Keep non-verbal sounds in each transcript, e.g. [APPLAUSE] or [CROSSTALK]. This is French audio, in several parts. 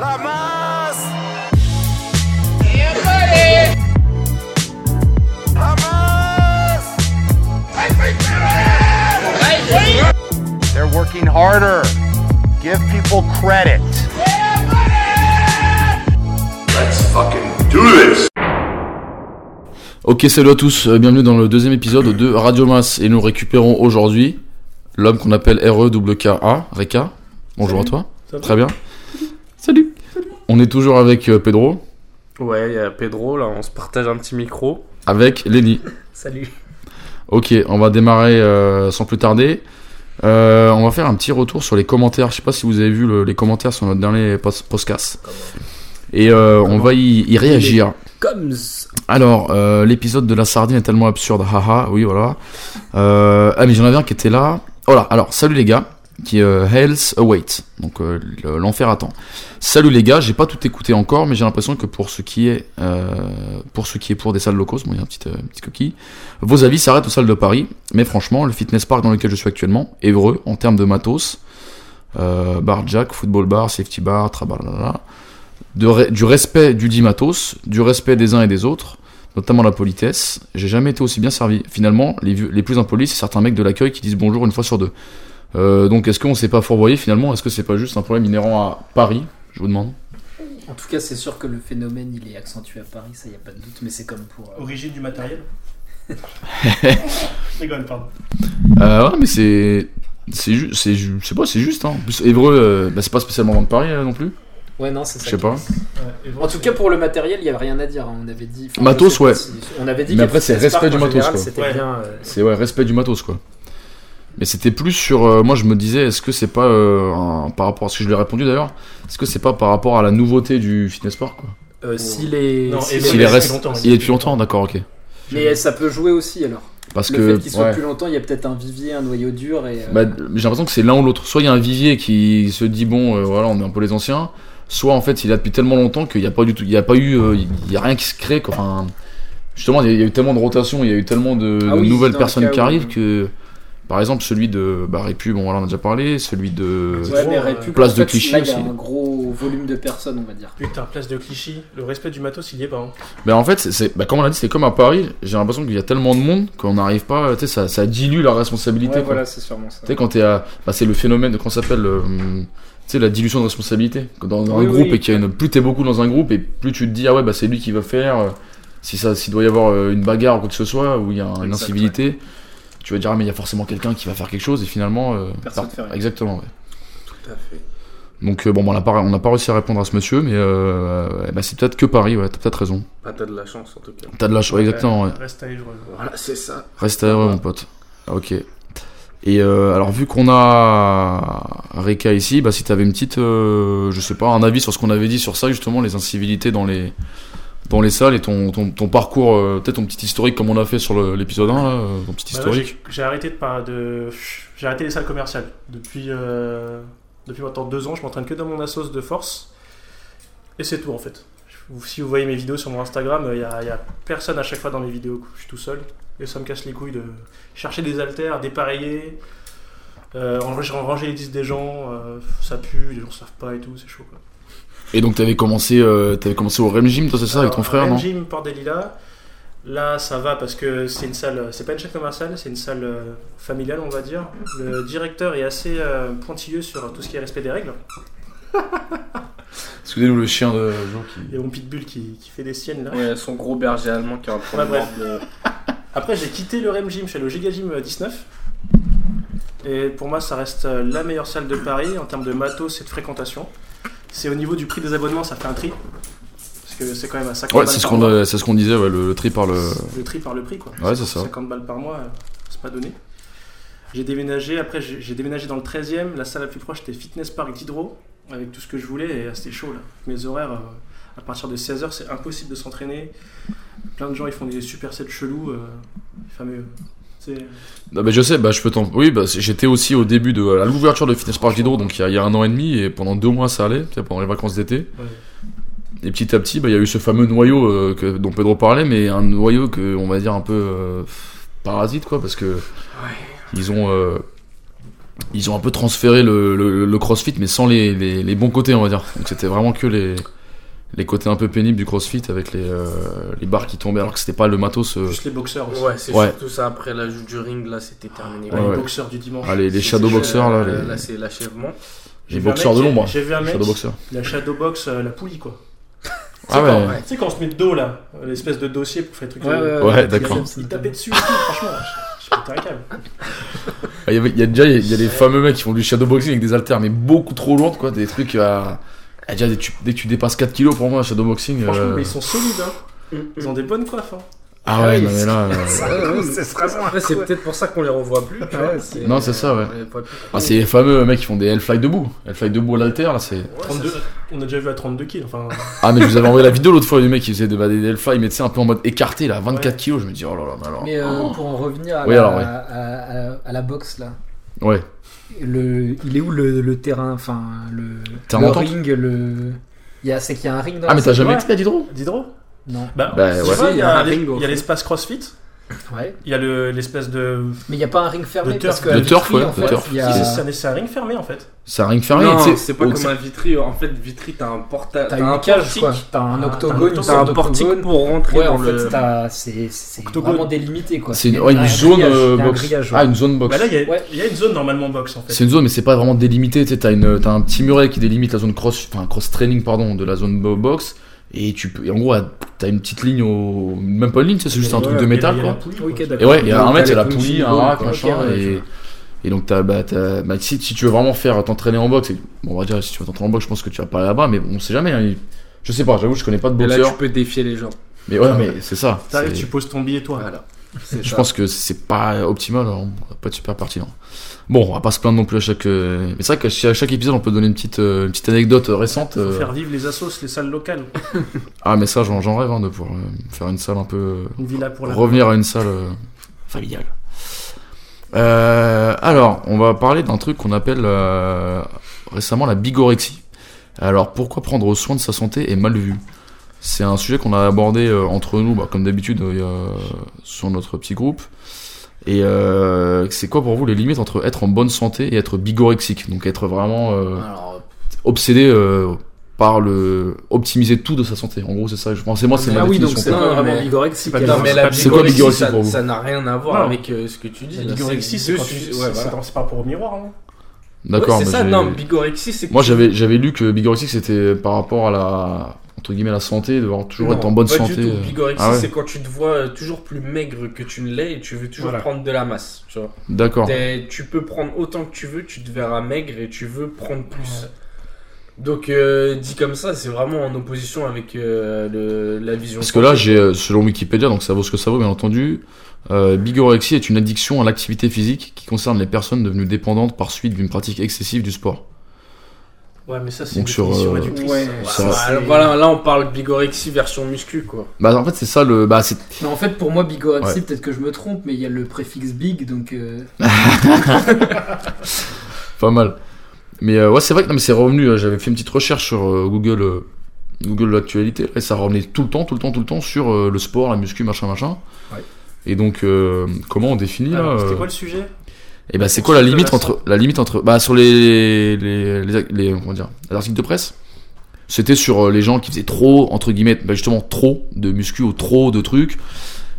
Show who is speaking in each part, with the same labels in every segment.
Speaker 1: La masse La masse They're working harder. Give people credit.
Speaker 2: Ok, salut à tous, euh, bienvenue dans le deuxième épisode de Radio Masse et nous récupérons aujourd'hui l'homme qu'on appelle E REWKA, Reka. Bonjour à toi.
Speaker 3: Ça va
Speaker 2: Très bien. Salut. On est toujours avec euh, Pedro,
Speaker 3: Ouais, il y a Pedro, là, on se partage un petit micro.
Speaker 2: avec Lenny.
Speaker 3: Salut.
Speaker 2: Ok, on va démarrer euh, sans plus tarder. Euh, on va faire un petit retour sur les commentaires. Je sais pas si vous avez vu le- les commentaires sur notre dernier pos- podcast. Et euh, on va y, y réagir.
Speaker 3: Comme
Speaker 2: Alors, euh, l'épisode de la sardine est tellement absurde, haha, oui, voilà. Euh, ah, mais j'en avais un qui était là. Voilà, alors, salut les gars, qui est euh, Hell's Await, donc euh, le- l'enfer attend. Salut les gars, j'ai pas tout écouté encore, mais j'ai l'impression que pour ce qui est euh, pour ce qui est pour des salles locaux, bon, il y a un petit, euh, une petite coquille, vos avis s'arrêtent aux salles de Paris, mais franchement, le fitness park dans lequel je suis actuellement, Évreux, en termes de matos, euh, bar jack, football bar, safety bar, trabalala, de re- du respect du dit matos, du respect des uns et des autres, notamment la politesse. J'ai jamais été aussi bien servi. Finalement, les, vieux- les plus impolis, c'est certains mecs de l'accueil qui disent bonjour une fois sur deux. Euh, donc, est-ce qu'on s'est pas fourvoyé finalement Est-ce que c'est pas juste un problème inhérent à Paris Je vous demande.
Speaker 4: En tout cas, c'est sûr que le phénomène il est accentué à Paris, ça y a pas de doute, mais c'est comme pour. euh,
Speaker 5: Origine du matériel Je rigole, pardon.
Speaker 2: Euh, ouais, mais c'est. C'est juste, c'est ju- je sais pas, c'est juste. Hein. En plus, Évreux, euh, bah, c'est pas spécialement loin de Paris euh, non plus.
Speaker 4: Ouais, non, c'est ça.
Speaker 2: Je sais
Speaker 4: qui
Speaker 2: pas.
Speaker 4: passe. En tout cas, pour le matériel, il y a rien à dire. hein, On avait dit. enfin,
Speaker 2: Matos,
Speaker 4: je sais pas
Speaker 2: ouais.
Speaker 4: si- On avait dit.
Speaker 2: Mais
Speaker 4: que
Speaker 2: après, c'est
Speaker 4: Fitness Park,
Speaker 2: respect du
Speaker 4: en
Speaker 2: matos,
Speaker 4: général,
Speaker 2: quoi.
Speaker 4: C'était
Speaker 6: Eh
Speaker 5: Ouais.
Speaker 4: bien. euh,
Speaker 2: C'est ouais, respect du matos quoi. Mais c'était plus sur. euh, moi je me disais, est-ce que c'est pas euh, un- par rapport à ce que je lui ai répondu d'ailleurs Est-ce que c'est pas par rapport à la nouveauté du fitness park quoi
Speaker 4: euh, si les.
Speaker 5: Non,
Speaker 4: si hein. les-
Speaker 5: et
Speaker 2: Il
Speaker 5: le-
Speaker 2: est,
Speaker 5: depuis
Speaker 2: rest-
Speaker 5: longtemps,
Speaker 2: il est depuis longtemps, d'accord, ok.
Speaker 4: Mais ça peut jouer aussi alors.
Speaker 2: Parce
Speaker 4: le
Speaker 2: que.
Speaker 4: fait qu'il soit
Speaker 2: ouais.
Speaker 4: plus longtemps, il y a peut-être un vivier, un noyau dur et. euh,
Speaker 2: Bah, j'ai l'impression que c'est l'un ou l'autre. Soit il y a un vivier qui se dit bon, euh, voilà, on est un peu les anciens. Soit en fait, il a depuis tellement longtemps qu'il n'y a pas du tout, il y a pas eu, euh, il y a rien qui se crée. quoi. Enfin, justement, il y, a- il y a eu tellement de rotation, il y a eu tellement de,
Speaker 4: Ah
Speaker 2: de
Speaker 4: oui,
Speaker 2: nouvelles
Speaker 4: dans le
Speaker 2: personnes
Speaker 4: cas
Speaker 2: qui
Speaker 4: où-
Speaker 2: arrivent que, par exemple, celui de bah, Répu, bon, voilà, on en a déjà parlé. Celui de
Speaker 4: ouais,
Speaker 5: trop,
Speaker 4: mais
Speaker 5: euh,
Speaker 4: République,
Speaker 2: place
Speaker 4: en
Speaker 2: de
Speaker 4: fait,
Speaker 2: Clichy
Speaker 4: là, il y a
Speaker 2: aussi.
Speaker 4: un gros volume de personnes, on va dire.
Speaker 5: Putain, place de Clichy, le respect du matos, il y est pas. hein.
Speaker 2: Ben en fait, c'est- c'est, bah, comme on l'a dit, c'est comme à Paris. J'ai l'impression qu'il y a tellement de monde qu'on n'arrive pas. Tu sais, ça, ça dilue la responsabilité.
Speaker 4: Ouais,
Speaker 2: quoi.
Speaker 4: voilà, c'est sûrement ça.
Speaker 2: Tu sais, quand t'es à. Bah, c'est le phénomène de. Comment ça s'appelle euh, hum, Tu sais, la dilution de responsabilité. Quand Dans un
Speaker 4: Oui,
Speaker 2: groupe,
Speaker 4: oui.
Speaker 2: et qu'il y a une. Plus t'es beaucoup dans un groupe, et plus tu te dis, ah ouais, bah c'est lui qui va faire. euh, Si ça, s'il doit y avoir euh, une bagarre ou quoi que ce soit, ou il y a un- une
Speaker 4: Exact,
Speaker 2: incivilité, tu vas dire, ah mais il y a forcément quelqu'un qui va faire quelque chose, et finalement. euh,
Speaker 4: Personne fait rien.
Speaker 2: Exactement, ouais. Donc, euh, bon, bah, on n'a pas, on n'a pas réussi à répondre à ce monsieur, mais euh, eh ben, c'est peut-être que Paris, ouais, t'as peut-être raison.
Speaker 6: Ah, t'as de la chance en tout cas.
Speaker 2: T'as de la chance, exactement, ouais.
Speaker 5: Reste à Évreux.
Speaker 6: Voilà, c'est ça.
Speaker 2: Reste à eux, mon pote. Ah, Ok. Et euh, alors, vu qu'on a Reka ici, bah, si t'avais une petite, euh, je sais pas, un avis sur ce qu'on avait dit sur ça, justement, les incivilités dans les, dans les salles et ton, ton, ton parcours, euh, peut-être ton petit historique comme on a fait sur le- l'épisode 1, là, euh, ton petit
Speaker 5: Bah là,
Speaker 2: historique.
Speaker 5: j'ai- J'ai arrêté de, par- de j'ai arrêté les salles commerciales depuis euh, depuis maintenant deux ans. Je m'entraîne que dans mon assos de force et c'est tout en fait. Vous- Si vous voyez mes vidéos sur mon Instagram, il n'y a, y a personne à chaque fois dans mes vidéos. Je suis tout seul et ça me casse les couilles de chercher des haltères, dépareiller, euh, ranger, ranger les disques des gens. euh, ça pue, les gens savent pas et tout, c'est chaud. Quoi.
Speaker 2: Et donc, t'avais commencé, euh, t'avais commencé au Rem Gym, toi, c'est ça, avec ton
Speaker 5: Alors,
Speaker 2: frère, non
Speaker 5: MGM Port des Lilas. Là, ça va parce que c'est une salle, c'est pas une chaîne commerciale, c'est une salle euh, familiale, on va dire. Le directeur est assez euh, pointilleux sur tout ce qui est respect des règles.
Speaker 2: Excusez-nous le chien de Jo qui.
Speaker 5: Il y a mon pitbull qui, qui fait des siennes là.
Speaker 6: Ouais, son gros berger allemand qui est en train
Speaker 5: Ouais,
Speaker 6: de euh,
Speaker 5: bref.
Speaker 6: mordre
Speaker 5: Après, j'ai quitté le Rem Gym, je suis allé au Giga Gym euh, 19. Et pour moi, ça reste euh, la meilleure salle de Paris en termes de matos et de fréquentation. C'est au niveau du prix des abonnements, ça fait un tri. Parce que c'est quand même à 50
Speaker 2: Ouais,
Speaker 5: balles
Speaker 2: c'est ce
Speaker 5: par
Speaker 2: qu'on
Speaker 5: mois.
Speaker 2: euh, c'est ce qu'on disait, ouais, le, le tri par le.
Speaker 5: Le tri par le prix, quoi.
Speaker 2: Euh, Ouais, c'est ça.
Speaker 5: 50 balles par mois, euh, c'est pas donné. J'ai déménagé, après j'ai j'ai déménagé dans le 13 e La salle la plus proche était Fitness Park d'Hydro, avec tout ce que je voulais, et euh, c'était chaud là. Mes horaires, euh, à partir de 16h, c'est impossible de s'entraîner. Plein de gens, ils font des supersets chelous, euh, les fameux. C'est
Speaker 2: Ah bah, je sais, bah je peux t'en. Oui, bah c'est- j'étais aussi au début de à l'ouverture de Fitness Park Hydro, donc il y, a- il y a un an et demi, et pendant deux mois ça allait, tu sais, pendant les vacances d'été. Et petit à petit, bah, il y a eu ce fameux noyau euh, que, dont Pedro parlait, mais un noyau que on va dire un peu euh, parasite, quoi, parce que ils ont euh, ils ont un peu transféré le, le- le crossfit, mais sans les, les- les bons côtés, on va dire. Donc c'était vraiment que les, les côtés un peu pénibles du crossfit avec les, euh, les barres qui tombaient, alors que c'était pas le matos. euh,
Speaker 5: Juste les boxeurs aussi.
Speaker 6: Ouais, c'est
Speaker 2: Ouais.
Speaker 6: surtout ça. Après l'ajout du ring, là, c'était terminé. euh,
Speaker 2: Ouais,
Speaker 5: les
Speaker 2: ouais.
Speaker 5: boxeurs du dimanche.
Speaker 2: Ah, les, les
Speaker 5: C'est-
Speaker 2: shadow
Speaker 5: c'est-
Speaker 2: boxers, là, les,
Speaker 6: Là, c'est l'achèvement.
Speaker 5: J'ai
Speaker 2: les
Speaker 5: vu un
Speaker 2: boxeurs
Speaker 5: mec-
Speaker 2: de l'ombre. hein.
Speaker 5: J'ai vu un
Speaker 2: les
Speaker 5: mec,
Speaker 2: Shadow boxers.
Speaker 5: la shadow box, euh, la poulie quoi.
Speaker 2: Ah ouais.
Speaker 5: Tu sais, quand on se met de dos là, euh, l'espèce de dossier pour faire les trucs.
Speaker 4: Ouais,
Speaker 5: euh,
Speaker 4: ouais,
Speaker 2: Ouais,
Speaker 4: ouais,
Speaker 2: d'accord.
Speaker 4: c'est-
Speaker 5: Il tapait dessus, et tout, franchement, je- je pétais un câble.
Speaker 2: Ah, Il y, avait- il y a déjà il y a des fameux mecs qui font du shadowboxing avec des haltères, mais beaucoup trop lourdes, quoi. Des trucs à. à déjà, dès que, tu, dès que tu dépasses 4 kilos, pour moi, shadowboxing.
Speaker 5: Franchement,
Speaker 2: euh,
Speaker 5: mais ils sont solides,
Speaker 6: Mm,
Speaker 5: hein. Ils ont des bonnes coiffes. Hein.
Speaker 2: Ah ouais, non, mais là. euh,
Speaker 6: Après, [LAUGHS] c'est peut-être pour ça qu'on les revoit plus. tu vois. C'est-
Speaker 2: Non, c'est ça, ouais.
Speaker 6: on les voit plus.
Speaker 2: Ah, c'est les fameux mecs qui font des Hellfly debout. Hellfly debout à l'halter, là, c'est.
Speaker 6: Ouais, ça,
Speaker 5: 32, on a déjà vu à 32 kills.
Speaker 6: [LAUGHS]
Speaker 5: Enfin,
Speaker 2: Ah, mais je vous avais envoyé la vidéo l'autre fois du mec qui faisait des, bah, des Hellfly, mais tu sais, un peu en mode écarté, là, 24
Speaker 5: Ouais.
Speaker 2: kilos. Je me dis, oh là là, mais alors.
Speaker 4: Mais euh,
Speaker 2: oh.
Speaker 4: pour en revenir à,
Speaker 2: Oui,
Speaker 4: la,
Speaker 2: alors, oui.
Speaker 4: à, à- à- à la boxe là,
Speaker 2: Ouais.
Speaker 4: le, il est où le, le terrain, enfin le,
Speaker 2: Terrain
Speaker 4: le
Speaker 2: montant.
Speaker 4: ring, le, il y a, c'est qu'il y a un ring dans
Speaker 2: Ah,
Speaker 4: la
Speaker 2: mais t'as
Speaker 4: salle
Speaker 2: jamais
Speaker 5: ouais.
Speaker 2: été à Didro
Speaker 5: Didro
Speaker 4: Non.
Speaker 5: Bah,
Speaker 2: Bah,
Speaker 5: tu
Speaker 2: ouais.
Speaker 5: vois, il
Speaker 6: Si, il
Speaker 5: y
Speaker 6: y a
Speaker 5: a
Speaker 6: un
Speaker 5: les-
Speaker 6: ring, au
Speaker 5: il y a
Speaker 6: fond.
Speaker 5: l'espace crossfit,
Speaker 4: Ouais.
Speaker 5: il y a le- l'espèce de.
Speaker 4: Mais il n'y a pas un ring fermé
Speaker 5: De
Speaker 4: parce
Speaker 5: turf.
Speaker 4: que
Speaker 5: De
Speaker 4: la
Speaker 2: turf,
Speaker 4: vitrine,
Speaker 2: ouais,
Speaker 4: en
Speaker 2: de
Speaker 4: fait,
Speaker 2: turf.
Speaker 4: il y
Speaker 5: Si,
Speaker 4: a-
Speaker 5: si, C'est un, c'est un ring fermé en fait.
Speaker 2: C'est un ring fermé,
Speaker 6: Non,
Speaker 2: tu sais.
Speaker 6: c'est pas
Speaker 2: au-
Speaker 6: comme un vitri. En fait, vitri, t'as un portage.
Speaker 4: T'as une cage, quoi. T'as un
Speaker 5: T'as un
Speaker 4: octogone, une
Speaker 5: octogone.
Speaker 6: T'as
Speaker 4: sorte
Speaker 6: un portique
Speaker 4: d'octogone.
Speaker 6: pour rentrer
Speaker 4: Ouais,
Speaker 6: dans
Speaker 4: en fait,
Speaker 6: le.
Speaker 4: t'as- c'est c'est
Speaker 5: Octogone.
Speaker 4: vraiment délimité, quoi.
Speaker 2: C'est une,
Speaker 4: Il y a
Speaker 2: ouais, une
Speaker 4: un
Speaker 2: zone
Speaker 4: grillage,
Speaker 2: euh,
Speaker 4: il y a un
Speaker 2: box.
Speaker 4: grillage, ouais.
Speaker 2: Ah, une zone box.
Speaker 5: Bah, là, il y, a-
Speaker 4: Ouais.
Speaker 5: il y a une zone normalement box en fait.
Speaker 2: C'est une zone, mais c'est pas vraiment délimité. Tu sais, t'as une, t'as un petit muret qui délimite la zone cross, enfin cross training pardon, de la zone bo- box. Et tu peux, et en gros, t'as une petite ligne au, même pas une ligne, tu sais, c'est juste un
Speaker 5: Ouais,
Speaker 2: truc de
Speaker 5: il y a- il
Speaker 2: métal
Speaker 5: y a la
Speaker 2: quoi.
Speaker 5: poulie,
Speaker 4: Ok,
Speaker 5: quoi.
Speaker 4: d'accord.
Speaker 2: Et ouais, il y a
Speaker 4: Donc,
Speaker 2: un mec, il
Speaker 4: t'as
Speaker 2: y a la
Speaker 4: les
Speaker 2: poulie, un
Speaker 4: punching
Speaker 2: rack,
Speaker 4: balls,
Speaker 2: machin,
Speaker 4: quoi. Ok, ouais, je
Speaker 2: et,
Speaker 4: vois.
Speaker 2: et donc t'as, bah, t'as, bah, si, si tu veux vraiment faire t'entraîner en boxe, et- bon, on va dire si tu veux t'entraîner en boxe, je pense que tu vas pas là-bas, mais bon, on sait jamais. hein, il- je sais pas, j'avoue, je connais pas de
Speaker 6: Et là,
Speaker 2: boxeur,
Speaker 6: tu peux défier les gens.
Speaker 2: mais ouais, mais c'est ça.
Speaker 5: T'arrives,
Speaker 2: c'est-
Speaker 5: tu poses ton billet toi.
Speaker 6: Voilà. C'est
Speaker 2: Je
Speaker 6: ça.
Speaker 2: pense que c'est pas optimal, alors on va pas être super pertinent. Bon, on va pas se plaindre non plus à chaque. euh, Mais c'est vrai qu'à chaque à chaque épisode, on peut donner une petite, euh, une petite anecdote euh, récente.
Speaker 5: Faut
Speaker 2: euh,
Speaker 5: faire vivre les assos, les salles locales.
Speaker 2: Ah, mais ça, j'en j'en rêve hein, de pouvoir euh, faire une salle un peu.
Speaker 5: Une villa pour la.
Speaker 2: Revenir à une salle euh, familiale. Euh, alors, on va parler d'un truc qu'on appelle euh, récemment la bigorexie. Alors, pourquoi prendre soin de sa santé est mal vu C'est un sujet qu'on a abordé euh, entre nous, bah, comme d'habitude, euh, il y a- sur notre petit groupe. Et euh, c'est quoi pour vous les limites entre être en bonne santé et être bigorexique Donc être vraiment euh,
Speaker 6: Alors,
Speaker 2: obsédé euh, par le optimiser tout de sa santé. En gros, c'est ça. Je pense. C'est moi, c'est ma
Speaker 4: Ah oui, donc
Speaker 2: définition.
Speaker 4: c'est
Speaker 6: quoi.
Speaker 4: pas
Speaker 6: Non,
Speaker 4: vraiment
Speaker 6: mais-
Speaker 4: vigorexique.
Speaker 5: C'est pas-
Speaker 6: Non, mais la
Speaker 5: C'est
Speaker 2: quoi,
Speaker 6: bigorexie,
Speaker 2: bigorexie
Speaker 6: ça,
Speaker 2: pour vous
Speaker 6: ça n'a rien à voir
Speaker 5: Non.
Speaker 6: avec euh, ce que tu dis.
Speaker 5: La
Speaker 6: là.
Speaker 5: bigorexie, c'est
Speaker 6: deux
Speaker 5: quand tu-
Speaker 6: sujets-
Speaker 5: c'est-
Speaker 6: ouais,
Speaker 5: c'est
Speaker 6: voilà.
Speaker 5: c'est pas pour au miroir. hein.
Speaker 2: D'accord.
Speaker 6: Ouais, c'est
Speaker 2: mais
Speaker 6: ça,
Speaker 2: j'ai-
Speaker 6: non, bigorexie, c'est que
Speaker 2: Moi
Speaker 6: tu-
Speaker 2: j'avais j'avais lu que bigorexie c'était par rapport à la entre guillemets la santé, devoir toujours
Speaker 6: Non,
Speaker 2: être en bonne
Speaker 6: pas
Speaker 2: santé.
Speaker 6: Du tout.
Speaker 2: euh.
Speaker 6: Bigorexie,
Speaker 2: Ah ouais.
Speaker 6: c'est quand tu te vois euh, toujours plus maigre que tu ne l'es et tu veux toujours
Speaker 5: Voilà.
Speaker 6: prendre de la masse. Tu, vois.
Speaker 2: D'accord.
Speaker 6: T'es- tu peux prendre autant que tu veux, tu te verras maigre et tu veux prendre plus. Donc, euh, dit comme ça, c'est vraiment en opposition avec euh, le- la vision.
Speaker 2: Parce que là j'ai euh, selon Wikipédia donc ça vaut ce que ça vaut bien entendu. euh, bigorexie est une addiction à l'activité physique qui concerne les personnes devenues dépendantes par suite d'une pratique excessive du sport.
Speaker 5: Ouais, mais ça, c'est une
Speaker 2: Donc, sur,
Speaker 5: définition
Speaker 2: euh,
Speaker 5: réductrice.
Speaker 4: Ouais.
Speaker 2: Ça-
Speaker 5: c'est-
Speaker 6: Voilà, voilà, là on parle bigorexie version muscu quoi.
Speaker 2: Bah en fait c'est ça le bah c'est
Speaker 4: Mais en fait, pour moi, bigorexie,
Speaker 2: Ouais.
Speaker 4: peut-être que je me trompe, mais il y a le préfixe big, donc. euh,
Speaker 2: pas mal. Mais euh, ouais c'est vrai que non, mais c'est revenu. euh, J'avais fait une petite recherche sur euh, Google euh, Google actualité et ça revenait tout le temps tout le temps tout le temps sur euh, le sport, la muscu machin machin.
Speaker 6: Ouais.
Speaker 2: Et donc euh, comment on définit là
Speaker 5: Alors, C'était
Speaker 2: euh,
Speaker 5: quoi le sujet
Speaker 2: Et bah c'est
Speaker 5: Ensuite,
Speaker 2: quoi la
Speaker 5: de
Speaker 2: limite
Speaker 5: la
Speaker 2: entre la limite entre bah sur les les les, les- comment dire les articles de presse c'était sur euh, les gens qui faisaient trop entre guillemets bah justement trop de muscu ou trop de trucs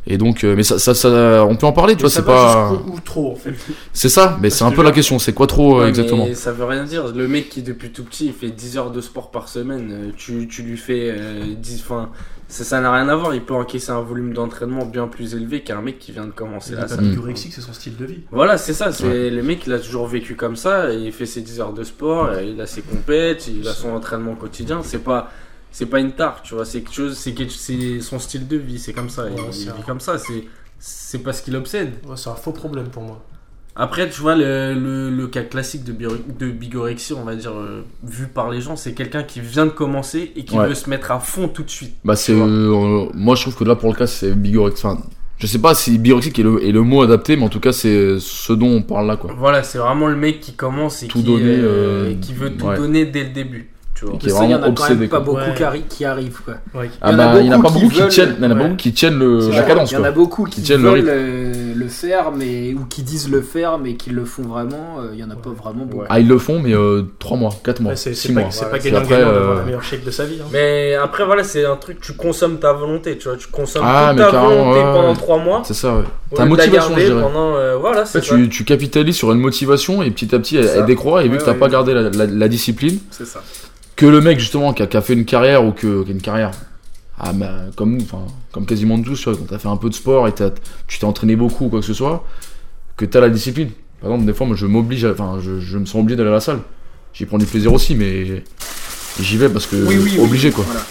Speaker 2: et donc euh, mais ça, ça ça on peut en parler tu vois
Speaker 5: Ça
Speaker 2: c'est
Speaker 5: va
Speaker 2: pas
Speaker 5: jusqu'où- Ou trop
Speaker 6: [LAUGHS]
Speaker 5: en fait.
Speaker 2: c'est ça mais
Speaker 5: Parce
Speaker 2: c'est un
Speaker 5: que
Speaker 2: peu
Speaker 5: là-
Speaker 2: la question c'est quoi trop euh,
Speaker 6: Ouais,
Speaker 2: exactement
Speaker 6: mais ça veut rien dire. Le mec qui depuis tout petit il fait 10 heures de sport par semaine, euh, tu, tu lui fais euh, 10. Enfin, ça ça n'a rien à voir. Il peut encaisser un volume d'entraînement bien plus élevé qu'un mec qui vient de commencer
Speaker 5: C'est
Speaker 6: là.
Speaker 5: pas
Speaker 6: ça.
Speaker 2: Mm.
Speaker 5: bigorexique, c'est son style de vie.
Speaker 6: Voilà, c'est ça. C'est Le mec il a toujours vécu comme ça. et il fait ses 10 heures de sport, et il a ses compètes, il a son entraînement quotidien. C'est pas. C'est pas une tarte, tu vois, c'est quelque chose, c'est quelque- c'est son style de vie, c'est comme ça,
Speaker 5: Ouais,
Speaker 6: il, il
Speaker 5: c'est
Speaker 6: vit
Speaker 5: un-
Speaker 6: comme ça, c'est c'est pas ce qui l'obsède.
Speaker 5: Ouais, c'est un faux problème pour moi.
Speaker 6: Après, tu vois, le, le, le cas classique de, bio- de bigorexie, on va dire, euh, vu par les gens, c'est quelqu'un qui vient de commencer et qui
Speaker 2: Ouais.
Speaker 6: veut se mettre à fond tout de suite.
Speaker 2: bah c'est
Speaker 6: tu vois.
Speaker 2: euh, moi je trouve que là pour le cas c'est bigorex enfin je sais pas si bigorexique est le, est le mot adapté mais en tout cas c'est euh, ce dont on parle là quoi
Speaker 6: Voilà, c'est vraiment le mec qui commence et
Speaker 2: Tout
Speaker 6: qui,
Speaker 2: donner,
Speaker 6: euh,
Speaker 2: euh,
Speaker 6: qui veut tout
Speaker 2: ouais.
Speaker 6: donner dès le début. tu vois.
Speaker 2: qui
Speaker 4: Mais
Speaker 2: est
Speaker 4: ça, il y en a
Speaker 2: vraiment
Speaker 4: quand même
Speaker 2: obsédé,
Speaker 4: pas
Speaker 2: quoi.
Speaker 4: beaucoup
Speaker 5: Ouais.
Speaker 4: qui, arri- qui arrivent, quoi.
Speaker 5: Ouais.
Speaker 2: Ah
Speaker 4: Il y en a
Speaker 2: bah, il n'y en a
Speaker 4: beaucoup
Speaker 2: pas
Speaker 4: qui
Speaker 2: beaucoup qui
Speaker 4: veulent,
Speaker 2: tiennent, il y en a
Speaker 5: ouais.
Speaker 2: beaucoup qui tiennent le,
Speaker 4: C'est
Speaker 2: Euh, la
Speaker 4: vrai,
Speaker 2: cadence.
Speaker 4: Il y en
Speaker 2: quoi.
Speaker 4: a beaucoup qui,
Speaker 2: tiennent le
Speaker 4: veulent euh, le, faire, mais ou qui disent le faire, mais qui le font vraiment. euh, Il y en a pas vraiment beaucoup.
Speaker 2: Ah, ils le font, mais 3 mois, 4 mois,
Speaker 5: Ouais, c'est
Speaker 2: 6
Speaker 5: c'est
Speaker 2: mois.
Speaker 5: pas, c'est pas
Speaker 2: Parce
Speaker 5: gagnant
Speaker 2: qu'après,
Speaker 5: gagnant d'avoir
Speaker 2: euh,
Speaker 5: la meilleure shape de sa vie. hein.
Speaker 6: Mais après, voilà, c'est un truc, tu consommes ta volonté, tu vois. Tu consommes
Speaker 2: Ah,
Speaker 6: toute
Speaker 2: mais
Speaker 6: ta
Speaker 2: carrément,
Speaker 6: volonté
Speaker 2: ouais,
Speaker 6: pendant
Speaker 2: ouais.
Speaker 6: 3 mois.
Speaker 2: C'est ça, ouais.
Speaker 6: au
Speaker 2: Ta
Speaker 6: lieu de la
Speaker 2: motivation,
Speaker 6: garder
Speaker 2: je dirais.
Speaker 6: pendant, euh, voilà,
Speaker 2: En fait,
Speaker 6: c'est ça.
Speaker 2: tu, tu capitalises sur une motivation et petit à petit elle,
Speaker 6: C'est
Speaker 2: elle
Speaker 6: ça.
Speaker 2: décroît et vu
Speaker 6: Ouais,
Speaker 2: que t'as
Speaker 6: ouais.
Speaker 2: pas gardé la, la- la discipline,
Speaker 6: C'est ça.
Speaker 2: que le mec justement qui a, qui a fait une carrière ou que, qui a une carrière ah, bah, comme nous, enfin, comme quasiment tous, tu vois, quand t'as fait un peu de sport et t'as- tu t'es entraîné beaucoup ou quoi que ce soit, que t'as la discipline. Par exemple, des fois, moi je m'oblige, à- enfin, je, je me sens obligé d'aller à la salle. J'y prends du plaisir aussi, mais j'y vais parce que obligé quoi.
Speaker 4: Voilà.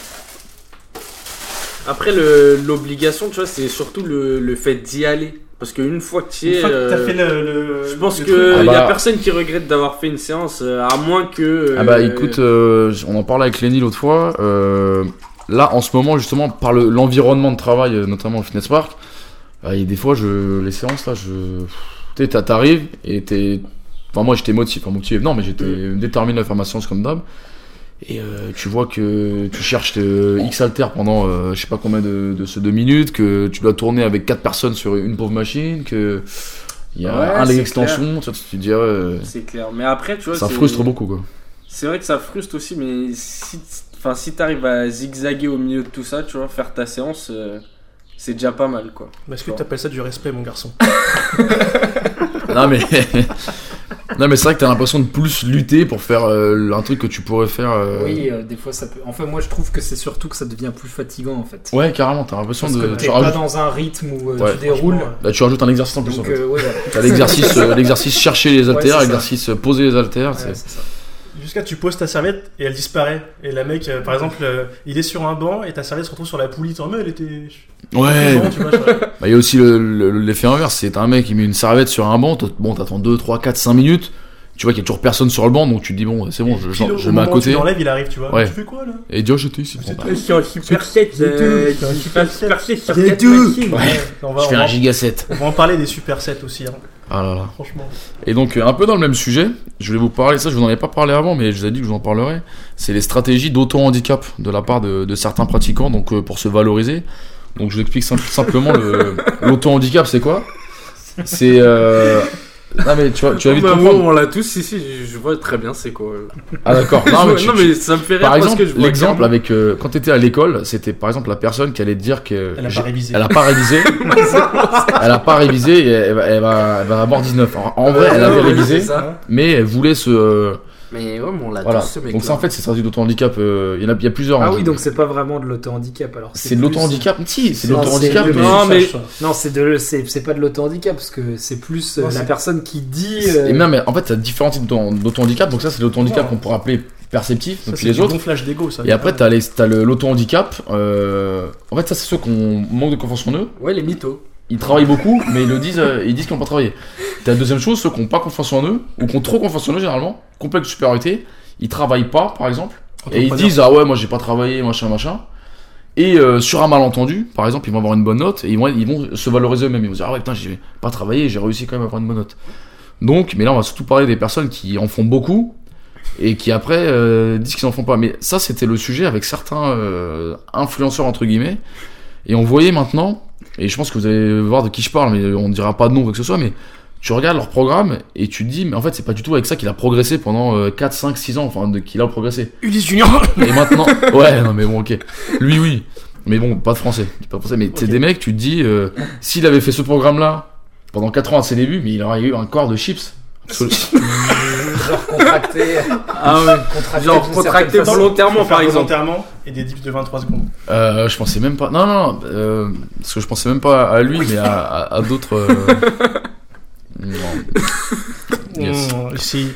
Speaker 6: Après, le- l'obligation, tu vois, c'est surtout le, le fait d'y aller. Parce qu'une fois que tu y
Speaker 5: Une
Speaker 6: es.
Speaker 5: fois que t'as
Speaker 6: euh,
Speaker 5: fait le. le-
Speaker 6: Je pense
Speaker 5: le
Speaker 6: qu'il
Speaker 5: truc,
Speaker 2: Ah
Speaker 6: y a
Speaker 2: bah.
Speaker 6: personne qui regrette d'avoir fait une séance, euh, à moins que. euh,
Speaker 2: Ah bah écoute, euh, j- on en parlait avec Lenny l'autre fois. euh, là, en ce moment, justement, par le- l'environnement de travail, euh, notamment au fitness park, euh, et des fois, je, les séances là, je, pff, tu sais, t'as- t'arrives et t'es, enfin moi j'étais motivé, enfin motivé, non, mais j'étais
Speaker 6: Mm.
Speaker 2: déterminé à faire ma séance comme d'hab. Et euh, tu vois que tu cherches euh, X alter pendant euh, je sais pas combien de, de ce deux minutes, que tu dois tourner avec quatre personnes sur une pauvre machine, que il y a
Speaker 6: Ouais,
Speaker 2: un leg
Speaker 6: c'est
Speaker 2: extension, tu, vois, tu te dis ah ouais,
Speaker 6: C'est clair. Mais après, tu vois.
Speaker 2: ça
Speaker 6: c'est-
Speaker 2: frustre beaucoup quoi.
Speaker 6: C'est vrai que ça frustre aussi, mais si, enfin, si t'arrives à zigzaguer au milieu de tout ça, tu vois, faire ta séance, euh, c'est déjà pas mal, quoi.
Speaker 5: Mais Est-ce que t'appelles ça du respect, mon garçon
Speaker 2: Non mais [LAUGHS] non mais c'est vrai que t'as l'impression de plus lutter pour faire euh, un truc que tu pourrais faire. euh,
Speaker 4: Oui, euh, des fois ça peut. Enfin, moi je trouve que c'est surtout que ça devient plus fatigant en fait.
Speaker 2: Ouais carrément t'as l'impression
Speaker 5: Parce
Speaker 2: de
Speaker 5: que
Speaker 4: T'es
Speaker 2: tu
Speaker 4: pas
Speaker 2: rajoutes,
Speaker 4: dans un rythme où euh,
Speaker 2: Ouais,
Speaker 4: tu déroules.
Speaker 5: franchement,
Speaker 2: là, tu rajoutes un exercice en plus. en
Speaker 4: Donc
Speaker 2: fait.
Speaker 4: euh, ouais, voilà.
Speaker 2: T'as
Speaker 4: [LAUGHS]
Speaker 2: l'exercice euh, l'exercice chercher les
Speaker 4: Ouais,
Speaker 2: haltères,
Speaker 4: c'est ça.
Speaker 2: l'exercice euh, poser les haltères.
Speaker 4: Ouais,
Speaker 2: c'est-
Speaker 4: c'est ça.
Speaker 5: euh, Jusqu'à tu poses ta serviette et elle disparaît. Et la mec, euh, par exemple, euh, il est sur un banc et ta serviette se retrouve sur la poulie. Tu en mode, elle était.
Speaker 2: Ouais.
Speaker 5: Bon, tu vois, sur la-
Speaker 2: Bah, Il y a aussi le- le- l'effet inverse, c'est un mec qui met une serviette sur un banc. t- Bon t'attends 2, 3, 4, 5 minutes. Tu vois qu'il y a toujours personne sur le banc donc tu te dis bon c'est bon je, je,
Speaker 5: Pile au
Speaker 2: je mets à
Speaker 5: moment où Tu
Speaker 2: côté.
Speaker 5: l'enlèves, il arrive, tu vois.
Speaker 2: Ouais.
Speaker 5: Tu fais quoi là
Speaker 2: Et Dieu j'étais ici.
Speaker 5: C'est-
Speaker 2: Bon, bah,
Speaker 5: c'est-
Speaker 6: suis en super 7,
Speaker 5: euh, je suis pas super
Speaker 6: sur
Speaker 5: J'ai quatre tout. machines.
Speaker 2: Ouais.
Speaker 5: On va,
Speaker 2: Je fais
Speaker 5: on va-
Speaker 2: un giga 7.
Speaker 5: on va en parler des supersets aussi, hein,
Speaker 2: Ah là là.
Speaker 5: franchement.
Speaker 2: Et donc, euh, un peu dans le même sujet, je voulais vous parler, ça je vous en ai pas parlé avant, mais je vous ai dit que je vous en parlerai, c'est les stratégies d'auto-handicap de la part de, de certains pratiquants, donc euh, pour se valoriser. Donc je vous explique sim-
Speaker 6: [LAUGHS]
Speaker 2: simplement le- l'auto-handicap, c'est quoi C'est... Euh... Non mais tu, vois, tu vas vite comprendre.
Speaker 6: Oh, on l'a tous ici, je- je vois très bien c'est quoi.
Speaker 2: Ah d'accord,
Speaker 6: Je
Speaker 2: [LAUGHS] non
Speaker 6: vois-
Speaker 2: mais, tu-
Speaker 6: non,
Speaker 2: tu-
Speaker 6: mais ça me fait rire
Speaker 2: Par
Speaker 6: parce
Speaker 2: exemple,
Speaker 6: que je vois.
Speaker 2: l'exemple
Speaker 6: clairement.
Speaker 2: avec... euh, quand t'étais à l'école, c'était par exemple la personne qui allait te dire que...
Speaker 5: Elle a
Speaker 2: j'ai-
Speaker 5: pas révisé.
Speaker 2: elle a pas
Speaker 5: [LAUGHS]
Speaker 2: révisé. elle a pas révisé et elle va, elle va, elle va avoir 19. En, en vrai, elle avait
Speaker 6: Ah Ouais, ouais,
Speaker 2: révisé,
Speaker 6: c'est ça.
Speaker 2: mais elle voulait se... euh,
Speaker 6: Mais ouais, mais on l'a
Speaker 2: Voilà.
Speaker 6: tous ce mec.
Speaker 2: Donc ça en fait c'est sorti d'auto-handicap, euh, il y en a, il y a plusieurs.
Speaker 4: Ah
Speaker 2: hein.
Speaker 4: oui, donc c'est pas vraiment de l'auto-handicap alors.
Speaker 2: c'est de
Speaker 4: plus-
Speaker 2: l'auto-handicap. Si, c'est de
Speaker 4: Non,
Speaker 2: l'auto-handicap
Speaker 4: c'est-
Speaker 2: mais
Speaker 6: Non, mais-
Speaker 4: Non, c'est de c'est c'est pas de l'auto-handicap parce que c'est plus euh,
Speaker 5: Non,
Speaker 4: la
Speaker 5: c'est-
Speaker 4: personne qui dit. euh,
Speaker 2: et même en fait t'as différents types d'auto- d'auto-handicap. Donc ça c'est l'auto-handicap
Speaker 5: Ouais.
Speaker 2: qu'on pourrait appeler perceptif
Speaker 5: Ça,
Speaker 2: donc
Speaker 5: c'est
Speaker 2: les
Speaker 5: du
Speaker 2: autres.
Speaker 5: bon flash d'ego, ça.
Speaker 2: Et après t'as les t'as le- l'auto-handicap. euh, En fait ça c'est ceux qu'on manque de confiance en eux.
Speaker 6: Ouais, les mythos.
Speaker 2: Ils travaillent beaucoup mais ils le disent euh, ils disent qu'ils n'ont pas travaillé. T'as la deuxième chose ceux qui n'ont pas confiance en eux ou qui ont trop confiance en eux généralement. Complexe de supériorité. Ils travaillent pas par exemple. Et ils disent ah ouais moi j'ai pas travaillé machin machin. Et euh, sur un malentendu, par exemple, ils vont avoir une bonne note et ils vont, ils vont se valoriser eux-mêmes. Ils vont se dire ah ouais putain j'ai pas travaillé, j'ai réussi quand même à avoir une bonne note. Donc, mais là on va surtout parler des personnes qui en font beaucoup et qui après euh, disent qu'ils en font pas. Mais ça c'était le sujet avec certains euh, influenceurs entre guillemets. Et on voyait maintenant, et je pense que vous allez voir de qui je parle, mais on ne dira pas de nom ou quoi que ce soit, mais tu regardes leur programme et tu te dis mais en fait c'est pas du tout avec ça qu'il a progressé pendant euh, 4, 5, 6 ans, enfin de- qu'il a progressé.
Speaker 5: Ulysse Junior
Speaker 2: Et maintenant, ouais, non mais bon, ok. Lui, oui. Mais bon, pas de français. Il est Pas français. Mais t'es
Speaker 5: Ok.
Speaker 2: des mecs, tu te dis, euh, s'il avait fait ce programme-là pendant 4 ans à ses débuts, mais il aurait eu un corps de chips. Absolu-
Speaker 4: genre
Speaker 5: [LAUGHS]
Speaker 4: contracté.
Speaker 6: Ah ouais.
Speaker 4: contracté
Speaker 6: Genre
Speaker 4: d'une
Speaker 6: contracté
Speaker 4: certaine façon.
Speaker 6: volontairement par exemple.
Speaker 5: Volontairement et des dips de 23 secondes.
Speaker 2: Euh, je pensais même pas. Non, non, non, euh, parce que je pensais même pas à lui, mais à, à- à d'autres. euh, non. Yes.
Speaker 5: Mm, si.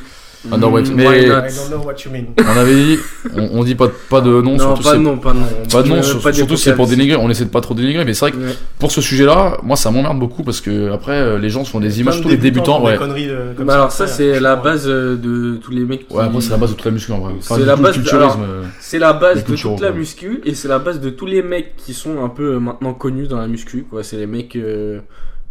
Speaker 2: Ah non, ouais,
Speaker 6: Mm,
Speaker 2: mais-
Speaker 6: why
Speaker 5: I
Speaker 6: not
Speaker 5: don't know what you mean.
Speaker 2: On avait dit, on, on dit pas, pas de nom,
Speaker 6: Non,
Speaker 2: surtout
Speaker 6: pas
Speaker 2: c'est-
Speaker 6: de nom, pas de nom.
Speaker 2: Pas de nom,
Speaker 6: Euh,
Speaker 2: sur-
Speaker 6: pas
Speaker 2: surtout c'est pour
Speaker 6: d'hypothèse.
Speaker 2: dénigrer. On essaie de pas trop dénigrer, mais c'est vrai que
Speaker 6: Ouais.
Speaker 2: pour ce sujet-là, moi ça m'emmerde beaucoup parce que après euh, les gens se font des images,
Speaker 5: Plein
Speaker 2: tous
Speaker 5: de
Speaker 2: les débutants,
Speaker 5: font des
Speaker 2: ouais.
Speaker 5: conneries, euh, comme
Speaker 6: Bah alors ça
Speaker 5: Ouais,
Speaker 6: c'est la
Speaker 5: franchement,
Speaker 6: base euh, de tous les mecs qui...
Speaker 2: Ouais, après c'est la base de toute la muscu en vrai. Enfin,
Speaker 6: C'est
Speaker 2: du
Speaker 6: la
Speaker 2: tout
Speaker 6: base
Speaker 2: le
Speaker 6: de-
Speaker 2: culturisme.
Speaker 6: alors,
Speaker 2: euh.
Speaker 6: C'est la
Speaker 2: Les
Speaker 6: base de
Speaker 2: cultures,
Speaker 6: toute la
Speaker 2: quoi.
Speaker 6: muscu et c'est la base de tous les mecs qui sont un peu euh, maintenant connus dans la muscu quoi. C'est les mecs euh,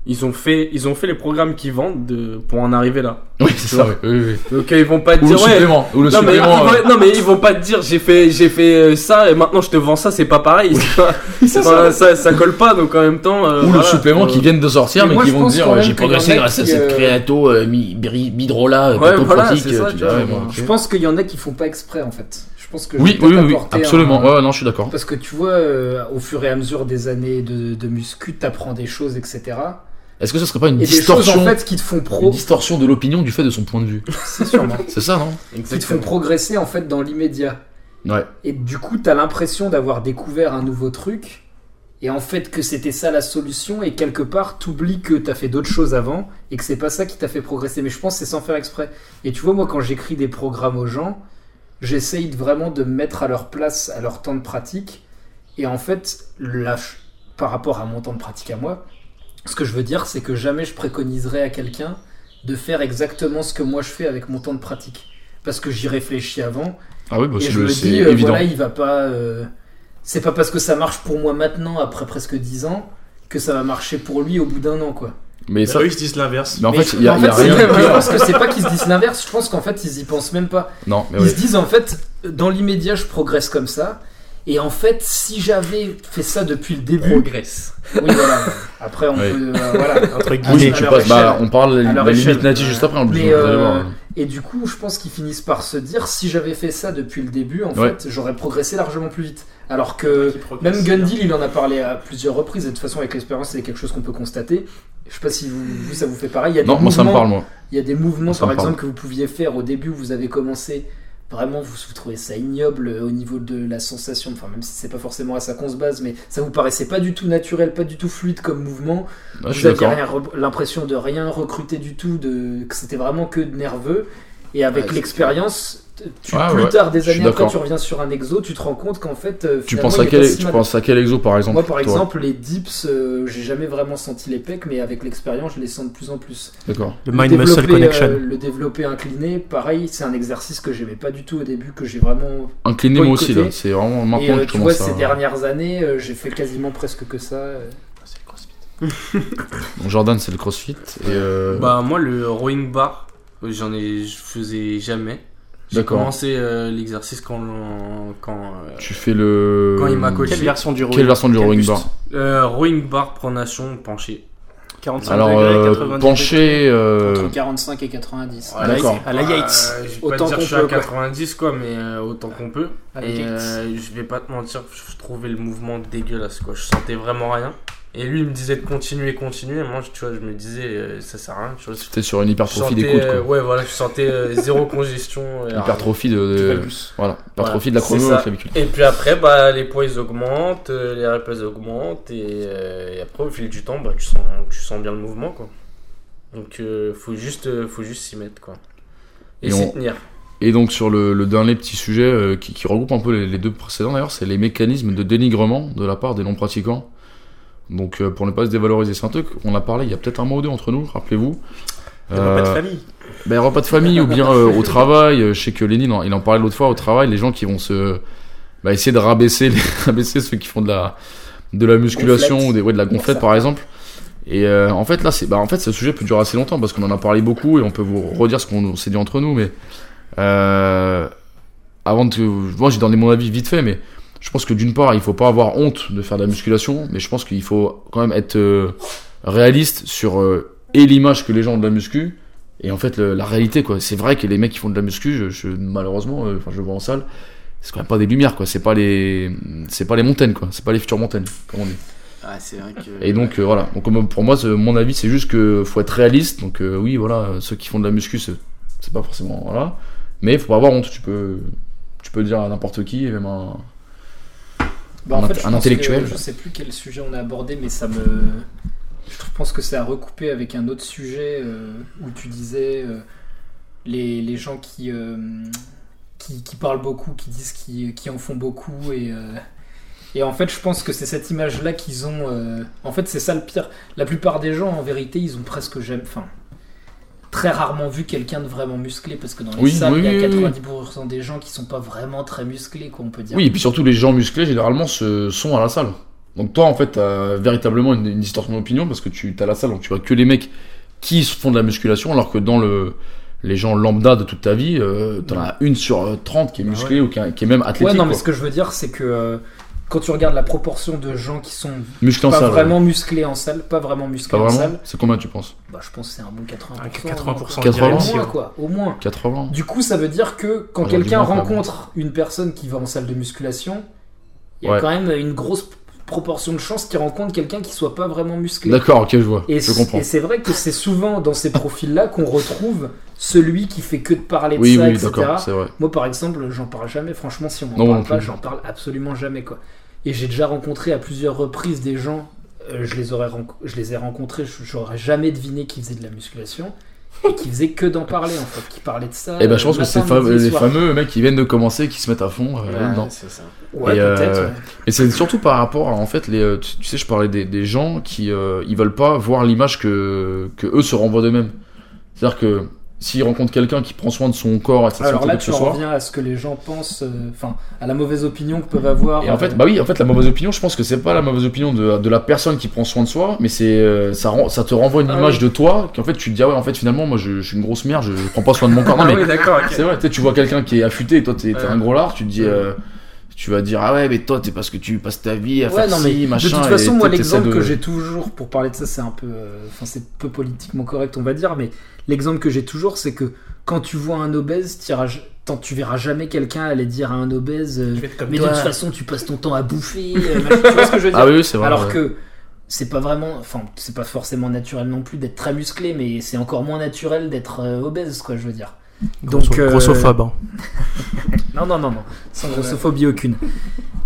Speaker 6: Ils ont fait, ils ont fait les programmes qu'ils vendent de- pour en arriver là.
Speaker 2: Oui, c'est
Speaker 6: Tu
Speaker 2: ça.
Speaker 6: vois.
Speaker 2: oui, oui, oui.
Speaker 6: Donc euh, ils vont pas te
Speaker 2: Ou le
Speaker 6: dire ouais.
Speaker 2: supplément. Ou le
Speaker 6: Non mais, ils
Speaker 2: supplément.
Speaker 6: vont-
Speaker 2: euh,
Speaker 6: non mais ils vont pas te dire j'ai fait j'ai fait euh, ça et maintenant je te vends ça c'est pas pareil c'est [LAUGHS] pas- c'est pas- ça, ça colle pas donc en même temps euh,
Speaker 2: Ou le
Speaker 6: voilà,
Speaker 2: supplément
Speaker 6: euh,
Speaker 2: qui viennent de sortir,
Speaker 4: mais
Speaker 2: mais
Speaker 4: moi,
Speaker 2: qui
Speaker 4: je
Speaker 2: vont te
Speaker 4: pense quand
Speaker 2: dire
Speaker 4: même
Speaker 2: j'ai
Speaker 4: que
Speaker 2: progressé
Speaker 4: les
Speaker 2: grâce à
Speaker 4: mecs,
Speaker 2: cette
Speaker 4: euh,
Speaker 2: créato euh, mi- bri- bidrola, euh,
Speaker 6: Ouais,
Speaker 2: plutôt
Speaker 6: voilà,
Speaker 2: pratique.
Speaker 6: c'est ça,
Speaker 2: tu
Speaker 6: tu
Speaker 2: dis,
Speaker 6: vois,
Speaker 2: ouais, bon,
Speaker 4: Je
Speaker 2: ok.
Speaker 4: pense qu'il y en a qui font pas exprès en fait. Je pense que je
Speaker 2: Oui,
Speaker 4: vais
Speaker 2: oui,
Speaker 4: peut-être
Speaker 2: oui,
Speaker 4: apporter
Speaker 2: absolument.
Speaker 4: un-
Speaker 2: Ouais, non, je suis d'accord.
Speaker 4: Parce que tu vois, euh, au fur et à mesure des années de, de muscu, t'apprends des choses, etc.
Speaker 2: Est-ce que ce serait pas une
Speaker 4: Et des choses
Speaker 2: distorsion
Speaker 4: en fait qui te font
Speaker 2: Une
Speaker 4: pro,
Speaker 2: distorsion de l'opinion du fait de son point de vue. [LAUGHS]
Speaker 4: c'est sûrement,
Speaker 2: C'est ça, non
Speaker 4: qui te font
Speaker 6: exactement.
Speaker 4: progresser en fait dans l'immédiat.
Speaker 2: Ouais.
Speaker 4: Et du coup, t'as l'impression d'avoir découvert un nouveau truc, et en fait que c'était ça la solution, et quelque part t'oublies que t'as fait d'autres choses avant, et que c'est pas ça qui t'a fait progresser. Mais je pense que c'est sans faire exprès. Et tu vois, moi quand j'écris des programmes aux gens, j'essaye de- vraiment de me mettre à leur place, à leur temps de pratique, et en fait, là, je- par rapport à mon temps de pratique à moi, ce que je veux dire, c'est que jamais je préconiserais à quelqu'un de faire exactement ce que moi je fais avec mon temps de pratique. Parce que j'y réfléchis avant,
Speaker 2: Ah oui, bah,
Speaker 4: et
Speaker 2: c'est
Speaker 4: je me
Speaker 2: c'est
Speaker 4: dis, euh,
Speaker 2: évident.
Speaker 4: voilà, il va pas. euh, c'est pas parce que ça marche pour moi maintenant, après presque 10 ans, que ça va marcher pour lui au bout d'un an, quoi.
Speaker 2: Mais ça.
Speaker 5: eux, ils se disent l'inverse.
Speaker 2: Mais en
Speaker 4: Mais
Speaker 2: fait,
Speaker 4: je-
Speaker 2: il y a,
Speaker 4: en
Speaker 2: il y a
Speaker 4: fait,
Speaker 2: rien.
Speaker 4: c'est-
Speaker 2: de
Speaker 4: Je
Speaker 2: pire.
Speaker 4: pense que c'est pas qu'ils se disent l'inverse, je pense qu'en fait, ils y pensent même pas.
Speaker 2: Non, mais
Speaker 4: Ils
Speaker 2: ouais.
Speaker 4: se disent, en fait, dans l'immédiat, je progresse comme ça. Et en fait, si j'avais fait ça depuis le début.
Speaker 6: Progresse.
Speaker 4: Oui, voilà. Après, on
Speaker 2: Oui.
Speaker 4: peut. euh, voilà.
Speaker 5: Entre
Speaker 2: Oui,
Speaker 5: guillemets,
Speaker 2: tu
Speaker 5: à leur
Speaker 2: passes. Bah,
Speaker 4: échelle.
Speaker 2: on parle de
Speaker 4: À
Speaker 2: la
Speaker 4: leur
Speaker 2: limite
Speaker 4: échelle.
Speaker 2: Nati juste après. En plus,
Speaker 4: Mais,
Speaker 2: vous allez
Speaker 4: euh,
Speaker 2: voir.
Speaker 4: Et du coup, je pense qu'ils finissent par se dire si j'avais fait ça depuis le début, en
Speaker 2: Ouais.
Speaker 4: fait, j'aurais progressé largement plus vite. Alors que même Gundil, il en a parlé à plusieurs reprises, et de toute façon, avec l'expérience, c'est quelque chose qu'on peut constater. Je sais pas si vous, vous, ça vous fait pareil. Il y a
Speaker 2: Non,
Speaker 4: des
Speaker 2: moi ça me
Speaker 4: mouvements-
Speaker 2: parle, moi.
Speaker 4: Il y a des mouvements,
Speaker 2: Ça
Speaker 4: par
Speaker 2: me parle.
Speaker 4: exemple, que vous pouviez faire au début, où vous avez commencé. Vraiment, vous, vous trouvez ça ignoble euh, au niveau de la sensation, enfin, même si c'est pas forcément à ça qu'on se base, mais ça vous paraissait pas du tout naturel, pas du tout fluide comme mouvement.
Speaker 2: Ah, je suis
Speaker 4: Vous aviez
Speaker 2: d'accord.
Speaker 4: rien re- l'impression de rien recruter du tout, de... que c'était vraiment que de nerveux. Et avec
Speaker 2: Ouais,
Speaker 4: l'expérience, tu,
Speaker 2: Ouais,
Speaker 4: plus
Speaker 2: ouais,
Speaker 4: tard, des
Speaker 2: je suis
Speaker 4: années après,
Speaker 2: d'accord.
Speaker 4: tu reviens sur un exo, tu te rends compte qu'en fait. euh,
Speaker 2: Tu
Speaker 4: finalement,
Speaker 2: penses
Speaker 4: il
Speaker 2: à
Speaker 4: est pas si
Speaker 2: quel, tu
Speaker 4: mal.
Speaker 2: penses à quel exo par exemple
Speaker 4: Moi, par
Speaker 2: toi
Speaker 4: exemple, les dips, euh, j'ai jamais vraiment senti les pecs, mais avec l'expérience, je les sens de plus en plus.
Speaker 2: D'accord.
Speaker 5: Le mind muscle
Speaker 4: développer,
Speaker 5: connection.
Speaker 4: euh, le développé incliné, pareil, c'est un exercice que j'aimais pas du tout au début, que j'ai vraiment
Speaker 2: Incliné moi aussi
Speaker 4: boycotté.
Speaker 2: là. C'est vraiment
Speaker 4: Et
Speaker 2: maintenant
Speaker 4: euh,
Speaker 2: que je
Speaker 4: tu vois,
Speaker 2: commence
Speaker 4: ces
Speaker 2: à.
Speaker 4: dernières années, euh, j'ai fait quasiment presque que ça. euh.
Speaker 2: Bon, Jordan, c'est le CrossFit. Et euh,
Speaker 6: Bah moi le rowing bar, euh, j'en ai, je faisais jamais. J'ai
Speaker 2: D'accord.
Speaker 6: commencé euh, l'exercice quand l'on- quand euh,
Speaker 2: tu fais le.
Speaker 6: Quand il m'a coaché.
Speaker 5: Quelle version du
Speaker 2: Quelle
Speaker 5: rowing
Speaker 2: version du
Speaker 5: Quel
Speaker 2: rowing
Speaker 5: buste
Speaker 2: bar
Speaker 6: euh, rowing bar pronation penché.
Speaker 5: 45
Speaker 2: Alors
Speaker 5: degrés,
Speaker 2: euh,
Speaker 5: 90
Speaker 2: penché. euh,
Speaker 4: Entre 45 et 90.
Speaker 6: Ouais.
Speaker 2: D'accord.
Speaker 5: À la Yates.
Speaker 6: Euh, je vais
Speaker 4: Autant
Speaker 6: pas te dire que
Speaker 4: qu'on
Speaker 6: je suis à
Speaker 4: peut, quoi.
Speaker 6: 90 quoi, mais euh, autant qu'on peut.
Speaker 4: À la
Speaker 6: Et
Speaker 4: Yates.
Speaker 6: euh, je vais pas te mentir, je trouvais le mouvement dégueulasse quoi. Je sentais vraiment rien. Et lui il me disait de continuer, continuer. Moi je- tu vois je me disais euh, ça sert à rien. Tu vois,
Speaker 2: C'était sur une
Speaker 6: je
Speaker 2: hypertrophie
Speaker 6: sentais,
Speaker 2: des coudes
Speaker 6: euh,
Speaker 2: quoi.
Speaker 6: ouais voilà, je sentais euh,
Speaker 4: [LAUGHS]
Speaker 6: zéro congestion. euh, et rien.
Speaker 2: Hypertrophie de, de- voilà, hypertrophie de la
Speaker 6: c'est
Speaker 2: chrono
Speaker 6: ça.
Speaker 2: clavicule.
Speaker 6: Et puis après, bah, les poids ils augmentent, euh, les reps ils augmentent, et, euh, et après, au fil du temps, bah, tu, sens, tu sens bien le mouvement. Quoi. Donc, euh, faut juste euh, faut juste s'y mettre. Quoi. Et,
Speaker 2: Et
Speaker 6: s'y
Speaker 2: on-
Speaker 6: tenir.
Speaker 2: Et donc sur le, le dernier petit sujet euh, qui, qui regroupe un peu les, les deux précédents d'ailleurs, c'est les mécanismes de dénigrement de la part des non pratiquants. Donc euh, pour ne pas se dévaloriser, c'est un truc on a parlé il y a peut-être un mois ou deux entre nous, rappelez-vous.
Speaker 5: Des repas de
Speaker 2: Euh,
Speaker 5: famille.
Speaker 2: ben, repas de famille ou bien euh, au travail. euh, Je sais que Lenny, il en- il en parlait l'autre fois au travail. Les gens qui vont se bah, essayer de rabaisser, les, [LAUGHS] rabaisser ceux qui font de la de la musculation
Speaker 4: Gonflette.
Speaker 2: ou des, ouais, de la gonflette par exemple. Et euh, en fait là, c'est bah, en fait ce sujet peut durer assez longtemps parce qu'on en a parlé beaucoup et on peut vous redire ce qu'on s'est dit entre nous. Mais euh, avant de moi j'ai donné mon avis vite fait, mais je pense que d'une part il faut pas avoir honte de faire de la musculation, mais je pense qu'il faut quand même être euh, réaliste sur euh, et l'image que les gens ont de la muscu et en fait le- la réalité quoi c'est vrai que les mecs qui font de la muscu je, je- malheureusement euh, enfin je le vois en salle c'est quand même pas des lumières quoi c'est pas les c'est pas les montagnes quoi c'est pas les futures montagnes comme on dit
Speaker 6: Ah, c'est vrai que.
Speaker 2: et donc euh, voilà donc comme pour moi c'est- mon avis c'est juste que faut être réaliste donc euh, oui voilà euh, ceux qui font de la muscu c'est c'est pas forcément voilà mais faut pas avoir honte tu peux tu peux dire à n'importe qui et même à
Speaker 4: Bah, en
Speaker 2: Un
Speaker 4: fait,
Speaker 2: int-
Speaker 4: je
Speaker 2: un
Speaker 4: pense
Speaker 2: intellectuel.
Speaker 4: que- je sais plus quel sujet on a abordé, mais ça me. Je trouve- pense que c'est à recouper avec un autre sujet euh, où tu disais euh, les, les gens qui, euh, qui, qui parlent beaucoup, qui disent qu'ils qui en font beaucoup. Et, euh, et en fait, je pense que c'est cette image-là qu'ils ont. euh, En fait, c'est ça le pire. La plupart des gens, en vérité, ils ont presque jamais. Enfin, très rarement vu quelqu'un de vraiment musclé parce que dans les
Speaker 2: Oui,
Speaker 4: salles,
Speaker 2: oui,
Speaker 4: il y a
Speaker 2: oui, oui.
Speaker 4: 90% des gens qui sont pas vraiment très musclés, qu'on peut dire.
Speaker 2: oui et puis surtout les gens musclés généralement se sont à la salle Donc toi, en fait, t'as véritablement une, une distorsion d'opinion parce que tu as la salle, donc tu vois que les mecs qui se font de la musculation, alors que dans le les gens lambda de toute ta vie, euh, t'en as une sur euh, 30 qui est
Speaker 5: Bah
Speaker 2: musclée ou qui, a- qui est même athlétique.
Speaker 4: Ah Ouais, non, mais
Speaker 2: quoi.
Speaker 4: ce que je veux dire, c'est que euh, quand tu regardes la proportion de gens qui sont
Speaker 2: Musclé en
Speaker 4: pas
Speaker 2: salle.
Speaker 4: vraiment musclés en salle, pas vraiment musclés
Speaker 2: Pas
Speaker 4: en
Speaker 2: vraiment
Speaker 4: salle,
Speaker 2: C'est combien tu penses
Speaker 4: bah, je pense que c'est un bon 80%.
Speaker 5: Ah,
Speaker 4: hein,
Speaker 5: 80%,
Speaker 4: quoi.
Speaker 2: je dirais
Speaker 4: au
Speaker 5: aussi,
Speaker 4: moins,
Speaker 5: ouais.
Speaker 4: quoi, au moins.
Speaker 2: 80
Speaker 4: Du coup, ça veut dire que quand
Speaker 2: J'aurais dû
Speaker 4: quelqu'un
Speaker 2: moins faire,
Speaker 4: rencontre une personne qui va en salle de musculation, il y a
Speaker 2: Ouais.
Speaker 4: quand même une grosse proportion de chances qu'il rencontre quelqu'un qui soit pas vraiment musclé.
Speaker 2: D'accord, ok, je vois.
Speaker 4: Et
Speaker 2: je
Speaker 4: c-
Speaker 2: comprends.
Speaker 4: et c'est vrai que c'est souvent dans ces profils-là qu'on retrouve celui qui fait que de parler de
Speaker 2: Oui,
Speaker 4: ça, Euh,
Speaker 2: oui,
Speaker 4: etc.
Speaker 2: d'accord, c'est vrai.
Speaker 4: Moi, par exemple, j'en parle jamais. Franchement, si on m'en
Speaker 2: Non,
Speaker 4: parle
Speaker 2: non
Speaker 4: pas,
Speaker 2: plus.
Speaker 4: j'en parle absolument jamais, quoi. Et j'ai déjà rencontré à plusieurs reprises des gens. euh, je les aurais, renco- je les ai rencontrés. je- J'aurais jamais deviné qu'ils faisaient de la musculation et qu'ils faisaient que d'en parler, en fait, qu'ils parlaient de ça.
Speaker 2: Et ben,
Speaker 4: euh,
Speaker 2: je pense que
Speaker 4: matin,
Speaker 2: c'est fa-
Speaker 4: midi,
Speaker 2: les
Speaker 4: soir.
Speaker 2: fameux mecs qui viennent de commencer, qui se mettent à fond euh,
Speaker 6: Ouais,
Speaker 2: là-dedans.
Speaker 6: c'est ça.
Speaker 4: Ouais,
Speaker 2: Et, euh,
Speaker 4: peut-être. ouais.
Speaker 2: Et c'est surtout par rapport à, en fait, les, euh, tu, tu sais, je parlais des, des gens qui euh, ils veulent pas voir l'image que, que eux se renvoient d'eux-mêmes. C'est-à-dire que s'ils rencontrent quelqu'un qui prend soin de son corps et de sa
Speaker 4: Alors
Speaker 2: santé,
Speaker 4: là,
Speaker 2: que
Speaker 4: tu
Speaker 2: ce
Speaker 4: en
Speaker 2: soit.
Speaker 4: reviens à ce que les gens pensent, euh, enfin, à la mauvaise opinion que peuvent avoir. euh,
Speaker 2: Et en fait, bah oui, en fait, la mauvaise opinion, je pense que c'est pas la mauvaise opinion de, de la personne qui prend soin de soi, mais c'est euh, ça, ren- ça te renvoie une
Speaker 4: Ah
Speaker 2: image de toi qu'en fait tu te dis ah ouais, en fait finalement moi je, je suis une grosse merde, je, je prends pas soin de mon corps. Non
Speaker 6: Ah
Speaker 2: mais
Speaker 6: oui, d'accord, ok.
Speaker 2: c'est vrai, tu sais, tu vois quelqu'un qui est affûté et toi t'es t'es
Speaker 6: Ouais.
Speaker 2: un gros lard, tu te dis euh, tu vas dire ah ouais mais toi c'est parce que tu passes ta vie à
Speaker 4: Ouais,
Speaker 2: faire
Speaker 4: non,
Speaker 2: ci,
Speaker 4: mais
Speaker 2: machin.
Speaker 4: de toute façon,
Speaker 2: et
Speaker 4: moi,
Speaker 2: t'essaies
Speaker 4: l'exemple
Speaker 2: de-
Speaker 4: que j'ai toujours, pour parler de ça, c'est un peu. euh, Enfin, c'est peu politiquement correct, on va dire, mais l'exemple que j'ai toujours, c'est que quand tu vois un obèse, t'iras j- t'en- tu verras jamais quelqu'un aller dire à un obèse euh,
Speaker 5: Je vais être comme
Speaker 4: Mais de
Speaker 5: toi.
Speaker 4: toute façon, tu passes ton temps à
Speaker 5: [LAUGHS]
Speaker 4: bouffer. euh, machin. tu vois ce que je veux dire
Speaker 2: Ah oui, oui, c'est vrai.
Speaker 4: Alors
Speaker 2: ouais.
Speaker 4: que c'est pas vraiment. Enfin, c'est pas forcément naturel non plus d'être très musclé, mais c'est encore moins naturel d'être euh, obèse, quoi, je veux dire. Donc, euh,
Speaker 5: Grossophobe. hein.
Speaker 4: non, non, non, non. Sans grossophobie aucune.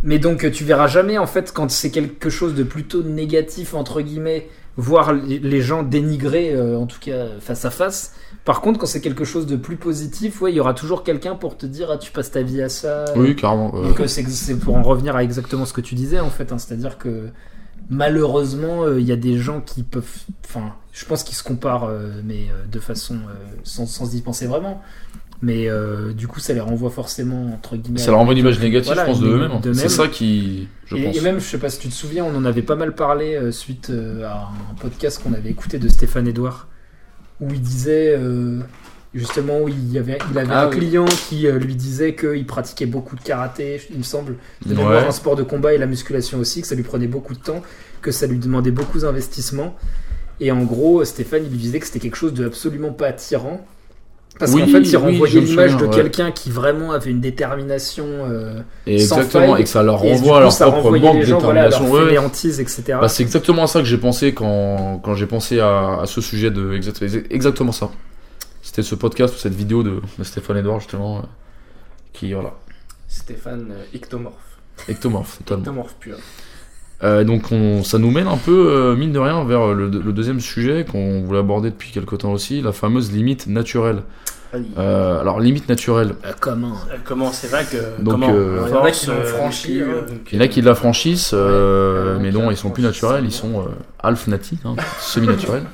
Speaker 4: Mais donc, euh, tu verras jamais, en fait, quand c'est quelque chose de plutôt négatif, entre guillemets, voir les les gens dénigrer, euh, en tout cas, euh, face à face. Par contre, quand c'est quelque chose de plus positif, ouais, il y aura toujours quelqu'un pour te dire, ah, tu passes ta vie à ça.
Speaker 2: Oui, carrément. euh,
Speaker 4: Donc, euh, c'est c'est pour en revenir à exactement ce que tu disais, en fait. hein, C'est-à-dire que, malheureusement, euh, il y a des gens qui peuvent. Enfin, je pense qu'ils se comparent, euh, mais euh, de façon. euh, sans, sans y penser vraiment. Mais euh, du coup, ça les renvoie forcément, entre guillemets.
Speaker 2: Ça leur envoie une image négative,
Speaker 4: Voilà,
Speaker 2: je pense, de
Speaker 4: une-
Speaker 2: eux-mêmes. hein.
Speaker 4: de
Speaker 2: C'est
Speaker 4: même.
Speaker 2: ça qui, je
Speaker 4: et,
Speaker 2: pense.
Speaker 4: et même, je sais pas si tu te souviens, on en avait pas mal parlé euh, suite euh, à un podcast qu'on avait écouté de Stéphane Edouard, où il disait euh, justement où il y avait, il avait
Speaker 6: Ah
Speaker 4: un
Speaker 6: oui.
Speaker 4: client qui euh, lui disait qu'il pratiquait beaucoup de karaté, il me semble, de
Speaker 2: Ouais.
Speaker 4: mémoire, un sport de combat et la musculation aussi, que ça lui prenait beaucoup de temps, que ça lui demandait beaucoup d'investissement. Et en gros, Stéphane, il lui disait que c'était quelque chose de absolument pas attirant. Parce
Speaker 2: Oui,
Speaker 4: qu'en fait, il
Speaker 2: oui,
Speaker 4: renvoyait
Speaker 2: je me
Speaker 4: l'image de
Speaker 2: souviens, ouais.
Speaker 4: quelqu'un qui vraiment avait une détermination. euh,
Speaker 2: Et
Speaker 4: sans
Speaker 2: exactement,
Speaker 4: faille.
Speaker 2: et que ça leur
Speaker 4: et du
Speaker 2: renvoie à
Speaker 4: coup,
Speaker 2: leur
Speaker 4: ça
Speaker 2: propre
Speaker 4: renvoyait
Speaker 2: manque
Speaker 4: les
Speaker 2: de
Speaker 4: gens, voilà, à leur
Speaker 2: détermination. Ouais, ouais.
Speaker 4: fainéantise, etc.
Speaker 2: Bah, c'est exactement à ça que j'ai pensé quand, quand j'ai pensé à, à ce sujet de exact- ex- exactement ça. C'était ce podcast ou cette vidéo de, de Stéphane Edouard justement euh, qui voilà
Speaker 6: Stéphane euh, Ictomorphe.
Speaker 2: ectomorphe totalement.
Speaker 6: Ictomorphe pur.
Speaker 2: Euh, donc on, ça nous mène un peu euh, mine de rien vers le, le deuxième sujet qu'on voulait aborder depuis quelque temps aussi, la fameuse limite naturelle. Euh, alors limite naturelle,
Speaker 4: Euh, comment
Speaker 5: Euh, Comment c'est vrai que.
Speaker 2: Donc,
Speaker 5: comment,
Speaker 2: euh,
Speaker 5: on
Speaker 6: Il y en a qui
Speaker 5: force,
Speaker 6: l'ont
Speaker 5: euh,
Speaker 6: franchi.
Speaker 5: euh,
Speaker 6: hein, donc,
Speaker 2: Il y en a qui
Speaker 6: euh,
Speaker 2: la franchissent, euh,
Speaker 6: Ouais.
Speaker 2: mais non, ils sont plus
Speaker 6: Franchissent,
Speaker 2: naturels, ils
Speaker 6: c'est
Speaker 2: sont euh, half nati, hein, [LAUGHS] semi-naturels.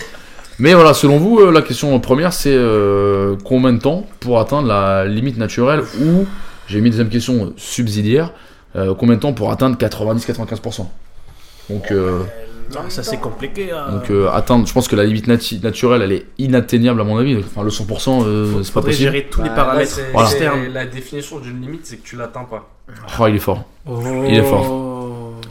Speaker 2: Mais voilà, selon vous, euh, la question première, c'est euh, combien de temps pour atteindre la limite naturelle ou, j'ai mis une deuxième question euh, subsidiaire, euh, combien de temps pour atteindre 90-95% donc, euh,
Speaker 5: non, ça c'est compliqué. hein.
Speaker 2: donc euh, atteindre, je pense que la limite nati- naturelle, elle est inatteignable à mon avis. Enfin, le 100%, euh, c'est pas
Speaker 5: Faudrait
Speaker 2: possible.
Speaker 5: gérer tous
Speaker 6: Bah,
Speaker 5: les
Speaker 6: là,
Speaker 5: paramètres
Speaker 6: c'est-
Speaker 2: Voilà.
Speaker 5: externes.
Speaker 6: c'est La définition d'une limite, c'est que tu l'atteins pas.
Speaker 2: Oh, il est fort. Il est
Speaker 5: fort.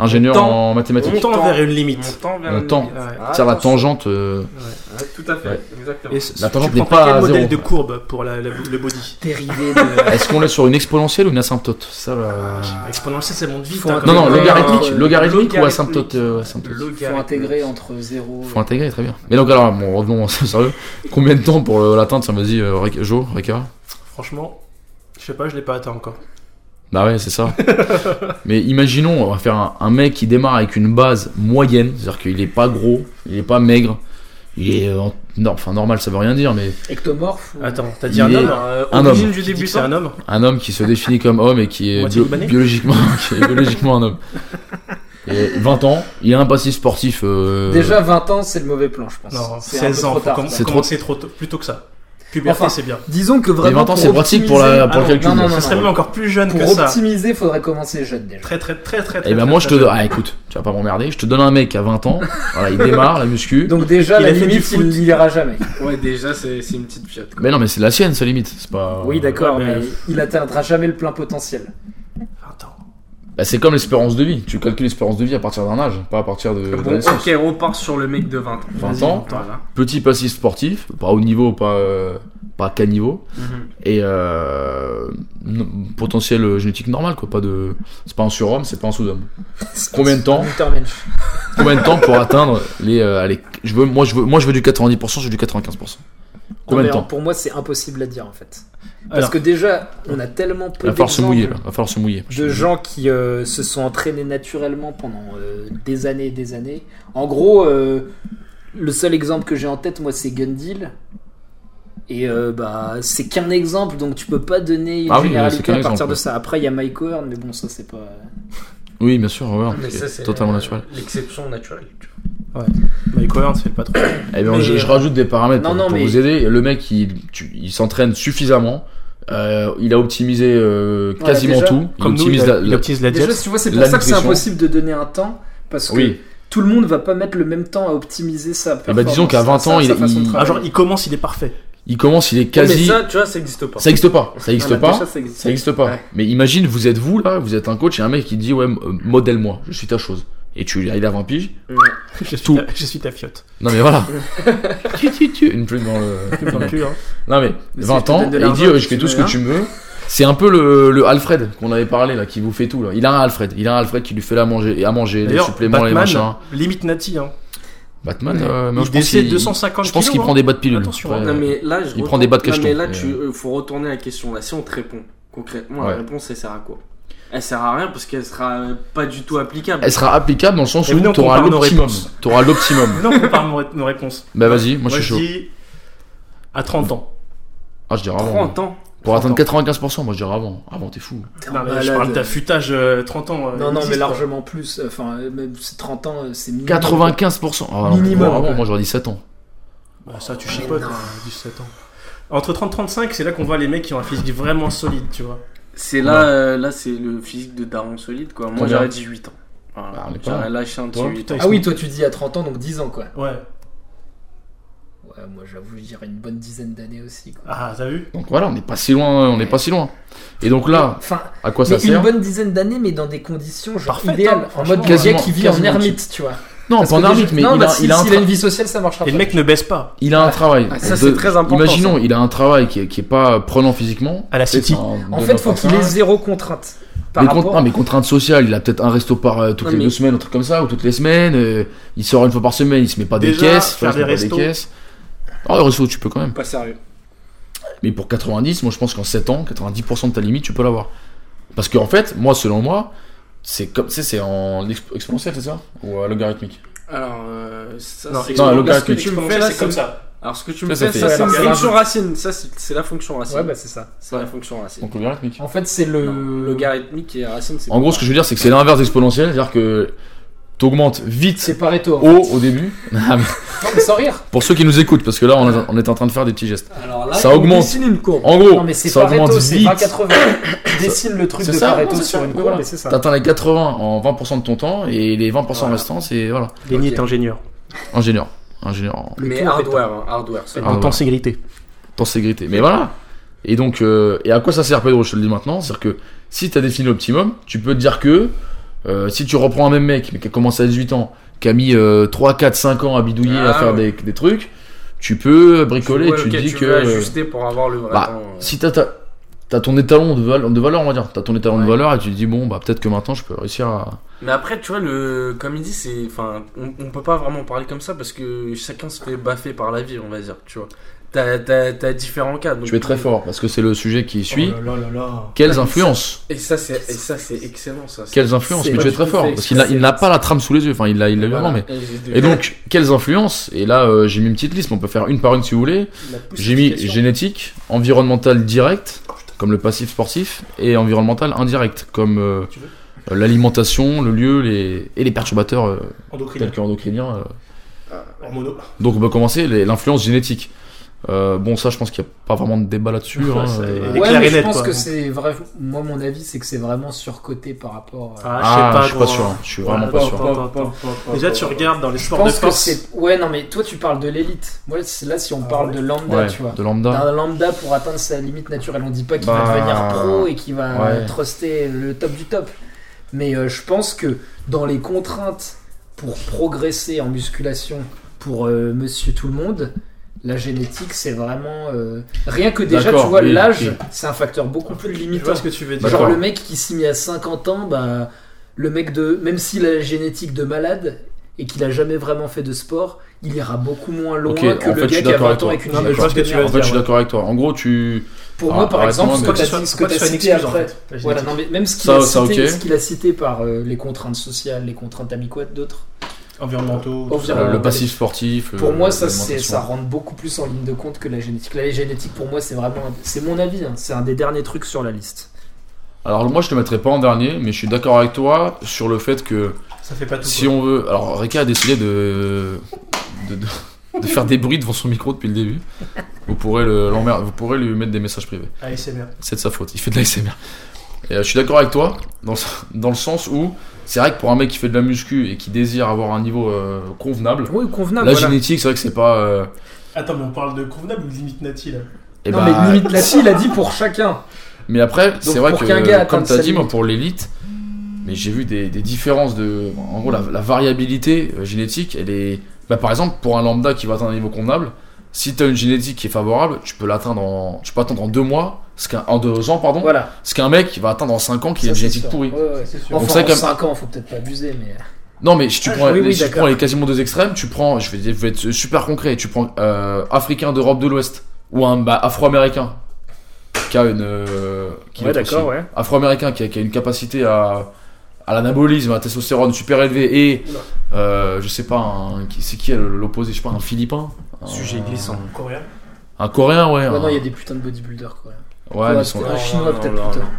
Speaker 2: Ingénieur
Speaker 5: Mon
Speaker 2: en mathématiques.
Speaker 5: temps
Speaker 6: Mon
Speaker 5: vers une
Speaker 6: On
Speaker 5: limite.
Speaker 6: tend vers
Speaker 2: On
Speaker 6: une
Speaker 2: tend.
Speaker 6: limite.
Speaker 5: Ouais.
Speaker 6: Ah,
Speaker 2: Tire la
Speaker 6: attention.
Speaker 2: tangente. euh,
Speaker 6: Ouais, Tout à fait,
Speaker 2: Ouais.
Speaker 6: exactement.
Speaker 5: Et ce-
Speaker 2: La
Speaker 5: tu
Speaker 2: tangente n'est
Speaker 5: prends
Speaker 2: pas
Speaker 5: quel
Speaker 2: à
Speaker 5: modèle
Speaker 2: zéro.
Speaker 5: de courbe pour la- la- le body
Speaker 4: [LAUGHS] [LAUGHS] Dérivé de.
Speaker 2: Est-ce qu'on est sur une exponentielle ou une asymptote Ça, là...
Speaker 5: Exponentielle, Ah, ça monte vite.
Speaker 4: Faut
Speaker 5: hein,
Speaker 4: un-
Speaker 5: quand
Speaker 2: Non, non,
Speaker 5: même.
Speaker 4: Euh,
Speaker 2: logarithmique,
Speaker 4: euh,
Speaker 2: logarithmique ou
Speaker 6: logarithmique.
Speaker 2: asymptote, euh, asymptote.
Speaker 4: Faut
Speaker 6: Logarithme.
Speaker 4: intégrer entre 0.
Speaker 2: Faut intégrer, très bien. Mais donc alors, bon, revenons [LAUGHS] au sérieux. Combien de temps pour euh, l'atteindre Ça vas-y, euh, Rek- Jo, Reka.
Speaker 5: Franchement, je sais pas, je l'ai pas atteint encore.
Speaker 2: Bah ouais, c'est ça. Mais imaginons, on va faire un, un mec qui démarre avec une base moyenne, c'est-à-dire qu'il est pas gros, il est pas maigre, il est euh, en- non, enfin normal, ça veut rien dire, mais
Speaker 4: Ectomorphe ou-
Speaker 5: Attends, t'as
Speaker 2: Il
Speaker 5: dit un
Speaker 2: est-
Speaker 5: homme euh,
Speaker 2: un
Speaker 5: origine
Speaker 2: homme.
Speaker 5: du débutant C'est un homme
Speaker 2: un homme qui se définit comme homme et qui est
Speaker 5: Moitié
Speaker 2: bio-
Speaker 5: libanais
Speaker 2: biologiquement, [LAUGHS] qui est biologiquement un homme. Et 20 ans, il a un passif sportif. euh,
Speaker 4: Déjà 20 ans, c'est le mauvais plan, je pense.
Speaker 5: Non,
Speaker 4: C'est un peu
Speaker 5: 16 ans,
Speaker 4: trop
Speaker 5: faut
Speaker 4: tard,
Speaker 5: com-
Speaker 4: ça.
Speaker 2: C'est
Speaker 5: commencer trop tôt, plutôt que ça. Puberté,
Speaker 4: Enfin,
Speaker 5: c'est bien.
Speaker 4: Disons que
Speaker 2: Les
Speaker 4: vraiment.
Speaker 2: 20 ans,
Speaker 4: pour
Speaker 2: c'est pratique pour, la,
Speaker 4: optimiser-
Speaker 2: pour
Speaker 5: Ah
Speaker 2: le
Speaker 5: non,
Speaker 2: calcul.
Speaker 4: non, non,
Speaker 5: Ça serait même encore plus jeune que
Speaker 4: Pour
Speaker 5: ça.
Speaker 4: optimiser, faudrait commencer jeune déjà.
Speaker 5: Très, très, très, très, très.
Speaker 2: Et ben
Speaker 5: très,
Speaker 2: moi je
Speaker 5: très
Speaker 2: te
Speaker 5: jeune.
Speaker 2: ah écoute, tu vas pas m'emmerder, je te donne un mec à 20 ans, voilà, il démarre la muscu.
Speaker 4: [LAUGHS] Donc déjà,
Speaker 5: Il
Speaker 4: la
Speaker 5: a fait du
Speaker 4: limite,
Speaker 5: foot.
Speaker 4: il il ira jamais.
Speaker 6: Ouais, déjà, c'est c'est une petite fiotte. quoi.
Speaker 2: Mais non mais c'est la sienne sa limite, c'est pas
Speaker 4: Oui, d'accord,
Speaker 5: ouais,
Speaker 4: mais
Speaker 5: mais-
Speaker 4: il atteindra jamais le plein potentiel.
Speaker 5: Attends.
Speaker 2: Bah, c'est comme l'espérance de vie, tu calcules l'espérance de vie à partir d'un âge, pas à partir de, de la
Speaker 6: Ah Bon,
Speaker 2: naissance.
Speaker 6: ok, on part sur le mec de 20 ans.
Speaker 2: 20 Euh, ans,
Speaker 6: Voilà.
Speaker 2: petit passif sportif, pas haut niveau, pas euh, pas qu'à niveau
Speaker 6: Mhm.
Speaker 2: et euh, n- potentiel euh, génétique normal quoi, pas de c'est pas un surhomme, c'est pas un sous-homme. Combien de temps
Speaker 4: Hunter Mensch.
Speaker 2: Combien de temps pour atteindre les euh, allez, je veux moi je veux moi je veux du 90%, je veux du 95%. Combien de
Speaker 4: Non, mais
Speaker 2: temps
Speaker 4: Pour moi, c'est impossible à dire en fait. Parce
Speaker 5: Alors.
Speaker 4: que déjà, on a tellement peu
Speaker 2: Il va falloir se
Speaker 4: d'exemples
Speaker 2: mouiller là, va falloir se mouiller.
Speaker 4: de gens qui euh, se sont entraînés naturellement pendant euh, des années et des années. En gros, euh, le seul exemple que j'ai en tête, moi, c'est Gundil. Et euh, bah, c'est qu'un exemple, donc tu peux pas donner une
Speaker 2: Ah oui, c'est
Speaker 4: généralité
Speaker 2: qu'un
Speaker 4: à partir
Speaker 2: exemple,
Speaker 4: de
Speaker 2: ouais.
Speaker 4: ça. Après, il y a Mike Horn, mais bon, ça c'est pas.
Speaker 2: Oui, bien sûr,
Speaker 6: Ah,
Speaker 2: ouais, c'est totalement naturel.
Speaker 6: L'exception naturelle.
Speaker 5: Mike Horn, c'est le patron.
Speaker 2: Eh bien,
Speaker 4: Mais- euh,
Speaker 2: je, je rajoute des paramètres
Speaker 4: Non,
Speaker 2: pour-
Speaker 4: non,
Speaker 2: pour
Speaker 4: mais-
Speaker 2: vous aider. Le mec, il, tu- il s'entraîne suffisamment. Euh, il a optimisé euh,
Speaker 4: Voilà,
Speaker 2: quasiment
Speaker 4: déjà,
Speaker 2: tout. Il
Speaker 5: Comme nous,
Speaker 2: optimise
Speaker 5: il,
Speaker 2: la-
Speaker 5: il
Speaker 2: la-
Speaker 5: optimise la
Speaker 4: Déjà,
Speaker 5: diète.
Speaker 4: tu vois, c'est
Speaker 2: la
Speaker 4: pour ça que c'est
Speaker 2: nutrition.
Speaker 4: impossible de donner un temps parce que
Speaker 2: Oui.
Speaker 4: tout le monde va pas mettre le même temps à optimiser sa
Speaker 2: bah,
Speaker 4: performance.
Speaker 2: disons qu'à 20
Speaker 4: sa-
Speaker 2: ans,
Speaker 4: sa
Speaker 2: il-
Speaker 4: façon de
Speaker 2: il-
Speaker 5: Ah,
Speaker 4: travailler.
Speaker 5: genre, il commence, il est parfait. [LAUGHS]
Speaker 2: Il commence, il est
Speaker 6: Mais
Speaker 2: quasi.
Speaker 6: ça, tu vois, ça existe pas.
Speaker 2: Ça n'existe pas. Ça
Speaker 4: Ah,
Speaker 2: n'existe
Speaker 4: bah,
Speaker 2: pas.
Speaker 4: déjà, ça existe.
Speaker 2: Ça n'existe pas.
Speaker 4: Ouais.
Speaker 2: Mais imagine, vous êtes vous là, vous êtes un coach et un mec qui dit ouais, m- euh, modèle-moi, je suis ta chose. Et tu, il a 20 piges.
Speaker 5: Je suis,
Speaker 2: Tout.
Speaker 5: ta, je suis ta fiotte.
Speaker 2: Non mais
Speaker 4: [LAUGHS]
Speaker 2: voilà. tu, tu, tu. Une plume dans le.
Speaker 5: Dans le cul, hein.
Speaker 2: Non mais,
Speaker 4: Mais
Speaker 2: 20
Speaker 4: c'est
Speaker 2: ans,
Speaker 4: peut-être de
Speaker 2: il
Speaker 4: l'argent
Speaker 2: dit euh,
Speaker 4: que
Speaker 2: je fais
Speaker 4: tu
Speaker 2: tout ce
Speaker 4: mets
Speaker 2: que
Speaker 4: là.
Speaker 2: tu me veux. C'est un peu le, le Alfred qu'on avait parlé là, qui vous fait tout là. Il a un Alfred, il a un Alfred qui lui fait la manger et à manger, les
Speaker 5: D'ailleurs,
Speaker 2: suppléments, les
Speaker 5: Batman,
Speaker 2: machins.
Speaker 4: euh,
Speaker 5: limite Nati. Hein.
Speaker 2: Batman, euh, mais
Speaker 5: il
Speaker 2: je pense
Speaker 5: décède
Speaker 2: qu'il-
Speaker 5: 250
Speaker 2: Je pense
Speaker 5: kilos,
Speaker 2: qu'il
Speaker 5: hein.
Speaker 2: prend des bas de pilule.
Speaker 5: Attention,
Speaker 2: Ouais.
Speaker 6: Non,
Speaker 5: hein.
Speaker 6: mais là, je
Speaker 2: il prend des bas de
Speaker 6: non, mais
Speaker 2: cachetons,
Speaker 6: là,
Speaker 2: mais,
Speaker 6: tu euh, faut retourner à la question. Là, si on te répond concrètement,
Speaker 2: Ouais.
Speaker 6: la réponse, elle sert à quoi Elle sert à rien parce qu'elle sera euh, pas du tout applicable.
Speaker 2: Elle sera applicable dans le sens
Speaker 5: Et
Speaker 2: où
Speaker 5: maintenant
Speaker 2: t'auras
Speaker 5: qu'on parle nos
Speaker 2: l'optimum.
Speaker 5: réponses.
Speaker 2: T'auras l'optimum.
Speaker 5: hein. Non, on compare nos, nos réponses.
Speaker 2: [LAUGHS] bah vas-y, moi, je suis chaud.
Speaker 5: dis à 30 ans.
Speaker 2: Ah, je dirais avant.
Speaker 6: 30 ans.
Speaker 2: Pour
Speaker 5: 30
Speaker 2: atteindre 95%, moi je dirais avant. Avant, t'es fou.
Speaker 4: T'es un
Speaker 5: Non, mais je
Speaker 4: malade.
Speaker 5: parle d'affûtage euh, 30 ans. euh,
Speaker 4: Non, non, mais
Speaker 5: existe, quoi.
Speaker 4: largement plus. Enfin, euh, même c'est 30 ans, euh, c'est minimum.
Speaker 2: 95%. Ah, non,
Speaker 4: Minimum,
Speaker 2: Avant,
Speaker 4: quoi.
Speaker 2: moi j'aurais dit 7 ans.
Speaker 5: Bah, ça, tu chipotes, hein, 17 ans. Entre 30 et 35, c'est là qu'on voit les mecs qui ont un physique vraiment solide, tu vois.
Speaker 6: C'est là, euh, là, c'est le physique de Daron solide, quoi. Moi,
Speaker 2: Combien
Speaker 6: j'aurais dit 8 ans. Voilà.
Speaker 2: Bah, on est pas
Speaker 6: j'aurais
Speaker 2: loin.
Speaker 6: lâché un petit
Speaker 5: Ouais,
Speaker 6: 8
Speaker 5: putain,
Speaker 6: ans.
Speaker 5: ils
Speaker 4: Ah oui,
Speaker 5: sont-
Speaker 4: toi tu dis à 30 ans, donc 10 ans quoi.
Speaker 5: Ouais.
Speaker 4: Ouais, moi j'avoue, je dirais une bonne dizaine d'années aussi quoi.
Speaker 5: Ah, t'as vu
Speaker 2: Donc voilà, on n'est pas si loin. On n'est pas si loin. Et donc là,
Speaker 4: Enfin,
Speaker 2: à quoi
Speaker 4: mais
Speaker 2: Oh, ça
Speaker 4: une
Speaker 2: sert
Speaker 4: bonne dizaine d'années, mais dans des conditions genre
Speaker 5: Parfaites,
Speaker 4: idéales.
Speaker 5: hein,
Speaker 4: en
Speaker 5: franchement,
Speaker 4: mode le gars
Speaker 2: quasiment-
Speaker 4: qui vit en
Speaker 2: quasiment
Speaker 4: ermite, tu vois.
Speaker 2: Non,
Speaker 4: Parce
Speaker 2: pas
Speaker 4: que
Speaker 2: en
Speaker 4: déjà-
Speaker 2: ermite, mais
Speaker 4: non,
Speaker 2: il
Speaker 4: bah,
Speaker 2: a-
Speaker 4: si-
Speaker 2: il a un
Speaker 4: s'il a
Speaker 2: tra-
Speaker 4: une vie sociale, ça marchera
Speaker 5: Et
Speaker 4: pas.
Speaker 5: le mec ne baisse pas.
Speaker 2: il a un travail.
Speaker 6: Ah, ça,
Speaker 2: de-
Speaker 6: c'est très important,
Speaker 2: Imaginons, il a un travail qui est, qui est pas prenant physiquement.
Speaker 5: À la
Speaker 2: Peut-être
Speaker 5: City.
Speaker 2: un-
Speaker 4: En
Speaker 2: de
Speaker 4: fait,
Speaker 2: notre
Speaker 4: faut qu'il
Speaker 2: travail.
Speaker 4: ait zéro contrainte. Par
Speaker 2: Mais,
Speaker 4: rapport...
Speaker 2: contre- non, mais contrainte sociale, il a peut-être un resto par euh, toutes
Speaker 6: Non,
Speaker 2: les
Speaker 6: mais-
Speaker 2: deux semaines, un truc comme ça, ou toutes les semaines. euh, il sort une fois par semaine, il se met pas des
Speaker 5: Déjà,
Speaker 2: caisses.
Speaker 5: faire
Speaker 2: il se met
Speaker 5: des
Speaker 2: pas
Speaker 5: restos.
Speaker 2: caisses. Ah, le resto, tu peux quand même.
Speaker 6: Pas sérieux.
Speaker 2: Mais pour 90, moi je pense qu'en 7 ans, 90% de ta limite, tu peux l'avoir. Parce qu'en fait, moi, selon moi, c'est comme, tu sais, c'est en exp- exponentielle, c'est ça Ou à logarithmique
Speaker 6: Alors, euh, ça,
Speaker 5: Non,
Speaker 6: c'est-
Speaker 2: non, le
Speaker 6: Parce que
Speaker 2: calcul.
Speaker 6: tu me fais là,
Speaker 5: c'est comme ça.
Speaker 6: Alors, ce que tu me
Speaker 2: Ça,
Speaker 6: fais, ça,
Speaker 2: ça
Speaker 4: fait-
Speaker 6: c'est
Speaker 4: Ouais,
Speaker 6: la
Speaker 4: ça,
Speaker 6: fonction racine. Ça, c'est c'est la fonction racine.
Speaker 4: Ouais, bah c'est ça.
Speaker 6: c'est la fonction racine.
Speaker 2: Donc logarithmique.
Speaker 4: En fait, c'est
Speaker 6: Non,
Speaker 4: le.
Speaker 6: Logarithmique et racine, c'est
Speaker 2: En gros, ce que je veux dire, c'est que c'est l'inverse d'exponentielle, c'est-à-dire que t'augmentes vite
Speaker 4: C'est Pareto.
Speaker 2: haut au début. [LAUGHS] Ah,
Speaker 4: Non, mais sans rire.
Speaker 2: pour ceux qui nous écoutent, parce que là, on, a- on est en train de faire des petits gestes.
Speaker 6: Alors là,
Speaker 2: Ça augmente.
Speaker 6: une courbe.
Speaker 2: En gros,
Speaker 4: non, mais c'est
Speaker 2: ça augmente
Speaker 4: Pareto, c'est
Speaker 2: vite. [COUGHS]
Speaker 4: 20-80. Dessine le truc
Speaker 2: C'est
Speaker 4: de
Speaker 2: ça,
Speaker 4: Pareto
Speaker 2: non, c'est
Speaker 4: sur
Speaker 2: ça.
Speaker 4: une
Speaker 2: Voilà.
Speaker 4: courbe, et c'est ça.
Speaker 2: T'atteins les 80 en 20% de ton temps, et les 20%
Speaker 6: Voilà.
Speaker 2: restants, c'est voilà.
Speaker 5: Lenny
Speaker 6: Ok.
Speaker 5: est ingénieur.
Speaker 2: Ingénieur. Ingénieur en
Speaker 4: Le
Speaker 6: Mais
Speaker 4: tout en
Speaker 6: hardware, hein, hardware. ça.
Speaker 2: Ah,
Speaker 5: En
Speaker 2: ouais.
Speaker 5: tenségrité.
Speaker 2: ton sécurité. Mais voilà. Et donc, euh, et à quoi ça sert, Pedro Je te le dis maintenant. C'est-à-dire que si tu as défini l'optimum, tu peux te dire que euh, si tu reprends un même mec, mais qui a commencé à 18 ans, qui a mis euh, 3, 4, 5 ans à bidouiller,
Speaker 6: Ah,
Speaker 2: à faire
Speaker 6: ouais.
Speaker 2: des, des trucs, tu peux bricoler.
Speaker 6: Ouais,
Speaker 2: tu
Speaker 6: ok,
Speaker 2: te dis que
Speaker 6: veux
Speaker 2: euh,
Speaker 6: ajuster pour avoir le vrai
Speaker 2: bah,
Speaker 6: temps, euh.
Speaker 2: si tu as, ton étalon de, vale- de valeur, on va dire, tu as ton étalon de
Speaker 6: Ouais.
Speaker 2: valeur et tu te dis, bon, bah peut-être que maintenant je peux réussir à.
Speaker 6: Mais après, tu vois, le... comme il dit, c'est... Enfin, on, on peut pas vraiment parler comme ça parce que chacun se fait baffer par la vie, on va dire, tu vois. T'as, t'as, t'as différents cas. donc-
Speaker 2: Tu es très fort parce que c'est le sujet qui suit.
Speaker 5: Oh là là là là.
Speaker 2: Quelles influences
Speaker 6: Et ça, c'est, et ça, c'est excellent, ça. c'est-
Speaker 2: Quelles influences
Speaker 6: c'est
Speaker 2: Mais
Speaker 6: pas
Speaker 2: tu es
Speaker 6: du
Speaker 2: très
Speaker 6: tout
Speaker 2: fort
Speaker 6: fait
Speaker 2: parce qu'il n'a il n'a pas la trame sous les yeux. Enfin, il l'a il l'a eu
Speaker 6: Voilà.
Speaker 2: avant, mais. Eh ben,
Speaker 6: Et j'ai des-
Speaker 2: Et donc, quelles influences Et là, euh, j'ai mis une petite liste, mais on peut faire une par une si vous voulez.
Speaker 5: La
Speaker 2: J'ai mis
Speaker 5: poussification.
Speaker 2: génétique, environnemental direct, comme le passif sportif, et environnemental indirect, comme euh,
Speaker 5: Tu veux
Speaker 2: euh, l'alimentation, le lieu les... et les perturbateurs euh,
Speaker 5: Endocrinien.
Speaker 2: tels que l'endocrinien. euh.
Speaker 5: Hormonaux.
Speaker 2: Donc, on peut commencer les- l'influence génétique. Euh, bon, ça, je pense qu'il n'y a pas vraiment de débat là-dessus.
Speaker 5: [LAUGHS] Ouais,
Speaker 2: hein,
Speaker 5: ça,
Speaker 2: euh,
Speaker 5: il est-
Speaker 4: Ouais, mais je
Speaker 5: clarinettes,
Speaker 4: pense
Speaker 5: quoi.
Speaker 4: que c'est vrai. Moi, mon avis, c'est que c'est vraiment surcoté par rapport. euh, à-
Speaker 2: Ah, je suis pas
Speaker 5: gros.
Speaker 2: sûr. hein. Je suis
Speaker 5: Voilà,
Speaker 2: vraiment pas
Speaker 5: attends,
Speaker 2: sûr.
Speaker 5: attends. Déjà, tu regardes dans les
Speaker 4: Je
Speaker 5: sports de
Speaker 4: pense que
Speaker 5: force.
Speaker 4: c'est. Ouais, non, mais toi, tu parles de l'élite. Moi, c'est- là, si on
Speaker 5: Ah,
Speaker 4: parle
Speaker 5: ouais.
Speaker 4: de lambda,
Speaker 2: Ouais,
Speaker 4: tu vois. Ah,
Speaker 2: de lambda.
Speaker 4: D'un lambda pour atteindre sa limite naturelle. On dit pas qu'il
Speaker 2: Bah,
Speaker 4: va devenir pro et qu'il va
Speaker 2: ouais.
Speaker 4: truster le top du top. Mais euh, je pense que dans les contraintes pour progresser en musculation pour euh, monsieur tout le monde, la génétique c'est vraiment. euh, Rien que déjà, tu
Speaker 2: D'accord,
Speaker 4: vois,
Speaker 2: oui,
Speaker 4: l'âge,
Speaker 2: ok.
Speaker 4: c'est un facteur beaucoup plus
Speaker 5: Je vois
Speaker 4: limitant.
Speaker 5: ce que tu veux dire.
Speaker 2: D'accord.
Speaker 4: Bah, Genre le mec qui s'est mis à 50 ans, bah, le mec de même s'il a la génétique de malade et qu'il a jamais vraiment fait de sport, il ira beaucoup moins loin
Speaker 2: Ok,
Speaker 4: que
Speaker 2: en
Speaker 4: le
Speaker 2: fait, je
Speaker 4: gars
Speaker 2: suis
Speaker 4: qui a
Speaker 2: d'accord
Speaker 4: 20 ans
Speaker 2: avec
Speaker 4: avec
Speaker 2: toi.
Speaker 4: une
Speaker 5: Non, mais je
Speaker 4: génétique
Speaker 5: vois ce que
Speaker 4: de
Speaker 5: tu
Speaker 4: merde.
Speaker 5: veux
Speaker 2: En fait, je suis
Speaker 5: dire.
Speaker 2: d'accord avec toi. En gros, tu.
Speaker 4: Pour
Speaker 2: Ah,
Speaker 4: moi, par
Speaker 2: arrête-moi,
Speaker 4: exemple,
Speaker 2: mais-
Speaker 4: ce
Speaker 5: Faut
Speaker 4: que
Speaker 5: que ce soit-
Speaker 4: t'as- ce
Speaker 5: faut
Speaker 4: que
Speaker 5: pas que
Speaker 4: t'as
Speaker 5: ce soit une
Speaker 4: cité
Speaker 5: excuse, en
Speaker 4: après.
Speaker 5: fait, la
Speaker 4: Voilà,
Speaker 5: génétique.
Speaker 4: non, mais même ce qu'il
Speaker 2: Ça-
Speaker 4: a,
Speaker 2: ça,
Speaker 4: cité-
Speaker 2: ok.
Speaker 4: ce qu'il a cité par euh, les contraintes sociales, les contraintes amicales d'autres.
Speaker 5: Environnementaux. tout ça.
Speaker 4: Environnementaux.
Speaker 2: euh, le passif sportif.
Speaker 4: Pour
Speaker 2: euh,
Speaker 4: moi, ça, c'est-
Speaker 2: l'alimentation.
Speaker 4: ça rentre beaucoup plus en ligne de compte que la génétique. La génétique, pour moi, c'est vraiment, un- c'est mon avis, hein, c'est un des derniers trucs sur la liste.
Speaker 2: Alors, moi, je te mettrais pas en dernier, mais je suis d'accord avec toi sur le fait que
Speaker 5: Ça fait pas tout.
Speaker 2: si
Speaker 5: quoi.
Speaker 2: on veut. Alors, Reka a décidé de. de, de- de faire des bruits devant son micro depuis le début. Vous pourrez, le, l'emmer- vous pourrez lui mettre des messages privés.
Speaker 5: ASMR.
Speaker 2: C'est de sa faute, il fait de l'ASMR. Et euh, je suis d'accord avec toi, dans le, s- dans le sens où c'est vrai que pour un mec qui fait de la muscu et qui désire avoir un niveau euh, convenable,
Speaker 4: Oui, convenable.
Speaker 2: la
Speaker 4: voilà.
Speaker 2: génétique, c'est vrai que c'est pas. euh,
Speaker 5: Attends, mais on parle de convenable ou de limite nati là
Speaker 2: eh
Speaker 4: non,
Speaker 2: bah, [LAUGHS]
Speaker 4: mais limite, là, si, il a dit pour chacun.
Speaker 2: mais après, c'est vrai
Speaker 4: pour
Speaker 2: que,
Speaker 4: qu'un gars
Speaker 2: comme
Speaker 4: atteigne
Speaker 2: tu as
Speaker 4: sa
Speaker 2: dit, moi,
Speaker 4: limite.
Speaker 2: pour l'élite, mais j'ai vu des, des différences de. En gros, la, la variabilité euh, génétique, elle est. Bah, par exemple, pour un lambda qui va atteindre un niveau convenable, si tu as une génétique qui est favorable, tu peux l'atteindre en. Tu peux attendre en deux mois, ce qu'un, en deux ans, pardon,
Speaker 4: Voilà.
Speaker 2: ce qu'un mec qui va atteindre en cinq ans qui a
Speaker 4: Ça,
Speaker 2: une
Speaker 4: c'est
Speaker 2: génétique
Speaker 4: sûr.
Speaker 2: pourrie.
Speaker 4: Ouais, ouais.
Speaker 5: C'est sûr.
Speaker 4: Enfin,
Speaker 2: Donc ça,
Speaker 4: en
Speaker 2: comme-
Speaker 4: 5 ans, faut peut-être pas abuser, mais. euh,
Speaker 2: Non, mais si tu
Speaker 5: Ah,
Speaker 2: prends,
Speaker 4: je- oui,
Speaker 2: les,
Speaker 4: oui,
Speaker 2: si tu
Speaker 4: d'accord.
Speaker 2: prends les quasiment deux extrêmes, tu prends, je vais, je vais être super concret, tu prends euh, Africain d'Europe de l'Ouest ou un bah, Afro-Américain qui a une. euh, qui doit être aussi-
Speaker 4: ouais.
Speaker 2: Afro-Américain qui a, qui a une capacité à, à l'anabolisme, à la testostérone super élevée et. euh, je sais pas, un- qui- c'est qui euh, l'opposé Je sais pas, un Philippin un-
Speaker 5: Oh,
Speaker 6: Sujet glissant.
Speaker 5: Coréen.
Speaker 2: Un Coréen, ouais. un-
Speaker 4: non, il y a des putains de bodybuilders, quoi.
Speaker 2: Ouais, mais ils sont-
Speaker 4: Un chinois,
Speaker 6: Non, non,
Speaker 4: peut-être
Speaker 6: non,
Speaker 4: plutôt.
Speaker 6: non.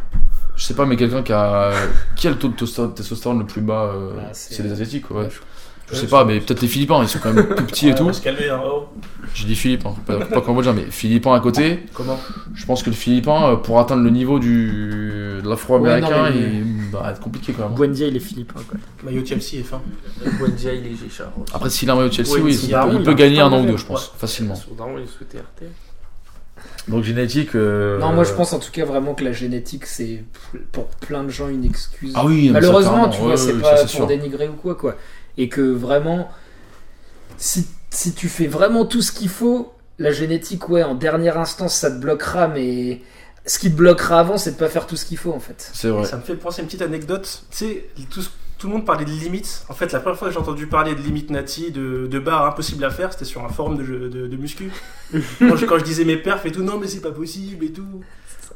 Speaker 2: je sais pas, mais quelqu'un qui a. qui a le taux de testo- testostérone le plus bas euh,
Speaker 4: Ah, c'est-
Speaker 2: C'est les Asiatiques, ouais. Je
Speaker 5: Ouais,
Speaker 2: sais pas, mais peut-être les Philippins, ils sont quand
Speaker 4: [LAUGHS]
Speaker 2: même plus petits et
Speaker 5: Ouais, On
Speaker 2: tout.
Speaker 5: va se calmer. hein. Oh.
Speaker 2: J'ai dit Philippe, hein, pas, pas cambodgien, mais Philippin à côté.
Speaker 5: Comment
Speaker 2: Je pense que le Philippin, euh, pour atteindre le niveau du, de l'afro-américain,
Speaker 4: Ouais, non, mais-
Speaker 2: il va être compliqué quand même.
Speaker 4: Buendia, il est philippin, quoi.
Speaker 5: Maillot Chelsea est fin.
Speaker 6: Wendia, il est Géchard.
Speaker 2: Après, s'il a un maillot de Chelsea,
Speaker 6: Ouais,
Speaker 2: oui,
Speaker 6: s'il
Speaker 2: il,
Speaker 6: a un
Speaker 2: peut,
Speaker 6: maillot,
Speaker 2: il
Speaker 6: il
Speaker 2: peut
Speaker 6: a
Speaker 2: gagner
Speaker 6: un
Speaker 2: un an ou
Speaker 6: maillot.
Speaker 2: deux, je pense, facilement.
Speaker 6: Son daron, il est sous TRT.
Speaker 2: Donc, génétique. euh,
Speaker 4: Non, moi je pense en tout cas vraiment que la génétique c'est pour plein de gens une excuse.
Speaker 2: Ah oui, mais ça,
Speaker 4: Malheureusement,
Speaker 2: clairement,
Speaker 4: tu vois,
Speaker 2: ouais,
Speaker 4: c'est
Speaker 2: ouais, ça,
Speaker 4: pas
Speaker 2: c'est
Speaker 4: pour
Speaker 2: sûr.
Speaker 4: dénigrer ou quoi, quoi. Et que vraiment, si, si tu fais vraiment tout ce qu'il faut, la génétique, ouais, en dernière instance, ça te bloquera, mais ce qui te bloquera avant, c'est de pas faire tout ce qu'il faut en fait.
Speaker 2: C'est vrai.
Speaker 5: Ça me fait penser à une petite anecdote. Tu sais, tout, ce- tout le monde parlait de limites. En fait, la première fois que j'ai entendu parler de limites nati, de, de barres impossibles à faire, c'était sur un forum de, jeu- de,
Speaker 4: [LAUGHS]
Speaker 5: de muscu. quand, je, quand je disais mes perfs et tout, non, mais c'est pas possible et tout.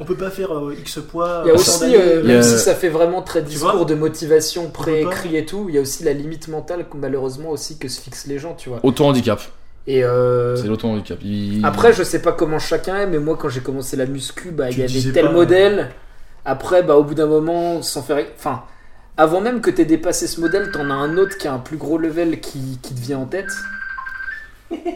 Speaker 5: On peut pas faire euh, X poids.
Speaker 4: Il y a
Speaker 5: euh,
Speaker 4: aussi,
Speaker 5: d'années.
Speaker 4: euh,
Speaker 2: Il y a-
Speaker 4: même si ça fait vraiment très
Speaker 5: vois
Speaker 4: discours de motivation
Speaker 5: peut pas.
Speaker 4: pré-écrit et tout, il y a aussi la limite mentale, malheureusement, aussi que se fixent les gens, tu vois.
Speaker 2: Auto-handicap.
Speaker 4: Et euh,
Speaker 2: C'est l'auto-handicap. Il-
Speaker 4: Après, je sais pas comment chacun est, mais moi, quand j'ai commencé la muscu, bah, il
Speaker 5: Tu
Speaker 4: y avait
Speaker 5: disais
Speaker 4: tel
Speaker 5: pas,
Speaker 4: modèle. Après, bah, au bout d'un moment, sans faire. Enfin, avant même que t'aies dépassé ce modèle, t'en as un autre qui a un plus gros level qui, qui te vient en tête.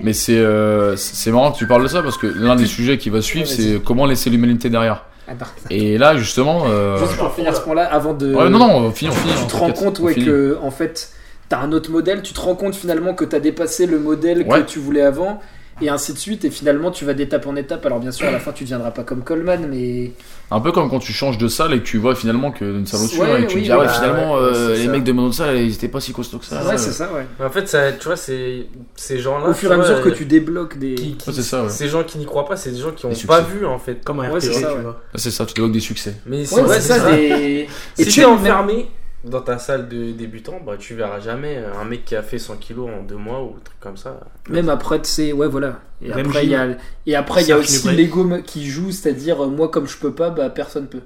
Speaker 2: Mais c'est euh, c'est marrant que tu parles de ça parce que l'un
Speaker 4: [LAUGHS]
Speaker 2: des sujets qui va suivre,
Speaker 4: Ouais,
Speaker 2: c'est comment laisser l'humanité derrière.
Speaker 4: Attends,
Speaker 2: Et là, justement. euh,
Speaker 4: Ah, juste pour finir ce point-là, avant de.
Speaker 2: ouais, non, non, on finit, on finit.
Speaker 4: Tu te rends
Speaker 2: t'inquiète,
Speaker 4: compte,
Speaker 2: on
Speaker 4: ouais,
Speaker 2: finit.
Speaker 4: que, en fait, t'as un autre modèle, tu te rends compte finalement que t'as dépassé le modèle
Speaker 2: Ouais.
Speaker 4: que tu voulais avant, et ainsi de suite, et finalement, tu vas d'étape en étape. Alors, bien sûr, à la fin, tu deviendras pas comme Coleman, mais.
Speaker 2: Un peu comme quand tu changes de salle et que tu vois finalement que d'une salle au-dessus
Speaker 4: Ouais,
Speaker 2: hein, et que tu
Speaker 4: oui,
Speaker 2: te dis ah
Speaker 4: bah,
Speaker 2: ouais
Speaker 4: oui.
Speaker 2: finalement
Speaker 6: Ah ouais,
Speaker 2: euh,
Speaker 6: c'est
Speaker 2: les
Speaker 6: ça.
Speaker 2: mecs de mon autre salle ils étaient pas si costauds que ça.
Speaker 4: ouais,
Speaker 2: euh.
Speaker 4: c'est ça, ouais.
Speaker 6: Mais En fait, ça, tu vois, c'est ces gens-là.
Speaker 4: Au fur et à mesure que tu débloques des.
Speaker 2: Ouais, c'est ça, ouais.
Speaker 6: Ces gens qui n'y croient pas, c'est des gens qui ont
Speaker 2: succès.
Speaker 6: pas vu en fait.
Speaker 5: Comme un
Speaker 4: Ouais,
Speaker 5: RTE,
Speaker 4: c'est ça,
Speaker 5: tu
Speaker 4: ouais.
Speaker 5: vois.
Speaker 2: C'est ça, tu débloques des succès.
Speaker 6: Mais
Speaker 4: Ouais,
Speaker 6: vrai,
Speaker 4: c'est ça, des.
Speaker 6: Si
Speaker 4: tu
Speaker 6: t'es
Speaker 4: sais,
Speaker 6: enfermé dans ta salle de débutant, bah tu verras jamais un mec qui a fait 100 kilos en deux mois ou un truc comme ça.
Speaker 4: Même après, tu sais, ouais, voilà. Et
Speaker 5: Même
Speaker 4: après,
Speaker 5: Gilles.
Speaker 4: il y a, et après, il y a
Speaker 5: Serge
Speaker 4: aussi
Speaker 5: Nubret.
Speaker 4: l'ego me- qui joue, c'est-à-dire, euh, moi, comme je peux pas, bah, personne peut.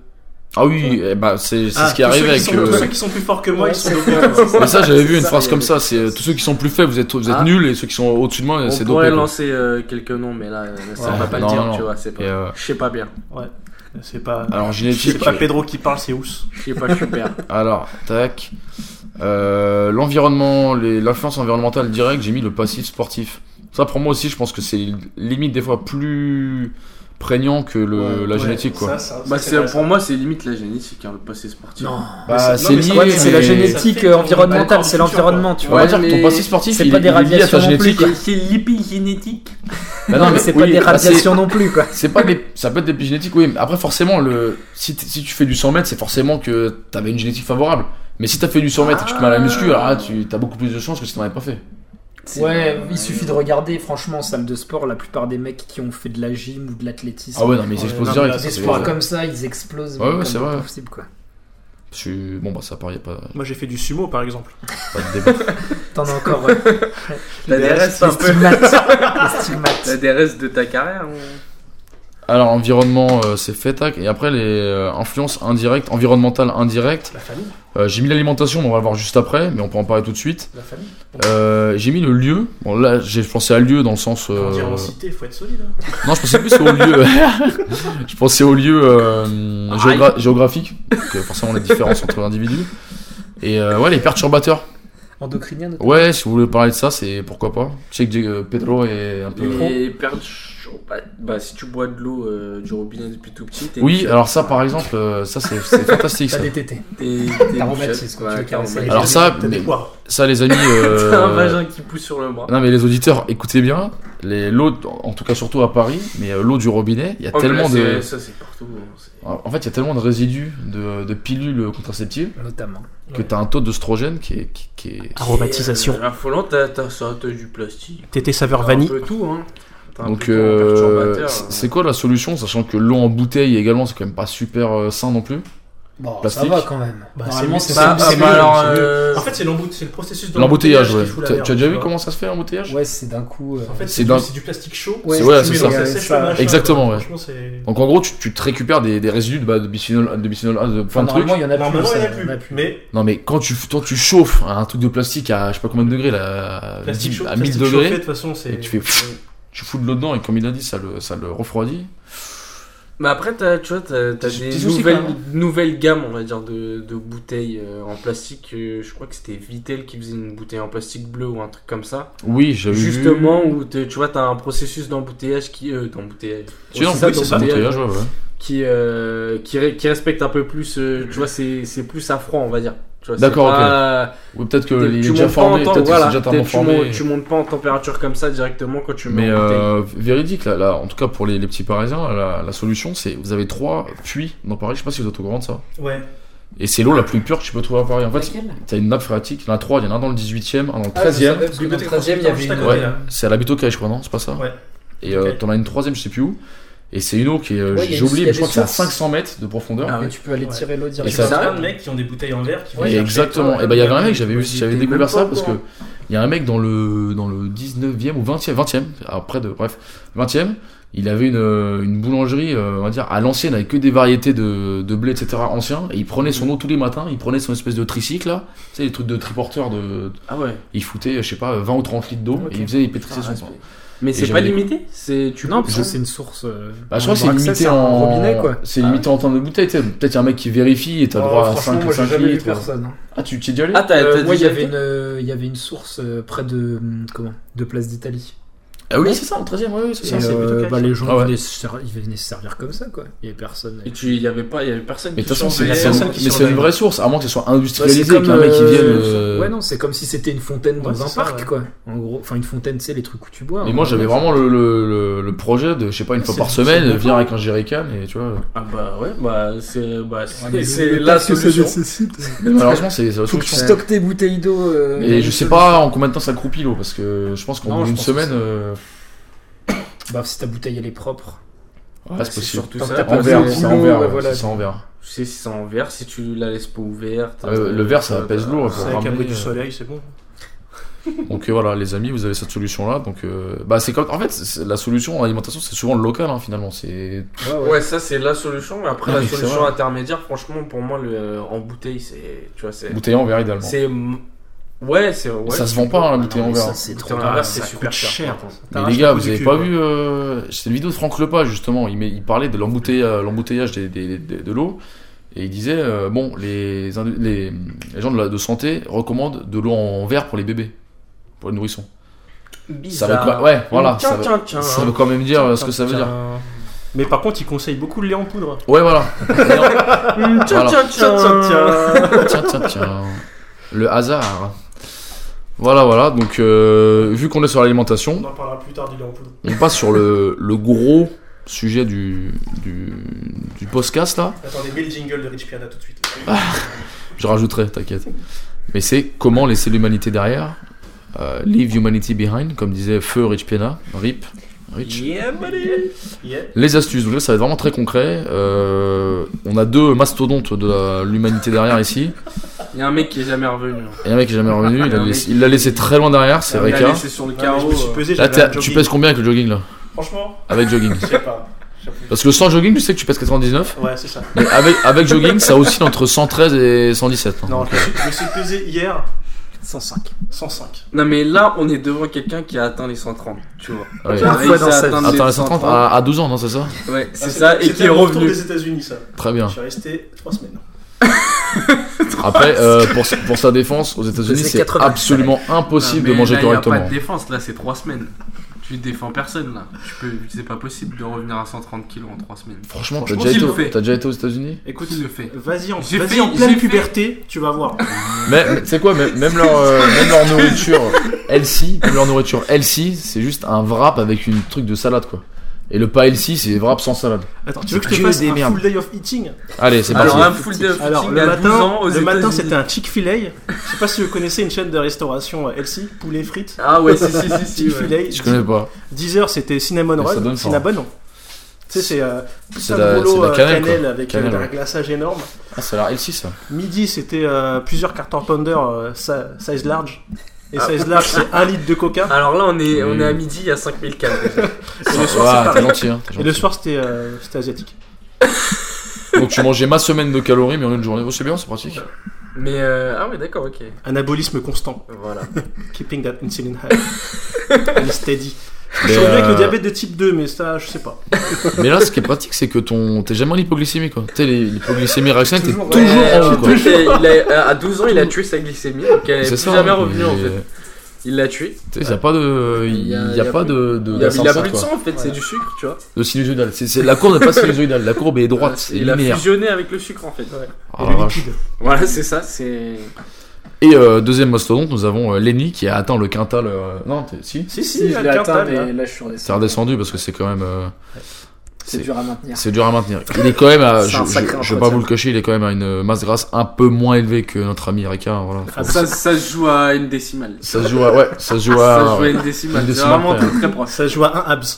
Speaker 2: Ah oui, eh ben, c'est c'est
Speaker 5: Ah,
Speaker 2: ce qui
Speaker 5: tous ceux
Speaker 2: arrive avec.
Speaker 5: sont- Tous
Speaker 2: euh,
Speaker 5: ceux qui sont plus forts que moi,
Speaker 4: Ouais,
Speaker 5: ils sont
Speaker 4: c'est
Speaker 5: dopés.
Speaker 4: ça. [LAUGHS]
Speaker 2: Mais ça, j'avais vu une
Speaker 4: Ça,
Speaker 2: phrase
Speaker 4: il y
Speaker 2: comme
Speaker 4: a-
Speaker 2: ça c'est euh, tous ceux qui sont plus faibles, vous êtes, vous êtes
Speaker 6: Ah.
Speaker 2: nuls et ceux qui sont au-dessus de moi, c'est
Speaker 6: On
Speaker 2: dopé.
Speaker 6: pourrait
Speaker 2: quoi.
Speaker 6: lancer euh, quelques noms, mais là, euh, ça
Speaker 2: Ouais,
Speaker 6: va pas
Speaker 2: non,
Speaker 6: le dire,
Speaker 2: non.
Speaker 6: tu vois. C'est pas.
Speaker 2: Et, euh,
Speaker 6: Je sais pas bien.
Speaker 5: C'est pas.
Speaker 2: Alors,
Speaker 5: C'est
Speaker 2: Ah, génétique.
Speaker 5: pas Pedro qui parle, c'est Ous.
Speaker 6: Je sais pas [LAUGHS] super.
Speaker 2: Alors, tac. Euh, L'environnement, les- l'influence environnementale directe, j'ai mis le passif sportif. Ça, pour moi aussi, je pense que c'est limite des fois plus prégnant que le,
Speaker 5: Ouais,
Speaker 2: Euh, la
Speaker 5: ouais,
Speaker 2: génétique, quoi.
Speaker 5: ça, ça,
Speaker 6: Bah,
Speaker 5: ça,
Speaker 6: c'est-
Speaker 5: intéressant.
Speaker 6: pour moi, c'est limite la génétique, hein, le passé sportif.
Speaker 5: Non.
Speaker 2: Bah,
Speaker 5: Mais
Speaker 2: c'est
Speaker 5: non, mais
Speaker 2: lié,
Speaker 5: ouais,
Speaker 4: Ouais, mais c'est la
Speaker 2: mais-
Speaker 4: génétique euh, environnementale, c'est l'environnement, tu
Speaker 2: On va
Speaker 4: vois.
Speaker 2: dire que ton
Speaker 6: mais
Speaker 2: passé sportif,
Speaker 4: c'est
Speaker 2: il,
Speaker 4: pas
Speaker 2: il
Speaker 4: des
Speaker 2: est lié à
Speaker 4: radiations
Speaker 2: ta
Speaker 4: non plus,
Speaker 2: génétique.
Speaker 4: quoi. Ah
Speaker 6: C'est l'épigénétique.
Speaker 2: Bah
Speaker 4: [LAUGHS] Non, mais c'est pas
Speaker 2: oui,
Speaker 4: des
Speaker 2: bah, c'est-
Speaker 4: radiations non plus, quoi.
Speaker 2: C'est pas des- ça peut être des épigénétiques, oui. mais Après, forcément, le, si, t- si tu fais du 100 mètres, c'est forcément que t'avais une génétique favorable. Mais si t'as fait du 100 mètres et que tu te mets à la muscu, alors là, tu as beaucoup plus de chances que si t'en avais pas fait.
Speaker 4: [LAUGHS] Ouais, il suffit de regarder, franchement, en salle de sport, la plupart des mecs qui ont fait de la gym ou de l'athlétisme,
Speaker 2: Ah ouais, non, mais ils
Speaker 5: Ouais,
Speaker 2: explosent
Speaker 5: non,
Speaker 2: direct. ça,
Speaker 5: mais
Speaker 4: des
Speaker 5: là,
Speaker 2: c'est- euh,
Speaker 4: sports comme ça, ils explosent.
Speaker 2: Ouais, ouais,
Speaker 4: comme
Speaker 2: c'est
Speaker 4: pas
Speaker 2: vrai.
Speaker 4: possible, quoi.
Speaker 2: Je suis- Bon, bah, ça part, y a pas,
Speaker 5: Moi, j'ai fait du sumo, par exemple.
Speaker 2: pas de débat. [LAUGHS]
Speaker 4: T'en as encore euh,
Speaker 6: T'as des restes
Speaker 4: les
Speaker 6: un [LAUGHS] peu.
Speaker 2: [LAUGHS]
Speaker 4: stigmates. les stigmates.
Speaker 6: T'as des restes de ta carrière. hein.
Speaker 2: Alors, environnement, euh, c'est fait, tac. Et après, les euh, influences indirectes, environnementales indirectes.
Speaker 5: La famille.
Speaker 2: Euh, J'ai mis l'alimentation, mais on va le voir juste après, mais on peut en parler tout de suite.
Speaker 5: La famille.
Speaker 2: Euh, J'ai mis le lieu. Bon, là, j'ai pensé à lieu dans le sens.
Speaker 5: Quand on
Speaker 2: euh,
Speaker 5: dit en cité, faut être solide. hein.
Speaker 2: Non, je pensais plus au lieu. je pensais au lieu euh, géogra- géographique. Donc, euh, forcément, la différence entre l'individu. Et euh, ouais, les perturbateurs.
Speaker 4: Endocrinien, notamment.
Speaker 2: Ouais, si vous voulez parler de ça, c'est pourquoi pas. Je sais que euh, Pedro est un peu.
Speaker 6: Les pertes chaudes, bah, bah, si tu bois de l'eau euh, du robinet depuis tout petit, t'es
Speaker 2: Oui,
Speaker 6: une
Speaker 2: alors ça, par exemple, euh, ça, c'est c'est fantastique.
Speaker 4: T'as
Speaker 2: Ça.
Speaker 4: des tétés.
Speaker 6: chatte. T'es- t'es
Speaker 4: T'as
Speaker 6: une
Speaker 4: rhumatisme,
Speaker 6: chatte,
Speaker 4: quand
Speaker 6: ouais, t'as
Speaker 4: tu veux
Speaker 6: un
Speaker 4: caresser les
Speaker 6: rhumatisme.
Speaker 2: Alors ça,
Speaker 5: T'as
Speaker 2: mais-
Speaker 5: des poires.
Speaker 2: ça, les amis.
Speaker 6: [LAUGHS]
Speaker 2: euh,
Speaker 6: T'as [LAUGHS] un vagin qui pousse sur le bras.
Speaker 2: Non, mais les auditeurs, écoutez bien. Les- L'eau, en tout cas, surtout à Paris, mais euh, l'eau du robinet, il y a
Speaker 6: Oh, mais
Speaker 2: tellement
Speaker 6: là, c'est-
Speaker 2: de.
Speaker 6: Ça, c'est partout. hein, c'est-
Speaker 2: En fait, il y a tellement de résidus de, de pilules contraceptives
Speaker 4: Notamment.
Speaker 2: que t'as un taux d'ostrogène qui est, qui- qui est
Speaker 5: Aromatisation.
Speaker 6: Et, euh, Affolant, t'as t'as ça, t'as du plastique.
Speaker 5: Tété saveur
Speaker 6: T'as
Speaker 5: vanille.
Speaker 6: Un peu tout, hein. T'as un peu
Speaker 2: Donc,
Speaker 6: tout en
Speaker 2: euh,
Speaker 6: perturbateur,
Speaker 2: c'est-
Speaker 6: hein.
Speaker 2: c'est quoi la solution, sachant que l'eau en bouteille également, c'est quand même pas super euh, sain non plus.
Speaker 4: Bon,
Speaker 2: Plastique.
Speaker 4: ça va quand même.
Speaker 5: Bah,
Speaker 4: Normalement,
Speaker 5: c'est
Speaker 4: c'est
Speaker 5: mieux,
Speaker 6: Bah,
Speaker 4: ça.
Speaker 5: c'est
Speaker 6: ah,
Speaker 5: mieux,
Speaker 6: bah, alors,
Speaker 5: c'est mieux.
Speaker 6: euh,
Speaker 5: En fait, c'est l'embouteillage, c'est le processus de
Speaker 2: L'embouteillage, ouais.
Speaker 5: qui fout la
Speaker 2: T'as-
Speaker 5: merde,
Speaker 2: Tu as déjà
Speaker 5: tu
Speaker 2: vu
Speaker 5: vois.
Speaker 2: comment ça se fait l'embouteillage
Speaker 4: Ouais, c'est d'un coup. euh,
Speaker 5: En fait,
Speaker 2: C'est
Speaker 5: c'est du,
Speaker 2: dans-
Speaker 5: c'est du plastique chaud.
Speaker 4: Ouais,
Speaker 2: c'est- ouais,
Speaker 5: tu
Speaker 2: c'est
Speaker 5: mets
Speaker 2: ça.
Speaker 5: dans ta sèche, le machin,
Speaker 2: Exactement,
Speaker 5: quoi.
Speaker 2: ouais.
Speaker 5: Franchement, c'est-
Speaker 2: Donc en gros, tu, tu te récupères des, des résidus de, bah, de bisphénol, de bisphénol A, de plein de trucs.
Speaker 4: Normalement, il y en a plus.
Speaker 5: Normalement, il n'y en
Speaker 4: ça,
Speaker 5: a
Speaker 4: il y en a
Speaker 5: plus. Mais
Speaker 2: Non mais quand tu, toi, tu chauffes un truc de plastique à je sais pas combien de degrés, là, à
Speaker 5: plastique
Speaker 2: 10
Speaker 5: chaud,
Speaker 2: à 1000
Speaker 5: plastique chauffé, de
Speaker 2: degrés,
Speaker 5: toute façon, c'est.
Speaker 2: et tu fais pfff, tu fous de l'eau dedans et comme il a dit, ça le, ça le refroidit.
Speaker 6: Mais bah, après, t'as, tu vois, t'as, t'as
Speaker 2: J'ai
Speaker 6: des
Speaker 2: des soucis,
Speaker 6: nouvelles,
Speaker 2: quand même,
Speaker 6: nouvelles gammes, on va dire, de, de bouteilles euh, en plastique. euh, je crois que c'était Vitel qui faisait une bouteille en plastique bleu ou un truc comme ça.
Speaker 2: Oui, j'ai vu.
Speaker 6: Justement, où t'es- tu vois, t'as un processus d'embouteillage qui. Euh, d'embouteillage.
Speaker 2: Tu non,
Speaker 6: Processus
Speaker 2: oui, c'est ça,
Speaker 6: d'embouteillage
Speaker 2: l'embouteillage, ouais, ouais.
Speaker 6: Qui, euh, qui, ré- qui respecte un peu plus. euh, tu vois, c'est, c'est plus à froid, on va dire. Tu vois, c'est
Speaker 2: D'accord,
Speaker 6: pas-
Speaker 2: Oui, peut-être
Speaker 6: t'es-
Speaker 2: qu'il est
Speaker 6: tu
Speaker 2: déjà
Speaker 6: montes pas en
Speaker 2: formé,
Speaker 6: temps-
Speaker 2: peut-être que c'est
Speaker 6: voilà,
Speaker 2: déjà
Speaker 6: t'es-
Speaker 2: tellement
Speaker 6: tu, montes,
Speaker 2: formé.
Speaker 6: tu montes pas en température comme ça directement quand tu mets
Speaker 2: Mais
Speaker 6: en bouteille.
Speaker 2: euh, véridique, là, là, en tout cas pour les, les petits parisiens, la, la solution c'est vous avez trois puits dans Paris, je sais pas si vous êtes au courant de ça.
Speaker 5: Ouais.
Speaker 2: Et c'est l'eau la plus pure que tu peux trouver à Paris. En fait,
Speaker 4: Laquelle
Speaker 2: t'as une nappe phréatique, il y en a trois, il y en a un dans le 18 e un dans le
Speaker 4: Ah, je
Speaker 2: 13 e
Speaker 4: savais, parce que dans le
Speaker 5: Bibliothèque
Speaker 4: 13e, il y avait
Speaker 5: juste à
Speaker 4: une.
Speaker 5: côté,
Speaker 2: Ouais,
Speaker 5: là.
Speaker 2: c'est à la Bitoca, je crois, non C'est pas ça
Speaker 5: Ouais.
Speaker 2: Et euh,
Speaker 5: Ok.
Speaker 2: t'en as une troisième, je sais plus où. Et c'est une eau qui est. euh,
Speaker 4: Ouais, il y
Speaker 2: J'ai
Speaker 4: a une- il y
Speaker 2: oublié,
Speaker 4: a
Speaker 2: mais je crois
Speaker 4: des
Speaker 2: que c'est à
Speaker 4: sources.
Speaker 2: 500 mètres de profondeur.
Speaker 4: Ah ouais, tu peux aller
Speaker 5: Ouais.
Speaker 4: tirer l'eau
Speaker 5: Et
Speaker 2: ça-
Speaker 5: ça,
Speaker 4: directement.
Speaker 5: plein de mecs qui ont des bouteilles en verre qui vont
Speaker 2: Et
Speaker 5: chercher.
Speaker 2: exactement. Et bah, il y avait un mec, j'avais vu,
Speaker 6: hein.
Speaker 2: j'avais
Speaker 6: J'étais
Speaker 2: découvert
Speaker 6: même
Speaker 2: ça
Speaker 6: pas au
Speaker 2: parce que
Speaker 6: courant.
Speaker 2: il y a un mec dans le dans le 19e ou 20e, 20e après de bref, 20e, il avait une, euh, une boulangerie euh, on va dire à l'ancienne avec que des variétés de, de blé etc anciens et il prenait son eau tous les matins, il prenait son espèce de tricycle là, tu sais les trucs de triporteur de
Speaker 6: Ah ouais.
Speaker 2: il foutait je sais pas 20 ou 30 litres d'eau et il faisait il pétrissait son
Speaker 6: Mais c'est
Speaker 2: j'avais
Speaker 6: pas
Speaker 2: des-
Speaker 6: limité c'est, tu
Speaker 4: Non,
Speaker 6: peux-
Speaker 4: parce que Ah, c'est une source. euh,
Speaker 2: Bah, je crois que c'est
Speaker 4: on a accès,
Speaker 2: limité
Speaker 4: un
Speaker 2: en
Speaker 4: robinet, quoi.
Speaker 2: c'est limité en termes de bouteille, tu sais, peut-être y a un mec qui vérifie et t'as
Speaker 4: Oh,
Speaker 2: droit à 5
Speaker 4: franchement, moi,
Speaker 2: ou
Speaker 4: j'ai
Speaker 2: 5
Speaker 4: jamais vu
Speaker 2: litres.
Speaker 4: personne. hein.
Speaker 2: Ah tu tu y es déjà allé
Speaker 6: Ah, t'as,
Speaker 4: Euh,
Speaker 6: t'as
Speaker 4: Moi, il y
Speaker 6: déjà
Speaker 4: avait
Speaker 6: fait
Speaker 4: une, euh, il y avait une source euh, près de hum, comment, de Place d'Italie.
Speaker 2: Ah oui, c'est ça, en 13e, oui, oui, c'est ça.
Speaker 4: Et,
Speaker 5: c'est
Speaker 4: euh,
Speaker 5: plutôt
Speaker 4: bah,
Speaker 5: calme,
Speaker 4: les gens
Speaker 2: Ah ouais.
Speaker 4: venaient, se ser- ils venaient se servir comme ça, quoi. Il y avait personne.
Speaker 6: Et tu, il y avait pas, il y avait personne
Speaker 2: Mais de
Speaker 6: qui
Speaker 2: toute façon, c'est
Speaker 5: surveillait,
Speaker 2: c'est-
Speaker 5: personne qui
Speaker 2: mais c'est
Speaker 5: surveille.
Speaker 2: une vraie source, à moins que ce soit
Speaker 4: Ouais, c'est
Speaker 2: industrialisé,
Speaker 4: comme,
Speaker 2: qu'un mec qui
Speaker 4: euh,
Speaker 2: vienne. euh,
Speaker 4: Ouais, non, c'est comme si c'était une fontaine
Speaker 5: Ouais,
Speaker 4: dans
Speaker 5: c'est
Speaker 4: un
Speaker 5: ça,
Speaker 4: parc,
Speaker 5: ouais.
Speaker 4: quoi. En gros, enfin, une fontaine, c'est les trucs où tu bois.
Speaker 2: Mais
Speaker 4: hein.
Speaker 2: moi j'avais vraiment le, le, le, le projet de, je sais pas, une fois
Speaker 5: C'est-
Speaker 2: par
Speaker 5: c'est
Speaker 2: semaine,
Speaker 5: bien.
Speaker 2: venir avec un jerrycan et tu vois.
Speaker 6: Ah bah ouais, bah c'est, bah c'est,
Speaker 4: Ouais, mais
Speaker 6: c'est
Speaker 4: le
Speaker 6: la
Speaker 4: temps que ça
Speaker 6: solution.
Speaker 4: nécessite.
Speaker 2: Mais malheureusement, c'est c'est la
Speaker 4: Faut que tu
Speaker 2: solution.
Speaker 4: stockes tes bouteilles d'eau. euh, dans
Speaker 2: Bah, Et je
Speaker 4: une
Speaker 2: sais
Speaker 4: seule-
Speaker 2: pas en combien de temps ça croupit l'eau, parce que je pense
Speaker 6: Non,
Speaker 2: qu'en bout
Speaker 6: je
Speaker 2: d'une
Speaker 6: pense que
Speaker 2: semaine,
Speaker 6: c'est-
Speaker 2: euh,
Speaker 4: Bah, si ta bouteille elle est propre.
Speaker 2: ouais, c'est possible.
Speaker 6: surtout
Speaker 4: Tant que
Speaker 6: ça.
Speaker 4: t'as
Speaker 2: En
Speaker 4: pas
Speaker 2: verre,
Speaker 4: le
Speaker 2: c'est en
Speaker 4: boulot,
Speaker 2: verre,
Speaker 4: ouais,
Speaker 2: ouais,
Speaker 4: voilà.
Speaker 2: c'est ça, en verre.
Speaker 6: Tu sais, si c'est en verre, si tu la laisses pas ouverte.
Speaker 2: Ah ouais, le verre, ça pèse lourd,
Speaker 5: C'est
Speaker 2: quoi.
Speaker 5: avec un
Speaker 2: ramener,
Speaker 5: bruit
Speaker 2: euh,
Speaker 5: du soleil, c'est bon.
Speaker 2: Donc euh, voilà, les amis, vous avez cette solution là. Donc euh, bah c'est comme en fait c'est- c'est- la solution en alimentation, c'est souvent le local hein, finalement. C'est
Speaker 6: Ah, Ouais, ça c'est la solution. Mais après,
Speaker 2: Ah,
Speaker 6: la
Speaker 2: mais c'est
Speaker 6: solution
Speaker 2: vrai.
Speaker 6: intermédiaire, franchement, pour moi, le, euh, en bouteille, c'est, tu vois, c'est,
Speaker 2: bouteille en verre idéalement.
Speaker 6: c'est, ouais, c'est, ouais.
Speaker 2: ça se vend pas hein, la bouteille en
Speaker 4: Mais
Speaker 2: verre.
Speaker 4: ça, c'est
Speaker 6: Bouteille
Speaker 4: trop.
Speaker 6: en verre,
Speaker 5: ça
Speaker 6: c'est super
Speaker 5: coûte
Speaker 6: cher.
Speaker 5: cher.
Speaker 2: Mais les gars, vous avez pas
Speaker 5: hein.
Speaker 2: vu euh, C'était une vidéo de Franck Lepas justement. Il, met- il parlait de l'embouteilla- l'embouteillage des- des- des- de l'eau et il disait euh, bon, les, indu- les, les gens de, la, de santé recommandent de l'eau en verre pour les bébés, pour les nourrissons. Ça veut quoi- ouais, voilà, ça veut-
Speaker 6: hein.
Speaker 2: Ça
Speaker 5: hein.
Speaker 2: veut quand même dire euh, ce que ça veut dire.
Speaker 5: Mais par contre, il conseille beaucoup le lait en poudre.
Speaker 2: Ouais, voilà.
Speaker 6: Tiens,
Speaker 2: Voilà.
Speaker 6: tiens, tiens,
Speaker 2: tiens, tiens, tiens. Le hasard. Voilà, voilà. Donc, euh, vu qu'on est sur l'alimentation,
Speaker 5: On en parlera plus tard du lait en poudre.
Speaker 2: on passe sur le, le gros sujet du, du, du podcast là.
Speaker 5: Attendez, mets le jingle de Rich Piana tout de suite.
Speaker 2: Ah. Je rajouterai, t'inquiète. Mais c'est comment laisser l'humanité derrière. euh, leave humanity behind, comme disait Feu Rich Piana. RIP. Rich.
Speaker 6: Yeah, buddy.
Speaker 5: Yeah.
Speaker 2: Les astuces, donc là, ça va être vraiment très concret. Euh, on a deux mastodontes de la- l'humanité derrière ici.
Speaker 6: Il y a un mec qui est jamais revenu. hein.
Speaker 2: Et un mec qui est jamais revenu, il l'a laissé, il l'a laissé très loin derrière, c'est
Speaker 6: Il a
Speaker 2: Reka.
Speaker 6: laissé sur le
Speaker 5: Ah, mais je
Speaker 6: carreau.
Speaker 5: me suis
Speaker 6: euh,
Speaker 5: pesé,
Speaker 2: Là,
Speaker 5: j'avais
Speaker 2: t'es à-
Speaker 5: un
Speaker 2: tu
Speaker 5: jogging.
Speaker 2: pèses combien avec le jogging là
Speaker 5: Franchement,
Speaker 2: Avec jogging.
Speaker 5: je sais pas. Je sais plus.
Speaker 2: Parce que sans jogging, tu sais que tu pèses 99.
Speaker 5: Ouais, c'est ça.
Speaker 2: Mais avec, avec jogging, ça oscille entre 113 et 117. hein.
Speaker 5: Non, je me suis, je me suis pesé hier
Speaker 4: 105.
Speaker 5: 105.
Speaker 6: Non, mais là, on est devant quelqu'un qui a atteint les 130, tu vois.
Speaker 2: Ouais.
Speaker 6: Qui a réussi
Speaker 4: fois dans
Speaker 6: à
Speaker 4: sa vie.
Speaker 6: atteindre
Speaker 2: Attends,
Speaker 6: les
Speaker 2: les 130 à, à 12 ans, non, c'est ça
Speaker 6: Ouais, c'est
Speaker 5: Ah,
Speaker 6: ça, et
Speaker 5: c'était
Speaker 6: qui est
Speaker 5: le retour
Speaker 6: revenu.
Speaker 5: des États-Unis, ça.
Speaker 2: Très bien.
Speaker 5: Je suis resté 3 semaines.
Speaker 2: Après, euh, pour, sa- pour sa défense, aux États-Unis,
Speaker 4: C'est
Speaker 2: c'est
Speaker 4: 80.
Speaker 2: absolument impossible
Speaker 6: Non,
Speaker 2: de
Speaker 6: mais
Speaker 2: manger
Speaker 6: là, Il n'y a
Speaker 2: correctement.
Speaker 6: pas de défense, là, c'est 3 semaines. Tu défends personne, là. Tu peux... C'est pas possible de revenir à 130 kilos en 3 semaines.
Speaker 2: Franchement, t'as
Speaker 6: Franchement,
Speaker 2: déjà,
Speaker 6: s'il
Speaker 2: été
Speaker 6: le
Speaker 2: au-
Speaker 6: fait.
Speaker 2: t'as déjà été aux États-Unis
Speaker 5: Écoute,
Speaker 6: Qui le fait
Speaker 5: vas-y en,
Speaker 6: J'ai
Speaker 5: vas-y
Speaker 6: fait-
Speaker 5: en
Speaker 6: j'ai
Speaker 5: pleine
Speaker 6: fait-
Speaker 5: puberté, tu vas voir.
Speaker 2: Mais mais tu sais quoi, même, même leur, euh, même leur nourriture LC, même leur nourriture LC, c'est juste un wrap avec une truc de salade quoi. Et le pas LC, c'est wrap sans salade.
Speaker 5: Attends, tu veux que je
Speaker 2: Que
Speaker 5: te fasse
Speaker 2: des
Speaker 5: un
Speaker 2: merdes.
Speaker 5: full day of eating
Speaker 2: Allez, c'est parti.
Speaker 6: Alors, un full day of
Speaker 5: Alors,
Speaker 6: footing
Speaker 5: le
Speaker 6: à 12
Speaker 5: matin,
Speaker 6: ans aux
Speaker 5: le matin
Speaker 6: États-Unis.
Speaker 5: c'était un Chick-fil-A. Je sais pas si vous connaissez une chaîne de restauration euh, LC, poulet frites.
Speaker 6: Ah ouais, si, si, si,
Speaker 5: [LAUGHS]
Speaker 6: si. ouais.
Speaker 5: Chick-fil-A.
Speaker 2: Je connais pas.
Speaker 5: 10h c'était cinnamon
Speaker 2: Mais ça
Speaker 5: roll,
Speaker 2: donne faim.
Speaker 5: cinnamon. Tu sais, c'est euh, tout
Speaker 2: C'est
Speaker 5: un
Speaker 2: la-
Speaker 5: rouleau,
Speaker 2: c'est la
Speaker 5: euh,
Speaker 2: cannelle, quoi.
Speaker 5: avec euh,
Speaker 2: Cannelle, ouais.
Speaker 5: un glaçage énorme.
Speaker 2: Ah, c'est la LC ça.
Speaker 5: Midi, c'était euh, plusieurs cartons pounder euh, sa- size large. Et
Speaker 6: Ah.
Speaker 5: size large, c'est 1 litre de coca.
Speaker 6: Alors là, on est, on est à
Speaker 2: Mm.
Speaker 6: midi, il y a 5000 calories.
Speaker 5: Et
Speaker 2: Ah,
Speaker 5: le soir, c'est
Speaker 2: t'es
Speaker 5: pareil.
Speaker 2: gentil. Hein, t'es
Speaker 5: Et le
Speaker 2: gentil.
Speaker 5: soir, c'était euh, c'était asiatique.
Speaker 2: Donc tu mangeais ma semaine de calories mais en une journée. Oh, c'est bien, c'est pratique.
Speaker 6: Mais euh, ah ouais, d'accord, ok.
Speaker 5: Anabolisme constant.
Speaker 2: [LAUGHS]
Speaker 6: Voilà.
Speaker 5: Keeping that insulin high.
Speaker 6: [LAUGHS]
Speaker 5: And steady.
Speaker 2: Mais,
Speaker 5: Je suis avec
Speaker 2: euh,
Speaker 5: le diabète de type 2, mais ça, je sais pas.
Speaker 2: mais là, ce qui est pratique, c'est que ton t'es jamais en hypoglycémie quoi. Tu sais, les- l'hypoglycémie réactionnelle, t'es toujours,
Speaker 4: Toujours,
Speaker 6: Ouais,
Speaker 2: en haut quoi.
Speaker 6: en fait, il a- euh, à 12 ans, il a tué sa glycémie, donc elle est
Speaker 2: C'est
Speaker 6: plus
Speaker 2: ça. hein,
Speaker 6: jamais revenue
Speaker 2: mais-
Speaker 6: en fait. Il l'a tué.
Speaker 2: Tu sais, y a pas de, il y, a pas de, de,
Speaker 6: Il a, il a
Speaker 2: d'ascenseur,
Speaker 6: plus de
Speaker 2: quoi.
Speaker 6: sang en fait, c'est du sucre, tu vois.
Speaker 2: de sinusoïdale. C'est- c'est- la courbe n'est pas sinusoïdale, la courbe est droite, c'est
Speaker 6: il a
Speaker 2: linéaire.
Speaker 6: fusionné avec le sucre en fait.
Speaker 2: Ah,
Speaker 5: Et
Speaker 2: la
Speaker 5: le
Speaker 2: vache.
Speaker 5: lipide.
Speaker 6: Voilà, c'est ça, c'est.
Speaker 2: Et euh, deuxième mastodonte, nous avons euh, Lenny qui a atteint le quintal. euh, Non, t'es- si
Speaker 5: Si, si,
Speaker 4: Si, je l'ai
Speaker 5: la
Speaker 4: atteint,
Speaker 5: quintal, là.
Speaker 4: mais là, je suis
Speaker 2: C'est
Speaker 4: redescendu.
Speaker 2: redescendu parce que c'est quand même. euh,
Speaker 4: C'est
Speaker 2: C'est-
Speaker 4: dur à maintenir.
Speaker 2: c'est dur à maintenir. Il est quand même à.
Speaker 4: C'est
Speaker 2: je,
Speaker 4: un
Speaker 2: je-
Speaker 4: sacré
Speaker 2: je vais
Speaker 4: entretien.
Speaker 2: pas vous le cacher, il est quand même à une masse grasse un peu moins élevée que notre ami Reka. Voilà. Faut-
Speaker 6: Ah, [LAUGHS] Ça, ça se joue à une décimale.
Speaker 2: Ça se joue à. Ouais, ça se joue
Speaker 6: Ça se
Speaker 2: à.
Speaker 6: joue à une décimale.
Speaker 2: Une
Speaker 6: C'est
Speaker 2: décimale
Speaker 6: vraiment
Speaker 2: près,
Speaker 6: très très proche.
Speaker 5: Ça joue à un abs.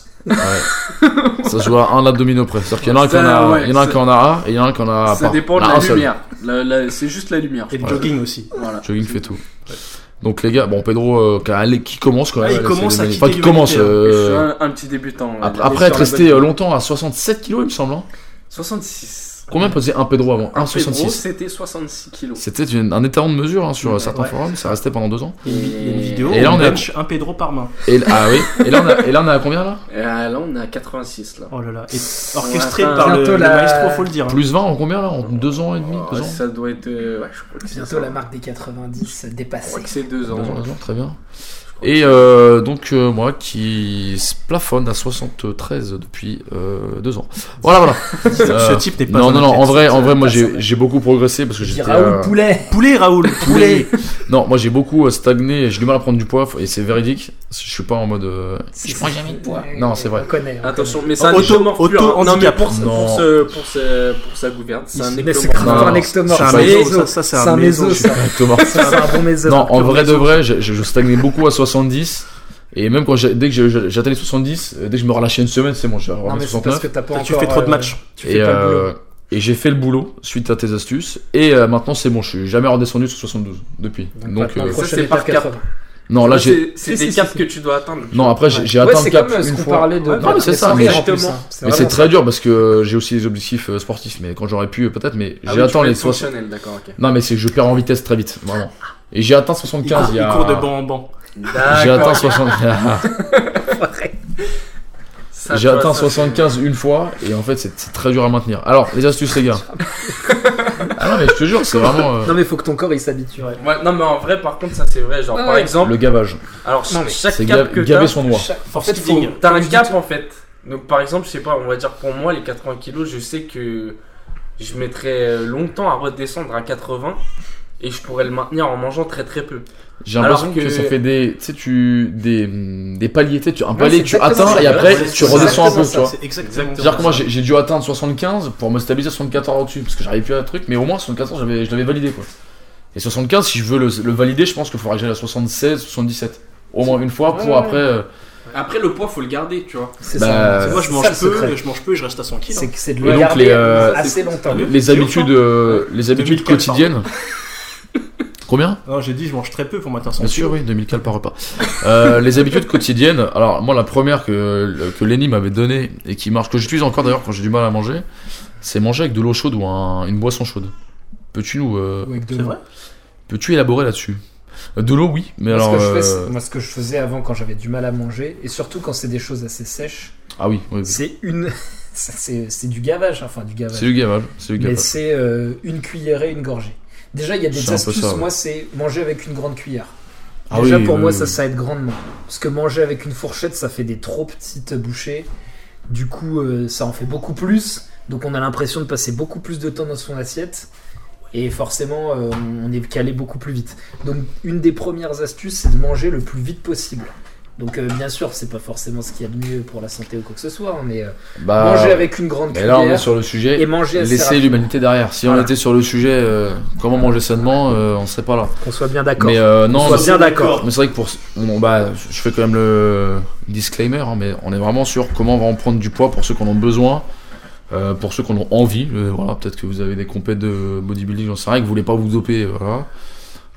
Speaker 2: ouais. Ça se joue à un abdominaux près. C'est-à-dire qu'il y en a un qui en
Speaker 6: Ça,
Speaker 2: a,
Speaker 6: ouais,
Speaker 2: il y en a un
Speaker 6: ça-
Speaker 2: qui en a un et il y en a un qui en a
Speaker 6: Ça
Speaker 2: Ah, pas.
Speaker 6: dépend de
Speaker 2: Il y en a
Speaker 6: la
Speaker 2: un seul.
Speaker 6: lumière. La- la- C'est juste la lumière.
Speaker 5: Et le
Speaker 2: Ouais.
Speaker 5: jogging aussi.
Speaker 6: Voilà.
Speaker 2: Jogging fait tout. Donc les gars, bon Pedro euh, qui a- qui commence quand
Speaker 5: Ah,
Speaker 2: même.
Speaker 5: il
Speaker 2: à laisser
Speaker 5: commence
Speaker 2: les
Speaker 5: à
Speaker 2: manies.
Speaker 5: quitter
Speaker 2: Enfin, qui commence.
Speaker 5: l'humanité,
Speaker 6: hein. Je
Speaker 2: euh,
Speaker 6: suis un, un petit débutant. on va
Speaker 2: Après,
Speaker 6: dire.
Speaker 2: après
Speaker 6: Sur
Speaker 2: être
Speaker 6: la
Speaker 2: resté
Speaker 6: bonne-
Speaker 2: euh, longtemps à 67 kilos, il me semble. hein.
Speaker 6: 66.
Speaker 2: Combien pesait un Pedro avant
Speaker 6: Un Pedro,
Speaker 2: 1,66
Speaker 6: C'était 66 kilos.
Speaker 2: C'était une- un étalon de mesure hein, sur euh, certains
Speaker 5: ouais.
Speaker 2: forums, ça restait pendant deux ans.
Speaker 5: Il y a une- il y a une vidéo.
Speaker 2: Et là, on
Speaker 5: où
Speaker 2: est à-
Speaker 5: bench un Pedro par main.
Speaker 2: Et, l- ah oui, et là, on a, et là on est à combien là
Speaker 6: Et, euh, là, on est à 86 là.
Speaker 5: Oh là là. Et orchestré
Speaker 6: attends,
Speaker 5: par le,
Speaker 4: bientôt
Speaker 5: le
Speaker 4: la-
Speaker 5: maestro, faut le dire. hein.
Speaker 2: Plus 20 en combien là En deux ans et demi
Speaker 6: Ouais,
Speaker 2: Deux ans
Speaker 6: ça doit être. euh, ouais, je crois que c'est
Speaker 4: Bientôt
Speaker 6: ça.
Speaker 4: la marque des 90
Speaker 6: Je
Speaker 4: dépassée.
Speaker 6: crois que c'est deux
Speaker 2: Deux
Speaker 6: ans.
Speaker 2: ans, deux ans, très bien.
Speaker 6: crois.
Speaker 2: Et euh, donc euh, moi qui se plafonne à 73 depuis euh, deux ans. Voilà, voilà.
Speaker 5: Ce
Speaker 2: Euh,
Speaker 5: type n'est pas.
Speaker 2: Non,
Speaker 5: un
Speaker 2: non, non, en
Speaker 5: athlète.
Speaker 2: vrai, en vrai moi
Speaker 4: ça
Speaker 2: j'ai
Speaker 4: va.
Speaker 2: j'ai beaucoup progressé parce que j'étais... euh,
Speaker 4: Poulet
Speaker 5: Poulet, Raoul.
Speaker 2: poulet. Non, moi j'ai beaucoup euh, stagné, j'ai du mal à prendre du poids et c'est véridique. Je suis pas en mode. euh, je prends jamais de poids. Non, c'est
Speaker 4: [LAUGHS]
Speaker 2: vrai.
Speaker 4: On connaît. on
Speaker 6: Attention, mais c'est un
Speaker 5: Auto-
Speaker 6: ectomorphe
Speaker 5: auto-
Speaker 6: pur, hein. Non, mais
Speaker 5: handicap.
Speaker 6: pour, ce-
Speaker 2: Non.
Speaker 6: pour ce- pour ce- pour sa gouverne, c'est
Speaker 4: connaît.
Speaker 6: un
Speaker 4: Mais c'est
Speaker 6: ectomorphe.
Speaker 2: Non,
Speaker 4: grave un
Speaker 2: non,
Speaker 4: ectomorphe.
Speaker 5: c'est un méso, ça, c'est un méso,
Speaker 4: méso,
Speaker 5: je suis
Speaker 4: ça.
Speaker 2: Thomas.
Speaker 4: C'est un bon méso.
Speaker 2: Non, en vrai de vrai, je, je- je stagnais beaucoup à 70. Et même quand j'ai- dès que je- je- j'atteins les 70, euh, dès que je me relâchais une semaine, c'est bon, je suis à
Speaker 4: Non, mais c'est parce
Speaker 2: 69.
Speaker 4: que t'as pas
Speaker 5: Tu
Speaker 4: encore,
Speaker 5: fais trop de
Speaker 4: euh,
Speaker 5: matchs.
Speaker 4: Tu
Speaker 2: Et,
Speaker 4: fais pas le
Speaker 2: euh,
Speaker 4: boulot.
Speaker 2: et j'ai fait le boulot suite à tes astuces. Et euh, maintenant, c'est bon, je suis jamais redescendu sous 72 depuis. Donc,
Speaker 4: maintenant,
Speaker 2: euh,
Speaker 4: prochaine
Speaker 6: c'est
Speaker 4: étape,
Speaker 6: par cap.
Speaker 4: 80.
Speaker 2: non, là,
Speaker 6: C'est-
Speaker 2: j'ai.
Speaker 6: C'est
Speaker 4: Si,
Speaker 6: des
Speaker 4: si,
Speaker 6: caps
Speaker 4: si.
Speaker 6: que tu dois atteindre. Ah
Speaker 2: Non, après j'ai j'ai
Speaker 4: Ouais,
Speaker 2: atteint
Speaker 4: c'est
Speaker 2: le cap
Speaker 4: comme euh, ce
Speaker 2: une
Speaker 4: qu'on
Speaker 2: fois.
Speaker 4: parlait de.
Speaker 2: Ouais, non, mais c'est ça,
Speaker 4: des
Speaker 2: mais-
Speaker 4: sangliers en plus, hein.
Speaker 2: Mais c'est
Speaker 4: vraiment
Speaker 2: très dur parce que j'ai aussi des objectifs euh, sportifs. Mais quand j'aurais pu, euh, peut-être, mais
Speaker 6: Ah
Speaker 2: j'ai
Speaker 6: oui, tu
Speaker 2: atteint
Speaker 6: fais
Speaker 2: les
Speaker 6: le
Speaker 2: 60.
Speaker 6: fonctionnel, d'accord, ok.
Speaker 2: Non, mais c'est que je perds en vitesse très vite, vraiment. Et j'ai atteint
Speaker 5: Il
Speaker 2: 75
Speaker 5: court,
Speaker 2: il y
Speaker 5: il
Speaker 2: a.
Speaker 4: [LAUGHS]
Speaker 5: court de banc en banc.
Speaker 2: J'ai atteint
Speaker 6: D'accord.
Speaker 2: 75.
Speaker 6: Ça,
Speaker 2: [LAUGHS] J'ai
Speaker 6: tu vois,
Speaker 2: atteint
Speaker 6: ça,
Speaker 2: 75 une fois et en fait c'est c'est très dur à maintenir. Alors les astuces
Speaker 4: [LAUGHS]
Speaker 2: les gars. ah non mais je te jure c'est vraiment euh,
Speaker 4: Non, mais faut que ton corps il s'habitue.
Speaker 5: Ouais.
Speaker 6: Ouais, non, mais en vrai, par contre, ça c'est vrai. Genre,
Speaker 4: Ouais,
Speaker 6: par
Speaker 4: ouais.
Speaker 6: exemple,
Speaker 2: le gavage.
Speaker 6: alors
Speaker 5: Non, mais
Speaker 6: chaque
Speaker 2: C'est
Speaker 6: cap
Speaker 2: ga-
Speaker 6: que
Speaker 2: gaver
Speaker 6: t'as,
Speaker 2: son noir.
Speaker 5: Faut-
Speaker 6: en fait, faut-
Speaker 5: Skilling.
Speaker 6: t'as un cap en fait. Donc, par exemple, je sais pas, on va dire pour moi, les 80 kilos, je sais que je mettrais longtemps à redescendre à 80 et je pourrais le maintenir en mangeant très très peu.
Speaker 2: J'ai l'impression
Speaker 6: Alors
Speaker 2: que...
Speaker 6: que-
Speaker 2: ça fait des tu sais tu des hum, des paliers tu sais, tu- un
Speaker 4: Ouais,
Speaker 2: palier
Speaker 4: c'est
Speaker 2: tu
Speaker 4: exactement
Speaker 2: atteins
Speaker 4: ça.
Speaker 2: et après
Speaker 5: Ouais,
Speaker 2: tu
Speaker 5: c'est
Speaker 2: redescends un peu
Speaker 5: exactement
Speaker 2: tu
Speaker 5: ça,
Speaker 2: vois.
Speaker 5: C'est exactement
Speaker 2: C'est-à-dire que moi
Speaker 5: ça.
Speaker 2: j'ai j'ai dû atteindre 75 pour me stabiliser à 74 au-dessus parce que j'arrivais plus à un truc mais au moins 74 j'avais je l'avais validé quoi. Et 75 si je veux le, le valider je pense qu'il faudra que j'aille à 76 77 au moins une fois pour
Speaker 5: Ouais, ouais.
Speaker 2: après euh,
Speaker 6: Après, le poids, faut le garder, tu vois.
Speaker 4: C'est
Speaker 2: Bah,
Speaker 4: ça.
Speaker 5: Moi je
Speaker 4: C'est ça,
Speaker 5: mange
Speaker 4: le secret.
Speaker 5: peu, je mange peu et je reste à 100 kilos.
Speaker 4: C'est que c'est de
Speaker 2: Et
Speaker 4: le
Speaker 2: donc,
Speaker 4: garder
Speaker 2: les, euh,
Speaker 4: assez longtemps.
Speaker 5: c'est-
Speaker 2: les
Speaker 5: c'est
Speaker 2: habitudes euh, les habitudes
Speaker 5: 2004,
Speaker 2: quotidiennes. Combien
Speaker 5: Non, j'ai dit je mange très peu pour maintenir 100
Speaker 2: Bien sûr, oui, 2000 cales par repas. Euh, les habitudes quotidiennes. Alors, moi, la première que, que Lenny m'avait donnée et qui marche, que j'utilise encore d'ailleurs quand j'ai du mal à manger, c'est manger avec de l'eau chaude ou un- une boisson chaude. Peux-tu nous, euh,
Speaker 5: C'est vrai
Speaker 2: peux-tu élaborer là-dessus Euh, De l'eau, oui, mais
Speaker 4: Moi,
Speaker 2: alors.
Speaker 4: ce que je fais,
Speaker 2: euh,
Speaker 4: c'est- moi, ce que je faisais avant quand j'avais du mal à manger, et surtout quand c'est des choses assez sèches,
Speaker 2: Ah oui, oui, oui.
Speaker 4: c'est une. [LAUGHS] ça, c'est c'est du gavage, enfin du gavage.
Speaker 2: c'est du gavage, c'est du
Speaker 4: Mais
Speaker 2: gavage.
Speaker 4: c'est euh, une cuillerée, une gorgée. Déjà, il y a
Speaker 2: C'est
Speaker 4: des
Speaker 2: un peu
Speaker 4: astuces.
Speaker 2: ça, ouais.
Speaker 4: Moi, c'est manger avec une grande cuillère.
Speaker 2: Ah
Speaker 4: Déjà,
Speaker 2: oui,
Speaker 4: pour
Speaker 2: oui,
Speaker 4: moi,
Speaker 2: oui,
Speaker 4: ça,
Speaker 2: oui.
Speaker 4: ça aide grandement. Parce que manger avec une fourchette, ça fait des trop petites bouchées. Du coup, euh, ça en fait beaucoup plus. Donc, on a l'impression de passer beaucoup plus de temps dans son assiette. Et forcément, euh, on est calé beaucoup plus vite. Donc, une des premières astuces, c'est de manger le plus vite possible. Donc, euh, bien sûr, c'est pas forcément ce qu'il y a de mieux pour la santé ou quoi que ce soit. hein, mais euh,
Speaker 2: Bah,
Speaker 4: manger avec une grande
Speaker 2: Mais
Speaker 4: cuillère
Speaker 2: là, on est sur le sujet.
Speaker 4: et manger assez
Speaker 2: Laisser
Speaker 4: rapidement.
Speaker 2: l'humanité derrière. Si on
Speaker 4: Voilà.
Speaker 2: était sur le sujet euh, comment manger sainement, euh, on serait pas là.
Speaker 4: Qu'on soit bien d'accord.
Speaker 2: Mais euh,
Speaker 4: Qu'on
Speaker 2: non,
Speaker 4: soit
Speaker 2: mais-
Speaker 4: bien d'accord.
Speaker 2: Mais c'est vrai que pour. bon, bah, je fais quand même le disclaimer, hein, mais on est vraiment sur comment on va en prendre du poids pour ceux qui en ont besoin, euh, pour ceux qui en ont envie. Euh, voilà, peut-être que vous avez des compètes de bodybuilding, j'en sais rien, que vous voulez pas vous doper, voilà.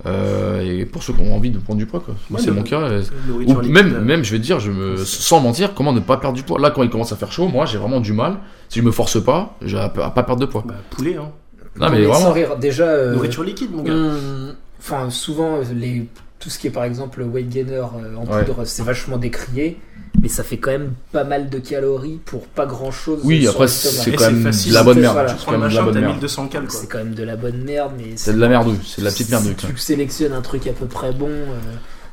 Speaker 2: Euh, et pour ceux qui ont envie de prendre du poids, quoi. Moi,
Speaker 5: Ouais,
Speaker 2: c'est
Speaker 5: mais-
Speaker 2: mon cas. euh,
Speaker 5: Nourriture
Speaker 2: Ou
Speaker 5: liquide,
Speaker 2: même,
Speaker 5: euh,
Speaker 2: même, je vais te dire, je me, sans mentir, comment ne pas perdre du poids Là, quand il commence à faire chaud, moi, j'ai vraiment du mal. Si je me force pas, j'ai à, à pas perdre de poids.
Speaker 5: Bah, poulet, hein.
Speaker 2: Non,
Speaker 4: mais
Speaker 2: mais
Speaker 4: sans
Speaker 2: vraiment.
Speaker 4: rire, déjà, euh,
Speaker 5: Nourriture liquide, mon gars.
Speaker 4: on- Mmh. enfin, souvent, les... tout ce qui est par exemple weight gainer euh, en
Speaker 2: Ouais.
Speaker 4: poudre, c'est vachement décrié, mais ça fait quand même pas mal de calories pour pas grand chose.
Speaker 2: Oui,
Speaker 4: sur
Speaker 2: après,
Speaker 4: l'estomac.
Speaker 2: c'est
Speaker 5: Et
Speaker 2: quand
Speaker 5: c'est
Speaker 2: même de
Speaker 5: facile,
Speaker 2: la bonne
Speaker 4: c'est-
Speaker 2: merde.
Speaker 4: voilà.
Speaker 5: Tu
Speaker 2: C'est
Speaker 5: prends
Speaker 2: quand
Speaker 5: le
Speaker 2: même de
Speaker 5: machin,
Speaker 2: la bonne
Speaker 5: t'as
Speaker 2: merde.
Speaker 5: 1200 cales, quoi.
Speaker 4: C'est quand même de la bonne merde, mais
Speaker 2: C'est de la merdouille, c'est de la petite merdouille.
Speaker 4: Si tu sélectionnes un truc à peu près bon, euh,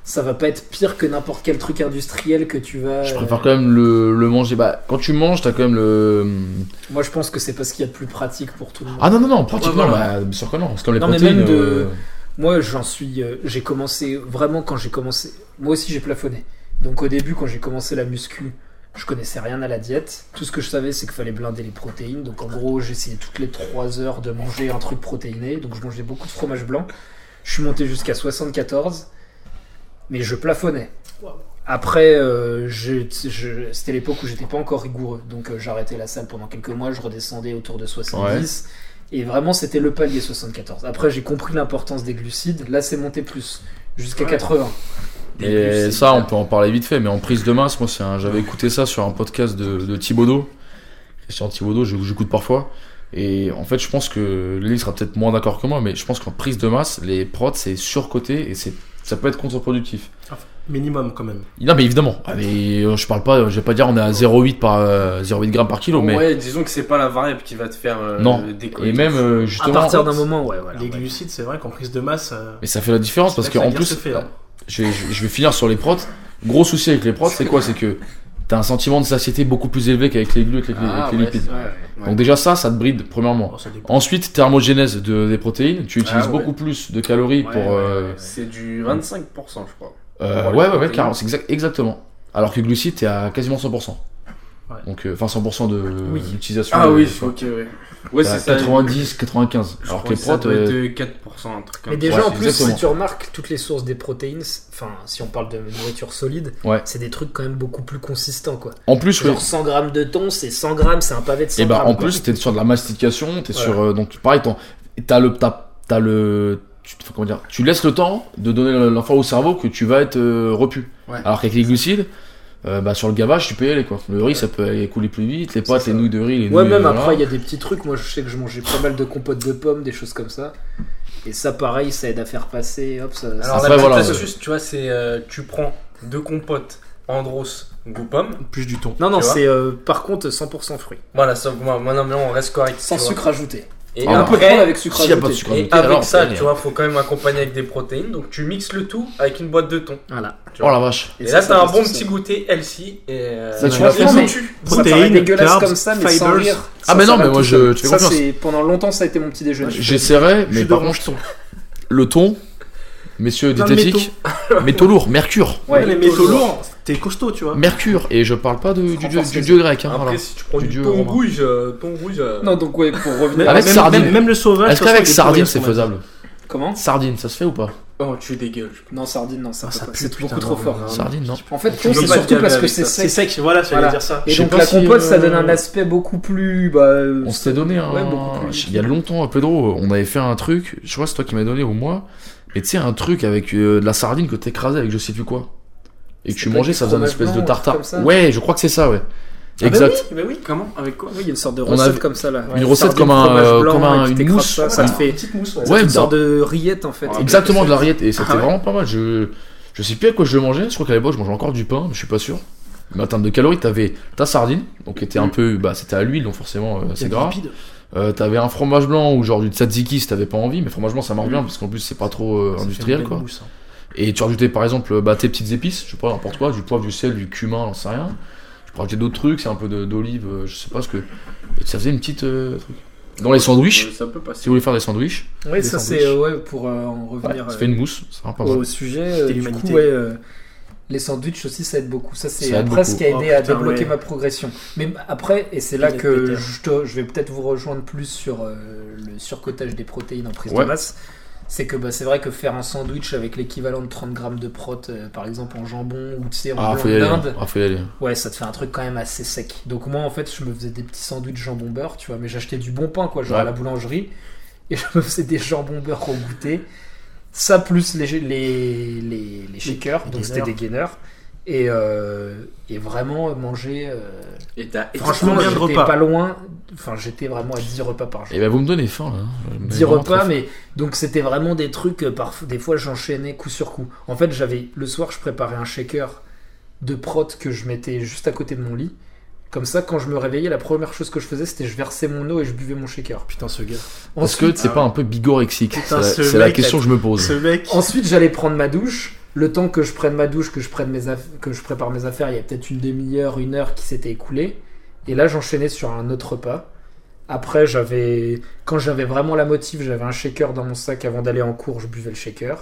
Speaker 4: ça va pas être pire que n'importe quel truc industriel que tu vas.
Speaker 2: Je
Speaker 4: euh,
Speaker 2: préfère quand même le, le manger. Bah, quand tu manges, t'as quand même le.
Speaker 4: Moi, je pense que c'est parce qu'il y a de plus pratique pour tout le monde.
Speaker 2: Ah non, non, non, pratiquement,
Speaker 6: Ouais,
Speaker 2: bah, bien sûr que non. C'est comme les
Speaker 4: Non, mais
Speaker 2: protéines.
Speaker 4: même de-
Speaker 2: euh,
Speaker 4: Moi, j'en suis. euh, j'ai commencé vraiment quand j'ai commencé. Moi aussi, j'ai plafonné. Donc, au début, quand j'ai commencé la muscu, je connaissais rien à la diète. Tout ce que je savais, c'est qu'il fallait blinder les protéines. Donc, en gros, j'essayais toutes les 3 heures de manger un truc protéiné. Donc, je mangeais beaucoup de fromage blanc. Je suis monté jusqu'à 74, mais je plafonnais. Après, euh, je- je- c'était l'époque où j'étais pas encore rigoureux. Donc, euh, j'arrêtais la salle pendant quelques mois. Je redescendais autour de 70. Et vraiment, c'était le palier 74. Après, j'ai compris l'importance des glucides. Là, c'est monté plus, jusqu'à 80.
Speaker 2: Et ça, on peut en parler vite fait, mais en prise de masse, moi, c'est un- j'avais écouté ça sur un podcast de, de Thibaudot. Christian Thibaudot, je- j'écoute parfois. Et en fait, je pense que Lily sera peut-être moins d'accord que moi, mais je pense qu'en prise de masse, les prods, c'est surcoté et c'est ça peut être contre-productif.
Speaker 5: Minimum, quand même.
Speaker 2: Non, mais évidemment. Ah, mais euh, je parle pas, je vais pas dire on est à 0,8 par euh, 0,8 grammes par kilo, mais
Speaker 6: Ouais, disons que c'est pas la variable qui va te faire euh,
Speaker 2: Non.
Speaker 6: décoller.
Speaker 2: et même euh,
Speaker 4: À
Speaker 2: justement.
Speaker 4: partir d'un moment, ouais, voilà.
Speaker 5: Les
Speaker 4: ouais.
Speaker 5: glucides, c'est vrai qu'en prise de masse. euh,
Speaker 2: Mais ça fait la différence parce
Speaker 5: c'est
Speaker 2: qu'en
Speaker 5: vrai que la
Speaker 2: plus,
Speaker 5: guerre se fait, hein.
Speaker 2: je vais, je- je vais finir sur les prods. Gros souci avec les prods, c'est quoi C'est que t'as un sentiment de satiété beaucoup plus élevé qu'avec les glues, avec les,
Speaker 6: Ah,
Speaker 2: avec les
Speaker 6: ouais,
Speaker 2: lipides.
Speaker 6: c'est- ouais, ouais.
Speaker 2: Donc déjà ça, ça te bride premièrement.
Speaker 5: Bon, ça dépend.
Speaker 2: Ensuite, thermogénèse de, des protéines. Tu utilises
Speaker 6: Ah, ouais.
Speaker 2: beaucoup plus de calories
Speaker 6: Ouais,
Speaker 2: pour.
Speaker 6: ouais,
Speaker 2: euh,
Speaker 6: ouais. C'est du 25%, je crois.
Speaker 2: euh,
Speaker 6: Pour
Speaker 2: ouais,
Speaker 6: les
Speaker 2: ouais, ouais,
Speaker 6: protéines.
Speaker 2: carrément, c'est exact, exactement. Alors que glucides, t'es à quasiment 100%.
Speaker 5: Ouais.
Speaker 2: Donc, euh, enfin 100% de
Speaker 5: Oui.
Speaker 2: l'utilisation.
Speaker 6: Ah
Speaker 2: de-
Speaker 6: oui,
Speaker 2: quoi.
Speaker 6: ok, ouais. Ouais,
Speaker 2: T'es à
Speaker 6: c'est ça.
Speaker 2: 90, 95.
Speaker 6: Je
Speaker 2: Bah, Alors que
Speaker 6: crois
Speaker 2: les
Speaker 6: que ça
Speaker 2: prods,
Speaker 6: doit
Speaker 2: euh,
Speaker 6: être 4%, un truc comme
Speaker 4: Mais
Speaker 6: ça.
Speaker 4: déjà,
Speaker 2: Ouais,
Speaker 4: en plus,
Speaker 2: exactement.
Speaker 4: si tu remarques, toutes les sources des protéines, c'est- enfin, si on parle de nourriture solide,
Speaker 2: Ouais.
Speaker 4: c'est des trucs quand même beaucoup plus consistants, quoi.
Speaker 2: en plus, ouais.
Speaker 4: Genre 100 grammes de thon, c'est 100 grammes, c'est un pavé de 100
Speaker 2: Et bah
Speaker 4: grammes.
Speaker 2: en plus, t'es sur de la mastication, t'es
Speaker 4: Voilà.
Speaker 2: sur euh, donc pareil, t'en- t'as le t'as, t'as le tu, enfin, comment dire, tu laisses le temps de donner l'info au cerveau que tu vas être euh, repu.
Speaker 6: Ouais.
Speaker 2: Alors qu'avec les glucides, euh, bah sur le gavage, tu peux y aller quoi. Le riz, ça peut aller couler plus vite, les pâtes,
Speaker 4: ça.
Speaker 2: les nouilles de riz, les
Speaker 4: Ouais,
Speaker 2: nouilles,
Speaker 4: même
Speaker 2: euh,
Speaker 4: après, il
Speaker 2: voilà.
Speaker 4: y a des petits trucs. Moi, je sais que je mangeais pas mal de compotes de pommes, des choses comme ça. Et ça, pareil, ça aide à faire passer. Hop, ça, ça-
Speaker 6: Alors,
Speaker 2: Après,
Speaker 6: la petite
Speaker 2: voilà,
Speaker 6: astuce, tu vois, c'est euh, tu prends deux compotes Andros Goût pomme.
Speaker 5: Plus du thon.
Speaker 4: Non, non,
Speaker 6: Tu vois
Speaker 4: c'est euh, par contre 100% fruits.
Speaker 6: Voilà, sauf moi, moi, non, mais on reste correct.
Speaker 4: Sans
Speaker 6: tu vois.
Speaker 4: sucre ajouté.
Speaker 6: Et
Speaker 2: Ah,
Speaker 4: Un peu de
Speaker 6: après,
Speaker 4: pomme avec sucre
Speaker 2: S'il y a pas de
Speaker 4: ajouté.
Speaker 2: sucre
Speaker 6: et
Speaker 2: ajouté,
Speaker 6: avec
Speaker 2: alors,
Speaker 6: ça,
Speaker 2: c'est
Speaker 6: tu
Speaker 2: bien.
Speaker 6: vois, faut quand même accompagner avec des protéines. Donc tu mixes le tout avec une boîte de thon.
Speaker 4: Voilà.
Speaker 2: Oh la vache.
Speaker 6: Et, là,
Speaker 4: ça,
Speaker 6: t'as un
Speaker 4: ça,
Speaker 6: bon
Speaker 4: ça,
Speaker 6: petit goûter healthy. Et euh,
Speaker 2: Ça, tu
Speaker 6: voilà,
Speaker 2: l'as
Speaker 6: on
Speaker 4: fait,
Speaker 6: se
Speaker 4: mais-
Speaker 6: tue.
Speaker 4: Ça paraît
Speaker 5: Protéines,
Speaker 4: dégueulasse
Speaker 5: carbs,
Speaker 4: comme ça, mais sans
Speaker 5: fibers.
Speaker 4: rire.
Speaker 2: Ah,
Speaker 4: Ça,
Speaker 2: mais
Speaker 4: ça
Speaker 2: non,
Speaker 4: va
Speaker 2: mais moi,
Speaker 4: tout
Speaker 2: je-
Speaker 4: seul.
Speaker 2: je fais
Speaker 4: Ça,
Speaker 2: confiance.
Speaker 4: c'est- Pendant longtemps, ça a été mon petit déjeuner.
Speaker 2: J'essaierai,
Speaker 5: Jus
Speaker 2: mais par
Speaker 5: d'orange
Speaker 2: contre, le thon, messieurs
Speaker 5: Plein de
Speaker 2: diététiques, [LAUGHS] métaux lourds, mercure.
Speaker 4: Ouais,
Speaker 5: les métaux lourds, t'es costaud, tu vois.
Speaker 2: Mercure, et je parle pas de- du, dieu,
Speaker 4: Renforcer
Speaker 2: du dieu grec. hein,
Speaker 6: Après,
Speaker 2: voilà.
Speaker 6: si tu prends
Speaker 2: Du
Speaker 6: du,
Speaker 2: dieu
Speaker 6: thon
Speaker 2: romain.
Speaker 6: rouge, euh, thon rouge. euh,
Speaker 4: Non, donc, ouais, pour revenir.
Speaker 2: Avec
Speaker 5: même,
Speaker 2: sardine.
Speaker 5: même- même le sauvage.
Speaker 2: Est-ce
Speaker 5: de toute
Speaker 2: qu'avec
Speaker 5: façon, il est
Speaker 2: sardine
Speaker 5: pourri,
Speaker 2: c'est
Speaker 5: son maître.
Speaker 2: faisable
Speaker 4: Comment
Speaker 2: Sardine, ça se fait ou pas
Speaker 6: Oh, tu dégueules.
Speaker 4: Non, sardine, non, ça,
Speaker 5: Ah,
Speaker 4: peut
Speaker 5: ça
Speaker 4: pas.
Speaker 5: pue,
Speaker 4: c'est
Speaker 5: putain,
Speaker 4: beaucoup trop
Speaker 5: non,
Speaker 4: fort.
Speaker 5: non,
Speaker 2: Sardine, non.
Speaker 4: En fait,
Speaker 6: Tu
Speaker 4: con,
Speaker 6: veux
Speaker 4: c'est
Speaker 6: pas te
Speaker 4: surtout
Speaker 6: gaver
Speaker 4: parce que
Speaker 6: avec
Speaker 4: c'est
Speaker 6: ça.
Speaker 5: C'est
Speaker 4: sec.
Speaker 5: sec, voilà, j'allais
Speaker 4: Voilà.
Speaker 5: dire ça.
Speaker 4: Et
Speaker 2: Je sais
Speaker 4: donc,
Speaker 2: pas
Speaker 4: la
Speaker 2: si,
Speaker 4: compote, ça
Speaker 2: euh,
Speaker 4: donne un aspect beaucoup plus. Bah, euh,
Speaker 2: On s'était donné un.
Speaker 4: Ouais, beaucoup plus
Speaker 2: Il y a longtemps, hein, Pedro, on avait fait un truc, je crois que c'est toi qui m'as donné ou moi, mais tu sais, un truc avec euh, de la sardine que t'écrasais avec je sais plus quoi. Et que
Speaker 4: C'était
Speaker 2: tu
Speaker 4: pas
Speaker 2: mangeais,
Speaker 4: du
Speaker 2: ça faisait une
Speaker 4: fromage
Speaker 2: espèce
Speaker 4: blanc,
Speaker 2: de
Speaker 4: un truc
Speaker 2: tartare.
Speaker 4: comme ça
Speaker 2: Ouais, je crois que c'est ça, ouais.
Speaker 4: bah
Speaker 2: exact.
Speaker 6: Bah oui, comment Avec quoi
Speaker 4: Oui, il y a une sorte de
Speaker 2: On a
Speaker 4: recette
Speaker 2: vu-
Speaker 4: comme ça là.
Speaker 2: une recette comme un-
Speaker 4: fromage
Speaker 2: comme un-
Speaker 4: et tu
Speaker 2: une
Speaker 4: t'écrases
Speaker 2: mousse.
Speaker 4: Ça, ça te fait
Speaker 5: Petite mousse, ouais.
Speaker 2: Ouais,
Speaker 4: une
Speaker 2: bah,
Speaker 4: sorte de rillette en fait.
Speaker 6: Ah,
Speaker 2: exactement de la rillette. Et c'était
Speaker 6: Ah ouais.
Speaker 2: vraiment pas mal. Je... je sais plus à quoi je le mangeais. Je crois qu'à l'époque, je mangeais encore du pain, mais je suis pas sûr. Mais en termes de calories, t'avais ta sardine, donc qui était
Speaker 4: Mm.
Speaker 2: un peu. Bah, c'était à l'huile, donc forcément, euh, c'est gras. Euh, t'avais un fromage blanc ou genre du tzatziki si t'avais pas envie, mais fromage blanc ça marche bien parce qu'en plus c'est pas trop euh, industriel quoi. Et tu rajoutais par exemple bah, tes petites épices, je sais pas n'importe quoi, du poivre, du sel, du cumin, j'en sais rien. Tu peux rajouter d'autres trucs, c'est un peu de- d'olive, euh, je sais pas ce que. Et ça faisait une petite euh, truc. Dans les sandwichs,
Speaker 6: Euh, Ça peut
Speaker 2: si
Speaker 6: passer.
Speaker 2: vous voulez faire des sandwichs,
Speaker 4: Oui,
Speaker 2: Des
Speaker 4: ça c'est
Speaker 2: sandwichs.
Speaker 4: euh, ouais, pour euh, en
Speaker 2: ouais,
Speaker 4: revenir
Speaker 2: ça
Speaker 4: euh,
Speaker 2: fait une mousse, c'est vraiment pas mal.
Speaker 4: au sujet. euh,
Speaker 5: C'était
Speaker 4: Du
Speaker 5: l'humanité.
Speaker 4: coup, ouais, euh, les sandwichs aussi ça aide beaucoup. Ça c'est
Speaker 2: Ça aide
Speaker 4: après ce qui a
Speaker 5: beaucoup.
Speaker 4: aidé
Speaker 5: Oh,
Speaker 4: à
Speaker 5: putain,
Speaker 4: débloquer
Speaker 5: ouais.
Speaker 4: ma progression. Mais après, et c'est là
Speaker 5: Peanut
Speaker 4: que
Speaker 5: butter.
Speaker 4: je, te- je vais peut-être vous rejoindre plus sur euh, le surcotage des protéines en prise
Speaker 2: Ouais.
Speaker 4: de masse. C'est que bah, c'est vrai que faire un sandwich avec l'équivalent de 30 grammes de prot, euh, par exemple en jambon ou tu sais, en
Speaker 2: Ah,
Speaker 4: blanc
Speaker 2: faut y aller. hein.
Speaker 4: d'Inde,
Speaker 2: Ah, faut y aller.
Speaker 4: Ouais, ça te fait un truc quand même assez sec. Donc moi, en fait, je me faisais des petits sandwichs jambon beurre, tu vois, mais j'achetais du bon pain, quoi, genre à
Speaker 2: Ouais.
Speaker 4: la boulangerie, et je me faisais des jambon beurre au goûter. Ça plus les les, les, les shakers, donc c'était des gainers. Et, euh, et vraiment euh, manger. euh,
Speaker 6: Et t'as
Speaker 4: Franchement,
Speaker 5: combien de
Speaker 4: j'étais
Speaker 5: repas
Speaker 4: pas loin. Enfin, j'étais vraiment à 10 repas par jour.
Speaker 2: Et bah vous me donnez faim là. hein. Vous me
Speaker 4: 10
Speaker 2: donnez vraiment
Speaker 4: repas,
Speaker 2: trop
Speaker 4: mais donc c'était vraiment des trucs, euh, parf- des fois j'enchaînais coup sur coup. En fait, j'avais le soir, je préparais un shaker de prot que je mettais juste à côté de mon lit. Comme ça, quand je me réveillais, la première chose que je faisais, c'était je faisais mon eau et je buvais mon shaker.
Speaker 5: Putain, ce gars.
Speaker 2: faim. Parce que
Speaker 4: Ensuite, euh,
Speaker 2: c'est pas un peu bigorexique. C'est
Speaker 5: Putain,
Speaker 2: la-
Speaker 5: ce
Speaker 2: c'est la
Speaker 5: mec,
Speaker 2: question que je me pose.
Speaker 5: Ce mec.
Speaker 4: ensuite j'allais prendre ma douche. Le temps que je prenne ma douche, que je, prenne mes aff- que je prépare mes affaires, il y a peut-être une demi-heure, une heure qui s'était écoulée. Et là, j'enchaînais sur un autre repas. Après, j'avais, quand j'avais vraiment la motive, j'avais un shaker dans mon sac avant d'aller en cours, je buvais le shaker.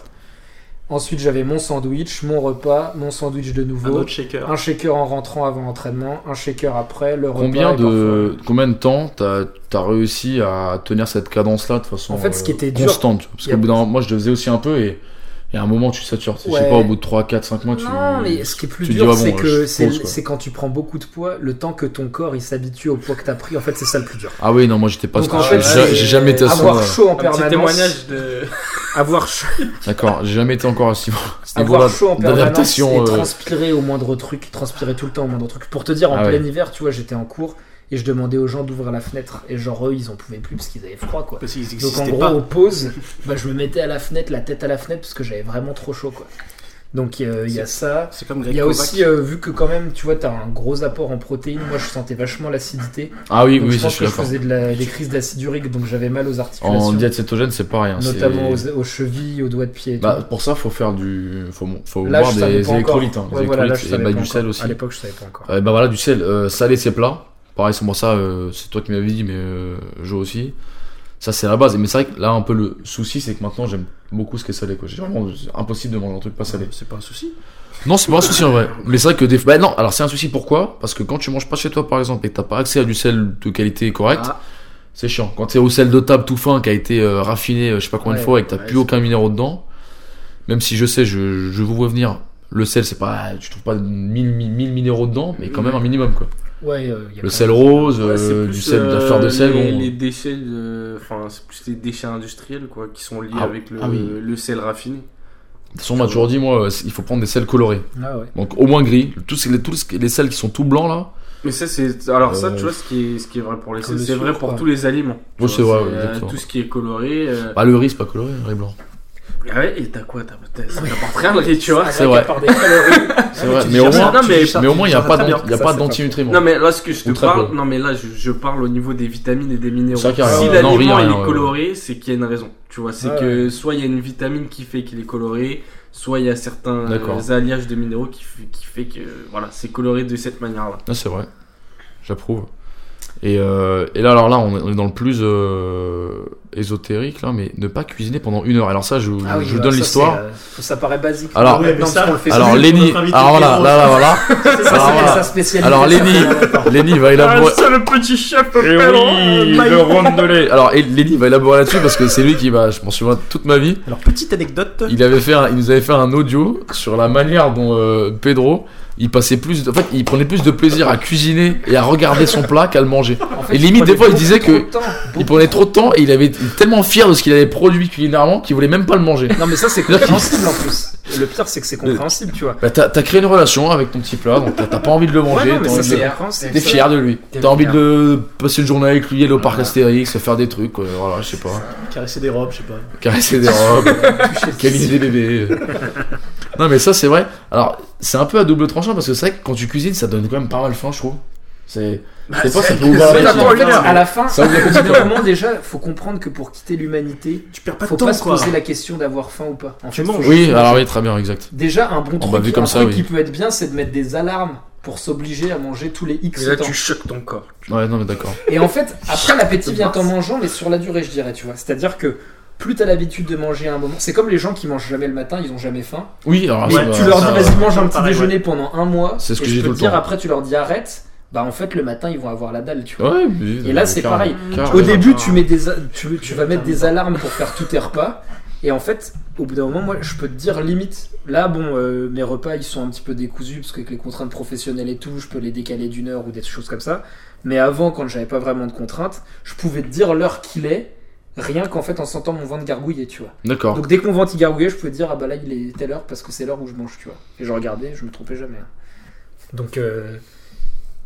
Speaker 4: Ensuite, j'avais mon sandwich, mon repas, mon sandwich de
Speaker 5: Un
Speaker 4: nouveau, un,
Speaker 5: autre shaker.
Speaker 4: shaker en rentrant avant l'entraînement, un shaker après, le
Speaker 2: Combien
Speaker 4: repas. et
Speaker 2: de combien de temps t'as as réussi à tenir cette cadence-là de façon euh,
Speaker 4: En fait, ce qui était dur-
Speaker 2: constante tu vois, Parce
Speaker 4: y a-
Speaker 2: qu'au bout d'un moment, moi, je le faisais aussi un peu et, et à un moment, tu satures. tu sais, Je
Speaker 4: Ouais.
Speaker 2: sais pas, au bout de 3, 4, 5 mois, tu.
Speaker 4: Non, mais ce qui est plus
Speaker 2: tu
Speaker 4: dur,
Speaker 2: dis, ah bon, je
Speaker 4: c'est que c'est
Speaker 2: pose, quoi.
Speaker 4: c'est quand tu prends beaucoup de poids, le temps que ton corps il s'habitue au poids que t'as pris, en fait, c'est ça le plus dur.
Speaker 2: Ah oui, non, moi, j'étais pas.
Speaker 4: Donc,
Speaker 2: je-
Speaker 4: en fait,
Speaker 2: j'ai j'ai jamais été à ce
Speaker 4: Avoir
Speaker 2: moment-là.
Speaker 4: chaud en
Speaker 6: un petit
Speaker 4: permanence,
Speaker 6: témoignage de.
Speaker 4: avoir chaud,
Speaker 2: D'accord, j'ai jamais été encore à ce niveau. C'était
Speaker 4: avoir
Speaker 2: gros-
Speaker 4: chaud en permanence et
Speaker 2: d'adaptation. euh,
Speaker 4: transpirer au moindre truc, transpirer tout le temps au moindre truc. Pour te dire, en
Speaker 2: Ah ouais.
Speaker 4: plein hiver, tu vois, j'étais en cours et je demandais aux gens d'ouvrir la fenêtre et genre eux, ils en pouvaient plus parce qu'ils avaient froid, quoi.
Speaker 5: Parce qu'ils
Speaker 4: Donc en
Speaker 5: existaient
Speaker 4: gros,
Speaker 5: pas.
Speaker 4: aux pauses, bah, je me mettais à la fenêtre, la tête à la fenêtre parce que j'avais vraiment trop chaud, quoi. Donc euh, il y a ça.
Speaker 5: C'est comme
Speaker 4: Il
Speaker 5: Greg
Speaker 4: y a
Speaker 5: Kovac.
Speaker 4: aussi, euh, vu que quand même, tu vois, t'as un gros apport en protéines, moi je sentais vachement l'acidité.
Speaker 2: Ah oui,
Speaker 4: Donc,
Speaker 2: oui,
Speaker 4: je
Speaker 2: ça, je suis
Speaker 4: pense que je
Speaker 2: d'accord.
Speaker 4: faisais de la- des crises d'acide urique, donc j'avais mal aux articulations.
Speaker 2: En diète cétogène, c'est pareil. hein, c'est-
Speaker 4: notamment aux, aux chevilles, aux doigts de pied. et
Speaker 2: Bah,
Speaker 4: tout.
Speaker 2: pour ça, faut faire du. Faut, faut
Speaker 4: Là,
Speaker 2: boire
Speaker 4: je savais
Speaker 2: des
Speaker 4: pas encore.
Speaker 2: électrolytes. hein, des
Speaker 4: Ouais, voilà, là,
Speaker 2: électrolytes
Speaker 4: je
Speaker 2: et
Speaker 4: savais
Speaker 2: bah,
Speaker 4: pas
Speaker 2: du
Speaker 4: encore.
Speaker 2: sel aussi.
Speaker 4: À l'époque, je savais pas encore.
Speaker 2: Euh, bah voilà, du sel, euh, saler ses plats. Pareil, c'est pour ça, euh, c'est toi qui m'avais dit, mais euh, je aussi. Ça, c'est la base. Mais c'est vrai que là, un peu le souci, c'est que maintenant, j'aime beaucoup ce qui est salé. Quoi. J'ai vraiment c'est impossible de manger un truc pas salé.
Speaker 5: C'est pas un souci.
Speaker 2: Non, c'est pas un souci en vrai. Mais c'est vrai que des. Bah non, alors c'est un souci pourquoi Parce que quand tu manges pas chez toi, par exemple, et que t'as pas accès à du sel de qualité correcte,
Speaker 6: Ah.
Speaker 2: c'est chiant. Quand t'es au sel de table tout fin qui a été euh, raffiné, euh, je sais pas combien de
Speaker 4: Ouais,
Speaker 2: fois, et que t'as
Speaker 6: ouais,
Speaker 2: plus aucun minéraux dedans, même si je sais, je, je vous vois venir. Le sel, c'est pas, tu trouves pas 1000 minéraux dedans, mais
Speaker 6: Mm.
Speaker 2: quand même un minimum quoi.
Speaker 4: Ouais, euh, y a
Speaker 2: Le
Speaker 4: quand
Speaker 2: sel
Speaker 4: même-
Speaker 2: rose,
Speaker 6: Ouais, c'est
Speaker 2: euh,
Speaker 6: plus,
Speaker 2: du sel, de la
Speaker 6: euh,
Speaker 2: fleur de sel.
Speaker 6: Les,
Speaker 2: bon.
Speaker 6: les déchets, de- enfin, c'est plus les déchets industriels quoi, qui sont liés
Speaker 2: Ah,
Speaker 6: avec le,
Speaker 2: ah oui.
Speaker 6: le sel raffiné.
Speaker 2: De toute façon, on m'a toujours dit, moi, euh, il faut prendre des sels colorés.
Speaker 4: Ah ouais.
Speaker 2: Donc au moins gris. Tous ces- les, tous les- les sels qui sont tout blancs là.
Speaker 6: Mais ça, c'est alors ça,
Speaker 2: Euh,
Speaker 6: tu vois, ce qui est, ce qui est vrai pour les
Speaker 4: comme
Speaker 6: sels,
Speaker 4: le
Speaker 6: c'est vrai
Speaker 4: sucre,
Speaker 6: pour
Speaker 4: quoi.
Speaker 6: tous les aliments. Tu
Speaker 2: Oui,
Speaker 6: vois,
Speaker 2: c'est vrai, ouais,
Speaker 6: euh,
Speaker 2: exactement.
Speaker 6: tout ce qui est coloré. euh,
Speaker 2: Bah le riz, c'est pas coloré, le riz blanc.
Speaker 6: Ah ouais, et t'as quoi T'as t'as- ça t'apporte rien le riz, tu vois.
Speaker 2: C'est vrai.
Speaker 4: Par des calories.
Speaker 2: C'est vrai,
Speaker 5: tu
Speaker 2: mais
Speaker 5: dis
Speaker 2: au
Speaker 5: ça,
Speaker 2: moins,
Speaker 6: non,
Speaker 5: tu
Speaker 6: mais-
Speaker 5: dis ça,
Speaker 2: mais au
Speaker 5: tu
Speaker 2: moins, il
Speaker 5: dis
Speaker 2: n'y a
Speaker 5: ça,
Speaker 2: pas
Speaker 5: très bien.
Speaker 2: d'ant- il y a
Speaker 5: Ça,
Speaker 2: pas
Speaker 5: c'est faux.
Speaker 2: d'antinutriments.
Speaker 6: Non mais là ce que je te
Speaker 2: Ou très
Speaker 6: parle,
Speaker 2: peu.
Speaker 6: non mais là je, je parle au niveau des vitamines et des minéraux.
Speaker 2: C'est vrai qu'il y a
Speaker 6: Si
Speaker 2: rien. Non,
Speaker 6: l'aliment
Speaker 2: rien,
Speaker 6: il
Speaker 2: ouais.
Speaker 6: est coloré, c'est qu'il y a une raison. Tu vois, c'est
Speaker 4: Ouais,
Speaker 6: que soit il y a une vitamine qui fait qu'il est coloré, soit il y a certains
Speaker 2: D'accord.
Speaker 6: euh, alliages de minéraux qui, fait- qui fait que voilà, c'est coloré de cette manière-là.
Speaker 2: Ah, c'est vrai. J'approuve. Et, euh, et là, alors là, on est- on est dans le plus euh, ésotérique, là, mais ne pas cuisiner pendant une heure. Alors ça, je, vous-
Speaker 4: Ah oui,
Speaker 2: je vous
Speaker 4: bah,
Speaker 2: donne
Speaker 4: ça,
Speaker 2: l'histoire.
Speaker 4: c'est, euh, faut- Ça paraît basique.
Speaker 2: Alors-
Speaker 4: Ouais, mais
Speaker 5: Ouais,
Speaker 4: ça,
Speaker 5: mais
Speaker 4: on le fait
Speaker 5: ça-
Speaker 2: Alors
Speaker 5: c'est
Speaker 2: Lenny,
Speaker 5: notre invité
Speaker 2: alors voilà,
Speaker 5: numéro
Speaker 2: là, là, voilà.
Speaker 4: ça, c'est
Speaker 2: alors, voilà.
Speaker 4: sa spécialité.
Speaker 2: Alors Lenny, Lenny va élaborer.
Speaker 6: le petit chef
Speaker 2: Eh oui, le rondelet. Alors et- Lenny va élaborer là-dessus parce que c'est lui qui va, je m'en souviens toute ma vie.
Speaker 5: Alors, petite anecdote.
Speaker 2: Il avait fait, un- il nous avait fait un audio sur la manière dont euh, Pedro, il passait plus, de- en fait, il prenait plus de plaisir à cuisiner et à regarder son plat qu'à le manger.
Speaker 4: En
Speaker 2: Et limite, des fois, il disait
Speaker 4: beaucoup
Speaker 2: que-
Speaker 4: trop de temps.
Speaker 2: Il prenait trop de temps et il avait il était tellement fier de ce qu'il avait produit culinairement qu'il voulait même pas le
Speaker 4: [LAUGHS]
Speaker 2: manger.
Speaker 4: Non, mais ça, c'est compréhensible en plus. Et Le pire, c'est que c'est compréhensible, tu vois.
Speaker 2: Bah t'as t'as créé une relation avec ton petit plat, donc t'as t'as pas envie de le
Speaker 4: Ouais,
Speaker 2: manger.
Speaker 4: non, mais
Speaker 2: t'as
Speaker 4: ça,
Speaker 2: envie de
Speaker 4: c'est
Speaker 2: le-
Speaker 4: compréhensible.
Speaker 2: T'es
Speaker 4: Ça,
Speaker 2: fier de lui.
Speaker 6: T'es
Speaker 2: T'as envie
Speaker 6: fier.
Speaker 2: de passer une journée avec lui, aller au parc Astérix, faire des trucs, quoi, voilà, je sais pas.
Speaker 5: Caresser des robes, je sais pas.
Speaker 2: Caresser des
Speaker 4: [LAUGHS]
Speaker 2: robes, câliner des bébés. non mais ça c'est vrai. Alors c'est un peu à double tranchant parce que c'est vrai que quand tu cuisines ça donne quand même pas mal faim je trouve. C'est. je sais pas,
Speaker 4: Bah,
Speaker 2: ça peut ouvrir
Speaker 4: Mais
Speaker 2: l'appétit.
Speaker 4: attends, en fait, à la fin,
Speaker 2: Ça ouvre l'appétit
Speaker 4: à
Speaker 2: quand
Speaker 4: un
Speaker 2: même.
Speaker 4: moment déjà, faut comprendre que pour quitter l'humanité,
Speaker 5: Tu perds pas
Speaker 4: faut
Speaker 5: de temps,
Speaker 4: pas se
Speaker 5: quoi.
Speaker 4: poser la question d'avoir faim ou pas. En
Speaker 5: Tu
Speaker 4: fait, faut
Speaker 5: manges.
Speaker 4: juste
Speaker 2: Oui
Speaker 4: manger.
Speaker 2: alors oui très bien exact.
Speaker 4: Déjà, un bon
Speaker 2: On
Speaker 4: truc,
Speaker 2: m'a vu
Speaker 4: un
Speaker 2: comme ça,
Speaker 4: truc
Speaker 2: oui.
Speaker 4: qui peut être bien, c'est de mettre des alarmes pour s'obliger à manger tous les X
Speaker 6: Et là
Speaker 4: temps.
Speaker 6: tu choques ton corps.
Speaker 2: Ouais non mais d'accord.
Speaker 4: Et en fait, après,
Speaker 5: [LAUGHS]
Speaker 4: l'appétit vient en mangeant, mais sur la durée, je dirais, tu vois. C'est-à-dire que plus t'as l'habitude de manger à un moment, c'est comme les gens qui mangent jamais le matin, ils ont jamais faim.
Speaker 2: Oui alors.
Speaker 4: Mais
Speaker 2: ça,
Speaker 4: tu
Speaker 2: bah,
Speaker 4: leur
Speaker 2: ça,
Speaker 4: dis,
Speaker 2: ouais.
Speaker 4: vas-y, mange un petit
Speaker 5: Pareil,
Speaker 4: déjeuner pendant un mois.
Speaker 2: C'est ce
Speaker 4: et
Speaker 2: que
Speaker 4: je
Speaker 2: j'ai
Speaker 4: peux
Speaker 2: tout
Speaker 4: te
Speaker 2: le
Speaker 4: dire,
Speaker 2: temps.
Speaker 4: après, tu leur dis arrête. Bah, en fait, le matin, ils vont avoir la dalle, tu vois.
Speaker 2: Ouais. oui,
Speaker 4: Et là,
Speaker 2: euh,
Speaker 4: c'est
Speaker 2: carrément,
Speaker 4: pareil.
Speaker 2: carrément.
Speaker 4: Au début, tu, mets des, a- tu, tu vas mettre des alarmes pour faire tous tes repas. Et en fait, au bout d'un moment, moi, je peux te dire limite. Là, bon, euh, mes repas, ils sont un petit peu décousus parce que avec les contraintes professionnelles et tout, je peux les décaler d'une heure ou des choses comme ça. Mais avant, quand j'avais pas vraiment de contraintes, je pouvais te dire l'heure qu'il est, rien qu'en fait en sentant mon ventre gargouiller, tu vois.
Speaker 2: D'accord.
Speaker 4: Donc dès que mon ventre il gargouillait, je pouvais te dire ah bah là il est telle heure parce que c'est l'heure où je mange, tu vois. Et je regardais, je me trompais jamais. hein. Donc euh,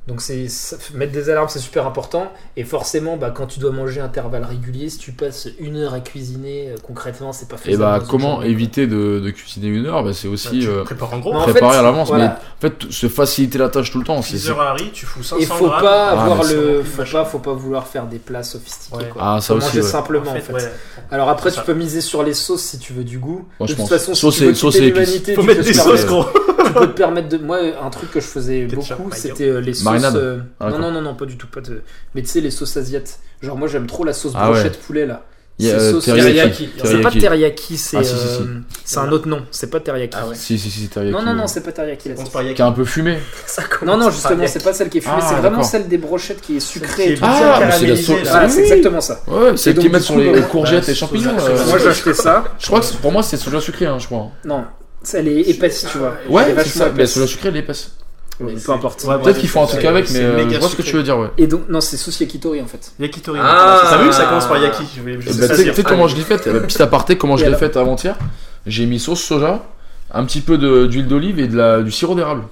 Speaker 4: donc c'est ça- mettre des alarmes, c'est super important. Et forcément, bah, quand tu dois manger à intervalles réguliers, si tu passes une heure à cuisiner, euh, concrètement, c'est pas
Speaker 2: Et
Speaker 4: faisable.
Speaker 2: bah
Speaker 4: dans une
Speaker 2: comment
Speaker 4: journée, quoi.
Speaker 2: éviter de, de cuisiner une heure bah, C'est aussi
Speaker 5: Tu
Speaker 2: euh,
Speaker 5: prépares en gros.
Speaker 4: Non, en
Speaker 2: préparer
Speaker 4: fait,
Speaker 2: à l'avance,
Speaker 4: voilà.
Speaker 2: mais en fait t- se faciliter la tâche tout le temps. c'est-
Speaker 5: 6 heures à Harry, tu fous 500
Speaker 4: Et faut
Speaker 5: grammes.
Speaker 4: pas
Speaker 2: Ah,
Speaker 4: avoir
Speaker 2: mais
Speaker 4: le,
Speaker 5: c'est-
Speaker 4: faut pas, faut pas vouloir faire des plats sophistiqués.
Speaker 5: Ouais.
Speaker 4: quoi.
Speaker 2: Ah ça
Speaker 4: Faut
Speaker 2: aussi.
Speaker 4: manger
Speaker 2: ouais.
Speaker 4: simplement
Speaker 5: En
Speaker 4: en
Speaker 5: fait,
Speaker 4: fait.
Speaker 5: ouais.
Speaker 4: Alors après,
Speaker 5: C'est
Speaker 4: tu
Speaker 5: ça.
Speaker 4: peux miser sur les sauces si tu veux du goût.
Speaker 2: Moi,
Speaker 4: de
Speaker 2: je
Speaker 4: toute
Speaker 2: pense-
Speaker 4: façon, si
Speaker 2: sauce
Speaker 4: tu
Speaker 2: et-
Speaker 4: veux
Speaker 2: sauce
Speaker 4: quitter
Speaker 2: et épices.
Speaker 4: l'humanité,
Speaker 5: Faut
Speaker 4: tu
Speaker 5: mettre
Speaker 4: peux
Speaker 5: des
Speaker 4: te
Speaker 5: sauces,
Speaker 4: permettre-
Speaker 5: gros.
Speaker 4: tu peux te permettre de. Moi, un truc que je faisais
Speaker 5: Ketchup,
Speaker 4: beaucoup,
Speaker 5: mayo.
Speaker 4: c'était euh, les sauces.
Speaker 2: Marinade.
Speaker 4: euh,
Speaker 2: Ah,
Speaker 4: non,
Speaker 2: d'accord.
Speaker 4: non, non, non, pas du tout. Pas de... Mais tu sais, les sauces asiates. Genre, moi, j'aime trop la sauce
Speaker 2: Ah ouais.
Speaker 4: brochette poulet là.
Speaker 2: Il y a,
Speaker 4: C'est
Speaker 2: euh,
Speaker 4: sauce
Speaker 2: teriyaki.
Speaker 4: C'est pas
Speaker 2: Teriyaki.
Speaker 4: teriyaki, c'est
Speaker 2: Ah, si, si, si.
Speaker 4: euh, c'est un autre nom. C'est pas teriyaki.
Speaker 5: Ah
Speaker 2: Si si si teriyaki.
Speaker 4: Non, non, non,
Speaker 2: ouais.
Speaker 4: c'est pas teriyaki la
Speaker 5: On se
Speaker 4: sauce.
Speaker 5: parie avec
Speaker 2: qui est un peu fumé.
Speaker 5: ça, comment
Speaker 4: Non, non,
Speaker 5: on se parie
Speaker 4: justement,
Speaker 5: avec-
Speaker 4: c'est pas celle qui est fumée,
Speaker 2: Ah,
Speaker 4: c'est vraiment
Speaker 2: d'accord.
Speaker 4: celle des brochettes qui est sucrée.
Speaker 5: qui
Speaker 4: et
Speaker 5: est
Speaker 4: tout.
Speaker 5: bien
Speaker 2: Ah, mais c'est la
Speaker 5: caramélisée,
Speaker 2: sauce-
Speaker 5: là.
Speaker 4: Voilà, c'est
Speaker 2: oui.
Speaker 4: exactement ça.
Speaker 2: Ouais, c'est
Speaker 4: Et
Speaker 2: le
Speaker 4: donc,
Speaker 2: qu'ils mettent
Speaker 4: du
Speaker 2: sur
Speaker 4: coup,
Speaker 2: les
Speaker 4: bah,
Speaker 2: les courgettes
Speaker 5: bah,
Speaker 2: et champignons.
Speaker 5: soja,
Speaker 2: euh,
Speaker 5: soja.
Speaker 4: Moi, j'ai acheté ça.
Speaker 2: Je crois que c'est- pour moi c'est soja sucré, hein, je crois.
Speaker 4: Non, ça, elle est épaisse, tu vois. Elle est
Speaker 2: Ouais, c'est
Speaker 4: vachement
Speaker 2: ça. Mais
Speaker 4: épaisse.
Speaker 2: soja sucré, elle est épaisse.
Speaker 4: Ouais,
Speaker 5: Mais
Speaker 4: Peu
Speaker 5: c'est-
Speaker 4: importe.
Speaker 5: Ouais,
Speaker 2: Peut-être
Speaker 5: ouais,
Speaker 2: qu'ils font un truc
Speaker 5: c'est-
Speaker 2: avec, mais
Speaker 5: c'est
Speaker 2: euh,
Speaker 5: méga
Speaker 2: je vois ce que
Speaker 5: sucré.
Speaker 2: tu veux dire, ouais.
Speaker 4: Et donc, non, c'est sauce yakitori en fait.
Speaker 5: Yakitori.
Speaker 6: Ah.
Speaker 5: T'as vu que ça commence par Yaki Je vais je
Speaker 2: Et
Speaker 5: sais
Speaker 2: bah,
Speaker 5: pas
Speaker 2: tu sais-
Speaker 5: si-
Speaker 2: tu sais comment je l'ai faite euh, Petit aparté, comment
Speaker 4: Et
Speaker 2: je l'ai
Speaker 4: alors
Speaker 2: faite avant-hier J'ai mis sauce soja, un petit peu de- d'huile d'olive et de la, du sirop d'érable.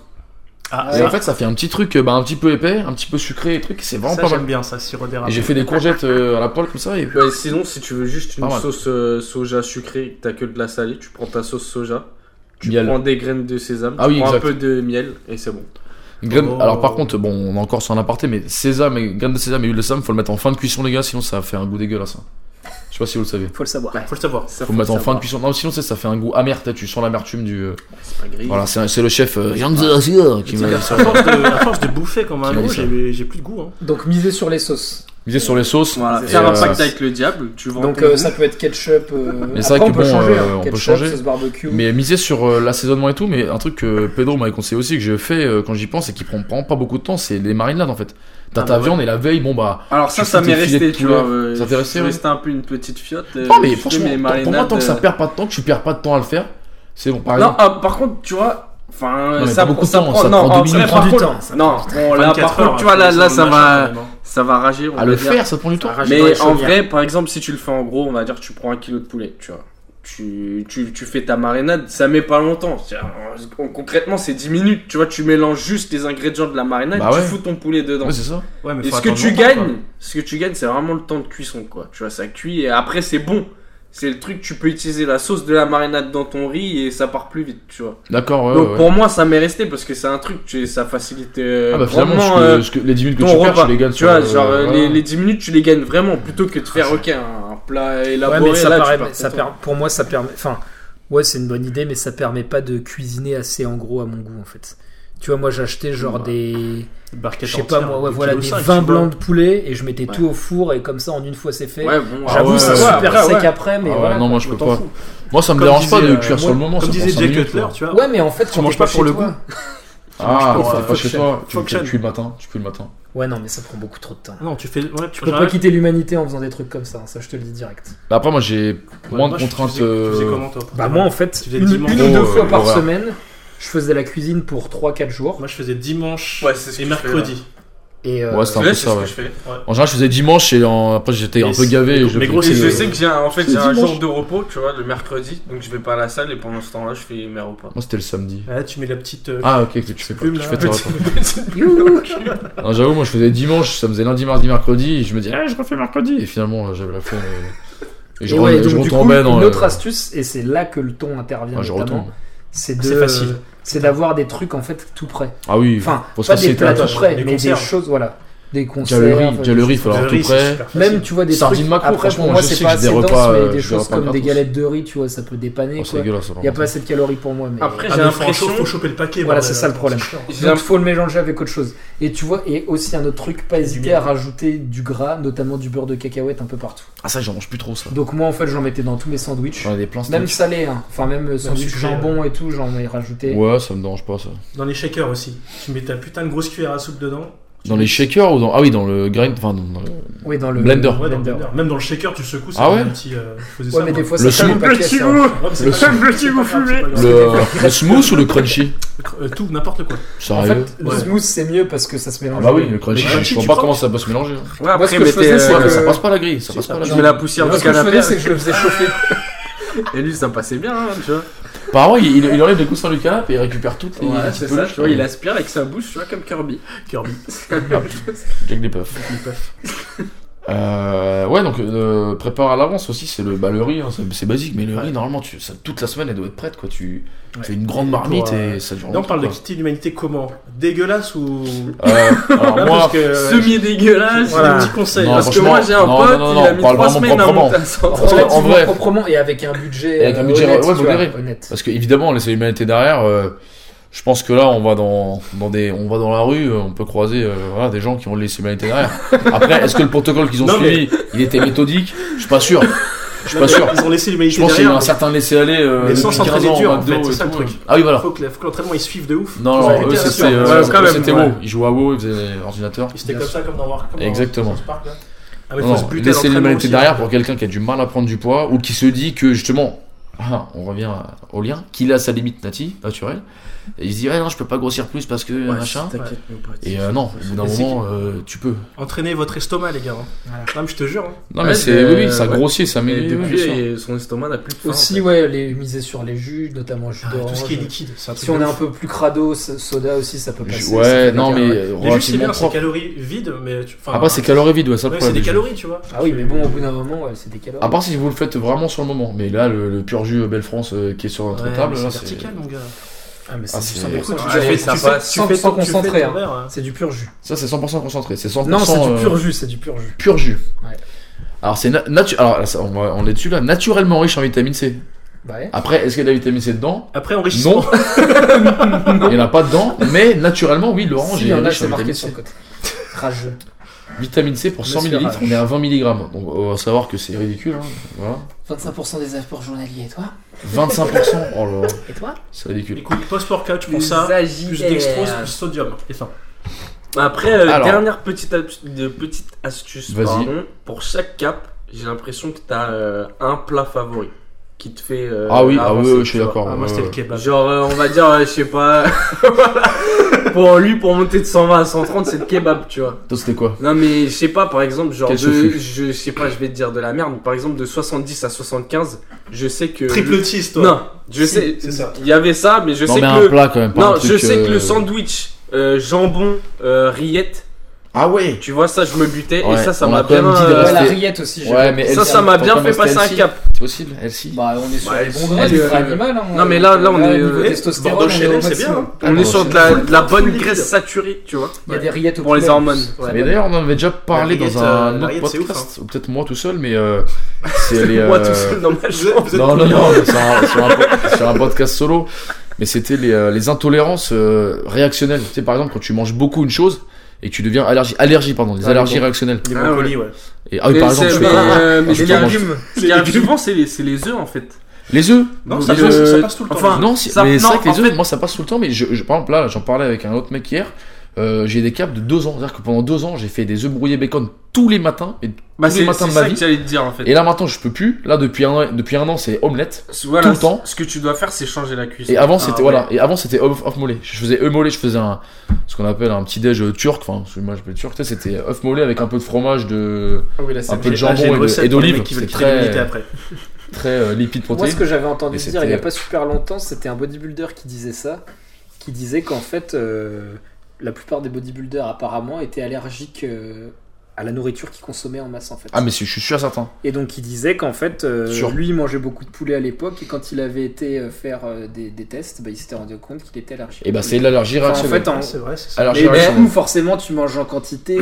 Speaker 5: Ah,
Speaker 2: Et en
Speaker 5: ça-
Speaker 2: fait, ça fait un petit truc, euh, bah, un petit peu épais, un petit peu sucré et truc. C'est vraiment
Speaker 5: ça
Speaker 2: pas mal.
Speaker 5: j'aime bien ça, sirop d'érable.
Speaker 2: Et j'ai fait des courgettes euh, à la poêle comme ça et
Speaker 6: Ouais, sinon, si tu veux juste une
Speaker 2: Pas mal.
Speaker 6: sauce euh, soja sucrée, et que t'as que de la salée, tu prends ta sauce soja, tu
Speaker 2: Miel.
Speaker 6: prends des graines de sésame,
Speaker 2: Ah
Speaker 6: tu
Speaker 2: oui,
Speaker 6: prends
Speaker 2: exact.
Speaker 6: un peu de miel et c'est bon.
Speaker 2: graines-
Speaker 5: Oh.
Speaker 2: Alors par contre, bon, on est encore sur un aparté, mais sésame, et... graines de sésame et huile de sésame, faut le mettre en fin de cuisson les gars, sinon ça fait un goût dégueulasse. hein. Je sais pas si vous le savez.
Speaker 4: Faut le savoir.
Speaker 5: Faut le savoir.
Speaker 6: Ça,
Speaker 2: Faut le mettre en fin de
Speaker 6: savoir.
Speaker 2: cuisson. Non, sinon tu sais, ça fait un goût amer, peut-être tu sens l'amertume du. euh,
Speaker 6: C'est pas gris.
Speaker 2: Voilà, c'est un- c'est le chef euh, Jean de Azur qui m'a
Speaker 5: À force de- à force de bouffer comme un
Speaker 2: Qui m'a
Speaker 5: gros,
Speaker 2: dit ça.
Speaker 5: j'ai j'ai plus de goût. hein.
Speaker 4: Donc, miser sur les sauces.
Speaker 2: misé sur les sauces.
Speaker 6: Voilà,
Speaker 2: Et,
Speaker 6: faire un
Speaker 2: euh,
Speaker 6: pacte avec le diable, tu vends
Speaker 4: Donc
Speaker 6: ton
Speaker 4: euh,
Speaker 6: goût.
Speaker 4: ça peut être ketchup. euh,
Speaker 2: Mais c'est
Speaker 4: après,
Speaker 2: vrai
Speaker 4: on
Speaker 2: que
Speaker 4: peut
Speaker 2: bon,
Speaker 4: changer.
Speaker 2: euh,
Speaker 4: hein,
Speaker 2: on peut
Speaker 4: ketchup,
Speaker 2: changer.
Speaker 4: sauce barbecue.
Speaker 2: Mais miser sur euh, l'assaisonnement et tout, mais un truc que Pedro m'avait conseillé aussi, que je fais euh, quand j'y pense et qui prend, prend pas beaucoup de temps, c'est les marinades en fait. T'as
Speaker 5: Ah,
Speaker 2: ta
Speaker 5: bah ouais.
Speaker 2: viande et la veille, bon bah.
Speaker 6: Alors ça,
Speaker 2: tu
Speaker 6: ça
Speaker 2: fais
Speaker 6: m'est
Speaker 2: tes filets de
Speaker 6: resté, tu
Speaker 2: poulet.
Speaker 6: vois. euh,
Speaker 2: Ça t'est resté,
Speaker 6: je
Speaker 2: ouais.
Speaker 6: restais un peu une petite fiotte. euh,
Speaker 2: Non Ah, mais
Speaker 6: je fais
Speaker 2: franchement,
Speaker 6: mes
Speaker 2: tant- pour moi, tant que ça
Speaker 6: marinades,
Speaker 2: perd pas de temps, que tu perds pas de temps à le faire, c'est bon. Par
Speaker 6: euh, Non,
Speaker 2: exemple,
Speaker 6: ah, par contre, tu vois, enfin,
Speaker 2: Non, mais
Speaker 6: ça
Speaker 2: pas beaucoup
Speaker 6: prend- ça
Speaker 2: de temps,
Speaker 6: prend
Speaker 2: ça
Speaker 6: non,
Speaker 2: prend deux
Speaker 6: en vrai,
Speaker 2: minutes.
Speaker 6: par
Speaker 4: Ça prend du
Speaker 6: contre-
Speaker 4: temps, ça
Speaker 6: Non, bon, là,
Speaker 5: 24
Speaker 6: par contre,
Speaker 5: heures,
Speaker 6: tu vois,
Speaker 2: hein,
Speaker 6: là,
Speaker 5: faut
Speaker 6: là,
Speaker 5: que
Speaker 6: ça
Speaker 5: le
Speaker 6: va,
Speaker 5: machin, quand
Speaker 6: ça va rager. on
Speaker 2: à Ah, le
Speaker 6: va dire.
Speaker 2: faire, ça prend du temps.
Speaker 6: Mais en vrai, par exemple, si tu le fais en gros, on va dire tu prends un kilo de poulet, tu vois. Tu, tu, tu fais ta marinade, ça met pas longtemps. C'est- on- concrètement, c'est 10 minutes. Tu vois, tu mélanges juste les ingrédients de la marinade,
Speaker 2: Bah
Speaker 6: tu
Speaker 2: ouais.
Speaker 6: fous ton poulet dedans.
Speaker 2: Ouais, c'est ça.
Speaker 5: Ouais, mais
Speaker 6: et
Speaker 5: faut
Speaker 6: ce que
Speaker 5: attendre
Speaker 6: tu
Speaker 5: longtemps,
Speaker 6: gagnes, ce que tu gagnes, c'est vraiment le temps de cuisson, quoi. Tu vois, ça cuit et après c'est bon. C'est le truc, tu peux utiliser la sauce de la marinade dans ton riz et ça part plus vite, tu vois.
Speaker 2: D'accord, ouais.
Speaker 6: Donc
Speaker 2: ouais.
Speaker 6: pour moi, ça m'est resté parce que c'est un truc, tu, ça facilite euh,
Speaker 2: Ah bah finalement,
Speaker 6: grandement
Speaker 2: ce que-
Speaker 6: euh,
Speaker 2: ce que- les 10 minutes que
Speaker 6: ton
Speaker 2: tu perds,
Speaker 6: repas.
Speaker 2: tu les gagnes
Speaker 6: tu
Speaker 2: sur,
Speaker 6: vois,
Speaker 2: euh,
Speaker 6: genre euh,
Speaker 2: voilà.
Speaker 6: les, les 10 minutes, tu les gagnes vraiment plutôt que de faire, ok, un, un plat
Speaker 4: Ouais,
Speaker 6: élaboré.
Speaker 4: mais ça
Speaker 6: là, tu
Speaker 4: paraît-
Speaker 6: perds ton
Speaker 4: ça
Speaker 6: temps.
Speaker 4: per- pour moi, ça permet. Enfin, ouais, c'est une bonne idée, mais ça permet pas de cuisiner assez en gros à mon goût en fait. Tu vois, moi j'achetais genre
Speaker 5: Ouais.
Speaker 4: des.
Speaker 5: Barquette
Speaker 4: Je sais pas
Speaker 5: entière,
Speaker 4: moi, ouais,
Speaker 5: deux
Speaker 4: voilà,
Speaker 5: kilos
Speaker 4: des
Speaker 5: cinq,
Speaker 4: vins
Speaker 5: tu vois.
Speaker 4: blancs de poulet et je mettais
Speaker 6: Ouais.
Speaker 4: tout au four et comme ça en une fois c'est fait.
Speaker 6: Ouais, bon,
Speaker 4: J'avoue,
Speaker 2: ouais,
Speaker 4: c'est
Speaker 2: ouais,
Speaker 4: super
Speaker 6: ouais,
Speaker 4: sec
Speaker 6: ouais.
Speaker 4: après, mais
Speaker 2: Ah ouais,
Speaker 4: voilà.
Speaker 2: non, moi, je
Speaker 4: quoi,
Speaker 2: peux
Speaker 4: t'en
Speaker 2: pas.
Speaker 4: fous.
Speaker 2: Moi, ça me
Speaker 5: Comme
Speaker 2: dérange pas
Speaker 5: disait,
Speaker 2: de
Speaker 5: euh,
Speaker 2: cuire sur
Speaker 5: moi-
Speaker 2: le moment.
Speaker 5: Comme
Speaker 2: ça
Speaker 5: disait
Speaker 2: prend cinq
Speaker 5: Jay
Speaker 2: minutes,
Speaker 5: Cutler,
Speaker 2: quoi.
Speaker 5: tu vois.
Speaker 4: Ouais, mais en fait, quand
Speaker 5: manges
Speaker 4: t'es
Speaker 5: pas
Speaker 4: pas
Speaker 5: pour
Speaker 4: chez
Speaker 5: le
Speaker 4: toi-
Speaker 5: goût.
Speaker 2: Ah,
Speaker 5: manges pas,
Speaker 2: t'es
Speaker 5: ouais,
Speaker 2: pas chez
Speaker 5: fuck
Speaker 2: toi. Tu
Speaker 5: fuck
Speaker 2: tu
Speaker 5: shit.
Speaker 2: cuis le matin. Tu cuis le matin.
Speaker 4: Ouais, non, mais ça prend beaucoup trop de temps.
Speaker 5: Non, tu fais. Ouais,
Speaker 4: Tu peux pas quitter l'humanité en faisant des trucs comme ça, hein, ça je te le dis direct.
Speaker 2: Bah, Après, moi, j'ai moins de
Speaker 5: Tu
Speaker 2: contraintes.
Speaker 5: faisais, tu faisais
Speaker 2: euh,
Speaker 5: comment, toi pour
Speaker 4: Bah,
Speaker 5: tes
Speaker 4: moi en
Speaker 5: repas
Speaker 4: fait,
Speaker 5: Tu faisais
Speaker 4: une,
Speaker 5: dimanche.
Speaker 4: une ou deux
Speaker 2: Oh,
Speaker 4: fois par
Speaker 2: l'horreur.
Speaker 4: semaine, je faisais la cuisine pour 3-4 jours.
Speaker 5: Moi, je faisais dimanche
Speaker 6: Ouais, c'est ce
Speaker 5: et
Speaker 6: que je fais,
Speaker 5: mercredi.
Speaker 4: Et euh,
Speaker 2: Ouais, c'est un
Speaker 6: Ouais,
Speaker 2: peu
Speaker 6: c'est ce
Speaker 2: ça,
Speaker 6: que
Speaker 2: ouais.
Speaker 6: je fais.
Speaker 2: En général, je faisais dimanche et en- après, j'étais un
Speaker 5: Mais
Speaker 2: peu
Speaker 5: c'est-
Speaker 2: gavé. et je
Speaker 5: mais gros,
Speaker 6: Et
Speaker 5: C'est-
Speaker 6: je sais que j'ai un, en fait,
Speaker 2: c'est
Speaker 6: j'ai un
Speaker 2: dimanche.
Speaker 6: jour de repos, tu vois, le mercredi, donc je vais pas à la salle et pendant ce temps-là, je fais mes repas.
Speaker 2: Moi, c'était le samedi.
Speaker 5: Ah, tu mets la petite. euh,
Speaker 2: Ah, ok, que tu fais pas.
Speaker 5: Plume,
Speaker 2: Tu
Speaker 5: là.
Speaker 2: fais tes
Speaker 5: Petit-
Speaker 2: repas.
Speaker 4: [LAUGHS] youhou,
Speaker 2: Non, J'avoue, moi, je faisais dimanche, ça me faisait lundi, mardi, mercredi. Et je me dis, ah, je refais mercredi. Et finalement, euh, j'avais la flemme. euh, Et je
Speaker 4: Et ouais,
Speaker 2: re-
Speaker 4: donc,
Speaker 2: je
Speaker 4: du coup,
Speaker 2: retombais dans
Speaker 4: une
Speaker 2: le.
Speaker 4: autre astuce, et c'est là que le ton intervient
Speaker 2: Ah, je
Speaker 4: notamment,
Speaker 2: retombe.
Speaker 4: c'est de-
Speaker 5: Ah, C'est facile.
Speaker 4: c'est d'avoir des trucs en fait tout prêts.
Speaker 2: Ah oui,
Speaker 4: Enfin,
Speaker 2: faut se
Speaker 4: pas des
Speaker 2: faciliter la
Speaker 4: plats tout
Speaker 2: tâche.
Speaker 4: prêts,
Speaker 5: Des
Speaker 4: mais
Speaker 5: conserves.
Speaker 4: des choses, voilà, des
Speaker 2: Déjà le
Speaker 4: concerts.
Speaker 2: riz, déjà le riz, il faut l'avoir
Speaker 5: Le
Speaker 2: tout
Speaker 5: riz, c'est
Speaker 2: prêt.
Speaker 5: super facile.
Speaker 4: Même tu vois des
Speaker 2: Sardines
Speaker 4: trucs.
Speaker 2: macro,
Speaker 4: après
Speaker 2: franchement,
Speaker 4: pour moi
Speaker 2: je sais
Speaker 4: c'est
Speaker 2: que
Speaker 4: pas
Speaker 2: j'ai des
Speaker 4: assez dense,
Speaker 2: repas,
Speaker 4: mais
Speaker 2: euh,
Speaker 4: des
Speaker 2: j'ai
Speaker 4: choses
Speaker 2: des repas
Speaker 4: comme des
Speaker 2: gratos.
Speaker 4: galettes de riz, tu vois, ça peut dépanner.
Speaker 2: Oh,
Speaker 4: quoi.
Speaker 2: c'est dégueulasse. ça, par
Speaker 4: Il y a
Speaker 2: contre.
Speaker 4: pas assez de calories pour moi, mais
Speaker 6: Après,
Speaker 5: Ah,
Speaker 6: j'ai
Speaker 5: mais faut-
Speaker 6: l'impression.
Speaker 5: Faut choper le paquet.
Speaker 4: Voilà,
Speaker 5: bordel,
Speaker 4: c'est ça le
Speaker 5: attends,
Speaker 4: problème.
Speaker 5: chiant.
Speaker 6: j'ai
Speaker 4: il
Speaker 6: l'impression-
Speaker 4: faut le mélanger avec autre chose. Et tu vois, et aussi un autre truc, pas hésiter
Speaker 5: miel.
Speaker 4: à rajouter du gras, notamment du beurre de cacahuète un peu partout.
Speaker 2: Ah, ça, j'en mange plus trop, ça.
Speaker 4: Donc moi en fait j'en mettais dans tous mes sandwichs,
Speaker 2: J'en ai des plans
Speaker 4: même salé, hein. enfin même euh, sandwich
Speaker 5: sucré,
Speaker 4: jambon et tout, j'en ai rajouté.
Speaker 2: Ouais, ça me dérange pas, ça.
Speaker 5: Dans les shakers aussi. Tu mets ta putain de grosse cuillère à soupe dedans.
Speaker 2: Dans les shakers ou dans. Ah oui, dans le grind. Enfin, dans le-
Speaker 4: Oui, dans le
Speaker 2: Blender.
Speaker 5: Ouais, dans le
Speaker 4: blender.
Speaker 5: blender. Même dans le shaker, tu le secoues.
Speaker 2: Ah
Speaker 5: ça fait
Speaker 2: ouais
Speaker 5: un petit, euh, je faisais
Speaker 4: Ouais,
Speaker 5: ça,
Speaker 4: mais
Speaker 5: moi.
Speaker 4: des fois
Speaker 2: Le
Speaker 4: ça sale
Speaker 2: son-
Speaker 4: paquet, ça.
Speaker 6: hein.
Speaker 5: Ouais, mais c'est
Speaker 2: Le
Speaker 5: pas grave, Ah,
Speaker 6: petit
Speaker 5: c'est pas
Speaker 6: goût
Speaker 5: grave,
Speaker 6: fumé.
Speaker 5: c'est pas grave.
Speaker 2: Le, le smooth ou le crunchy
Speaker 5: Euh, Tout, n'importe quoi.
Speaker 4: En
Speaker 2: Sérieux
Speaker 4: fait, le
Speaker 5: Ouais.
Speaker 4: smooth c'est mieux parce que ça se
Speaker 2: Ah
Speaker 4: mélange.
Speaker 2: bah oui, le crunchy,
Speaker 5: Mais crunchy,
Speaker 2: je
Speaker 5: tu
Speaker 2: comprends pas
Speaker 5: prends-
Speaker 2: comment ça peut se mélanger. hein.
Speaker 6: Ouais,
Speaker 4: Moi, ce
Speaker 6: après,
Speaker 4: que je
Speaker 6: mettez,
Speaker 4: faisais, c'est
Speaker 6: euh,
Speaker 2: Ouais, mais
Speaker 4: que-
Speaker 2: ça passe pas la grille, ça passe pas la
Speaker 6: je
Speaker 2: grille.
Speaker 6: mets la poussière
Speaker 4: Moi,
Speaker 6: de
Speaker 4: ce que je
Speaker 6: canapé.
Speaker 4: faisais, c'est que je le faisais
Speaker 5: [LAUGHS]
Speaker 4: chauffer.
Speaker 6: Et lui, ça passait bien, hein, tu vois.
Speaker 2: Apparemment, il, il- il enlève des coussins du canapé et il récupère toutes les.
Speaker 6: Ouais,
Speaker 2: les
Speaker 6: c'est
Speaker 2: petites
Speaker 6: ça,
Speaker 2: peluches.
Speaker 6: tu vois, il aspire avec sa bouche, tu vois, comme Kirby. [LAUGHS]
Speaker 5: Kirby.
Speaker 2: Jack des puffs. [LAUGHS] Euh, ouais, donc euh, prépare à l'avance aussi, c'est le, bah, le riz, hein, c'est c'est basique, mais le riz, normalement, tu, ça- toute la semaine, elle doit être prête, quoi. Tu, tu fais une grande marmite
Speaker 5: Pour, euh,
Speaker 2: et ça dure
Speaker 5: Là, on parle de
Speaker 2: longtemps,
Speaker 5: quitter l'humanité comment Dégueulasse ou.
Speaker 2: quoi.
Speaker 5: [LAUGHS]
Speaker 2: Euh, alors moi,
Speaker 5: Parce que.
Speaker 6: Euh, Semi-dégueulasse.
Speaker 5: Voilà.
Speaker 6: Parce
Speaker 5: Petit conseil.
Speaker 2: Non,
Speaker 6: que
Speaker 2: franchement,
Speaker 6: moi, j'ai un
Speaker 2: non,
Speaker 6: pote,
Speaker 2: non, non,
Speaker 6: il a
Speaker 2: on
Speaker 6: mis
Speaker 2: parle
Speaker 6: trois
Speaker 2: vraiment
Speaker 6: semaines à
Speaker 2: proprement.
Speaker 6: monter à son
Speaker 2: [LAUGHS] En vrai, en vrai.
Speaker 4: proprement et avec un budget,
Speaker 2: Et avec
Speaker 4: euh,
Speaker 2: un budget,
Speaker 4: honnête,
Speaker 2: ouais,
Speaker 4: tu
Speaker 2: vous
Speaker 4: vois,
Speaker 2: verrez.
Speaker 4: honnête.
Speaker 2: Parce que évidemment, on laisse l'humanité derrière. euh, je pense que là, on va dans, dans des, on va dans la rue, euh, on peut croiser euh, voilà, des gens qui ont laissé l'humanité derrière. Après, est-ce que le protocole qu'ils ont
Speaker 5: [LAUGHS] Non,
Speaker 2: suivi, il était méthodique Je suis pas
Speaker 5: [LAUGHS]
Speaker 2: sûr. Je suis pas sûr.
Speaker 5: Ils ont laissé
Speaker 2: Je
Speaker 5: l'humanité
Speaker 2: pense qu'il y a eu
Speaker 5: derrière.
Speaker 2: un certain laisser aller. Euh,
Speaker 5: Mais sans
Speaker 2: depuis 15
Speaker 5: s'entraîner
Speaker 2: ans,
Speaker 5: dur, en
Speaker 2: McDo
Speaker 5: fait, c'est
Speaker 2: et
Speaker 5: ça, le
Speaker 2: tout.
Speaker 5: truc.
Speaker 2: Ah oui, voilà.
Speaker 5: Faut que la- faut que l'entraînement il se suive de ouf.
Speaker 2: Non, non,
Speaker 5: Faut arrêter
Speaker 2: eux,
Speaker 5: à la
Speaker 2: c'était
Speaker 5: sueur.
Speaker 2: euh,
Speaker 6: Ouais, quand même,
Speaker 2: c'était
Speaker 6: ouais.
Speaker 2: WoW. Ils jouaient à WoW, ils faisaient ordinateur.
Speaker 5: C'était comme ça, comme dans War- comme dans
Speaker 2: Exactement.
Speaker 5: South Park, là. Ah, mais
Speaker 2: Non,
Speaker 5: faut se
Speaker 2: non,
Speaker 5: buter à
Speaker 2: laisser
Speaker 5: l'entraînement
Speaker 2: l'humanité
Speaker 5: aussi. hein.
Speaker 2: derrière pour quelqu'un qui a du mal à prendre du poids ou qui se dit que justement, ah, on revient à- au lien, qu'il a sa limite nati, naturelle. Et il se dit, ouais, non, je peux pas grossir plus parce que machin.
Speaker 6: T'inquiète, mon pote.
Speaker 2: Et euh, non, au bout d'un
Speaker 5: Mais c'est
Speaker 2: moment, euh, tu peux.
Speaker 5: Entraînez votre estomac, les gars. hein. Non, mais je te jure. hein.
Speaker 2: Non,
Speaker 6: Ouais,
Speaker 2: mais c'est.
Speaker 6: mais-
Speaker 2: Oui, oui, ça
Speaker 6: ouais.
Speaker 2: grossit, ça met.
Speaker 6: Et
Speaker 2: oui, bien
Speaker 6: depuis,
Speaker 2: sûr.
Speaker 6: et son estomac n'a plus de faim.
Speaker 4: Aussi,
Speaker 6: en fait.
Speaker 4: ouais, les miser sur les jus, notamment jus
Speaker 5: Ah,
Speaker 4: d'orange.
Speaker 5: tout ce qui est liquide, c'est un truc
Speaker 4: Si on
Speaker 5: de
Speaker 4: est un
Speaker 5: ouf.
Speaker 4: peu plus crado, so- soda aussi, ça peut
Speaker 2: Je-
Speaker 4: passer. ça
Speaker 2: Ouais,
Speaker 4: fait
Speaker 2: non,
Speaker 4: la
Speaker 2: mais
Speaker 4: guerre, ouais.
Speaker 2: euh,
Speaker 5: Les jus, c'est bien,
Speaker 2: relativement
Speaker 5: c'est
Speaker 2: propre.
Speaker 5: calories vides, mais. tu- enfin,
Speaker 2: Après, c'est calories vides, ouais, ça le
Speaker 5: Ouais, c'est
Speaker 2: problème.
Speaker 5: des
Speaker 2: du jus.
Speaker 5: calories, tu vois.
Speaker 4: Ah oui, mais bon, au bout d'un moment, ouais, c'est des calories.
Speaker 2: À part si vous le faites vraiment sur le moment. Mais là, le, le pur jus Belle France euh, qui est sur notre
Speaker 5: Ouais,
Speaker 2: table,
Speaker 5: mais
Speaker 2: là,
Speaker 5: c'est
Speaker 2: c'est.
Speaker 5: vertical, mon gars.
Speaker 4: Ah, mais
Speaker 2: Ah,
Speaker 4: c'est du
Speaker 2: c'est-
Speaker 4: 100%
Speaker 5: Écoute,
Speaker 6: Ah,
Speaker 5: tu
Speaker 6: allez,
Speaker 5: fais-
Speaker 6: ça
Speaker 5: tu fais-
Speaker 6: passe.
Speaker 5: tu
Speaker 4: Sans-
Speaker 5: fais
Speaker 4: sans
Speaker 5: ton- tu fais
Speaker 4: concentrer,
Speaker 5: ton
Speaker 4: hein.
Speaker 5: verre, hein.
Speaker 4: C'est du pur jus.
Speaker 2: Ça, c'est 100% concentré. C'est 100%.
Speaker 4: Non, c'est du
Speaker 2: euh,
Speaker 4: pur jus, c'est du pur jus.
Speaker 2: pur jus.
Speaker 4: Ouais.
Speaker 2: Alors, c'est na- natu- Alors, là, ça, on, va- on est dessus là. Naturellement riche en vitamine C.
Speaker 4: Bah ouais.
Speaker 2: Après, est-ce qu'il y a de la vitamine C dedans
Speaker 5: Après, enrichissement.
Speaker 2: Non. [LAUGHS] Il n'y en a pas dedans. Mais naturellement, oui, l'orange
Speaker 4: Si, il
Speaker 2: est
Speaker 4: y en a,
Speaker 2: riche en
Speaker 4: c'est marqué
Speaker 2: vitamine
Speaker 4: sur
Speaker 2: C.
Speaker 4: le côté. Rageux.
Speaker 2: Vitamine C pour 100
Speaker 4: Monsieur
Speaker 2: ml,
Speaker 4: Rage.
Speaker 2: on est à 20 mg. Donc, on va savoir que c'est ridicule. hein. Voilà.
Speaker 4: 25% des apports journaliers, et toi
Speaker 2: 25%. Oh là là,
Speaker 4: Et toi
Speaker 2: c'est ridicule.
Speaker 5: Écoute, post-workout, tu prends ça. Plus
Speaker 6: eh,
Speaker 5: dextrose, plus sodium. Et fin.
Speaker 6: Après, euh,
Speaker 2: Alors.
Speaker 6: dernière petite, abs- de petite astuce,
Speaker 2: Vas-y.
Speaker 6: pardon. Pour chaque cap, j'ai l'impression que t'as euh, un plat favori qui te fait. euh,
Speaker 2: ah oui, ah
Speaker 6: avancer,
Speaker 2: oui, oui, je
Speaker 6: tu
Speaker 2: suis
Speaker 6: vois.
Speaker 2: d'accord.
Speaker 5: Ah, moi,
Speaker 2: ouais,
Speaker 5: c'était
Speaker 2: ouais.
Speaker 5: le kebab.
Speaker 6: Genre, euh, on va dire, euh, je sais pas. [LAUGHS] voilà. Pour lui, pour monter de 120 à 130, c'est le kebab, tu vois.
Speaker 2: Toi, c'était quoi
Speaker 6: Non, mais je sais pas, par exemple, genre,
Speaker 2: Quel
Speaker 6: de,
Speaker 2: tofu
Speaker 6: je sais pas, je vais te dire de la merde. Par exemple, de 70 à 75, je sais que.
Speaker 5: Triple cheese, toi.
Speaker 6: Non, je
Speaker 5: Si,
Speaker 6: sais.
Speaker 5: c'est ça.
Speaker 6: Il y avait ça, mais je
Speaker 2: Non,
Speaker 6: sais
Speaker 2: mais
Speaker 6: que.
Speaker 2: un euh,
Speaker 6: le-
Speaker 2: plat quand même. Pas
Speaker 6: Non,
Speaker 2: un
Speaker 6: je
Speaker 2: truc,
Speaker 6: sais que
Speaker 2: euh,
Speaker 6: le sandwich euh, jambon euh, rillette,
Speaker 2: Ah ouais
Speaker 6: Tu vois, ça, je me butais
Speaker 2: Ouais,
Speaker 6: et ça, ça
Speaker 2: on
Speaker 6: m'a
Speaker 2: a quand
Speaker 6: bien.
Speaker 2: même dit de
Speaker 4: Ouais,
Speaker 6: euh,
Speaker 4: la
Speaker 2: rester-
Speaker 4: rillette aussi. j'ai-
Speaker 2: Ouais, mais
Speaker 6: Ça,
Speaker 2: Elsie,
Speaker 6: ça m'a
Speaker 2: faut
Speaker 6: bien
Speaker 2: quand même
Speaker 6: fait passer un
Speaker 2: rester
Speaker 6: cap.
Speaker 2: C'est possible, Elsie
Speaker 4: Bah, on est sur
Speaker 6: Bah,
Speaker 4: les
Speaker 6: c'est-
Speaker 4: bons droits,
Speaker 6: elle,
Speaker 4: c'est
Speaker 6: euh,
Speaker 4: animal. hein,
Speaker 6: non, mais là- là, on est,
Speaker 4: niveau
Speaker 6: euh,
Speaker 4: testostérone,
Speaker 5: Bordeaux
Speaker 4: on est
Speaker 5: Chédel,
Speaker 4: au
Speaker 5: c'est
Speaker 4: maximum.
Speaker 2: hein.
Speaker 5: bien.
Speaker 6: On est sur de la, de la bonne
Speaker 5: Full
Speaker 6: graisse
Speaker 5: liquide.
Speaker 6: saturée, tu vois.
Speaker 4: Il y a des rillettes au
Speaker 6: Pour les
Speaker 4: poulet,
Speaker 6: hormones.
Speaker 4: en plus.
Speaker 5: Ouais,
Speaker 2: Mais d'ailleurs, on en avait déjà parlé
Speaker 5: rillette,
Speaker 2: dans un
Speaker 5: euh, la
Speaker 2: autre
Speaker 5: rillette, c'est ouf,
Speaker 2: podcast, ou peut-être moi tout seul, mais euh, [LAUGHS] c'est les.
Speaker 6: hein. [LAUGHS] Moi
Speaker 2: euh,
Speaker 6: tout
Speaker 5: [LAUGHS]
Speaker 6: seul dans ma
Speaker 5: Vous êtes-
Speaker 6: chambre.
Speaker 5: vous êtes
Speaker 2: Non, non,
Speaker 5: combien
Speaker 2: non, mais sur un, sur un po- sur un podcast solo. Mais c'était les, euh, les intolérances euh, réactionnelles. Tu sais, par exemple, quand tu manges beaucoup une chose et que tu deviens allergique, allergie, pardon, les
Speaker 5: Ah,
Speaker 2: allergies
Speaker 5: bon.
Speaker 2: réactionnelles.
Speaker 5: Les
Speaker 6: Ah,
Speaker 5: brocolis, ouais.
Speaker 2: Et, ah oui,
Speaker 6: Mais
Speaker 2: par exemple,
Speaker 6: c'est-
Speaker 2: je fais,
Speaker 6: mais,
Speaker 2: euh,
Speaker 6: euh, mais
Speaker 2: je
Speaker 6: les
Speaker 2: mange-
Speaker 6: légumes. Ce qui arrive souvent, c'est les, c'est les œufs en fait.
Speaker 2: les œufs.
Speaker 5: Non,
Speaker 6: Donc,
Speaker 5: ça,
Speaker 2: euh,
Speaker 5: passe- ça passe tout le temps.
Speaker 6: enfin,
Speaker 2: Non, si-
Speaker 6: ça-
Speaker 2: mais c'est
Speaker 6: non,
Speaker 2: vrai que
Speaker 6: en
Speaker 2: les œufs,
Speaker 6: fait-
Speaker 2: moi ça passe tout le temps. Mais je, je- par exemple, là, j'en parlais avec un autre mec hier. euh, j'ai des caps de deux ans. C'est-à-dire que pendant deux ans, j'ai fait des œufs brouillés bacon tous les matins. Et,
Speaker 6: Bah,
Speaker 2: Tous
Speaker 6: c'est
Speaker 2: les
Speaker 6: c'est
Speaker 2: matins de ma
Speaker 6: ça
Speaker 2: vie.
Speaker 6: que j'allais te dire en fait.
Speaker 2: et là maintenant, je peux plus. Là, depuis un, an- depuis un an, c'est omelette.
Speaker 6: Voilà,
Speaker 2: tout le temps.
Speaker 6: Ce que tu dois faire, c'est changer la cuisson.
Speaker 2: Et avant,
Speaker 6: Ah,
Speaker 2: c'était
Speaker 6: ouais.
Speaker 2: voilà. Et avant, c'était œuf œuf mollet. Je faisais œuf mollet. Je faisais un ce qu'on appelle un petit déj euh, turc. Enfin, celui- moi j'appelle turc. Tu sais, c'était œuf mollet avec un peu de fromage, de
Speaker 5: Ah oui, là, c'est-
Speaker 2: un peu de
Speaker 5: j'ai-
Speaker 2: jambon
Speaker 5: j'ai une
Speaker 2: et de-
Speaker 5: recette
Speaker 2: et
Speaker 5: pour les
Speaker 2: d'olive,
Speaker 5: mecs qui veulent
Speaker 2: c'est
Speaker 5: quitter l'immunité
Speaker 2: très-
Speaker 5: après.
Speaker 2: très euh, lipides
Speaker 4: Moi,
Speaker 2: protéines.
Speaker 4: ce que j'avais entendu
Speaker 2: Mais
Speaker 4: dire il n'y a
Speaker 2: c'était-
Speaker 4: pas super longtemps, c'était un bodybuilder qui disait ça, qui disait qu'en fait, euh, la plupart des bodybuilders apparemment étaient allergiques euh, à la nourriture qu'ils consommaient en masse en fait.
Speaker 2: Ah mais c'est- je suis sûr et certain.
Speaker 4: Et donc il disait qu'en fait, euh,
Speaker 2: Sûr.
Speaker 4: lui il mangeait beaucoup de poulet à l'époque et quand il avait été euh, faire euh, des, des tests, bah, il s'était rendu compte qu'il était allergique.
Speaker 2: Et bah c'est de l'allergie
Speaker 4: Enfin, en
Speaker 2: réactionnelle.
Speaker 4: fait, en-
Speaker 5: Ah, C'est vrai, c'est ça.
Speaker 2: Alors,
Speaker 4: mais
Speaker 2: j'ai
Speaker 4: du
Speaker 2: raison.
Speaker 4: coup, forcément, tu manges
Speaker 2: [CLEARS THROAT]
Speaker 4: en quantité,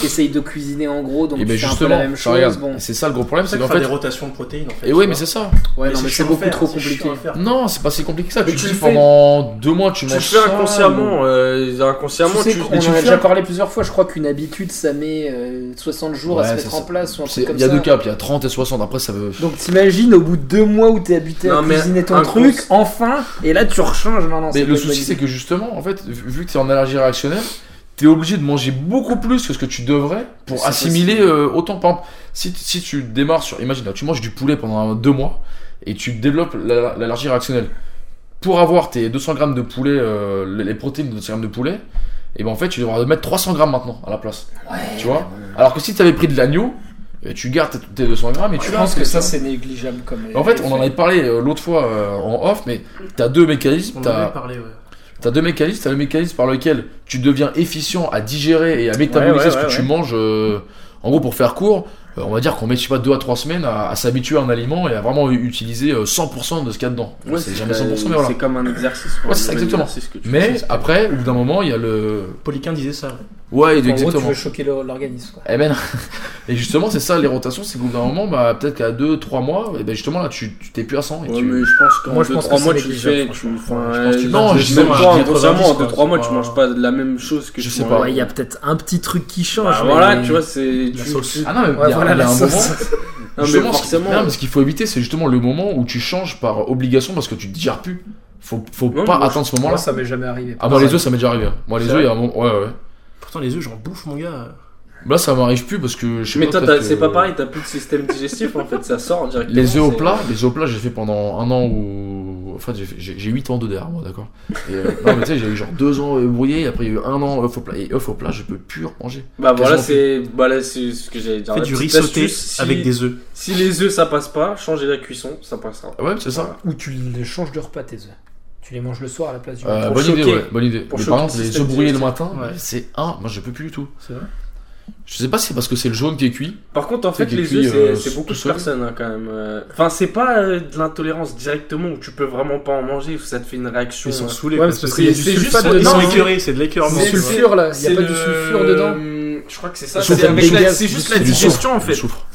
Speaker 4: t'essayes de cuisiner en gros, donc
Speaker 2: et ben
Speaker 4: tu fais un peu la
Speaker 2: justement,
Speaker 4: même
Speaker 2: ça,
Speaker 4: chose.
Speaker 2: regarde,
Speaker 4: Bon,
Speaker 2: c'est ça le gros problème,
Speaker 5: C'est
Speaker 2: c'est
Speaker 5: pour
Speaker 2: qu'en
Speaker 5: faire
Speaker 2: fait.
Speaker 5: des rotations de protéines en fait.
Speaker 2: Et
Speaker 5: tu
Speaker 2: oui, mais
Speaker 5: vois.
Speaker 2: c'est ça.
Speaker 4: ouais, non, mais
Speaker 5: chiant
Speaker 4: c'est
Speaker 5: à
Speaker 4: beaucoup
Speaker 5: faire,
Speaker 4: trop
Speaker 5: c'est
Speaker 4: compliqué.
Speaker 5: chiant à faire.
Speaker 2: Non, c'est pas si compliqué que ça.
Speaker 6: Mais
Speaker 2: tu
Speaker 6: tu
Speaker 2: le
Speaker 6: le
Speaker 2: fais
Speaker 6: fais.
Speaker 2: pendant deux mois,
Speaker 6: Tu
Speaker 2: tu
Speaker 6: le
Speaker 2: manges.
Speaker 6: fais
Speaker 2: ça,
Speaker 6: inconsciemment. euh,
Speaker 4: Tu
Speaker 6: inconsciemment,
Speaker 4: sais
Speaker 6: tu.
Speaker 4: qu'on
Speaker 2: mais tu
Speaker 4: en
Speaker 2: le
Speaker 4: a
Speaker 2: fais
Speaker 4: déjà
Speaker 2: un-
Speaker 4: parlé plusieurs fois, je crois qu'une habitude ça met euh, 60 jours
Speaker 2: Ouais,
Speaker 4: à se
Speaker 2: c'est
Speaker 4: mettre en
Speaker 2: ça.
Speaker 4: place ou un
Speaker 2: C'est-
Speaker 4: truc comme
Speaker 2: Il y a
Speaker 4: ça.
Speaker 2: deux caps, il y a 30 et 60. Après, ça veut.
Speaker 4: Donc t'imagines au bout de deux mois où t'es habitué à
Speaker 6: Non, mais
Speaker 4: cuisiner ton
Speaker 6: un
Speaker 4: truc,
Speaker 6: cons-
Speaker 4: enfin, et là tu rechanges. Non, non,
Speaker 2: Mais
Speaker 4: c'est
Speaker 2: le
Speaker 4: pas une bonne
Speaker 2: souci, c'est
Speaker 4: idée.
Speaker 2: que justement, en fait, vu vu que t'es en allergie réactionnelle, t'es obligé de manger beaucoup plus que ce que tu devrais pour
Speaker 6: C'est
Speaker 2: assimiler
Speaker 6: possible.
Speaker 2: euh, autant. Par exemple, si, si tu démarres sur. Imagine, là, tu manges du poulet pendant deux mois et tu développes la- l'allergie réactionnelle. Pour avoir tes 200 grammes de poulet, euh, les- les protéines de 200 grammes de poulet, et ben en fait, tu devras mettre 300 grammes maintenant à la place. tu vois Alors que si t'avais pris de l'agneau, eh, tu gardes tes- tes 200 grammes et tu
Speaker 4: Je
Speaker 2: l'as,
Speaker 4: pense que
Speaker 2: tu
Speaker 4: ça
Speaker 2: vois.
Speaker 4: c'est négligeable comme.
Speaker 2: En fait, on en avait parlé euh, l'autre fois euh, en off, mais t'as deux mécanismes.
Speaker 5: On en
Speaker 2: T'as
Speaker 5: avait parlé, ouais.
Speaker 2: T'as deux mécanismes, t'as le mécanisme par lequel tu deviens efficient à digérer et à métaboliser
Speaker 6: Ouais, ouais,
Speaker 2: ce que
Speaker 6: ouais,
Speaker 2: tu
Speaker 6: ouais.
Speaker 2: manges. euh, en gros, pour faire court, euh, on va dire qu'on met, je sais pas, deux à trois semaines à, à s'habituer à un aliment et à vraiment u- utiliser euh, 100% de ce qu'il y a dedans.
Speaker 6: Ouais,
Speaker 2: c'est jamais
Speaker 6: euh,
Speaker 2: 100%, mais voilà.
Speaker 6: C'est comme un exercice. quoi,
Speaker 2: Ouais, c'est
Speaker 6: le même
Speaker 2: exactement.
Speaker 6: exercice que tu fais,
Speaker 2: Mais
Speaker 6: c'est-
Speaker 2: après, au bout d'un moment, il y a le.
Speaker 5: Poliquin disait ça. ouais.
Speaker 2: Ouais,
Speaker 4: En gros, tu
Speaker 2: exactement.
Speaker 4: veux choquer le- l'organisme. quoi.
Speaker 2: Eh ben, [LAUGHS] et justement, c'est ça, les rotations, c'est qu'au bout d'un moment, bah, peut-être qu'à deux, trois mois, et ben justement, là, tu tu t'es plus à 100. Et
Speaker 6: Ouais,
Speaker 2: tu...
Speaker 6: mais je pense qu'en
Speaker 4: Moi, je
Speaker 6: 2-3
Speaker 4: pense que c'est
Speaker 6: mois, tu le
Speaker 4: négligeable,
Speaker 6: fais.
Speaker 4: franchement.
Speaker 5: Je pense que tu
Speaker 2: non,
Speaker 5: manges
Speaker 2: je
Speaker 5: des
Speaker 2: sais
Speaker 5: semaines,
Speaker 2: pas,
Speaker 5: je dis
Speaker 6: en
Speaker 5: 90, quoi,
Speaker 6: 3 mois,
Speaker 5: c'est
Speaker 6: tu
Speaker 5: pas-
Speaker 6: manges pas de la même chose que
Speaker 2: Je
Speaker 6: tu
Speaker 2: sais
Speaker 6: manges-
Speaker 2: pas.
Speaker 4: Ouais, il y a peut-être un petit truc qui change.
Speaker 6: Bah,
Speaker 4: mais-
Speaker 6: Voilà, tu vois, c'est.
Speaker 5: Ah, La
Speaker 6: tu-
Speaker 5: sauce.
Speaker 6: tu-
Speaker 2: Ah non, mais il y a-
Speaker 4: Ouais, voilà
Speaker 2: il y a
Speaker 4: la
Speaker 2: un moment.
Speaker 4: sauce.
Speaker 6: Non, mais
Speaker 2: Justement, ce qui-
Speaker 6: forcément.
Speaker 2: non, mais ce qu'il faut éviter, c'est justement le moment où tu changes par obligation parce que tu te digères plus. Faut, faut
Speaker 6: Ouais,
Speaker 2: pas
Speaker 6: moi,
Speaker 2: attendre ce moment-là.
Speaker 4: Moi, ça m'est jamais arrivé.
Speaker 2: Ah, moi, les œufs, ça m'est déjà arrivé. Moi, les
Speaker 5: C'est
Speaker 2: œufs,
Speaker 5: vrai
Speaker 2: il y a un moment. Ouais, ouais.
Speaker 5: Pourtant, les œufs, j'en bouffe, mon gars.
Speaker 2: Là, ça m'arrive plus parce que je sais
Speaker 6: Mais
Speaker 2: pas,
Speaker 6: toi,
Speaker 2: peut-être
Speaker 6: t'as- c'est
Speaker 2: que-
Speaker 6: pas pareil, t'as plus de système digestif en fait, ça sort directement.
Speaker 2: Les œufs au
Speaker 6: c'est-
Speaker 2: plat, les œufs au plat, j'ai fait pendant un an ou. Enfin, j'ai fait- j'ai j'ai 8 ans de derrière moi, d'accord Et, euh, Non, mais tu sais, j'ai eu genre 2 ans euh, brouillé, et après, il y a eu un an œuf au plat. Et œuf au plat, je peux plus en manger.
Speaker 6: Bah voilà,
Speaker 2: quasiment
Speaker 6: c'est bah, là, c'est ce que j'allais dire.
Speaker 5: Fais
Speaker 6: La
Speaker 5: du riz
Speaker 6: petite
Speaker 5: sauté
Speaker 6: astuce, si-
Speaker 5: avec des œufs.
Speaker 6: Si les œufs ça passe pas, changer la cuisson, ça passera.
Speaker 2: Ah Ouais, c'est ça.
Speaker 4: Ou tu les changes de repas tes œufs. Tu les manges le soir à la place du
Speaker 2: Euh,
Speaker 4: matin.
Speaker 2: bonne idée,
Speaker 6: choquer.
Speaker 2: ouais, bonne idée.
Speaker 6: Pour
Speaker 2: Mais
Speaker 6: choquer
Speaker 2: par
Speaker 6: le
Speaker 2: contre, les œufs
Speaker 6: système
Speaker 2: brouillés le
Speaker 5: digestif.
Speaker 2: matin,
Speaker 5: Ouais.
Speaker 2: c'est un. Moi, je peux plus du tout.
Speaker 5: C'est vrai.
Speaker 2: Je sais pas si c'est parce que c'est le jaune qui est cuit.
Speaker 6: Par contre, en fait,
Speaker 2: C'est
Speaker 6: les
Speaker 2: cuit,
Speaker 6: œufs,
Speaker 2: euh,
Speaker 6: c'est- c'est beaucoup
Speaker 2: tout
Speaker 6: de
Speaker 2: seul.
Speaker 6: personnes hein, quand même. euh. Enfin, c'est pas euh, de l'intolérance directement où tu peux vraiment pas en manger, ça te fait une réaction.
Speaker 5: Ils sont
Speaker 6: euh.
Speaker 5: saoulés.
Speaker 4: Ouais,
Speaker 5: quoi,
Speaker 4: parce que
Speaker 6: c'est-
Speaker 5: ils
Speaker 6: c'est
Speaker 5: sont-
Speaker 6: juste
Speaker 5: ils sont-
Speaker 6: de-
Speaker 5: Ils sont
Speaker 6: non,
Speaker 5: écœurés, c'est de l'écœurement.
Speaker 4: Le
Speaker 6: c'est-
Speaker 4: sulfure là, il
Speaker 6: C'est
Speaker 4: n'y a pas
Speaker 6: le-
Speaker 4: du sulfure dedans.
Speaker 6: Je crois que c'est ça.
Speaker 2: Sauf
Speaker 6: C'est
Speaker 2: le
Speaker 6: avec la-
Speaker 4: gaz,
Speaker 6: c'est
Speaker 4: du
Speaker 6: juste la
Speaker 2: du soufre,
Speaker 6: digestion en
Speaker 2: Je
Speaker 6: fait.
Speaker 2: souffre.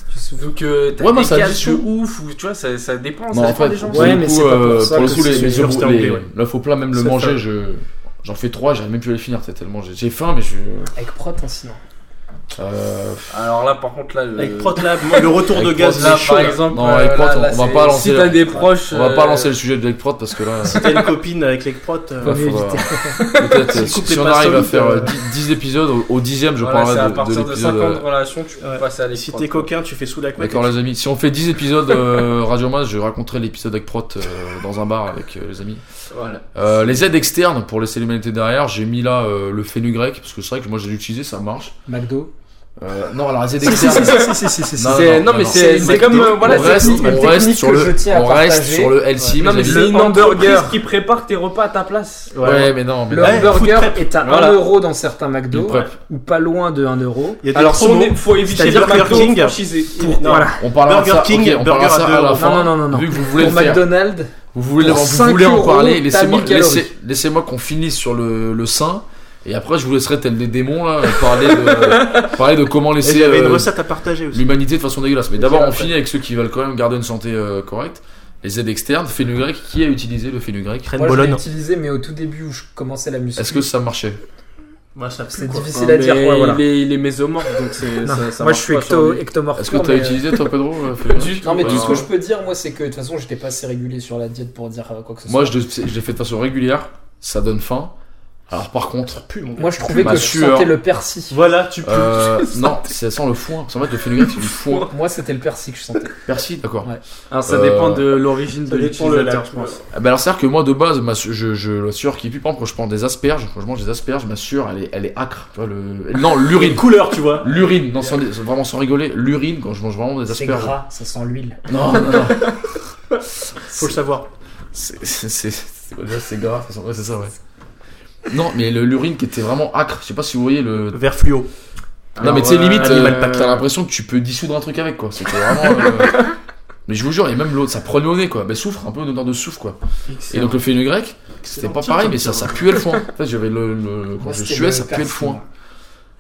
Speaker 6: Donc euh, t'as
Speaker 2: Ouais, moi,
Speaker 6: des
Speaker 2: ça
Speaker 6: gaz de
Speaker 2: digestion.
Speaker 6: ouf ou tu vois ça, ça dépend,
Speaker 2: Non,
Speaker 6: ça
Speaker 2: en
Speaker 6: dépend
Speaker 2: fait,
Speaker 6: des gens.
Speaker 2: pour
Speaker 4: Ouais,
Speaker 2: le
Speaker 4: mais
Speaker 2: coup,
Speaker 4: c'est pas pour
Speaker 2: euh,
Speaker 4: ça
Speaker 2: pour le
Speaker 4: que
Speaker 2: coup, les,
Speaker 4: c'est-
Speaker 2: les œufs
Speaker 5: c'était
Speaker 2: brûlés,
Speaker 5: anglais, ouais.
Speaker 2: là, faut plat, même le
Speaker 5: C'est
Speaker 2: manger,
Speaker 5: ça.
Speaker 2: je, j'en fais trois, j'arrive même plus à les finir, c'est tellement j'ai, j'ai faim, mais je,
Speaker 4: Avec prot, hein, sinon.
Speaker 2: euh,
Speaker 6: Alors là, par contre, là, le-
Speaker 5: Avec Protlab, le retour
Speaker 2: Avec
Speaker 5: de gaz,
Speaker 2: Protlab,
Speaker 5: c'est
Speaker 6: là,
Speaker 5: chaud.
Speaker 6: par
Speaker 5: là.
Speaker 6: exemple,
Speaker 2: Non, avec
Speaker 6: euh,
Speaker 2: Prot,
Speaker 6: là,
Speaker 2: on
Speaker 6: là,
Speaker 2: va pas
Speaker 6: c'est-
Speaker 2: lancer
Speaker 6: Si
Speaker 2: la-
Speaker 6: t'as des proches,
Speaker 2: on va pas
Speaker 6: euh,
Speaker 2: lancer le sujet de l'egg-prot parce que là,
Speaker 5: Si t'as une copine avec les prots,
Speaker 2: là,
Speaker 5: euh,
Speaker 4: Ouais.
Speaker 2: faudra-
Speaker 4: éviter.
Speaker 2: [LAUGHS] peut-être,
Speaker 5: Si
Speaker 2: euh,
Speaker 5: le
Speaker 2: si,
Speaker 5: couple est
Speaker 2: on
Speaker 5: pas
Speaker 2: arrive à
Speaker 5: solide,
Speaker 2: faire
Speaker 5: euh,
Speaker 2: 10, épisodes, au, au dixième, je
Speaker 6: voilà, c'est à
Speaker 2: parlerai de, de
Speaker 6: partir de
Speaker 2: l'épisode.
Speaker 6: 50
Speaker 2: euh,
Speaker 6: relations, tu peux
Speaker 5: ouais.
Speaker 6: passer à
Speaker 5: si
Speaker 6: l'épisode.
Speaker 5: t'es coquin, tu fais sous la couette.
Speaker 2: D'accord les amis, si on fait 10 épisodes euh, [LAUGHS] Radio Mas, je raconterai l'épisode avec Prot euh, dans un bar avec euh, les amis.
Speaker 6: Voilà.
Speaker 2: Euh, les aides externes pour laisser l'humanité derrière, j'ai mis là euh, le grec parce que c'est vrai que moi j'ai utilisé, ça marche.
Speaker 4: McDo.
Speaker 2: Euh, non, alors essayez
Speaker 6: Si, si,
Speaker 2: d'externe.
Speaker 6: si, si, si, si.
Speaker 2: Non,
Speaker 6: C'est-
Speaker 2: non,
Speaker 6: Non,
Speaker 2: non,
Speaker 6: mais
Speaker 2: non,
Speaker 6: c'est
Speaker 2: c'est
Speaker 6: c'est
Speaker 2: une
Speaker 6: comme.
Speaker 2: technique.
Speaker 6: euh, Voilà,
Speaker 2: on
Speaker 6: c'est
Speaker 2: reste,
Speaker 6: une-
Speaker 2: on
Speaker 4: technique
Speaker 2: reste sur
Speaker 4: que
Speaker 2: le,
Speaker 4: je tiens à
Speaker 2: on reste
Speaker 4: partager.
Speaker 2: sur le LC.
Speaker 6: Non,
Speaker 2: mes
Speaker 4: Ouais.
Speaker 6: mais
Speaker 2: amis.
Speaker 6: c'est une
Speaker 4: entreprise
Speaker 6: entreprise qui prépare tes repas à ta place.
Speaker 5: Ouais,
Speaker 2: Ouais, mais non, mais
Speaker 4: Le
Speaker 2: non.
Speaker 5: Ouais,
Speaker 4: hamburger
Speaker 5: food prep.
Speaker 4: est à 1€
Speaker 6: Voilà.
Speaker 4: euro dans certains
Speaker 2: Une
Speaker 4: McDo,
Speaker 2: prep.
Speaker 4: ou pas loin de 1 euro.
Speaker 5: Il y a des
Speaker 6: Alors, si on
Speaker 5: promos.
Speaker 6: est- faut éviter
Speaker 5: C'est-à-dire
Speaker 6: le McDo
Speaker 5: Burger King.
Speaker 6: franchisé.
Speaker 5: Pour-
Speaker 6: Non.
Speaker 5: voilà.
Speaker 2: On parlera de
Speaker 5: Burger
Speaker 2: ça,
Speaker 5: King,
Speaker 2: ok, on
Speaker 5: burger
Speaker 2: parlera
Speaker 5: à
Speaker 2: ça
Speaker 5: deux
Speaker 2: à la
Speaker 5: euros.
Speaker 2: fin.
Speaker 4: Non, non, non, non, non.
Speaker 2: Vu que vous voulez
Speaker 4: Pour
Speaker 2: le faire,
Speaker 4: McDonald's,
Speaker 2: vous voulez,
Speaker 4: pour
Speaker 2: vous
Speaker 4: 5
Speaker 2: voulez en
Speaker 4: euros,
Speaker 2: parler,
Speaker 4: t'as
Speaker 2: laissez-moi
Speaker 4: 1000 calories.
Speaker 2: laissez- laissez-moi qu'on finisse sur le, le sein. Et après, je vous laisserai tel des démons là, euh, parler de, parler de comment
Speaker 5: Et
Speaker 2: laisser
Speaker 5: j'avais une
Speaker 2: euh,
Speaker 5: recette à partager aussi.
Speaker 2: l'humanité de façon dégueulasse. Mais d'abord,
Speaker 4: Tiens,
Speaker 2: on
Speaker 4: après.
Speaker 2: finit avec ceux qui veulent quand même garder une santé euh, correcte. Les aides externes, grec qui a utilisé le grec
Speaker 5: Crème
Speaker 4: moi je l'ai
Speaker 5: Bologne.
Speaker 4: utilisé, mais au tout début où je commençais la musique.
Speaker 2: Est-ce que ça marchait
Speaker 5: Moi, ça pue,
Speaker 4: c'est
Speaker 5: quoi.
Speaker 4: difficile
Speaker 6: Mais
Speaker 4: à dire. ouais, voilà.
Speaker 6: Il est, il est mésomorphe, donc c'est. ça- ça
Speaker 4: Moi je
Speaker 6: marche
Speaker 4: suis
Speaker 6: pas sur
Speaker 4: ecto,
Speaker 6: lui.
Speaker 4: ectomorphe.
Speaker 2: Est-ce que t'as
Speaker 4: mais-
Speaker 2: utilisé toi, Pedro euh, Fabien
Speaker 6: Du tout.
Speaker 4: Non, mais tout ce
Speaker 6: Euh,
Speaker 4: que je peux dire, moi, c'est que de toute façon, j'étais pas assez régulier sur la diète pour dire euh, quoi que ce
Speaker 2: Moi,
Speaker 4: soit.
Speaker 2: je, je l'ai fait de façon régulière. Ça donne faim. Alors, par contre,
Speaker 5: Pue, mon gars.
Speaker 4: Moi, je trouvais
Speaker 2: ma
Speaker 4: que je
Speaker 2: sueur.
Speaker 4: sentais le persil.
Speaker 5: Voilà, tu peux.
Speaker 2: euh,
Speaker 4: [LAUGHS]
Speaker 2: non, ça sent le foin. Parce qu'en fait, le fenugrec, c'est du foin.
Speaker 4: Moi, c'était le persil que je sentais.
Speaker 2: Persil, d'accord.
Speaker 4: Ouais.
Speaker 6: Ah, ça
Speaker 2: Euh,
Speaker 6: dépend de l'origine de
Speaker 5: Ça dépend le-
Speaker 6: l'utilisateur,
Speaker 5: la-
Speaker 6: je pense.
Speaker 2: Ah bah alors c'est à dire que moi de base ma su- je, je la sueur qui pue par exemple quand je prends des asperges quand je mange des asperges ma sueur elle est, elle est acre tu vois le non l'urine
Speaker 5: couleur, tu vois.
Speaker 2: l'urine non sans- vraiment sans rigoler l'urine quand je mange vraiment des
Speaker 4: C'est
Speaker 2: asperges
Speaker 4: gras, ça sent l'huile.
Speaker 2: non non non
Speaker 5: Faut le savoir.
Speaker 2: c'est c'est- c'est c'est- déjà, c'est gras ça sent- ouais, c'est ça ouais non mais le- l'urine qui était vraiment acre je sais pas si vous voyez le
Speaker 5: Vert fluo.
Speaker 2: non mais tu sais
Speaker 6: Alors,
Speaker 2: limite
Speaker 5: animal
Speaker 2: euh,
Speaker 5: pack.
Speaker 2: t'as l'impression que tu peux dissoudre un truc avec quoi c'était vraiment euh, mais je vous jure et même l'autre ça prenait au nez quoi ben soufre un peu une odeur de soufre quoi Et donc le fénu grec, c'était pas pareil, mais ça, ça puait le foin. En fait, j'avais le, le- quand
Speaker 4: Moi,
Speaker 2: je
Speaker 4: c'était
Speaker 2: suais,
Speaker 4: le
Speaker 2: ça puait le
Speaker 4: persil,
Speaker 2: foin.
Speaker 4: moi.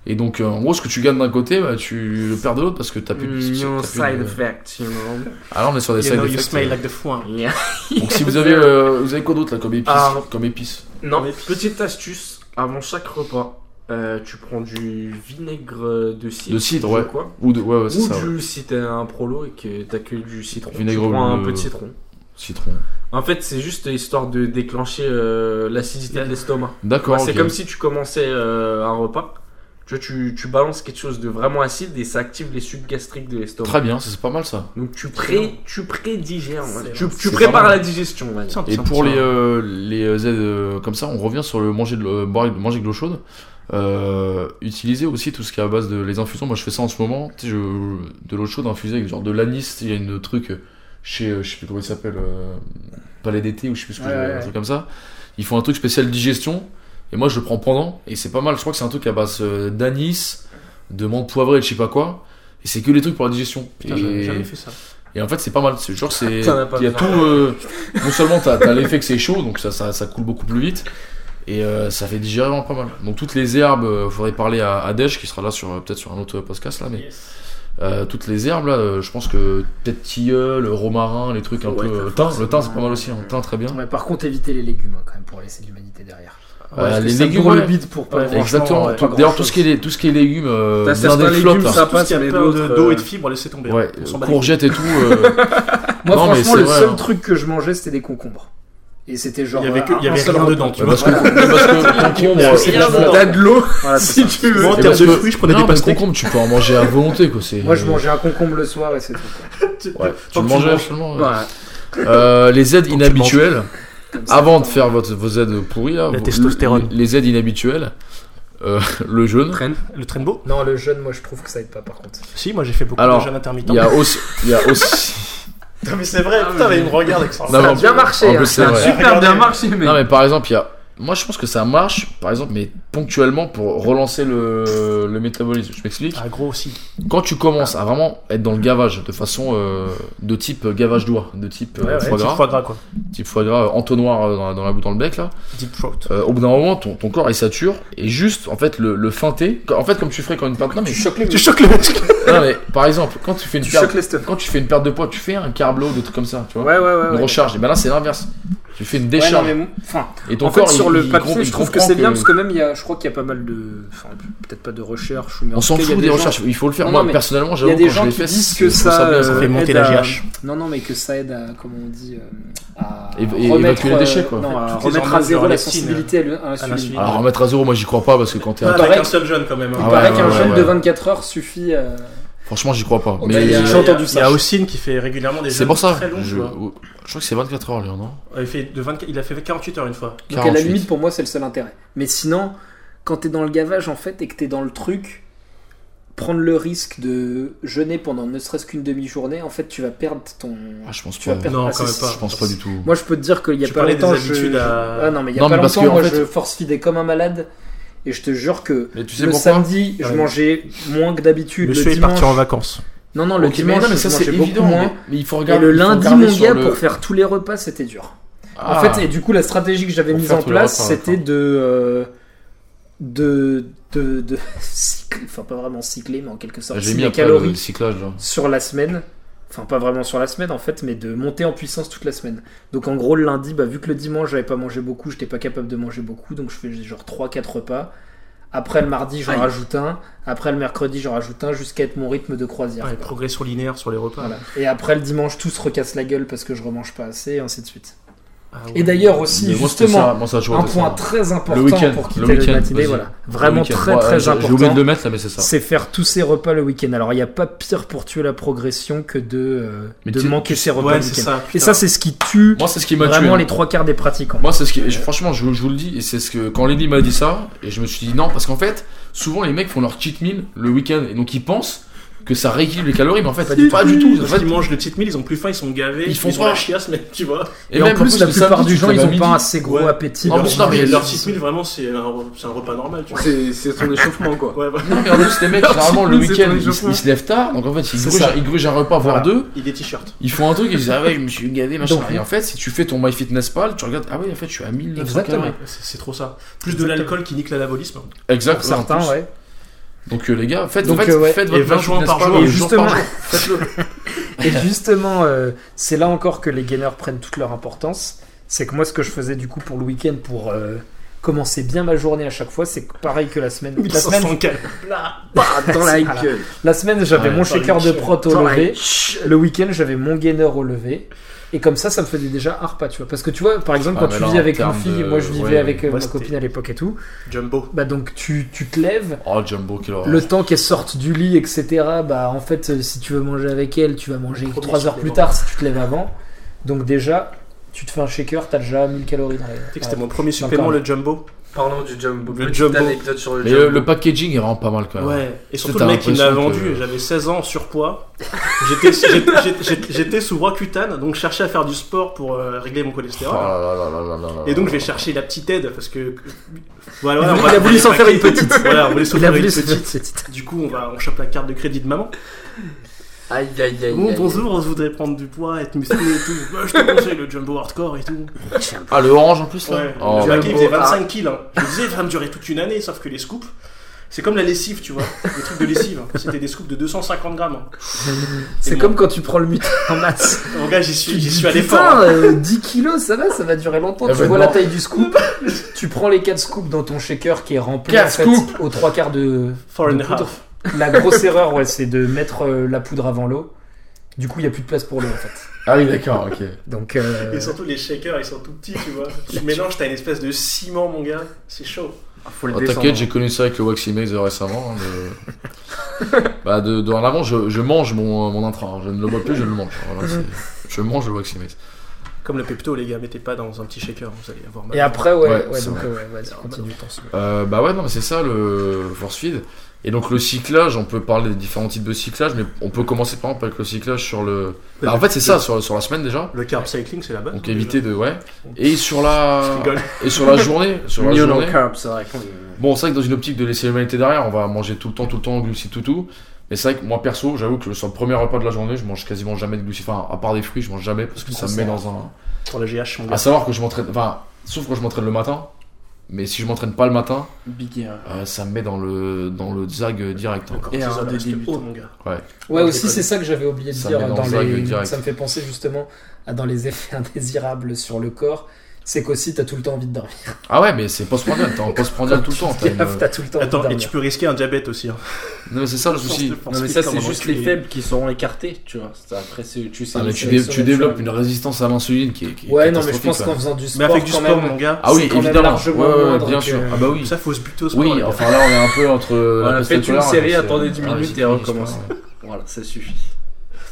Speaker 2: Et donc, euh, en gros, ce que tu gagnes d'un côté, bah, tu le perds de l'autre parce que t'as plus de.
Speaker 6: Mignon
Speaker 2: t'as plus
Speaker 6: Mm, side
Speaker 2: de-
Speaker 6: effect, you know.
Speaker 2: Alors, on est sur des
Speaker 5: You
Speaker 2: side
Speaker 5: know, you
Speaker 2: effects. euh,
Speaker 5: smell like the foin.
Speaker 6: Yeah.
Speaker 4: [LAUGHS]
Speaker 2: Donc, si vous avez, euh, vous avez quoi d'autre là comme épice,
Speaker 6: Ah.
Speaker 2: comme épice
Speaker 6: Non,
Speaker 5: Mais-
Speaker 6: petite astuce, avant chaque repas, euh, tu prends du vinaigre de cidre.
Speaker 2: De cidre,
Speaker 6: je
Speaker 2: ouais.
Speaker 6: crois.
Speaker 2: ou de, ouais, ouais,
Speaker 6: Ou
Speaker 2: c'est ça. ouais.
Speaker 6: du, si t'es un prolo et que t'as que du citron,
Speaker 2: Vinaigre
Speaker 6: tu prends un
Speaker 2: bleu.
Speaker 6: peu de citron.
Speaker 2: Citron.
Speaker 6: En fait, c'est juste histoire de déclencher euh, l'acidité de l'estomac. Bah,
Speaker 2: D'accord.
Speaker 6: C'est
Speaker 2: ok.
Speaker 6: comme si tu commençais euh, un repas. Tu vois, tu, tu balances quelque chose de vraiment acide et ça active les sucs gastriques de l'estomac.
Speaker 2: Très bien, ça, c'est pas mal ça.
Speaker 6: Donc tu, pré, tu prédigères, on va dire. tu, tu
Speaker 2: c'est
Speaker 6: prépares
Speaker 2: vraiment-
Speaker 6: la digestion. on va dire.
Speaker 2: Et pour les euh, les aides euh, comme ça, on revient sur le manger de l'eau- boire- manger de l'eau chaude. Euh, utiliser aussi tout ce qui est à base de les infusions. Moi, je fais ça en ce moment. Tu sais, je- de l'eau chaude infusée avec genre de l'anis. tu sais, Il y a une truc euh, chez euh, je sais plus comment il s'appelle euh, Palais d'été ou je sais plus ce que
Speaker 4: Ouais,
Speaker 2: j'ai-
Speaker 4: ouais,
Speaker 2: un
Speaker 4: ouais.
Speaker 2: truc comme ça. Ils font un truc spécial digestion. Et moi, je le prends pendant. Et c'est pas mal. Je crois que c'est un truc à base euh, d'anis, de menthe poivrée, et de je sais pas quoi. Et c'est que les trucs pour la digestion.
Speaker 5: Putain,
Speaker 2: Et-
Speaker 5: j'avais jamais fait ça.
Speaker 2: et en fait, c'est pas mal. C'est genre, c'est. Il y
Speaker 6: T'en as pas
Speaker 2: a tout.
Speaker 6: besoin.
Speaker 2: euh, non seulement t'as as, l'effet que c'est chaud, donc ça, ça, ça coule beaucoup plus vite. Et euh, ça fait digérer vraiment pas mal. Donc, toutes les herbes, euh, faudrait parler à, à Dej, qui sera là sur euh, peut-être sur un autre podcast là. Mais euh, toutes les herbes, là, euh, je pense que peut-être tilleul, romarin, les trucs un
Speaker 6: Ouais,
Speaker 2: peu.
Speaker 6: t'as
Speaker 2: euh, thym, le thym, c'est pas
Speaker 6: forcément-
Speaker 2: mal aussi. hein. Le thym, très bien.
Speaker 4: Ouais, par contre, éviter les légumes hein, quand même pour laisser de l'humanité derrière.
Speaker 2: Euh,
Speaker 4: Parce que
Speaker 2: les
Speaker 4: ça
Speaker 2: légumes,
Speaker 4: bourre
Speaker 2: ouais.
Speaker 4: le bide pour pas.
Speaker 5: Ouais,
Speaker 4: manger.
Speaker 2: Exactement.
Speaker 5: ouais,
Speaker 2: Tout-
Speaker 4: pas
Speaker 2: D'ailleurs, tout
Speaker 4: grand-chose.
Speaker 2: ce qui est les- tout ce qui est légumes, euh,
Speaker 6: T'as
Speaker 2: blindés
Speaker 6: certains
Speaker 2: de flotte,
Speaker 6: légumes,
Speaker 2: là.
Speaker 6: ça
Speaker 5: Tout ce
Speaker 6: passe,
Speaker 5: qui a
Speaker 6: mais
Speaker 5: plein de-
Speaker 6: d'autres.
Speaker 5: d'eau
Speaker 6: euh,
Speaker 5: et de fibres, laissez tomber.
Speaker 2: Ouais,
Speaker 5: On s'en bat les
Speaker 2: courgettes et tout. euh,
Speaker 4: Moi,
Speaker 2: Non, mais
Speaker 4: franchement,
Speaker 2: c'est
Speaker 4: le
Speaker 2: vrai,
Speaker 4: seul
Speaker 2: hein.
Speaker 4: truc que je mangeais, c'était des concombres. Et c'était genre.
Speaker 5: Il y avait que-
Speaker 4: euh,
Speaker 5: il y
Speaker 4: un
Speaker 5: avait
Speaker 4: seul
Speaker 5: rien
Speaker 4: repas.
Speaker 5: dedans, tu
Speaker 2: bah,
Speaker 5: vois.
Speaker 2: parce que, parce que concombre, euh,
Speaker 5: c'est de
Speaker 2: concombre,
Speaker 5: la-
Speaker 6: T'as de l'eau, [LAUGHS]
Speaker 4: Voilà, c'est
Speaker 6: si
Speaker 4: ça.
Speaker 6: tu veux.
Speaker 5: Moi, en
Speaker 2: Et
Speaker 5: termes
Speaker 2: parce
Speaker 5: de
Speaker 2: que-
Speaker 5: fruits, je
Speaker 2: Eh
Speaker 5: prenais
Speaker 2: ben, non,
Speaker 5: des
Speaker 2: mais le
Speaker 5: pastèques.
Speaker 2: concombre, tu peux en manger à volonté, quoi. C'est. euh,
Speaker 4: Moi, je mangeais un concombre le soir et c'est tout. quoi.
Speaker 2: Ouais, tu
Speaker 5: Tant
Speaker 2: le
Speaker 5: que tu
Speaker 2: mangeais
Speaker 5: manges.
Speaker 2: seulement. ouais.
Speaker 6: Ouais. Bah,
Speaker 2: Euh, les aides
Speaker 5: Tant que tu
Speaker 2: inhabituelles.
Speaker 4: Comme ça,
Speaker 2: Avant de
Speaker 4: enfin,
Speaker 2: faire votre, vos aides pourries, là,
Speaker 5: La
Speaker 2: vos-
Speaker 5: testostérone.
Speaker 2: Les, les aides inhabituelles. euh, [LAUGHS] le jeûne.
Speaker 6: Traîne.
Speaker 5: Le traîneau
Speaker 4: Non, le jeûne, moi, je trouve que ça aide pas par contre.
Speaker 5: Si, moi j'ai fait beaucoup
Speaker 2: Alors,
Speaker 5: de jeunes intermittents.
Speaker 2: Il y a aussi. Il y a
Speaker 5: [LAUGHS]
Speaker 2: aussi...
Speaker 5: Non, mais c'est vrai,
Speaker 6: Ah,
Speaker 5: putain,
Speaker 6: mais-
Speaker 5: mais il me regarde avec ça.
Speaker 2: Non, mais
Speaker 4: Ça a
Speaker 2: en-
Speaker 4: bien marché.
Speaker 2: en plus,
Speaker 4: hein.
Speaker 2: c'est
Speaker 6: Ça a
Speaker 2: vrai.
Speaker 6: super
Speaker 5: Regardez.
Speaker 6: bien marché, mec.
Speaker 2: Non, mais par exemple, il y a. Moi, je pense que ça marche, par exemple, mais ponctuellement pour relancer le, le métabolisme. Je m'explique.
Speaker 5: Ah, gros aussi.
Speaker 2: Quand tu commences à vraiment être dans le gavage, de façon euh, de type gavage d'oie, de type euh,
Speaker 5: Ouais, ouais,
Speaker 2: foie
Speaker 5: type
Speaker 2: gras,
Speaker 5: foie gras, quoi.
Speaker 2: type foie gras, euh, entonnoir euh, dans, la- dans la boue, dans le bec là.
Speaker 5: Deep throat.
Speaker 2: Euh, au bout d'un moment, ton, ton corps il sature et juste en fait le, le feinter. En fait, comme tu ferais quand une perte. Non mais,
Speaker 4: Tu choques les
Speaker 5: Tu choques le mec
Speaker 2: non, mais par exemple, quand tu fais une
Speaker 4: Tu
Speaker 2: perte,
Speaker 4: choques les stuff.
Speaker 2: quand tu fais une perte de poids, tu fais un carblo, des trucs comme ça, tu vois,
Speaker 4: Ouais, ouais, ouais.
Speaker 2: une
Speaker 4: ouais.
Speaker 2: recharge. Et ben là, c'est l'inverse. Tu fais une
Speaker 4: Ouais, non,
Speaker 2: décharge
Speaker 4: mais bon, enfin,
Speaker 2: et ton
Speaker 4: en
Speaker 2: corps
Speaker 4: fait, sur
Speaker 2: il,
Speaker 4: le
Speaker 2: il
Speaker 4: papier,
Speaker 2: grom- il
Speaker 4: je trouve que
Speaker 2: comprend
Speaker 4: c'est bien parce que même, il y a, je crois qu'il y a pas mal de. Enfin, peut-être pas de recherches, mais en
Speaker 2: on s'en
Speaker 4: tout cas, il y a
Speaker 2: fout des
Speaker 4: gens-
Speaker 2: recherches. Il faut le faire.
Speaker 4: Non,
Speaker 2: Moi,
Speaker 4: non, mais
Speaker 2: personnellement,
Speaker 4: Il y a
Speaker 2: j'avoue
Speaker 4: des
Speaker 2: quand je
Speaker 4: gens
Speaker 2: l'ai
Speaker 4: qui
Speaker 2: fait,
Speaker 4: disent
Speaker 2: c'est-
Speaker 4: que
Speaker 2: je trouve
Speaker 4: ça.
Speaker 2: bien,
Speaker 4: euh,
Speaker 5: fait monter
Speaker 4: aide
Speaker 5: la
Speaker 4: à-
Speaker 5: GH.
Speaker 4: Non, non, mais que ça aide à. Comment on dit euh, À.
Speaker 2: Et- et
Speaker 4: remettre,
Speaker 2: évacuer les
Speaker 4: euh,
Speaker 2: déchets, quoi.
Speaker 4: Non, à
Speaker 5: Toutes les
Speaker 4: remettre à
Speaker 5: hormones
Speaker 4: zéro
Speaker 5: sur
Speaker 4: la
Speaker 5: la leptine,
Speaker 4: sensibilité à l'u- à
Speaker 5: à
Speaker 4: l'insuline.
Speaker 5: l'insuline.
Speaker 2: Alors remettre à zéro, moi j'y crois pas parce que quand t'es.
Speaker 5: Ah,
Speaker 2: à-
Speaker 5: Avec un seul jeune quand même. hein.
Speaker 2: Ah
Speaker 4: Il
Speaker 2: ouais,
Speaker 4: paraît
Speaker 2: ouais,
Speaker 4: qu'un
Speaker 2: ouais,
Speaker 4: jeûne
Speaker 2: ouais.
Speaker 4: de 24 heures suffit. euh,
Speaker 2: Franchement, j'y crois pas.
Speaker 4: Oh, bah,
Speaker 2: Mais euh,
Speaker 4: il y a-
Speaker 5: J'ai
Speaker 4: J'ai entendu
Speaker 5: Il y
Speaker 4: ça.
Speaker 5: a Ossine qui fait régulièrement des
Speaker 2: c'est
Speaker 5: jeûnes
Speaker 2: pour ça.
Speaker 5: très longs.
Speaker 2: Je
Speaker 5: tu vois.
Speaker 2: je crois que c'est 24 heures, lui, non
Speaker 5: Il fait de 24 Il a fait 48 heures une fois.
Speaker 4: Donc à la
Speaker 2: 48.
Speaker 4: limite, pour moi, c'est le seul intérêt. Mais sinon, quand t'es dans le gavage, en fait, et que t'es dans le truc, prendre le risque de jeûner pendant ne serait-ce qu'une demi-journée, en fait, tu vas perdre ton.
Speaker 2: Ah, je pense
Speaker 4: Tu
Speaker 2: pas.
Speaker 4: vas perdre-
Speaker 5: Non,
Speaker 4: ah,
Speaker 5: quand
Speaker 4: c'est-
Speaker 5: même pas.
Speaker 2: Je pense pas du tout.
Speaker 4: Moi, je peux te dire qu'il y a
Speaker 5: Tu
Speaker 4: pas
Speaker 5: parlais
Speaker 4: longtemps,
Speaker 5: des
Speaker 4: je-
Speaker 5: habitudes
Speaker 4: je-
Speaker 5: à-
Speaker 4: Ah non, mais il y a
Speaker 2: Non,
Speaker 4: pas
Speaker 2: mais parce
Speaker 4: longtemps,
Speaker 2: que, en
Speaker 4: moi,
Speaker 2: fait-
Speaker 4: je force feedais comme un malade. Et je te jure que
Speaker 2: Mais tu sais
Speaker 4: le
Speaker 2: pourquoi
Speaker 4: samedi, je
Speaker 5: Ouais.
Speaker 4: mangeais moins que d'habitude.
Speaker 5: Monsieur
Speaker 4: Le
Speaker 5: est parti en
Speaker 4: dimanche,
Speaker 5: vacances.
Speaker 4: non, non, le
Speaker 2: Ok, mais
Speaker 4: dimanche,
Speaker 2: non, mais
Speaker 4: je
Speaker 2: ça
Speaker 4: mangeais
Speaker 2: c'est
Speaker 4: beaucoup
Speaker 2: évident.
Speaker 4: moins.
Speaker 2: Mais, mais il faut
Speaker 4: Et
Speaker 2: regarder.
Speaker 4: le
Speaker 2: il faut
Speaker 4: lundi,
Speaker 2: regarder
Speaker 4: mon
Speaker 2: sur
Speaker 4: gars,
Speaker 2: le-
Speaker 4: pour faire tous les repas, c'était dur.
Speaker 2: Ah.
Speaker 4: En fait, et du coup, la stratégie que j'avais
Speaker 2: Pour
Speaker 4: mise
Speaker 2: faire
Speaker 4: en
Speaker 2: tous les
Speaker 4: place,
Speaker 2: repas,
Speaker 4: c'était de, euh, de, de, de [LAUGHS] cycler, enfin pas vraiment cycler, mais en quelque sorte,
Speaker 2: J'ai
Speaker 4: mes
Speaker 2: mis après
Speaker 4: calories
Speaker 2: le cyclage. là.
Speaker 4: sur la semaine. Enfin, pas vraiment sur la semaine en fait, mais de monter en puissance toute la semaine. Donc en gros, le lundi, bah, vu que le dimanche, j'avais pas mangé beaucoup, j'étais pas capable de manger beaucoup, donc je fais genre 3-4 repas. Après le mardi, j'en
Speaker 6: Aïe.
Speaker 4: rajoute un. Après le mercredi, j'en rajoute un jusqu'à être mon rythme de croisière.
Speaker 5: Ah, et progression linéaire sur les repas.
Speaker 4: Voilà. Et après le dimanche, tout se recasse la gueule parce que je remange pas assez, et ainsi de suite.
Speaker 5: Ah ouais.
Speaker 4: Et d'ailleurs aussi,
Speaker 2: Mais moi, c'était
Speaker 4: justement,
Speaker 2: ça, moi, ça, je vois
Speaker 4: un
Speaker 2: ça.
Speaker 4: point très important
Speaker 2: Le week-end,
Speaker 4: pour
Speaker 2: le
Speaker 4: quitter le,
Speaker 2: week-end,
Speaker 4: matinée,
Speaker 2: vas-y.
Speaker 4: voilà.
Speaker 2: Le
Speaker 4: Vraiment
Speaker 2: week-end.
Speaker 4: très
Speaker 2: Moi, euh,
Speaker 4: très
Speaker 2: j'ai- J'ai oublié
Speaker 4: important.
Speaker 2: de le mettre là, mais c'est ça.
Speaker 4: C'est faire tous ses repas le week-end. Alors il n'y a pas pire pour tuer la progression que de, euh,
Speaker 2: Mais
Speaker 4: de
Speaker 2: tu-
Speaker 4: manquer ses repas
Speaker 5: Ouais,
Speaker 4: le
Speaker 5: c'est
Speaker 4: week-end.
Speaker 5: ça.
Speaker 4: Et
Speaker 5: putain.
Speaker 4: ça c'est ce qui tue
Speaker 2: Moi, c'est ce qui m'a tué.
Speaker 4: vraiment
Speaker 2: hein.
Speaker 4: les trois quarts des pratiquants.
Speaker 2: Moi, c'est ce qui. je- Franchement, je, je vous le dis, et c'est ce que. Quand Lily m'a dit ça, et je me suis dit non, parce qu'en fait, souvent les mecs font leur cheat meal le week-end, et donc ils pensent que ça rééquilibre les calories, mais en fait, pas du, tout. En
Speaker 5: Parce
Speaker 2: fait,
Speaker 5: qu'ils mangent le cheat meal, ils ont plus faim, ils sont gavés.
Speaker 2: Ils font
Speaker 5: ont la
Speaker 2: pas.
Speaker 5: chiasse, mais tu vois.
Speaker 4: Et, en plus, la
Speaker 2: le
Speaker 4: plupart
Speaker 2: samedi,
Speaker 4: du
Speaker 2: tu
Speaker 4: gens
Speaker 2: te
Speaker 4: ils
Speaker 2: lèves à
Speaker 4: ont pas un
Speaker 2: midi.
Speaker 4: assez gros
Speaker 5: Ouais.
Speaker 4: appétit.
Speaker 2: En
Speaker 4: Leur-
Speaker 2: plus, non, mais
Speaker 5: leur
Speaker 2: ils-
Speaker 5: cheat meal, vraiment, c'est un, c'est un repas normal, tu vois.
Speaker 6: C'est c'est son échauffement, [LAUGHS] quoi.
Speaker 5: Ouais, voilà.
Speaker 2: Non, mais en plus, les
Speaker 4: [LAUGHS]
Speaker 2: mecs, généralement, le
Speaker 6: C'est
Speaker 2: week-end,
Speaker 6: ton
Speaker 2: ils,
Speaker 6: échauffement.
Speaker 2: ils se lèvent tard, donc en fait, ils
Speaker 4: C'est
Speaker 2: grugent,
Speaker 4: ça.
Speaker 2: ils grugent un repas, voire
Speaker 4: Voilà.
Speaker 2: deux,
Speaker 5: Il est t-shirt.
Speaker 2: ils font un truc, ils disent, ah ouais, je me suis gavé, machin.
Speaker 4: Donc-
Speaker 2: et en fait, si tu fais ton MyFitnessPal, tu regardes, ah ouais, en fait, je suis à 1900
Speaker 4: Exactement.
Speaker 2: calories.
Speaker 5: C'est c'est trop ça. Plus de l'alcool qui nique l'anabolisme.
Speaker 2: Exact,
Speaker 4: pour certains,
Speaker 2: en plus.
Speaker 4: ouais.
Speaker 2: Donc, euh, les gars, faites,
Speaker 4: Donc,
Speaker 2: faites,
Speaker 4: euh, ouais.
Speaker 2: faites
Speaker 5: Et
Speaker 2: votre
Speaker 5: 20 joints par
Speaker 2: MyFitnessPal
Speaker 5: jour.
Speaker 2: au
Speaker 4: Et
Speaker 2: jour par
Speaker 4: justement,
Speaker 2: jour. Faites-le.
Speaker 4: Et justement, euh, c'est là encore que les gainers prennent toute leur importance. C'est que moi, ce que je faisais du coup pour le week-end, pour euh, commencer bien ma journée à chaque fois, c'est que pareil que la semaine. La semaine,
Speaker 5: 1500 calories.
Speaker 6: Bah, dans
Speaker 4: [LAUGHS]
Speaker 6: la
Speaker 4: Voilà.
Speaker 6: gueule.
Speaker 4: la semaine, j'avais
Speaker 2: Ouais,
Speaker 4: mon
Speaker 5: dans les
Speaker 4: shaker de
Speaker 5: chiens.
Speaker 4: prot au
Speaker 6: Dans la
Speaker 4: lever.
Speaker 6: gueule.
Speaker 4: Le week-end, j'avais mon gainer au lever. Et comme ça, ça me faisait déjà un repas, tu vois. Parce que tu vois, par exemple,
Speaker 2: Ah,
Speaker 4: quand
Speaker 2: mais
Speaker 4: tu
Speaker 2: là,
Speaker 4: vis
Speaker 2: en
Speaker 4: avec une
Speaker 2: termes
Speaker 4: fille,
Speaker 2: de-
Speaker 4: moi je vivais
Speaker 2: ouais,
Speaker 4: avec euh,
Speaker 5: moi,
Speaker 4: ma
Speaker 5: c'était-
Speaker 4: copine à l'époque et tout,
Speaker 5: Jumbo.
Speaker 4: bah donc tu, tu te lèves,
Speaker 2: Oh, Jumbo, quelle horreur.
Speaker 4: le temps qu'elle sorte du lit, etc. Bah en fait, euh, si tu veux manger avec elle, tu vas manger
Speaker 5: Premier
Speaker 4: 3 heures plus
Speaker 5: supplément.
Speaker 4: tard si tu te lèves avant. Donc déjà, tu te fais un shaker, t'as déjà 1000 calories dans les.
Speaker 5: Tu sais que
Speaker 4: dans
Speaker 5: c'était
Speaker 4: la- Ah.
Speaker 5: mon premier supplément,
Speaker 4: Encore.
Speaker 5: le Jumbo.
Speaker 6: Parlons du jumbo.
Speaker 5: Le
Speaker 6: Petite
Speaker 5: jumbo.
Speaker 6: anecdote sur le
Speaker 2: Mais euh,
Speaker 6: jumbo.
Speaker 2: le, le packaging est vraiment pas mal quand même.
Speaker 5: Ouais. Et surtout,
Speaker 2: Bah, T'as
Speaker 5: le mec, il me l'a
Speaker 2: l'impression que-
Speaker 5: vendu. J'avais 16 ans, surpoids. J'étais- j'étais- j'étais- J'étais j'étais sous roi cutane, donc je cherchais à faire du sport pour euh, régler mon
Speaker 2: Oh
Speaker 5: cholestérol.
Speaker 2: là là là là là là là.
Speaker 5: Et donc je vais chercher la petite aide parce que voilà,
Speaker 4: Il a
Speaker 5: on
Speaker 4: voulu-
Speaker 5: va-
Speaker 4: il a voulu s'en
Speaker 5: [LAUGHS]
Speaker 4: faire une petite.
Speaker 5: Voilà, on voulait s'en
Speaker 4: Il a
Speaker 5: faire une
Speaker 4: voulu se
Speaker 5: petite.
Speaker 4: petite.
Speaker 5: Du coup, on va on chope la carte de crédit de maman.
Speaker 6: Aïe aïe aïe.
Speaker 5: Bon,
Speaker 6: aïe, aïe.
Speaker 5: bonjour, on voudrait prendre du poids, être musclé et tout. Bah, je te conseille le jumbo hardcore et tout.
Speaker 2: Ah, le orange en plus là
Speaker 5: Ouais,
Speaker 2: Oh,
Speaker 5: le
Speaker 2: bah,
Speaker 5: paquet il faisait
Speaker 6: Jumbo,
Speaker 5: 25 kills. hein. Je me disais, ça va me durer toute une année, sauf que les scoops, c'est comme la lessive, tu vois. Les trucs de lessive, hein. c'était des scoops de 250 grammes. hein.
Speaker 4: C'est
Speaker 5: Et
Speaker 4: comme quand tu prends le mutant en maths.
Speaker 5: Mon gars, j'y suis, j'y suis allé fort.
Speaker 4: Putain,
Speaker 5: hein.
Speaker 4: euh, 10 kilos, ça va, ça va durer longtemps.
Speaker 2: Ah
Speaker 4: tu
Speaker 2: bah
Speaker 4: vois
Speaker 2: non.
Speaker 4: la taille du scoop, tu prends les 4 scoops dans ton shaker qui est rempli
Speaker 2: Quatre
Speaker 4: en fait,
Speaker 2: scoops.
Speaker 4: aux 3 quarts de.
Speaker 5: Four and
Speaker 4: de
Speaker 5: a half.
Speaker 4: poudre. La grosse erreur, ouais, c'est de mettre euh, la poudre avant l'eau. Du coup, il n'y a plus de place pour l'eau en fait.
Speaker 2: Ah oui, d'accord,
Speaker 5: [LAUGHS]
Speaker 2: ok.
Speaker 4: Donc, euh,
Speaker 5: Et surtout, les shakers, ils sont tout petits, tu vois. Tu mélanges, t'as une espèce de ciment, mon gars. C'est chaud.
Speaker 6: Ah, Faut le
Speaker 2: Oh,
Speaker 6: descendre.
Speaker 5: hein.
Speaker 2: T'inquiète, j'ai connu ça avec le Waxy Maze récemment. hein, de- [LAUGHS] bah, de, de en avant, je, je mange mon, mon intra. hein. Je ne le bois plus, je le mange. Voilà, c'est- je mange le Waxy Maze.
Speaker 5: Comme le Pepto, les gars, mettez pas dans un petit shaker, vous allez avoir mal.
Speaker 4: et après, ouais,
Speaker 2: Ouais,
Speaker 4: ouais,
Speaker 2: c'est
Speaker 4: donc,
Speaker 2: vrai.
Speaker 4: euh, ouais, vas-y, continue.
Speaker 2: Euh, bah ouais, non, mais c'est ça le force feed. Et donc le cyclage, on peut parler des différents types de cyclage, mais on peut commencer par exemple avec le cyclage sur le. Bah, en fait, c'est ça, sur, sur la semaine déjà.
Speaker 5: Le carb cycling, c'est la base.
Speaker 2: Donc
Speaker 5: déjà.
Speaker 2: éviter de. Ouais. Et sur la.
Speaker 5: Je rigole.
Speaker 2: Et sur la journée. Sur la
Speaker 6: Mieux dans
Speaker 2: journée.
Speaker 6: le carb, c'est vrai. qu'on- euh,
Speaker 2: Bon, c'est vrai que dans une optique de laisser l'humanité derrière, on va manger tout le temps, tout le temps, glucides, tout, tout. Mais c'est vrai que moi, perso, j'avoue que sur le premier repas de la journée, je mange quasiment jamais de glucides. Enfin, à part des fruits, je mange jamais parce que ça me met dans un.
Speaker 5: Pour la GH, mon gars.
Speaker 2: À savoir que je m'entraîne. Enfin, sauf quand je m'entraîne le matin. Mais si je m'entraîne pas le matin,
Speaker 6: Big erreur.
Speaker 2: euh, ça me met dans le, dans le zag euh, direct. hein.
Speaker 5: Et
Speaker 6: un des débuts.
Speaker 5: Oh, mon gars.
Speaker 4: Ouais,
Speaker 5: Ouais,
Speaker 4: aussi,
Speaker 5: c'est
Speaker 4: c'est ça que j'avais oublié de
Speaker 2: Ça
Speaker 4: dire
Speaker 2: met dans
Speaker 4: dans
Speaker 2: le sac,
Speaker 4: les-
Speaker 2: direct.
Speaker 4: Ça me fait penser justement à dans les effets [LAUGHS] indésirables sur le corps. C'est qu'aussi, t'as tout le temps envie de dormir.
Speaker 2: Ah ouais, mais c'est post-prandial, t'es en
Speaker 4: [LAUGHS]
Speaker 2: post-prandial tout le temps. t'as une-
Speaker 4: Gaffe, t'as tout le temps envie de
Speaker 5: Attends, et tu
Speaker 4: dormir.
Speaker 5: peux risquer un diabète aussi. Hein.
Speaker 2: Non, mais c'est ça le souci.
Speaker 6: Non mais ça c'est juste les faibles qui seront écartés, tu vois. Ça, Après c'est tu sais.
Speaker 2: Ah, mais tu,
Speaker 6: c'est-
Speaker 2: dé-
Speaker 4: c'est
Speaker 2: tu développes une résistance à l'insuline qui est. qui est
Speaker 4: Ouais, non, mais je
Speaker 2: catastrophique,
Speaker 4: pense
Speaker 2: quoi.
Speaker 4: qu'en faisant du sport,
Speaker 5: Mais avec du
Speaker 4: quand
Speaker 5: sport,
Speaker 4: même,
Speaker 5: mon gars.
Speaker 2: Ah oui,
Speaker 4: c'est quand même
Speaker 2: évidemment. Ouais,
Speaker 4: largement
Speaker 2: ouais,
Speaker 4: moindre
Speaker 2: bien
Speaker 4: que-
Speaker 2: sûr. Ah bah oui.
Speaker 5: Ça, faut se buter au sport.
Speaker 2: Oui,
Speaker 5: les gars.
Speaker 2: enfin là on est un peu entre.
Speaker 6: Voilà,
Speaker 2: la
Speaker 6: faites une
Speaker 2: post-scolaire,
Speaker 6: série,
Speaker 2: c'est-
Speaker 6: attendez 10
Speaker 2: Ah,
Speaker 6: minutes
Speaker 2: c'est
Speaker 6: et
Speaker 2: fini,
Speaker 6: recommencez.
Speaker 2: je pense, ouais.
Speaker 6: Voilà, ça suffit.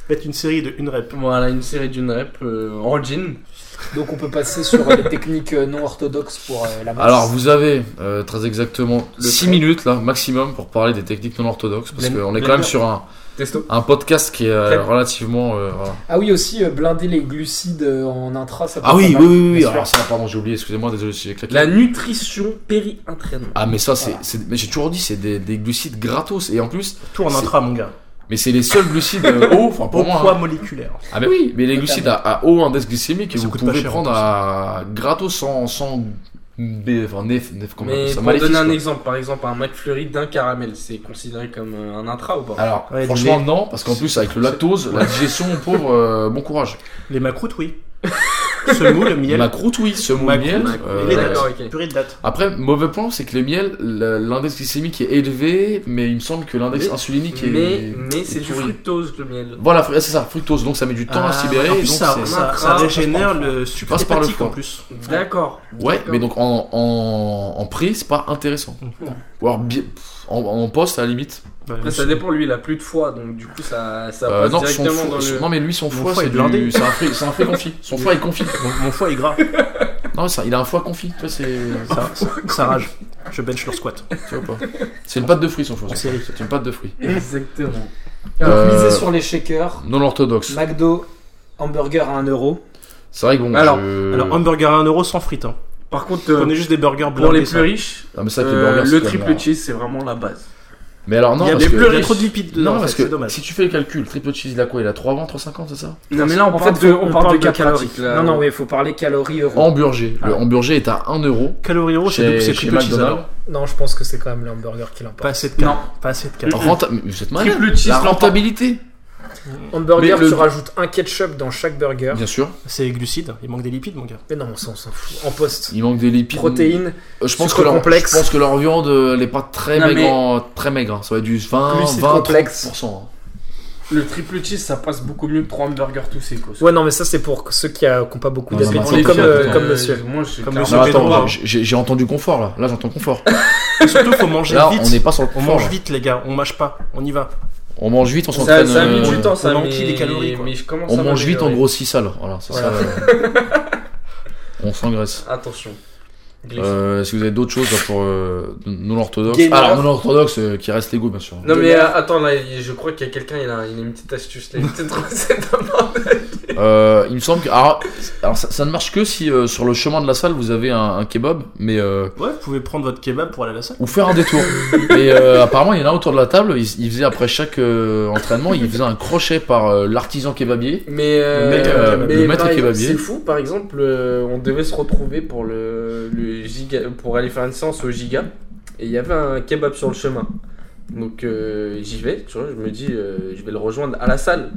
Speaker 5: Faites une série de une rep.
Speaker 6: Voilà, une série d'une rep euh, en jean.
Speaker 4: Donc on peut passer sur euh, les techniques euh, non orthodoxes pour euh, la masse.
Speaker 2: Alors vous avez euh, très exactement
Speaker 6: Le
Speaker 2: 6
Speaker 6: trait.
Speaker 2: minutes là maximum pour parler des techniques non orthodoxes parce
Speaker 6: Blend-
Speaker 2: qu'on est
Speaker 6: blender.
Speaker 2: quand même sur un,
Speaker 6: Testo.
Speaker 2: un podcast qui est euh,
Speaker 6: Trait.
Speaker 2: relativement euh, voilà.
Speaker 4: Ah oui, aussi euh, blinder les glucides euh, en intra, ça peut
Speaker 2: Ah
Speaker 4: être
Speaker 2: oui
Speaker 4: pas
Speaker 2: oui
Speaker 4: mal.
Speaker 2: oui oui.
Speaker 4: Bien
Speaker 2: Alors
Speaker 4: sûr.
Speaker 2: ça pardon j'ai oublié excusez-moi désolé si j'ai claqué.
Speaker 6: La nutrition péri-entraînement.
Speaker 2: Ah mais ça c'est
Speaker 4: Voilà.
Speaker 2: c'est- mais j'ai toujours dit c'est des, des glucides gratos et en plus
Speaker 5: Tout en
Speaker 2: C'est-
Speaker 5: intra, mon gars.
Speaker 2: mais c'est les seuls glucides
Speaker 5: [LAUGHS]
Speaker 2: euh, hauts enfin
Speaker 5: Au
Speaker 2: pour moi.
Speaker 5: poids
Speaker 2: hein.
Speaker 5: moléculaire.
Speaker 2: Ah mais oui mais les glucides à, à haut index glycémique que
Speaker 5: Ça
Speaker 2: vous
Speaker 5: coûte pas
Speaker 2: pouvez
Speaker 5: cher,
Speaker 2: prendre
Speaker 5: en plus.
Speaker 2: à gratos sans sans bé- enfin néf, néf- comment on appelle
Speaker 6: Mais
Speaker 2: ça,
Speaker 6: pour
Speaker 2: maléfice,
Speaker 6: donner un
Speaker 2: quoi.
Speaker 6: exemple, par exemple, un McFlurry d'un caramel, c'est considéré comme euh, un intra ou pas
Speaker 2: Alors,
Speaker 5: Ouais,
Speaker 2: franchement,
Speaker 5: mais-
Speaker 2: non, parce qu'en plus, avec le lactose, la digestion, pauvre, euh, bon courage.
Speaker 5: Les macroutes, oui. [LAUGHS] Semoule, miel.
Speaker 2: La croûte, oui, ce mot
Speaker 5: Ma
Speaker 2: miel.
Speaker 6: croûte,
Speaker 2: euh,
Speaker 5: Il est
Speaker 6: d'accord,
Speaker 5: d'accord,
Speaker 6: ok.
Speaker 5: Purée de date.
Speaker 2: Après, mauvais point, c'est que le miel, le- l'index glycémique est élevé, mais il me semble que l'index
Speaker 6: Mais-
Speaker 2: insulinique
Speaker 6: Mais,
Speaker 2: est.
Speaker 6: mais c'est
Speaker 2: est
Speaker 6: du
Speaker 2: pourri.
Speaker 6: fructose le miel.
Speaker 2: Voilà, fr- c'est ça, fructose, donc ça met du temps à
Speaker 6: Ah,
Speaker 2: se libérer.
Speaker 5: en
Speaker 2: donc
Speaker 5: plus, ça,
Speaker 2: c'est-
Speaker 5: ça-
Speaker 6: c'est-
Speaker 5: ça
Speaker 6: ça
Speaker 5: régénère le sucre
Speaker 2: Passe par le
Speaker 5: hépatique en
Speaker 2: foie.
Speaker 5: plus.
Speaker 6: D'accord.
Speaker 2: Ouais,
Speaker 6: D'accord.
Speaker 2: mais donc en, en, en pré, c'est pas intéressant. Ou alors, bi- pff, en, en poste, à la limite.
Speaker 5: Bah,
Speaker 6: Après, ça dépend, lui, il a plus de foie, donc du coup, ça, ça
Speaker 2: Euh,
Speaker 6: passe
Speaker 2: non, son
Speaker 6: directement
Speaker 2: foie-
Speaker 6: dans
Speaker 2: son-
Speaker 6: le.
Speaker 2: non, mais lui, son foie,
Speaker 5: foie
Speaker 2: c'est
Speaker 5: est blindé.
Speaker 2: du- c'est un fruit- c'est un fruit confit. Son foie est confit.
Speaker 5: Mon, mon foie est gras.
Speaker 2: Non, ça, il a un foie confit, tu vois, c'est.
Speaker 5: ça, ça- ça rage. Je bench leur squat.
Speaker 2: Tu vois pas C'est une pâte de fruits, son foie.
Speaker 5: En
Speaker 2: C'est
Speaker 5: série.
Speaker 2: une pâte de fruits.
Speaker 6: [LAUGHS] Exactement.
Speaker 4: Donc
Speaker 2: Euh,
Speaker 4: miser sur les shakers,
Speaker 2: Non orthodoxe.
Speaker 4: McDo, hamburger à 1 euro.
Speaker 2: C'est vrai que bon.
Speaker 6: Alors-
Speaker 2: je-
Speaker 5: Alors, hamburger à 1€ sans frites. Hein.
Speaker 6: Par contre,
Speaker 5: On
Speaker 6: euh,
Speaker 5: est juste des burgers blancs.
Speaker 6: pour les plus riches,
Speaker 2: Ah, mais ça, avec les
Speaker 6: euh,
Speaker 2: burgers, c'est
Speaker 6: le
Speaker 2: quand
Speaker 6: triple
Speaker 2: même un-
Speaker 6: cheese, c'est vraiment la base.
Speaker 2: Mais alors non,
Speaker 6: Il y a
Speaker 2: parce
Speaker 6: des
Speaker 2: que-
Speaker 6: bleus
Speaker 5: Il y a
Speaker 6: riches.
Speaker 5: trop de lipides dedans,
Speaker 2: Non,
Speaker 5: en fait,
Speaker 2: parce
Speaker 5: c'est
Speaker 2: que
Speaker 5: dommage.
Speaker 2: si tu fais le calcul, triple cheese, il a quoi Il a 3,20, 3,50, c'est ça
Speaker 6: Non, mais là, on
Speaker 4: En
Speaker 6: parle
Speaker 4: fait,
Speaker 6: de,
Speaker 4: faut-
Speaker 6: on parle de
Speaker 4: calories.
Speaker 6: calorique. là.
Speaker 4: Non, non, oui, il faut parler calories euros.
Speaker 2: Oh. Hamburger. Le
Speaker 5: Ah.
Speaker 2: hamburger est à 1 euro.
Speaker 5: Calories euro, Oh, c'est
Speaker 2: Chez,
Speaker 5: c'est
Speaker 2: chez
Speaker 5: triple cheese alors.
Speaker 2: McDonald's.
Speaker 4: Non, je pense que c'est quand même les hamburgers qui
Speaker 5: Pas
Speaker 4: l'emportent.
Speaker 5: assez de cal.
Speaker 6: Non.
Speaker 5: Pas assez de cal.
Speaker 2: Renta- Mais vous êtes malade.
Speaker 6: Triple cheese,
Speaker 2: La
Speaker 6: l'emporte.
Speaker 2: rentabilité,
Speaker 4: Hamburger,
Speaker 2: Mais le-
Speaker 4: tu rajoutes un ketchup dans chaque burger.
Speaker 2: bien sûr.
Speaker 5: C'est glucide. Il manque des lipides, mon gars.
Speaker 4: Mais non, on s'en on s'en fout. En poste.
Speaker 2: Il manque des lipides.
Speaker 4: Protéines.
Speaker 2: Euh, Je pense
Speaker 4: sucre
Speaker 2: que leur,
Speaker 4: complexe.
Speaker 2: je pense que leur viande, euh, elle est pas très
Speaker 6: Non,
Speaker 2: maigre,
Speaker 6: mais-
Speaker 2: en- très maigre. hein. Ça va être du 20,
Speaker 4: Glucides
Speaker 2: 20,
Speaker 4: complexes.
Speaker 2: 30%. hein.
Speaker 6: Le triple cheese, ça passe beaucoup mieux que 3 hamburgers toussés, quoi.
Speaker 4: Ouais, non, mais ça, c'est pour ceux qui n'ont pas beaucoup
Speaker 2: Non, non,
Speaker 6: On
Speaker 2: mais
Speaker 4: d'appétit,
Speaker 6: est
Speaker 2: c'est
Speaker 4: comme,
Speaker 2: clair,
Speaker 4: euh,
Speaker 2: putain.
Speaker 4: comme monsieur.
Speaker 6: Moi, je suis
Speaker 5: Comme
Speaker 6: clairement-
Speaker 5: monsieur.
Speaker 2: Non,
Speaker 5: Pedro,
Speaker 2: attends,
Speaker 5: hein.
Speaker 2: j'ai j'ai entendu confort là. Là, j'entends confort.
Speaker 5: Et surtout, faut manger
Speaker 2: Là,
Speaker 5: vite.
Speaker 2: on n'est pas sur le
Speaker 5: On
Speaker 2: confort.
Speaker 5: mange
Speaker 2: là.
Speaker 5: vite, les gars. On mâche pas. On y va.
Speaker 2: On mange vite, on
Speaker 6: Ça,
Speaker 2: s'entraîne.
Speaker 6: ça a mis
Speaker 2: euh,
Speaker 6: du temps, hein, ça.
Speaker 5: on
Speaker 6: mais-
Speaker 5: enquille des calories, quoi.
Speaker 6: Mais je commence
Speaker 2: On
Speaker 6: à
Speaker 2: mange vite, on
Speaker 6: m'améliorer.
Speaker 2: grossit sale. Voilà, c'est
Speaker 5: Voilà.
Speaker 2: ça. [LAUGHS] On s'engraisse.
Speaker 6: Attention.
Speaker 2: Euh, Est-ce que vous avez d'autres choses là, pour euh, non orthodoxes
Speaker 6: Gainer.
Speaker 2: Alors non orthodoxes euh, qui restent légaux bien sûr.
Speaker 6: Non mais euh, attends là, il- je crois qu'il y a quelqu'un, il a, il a une petite astuce, là, une petite [LAUGHS] recette à m'en-
Speaker 2: Euh, il me semble que alors, alors, ça, ça ne marche que si euh, sur le chemin de la salle vous avez un, un kebab, mais euh,
Speaker 5: Ouais, vous pouvez prendre votre kebab pour aller à la salle.
Speaker 2: ou faire
Speaker 6: [LAUGHS]
Speaker 2: un détour. Et euh, apparemment il y en a autour de la table, il, il faisait après chaque euh, entraînement, il faisait un crochet par euh, l'artisan kebabier.
Speaker 6: Mais, euh,
Speaker 2: Le maître,
Speaker 6: euh,
Speaker 5: le
Speaker 6: mais
Speaker 2: maître
Speaker 6: par exemple,
Speaker 2: kebabier.
Speaker 6: c'est fou. Par exemple, euh, on devait se retrouver pour le, le giga, pour aller faire une séance au giga, et il y avait un kebab sur le chemin. Donc euh, j'y vais, tu vois, je me dis, euh, je vais le rejoindre à la salle.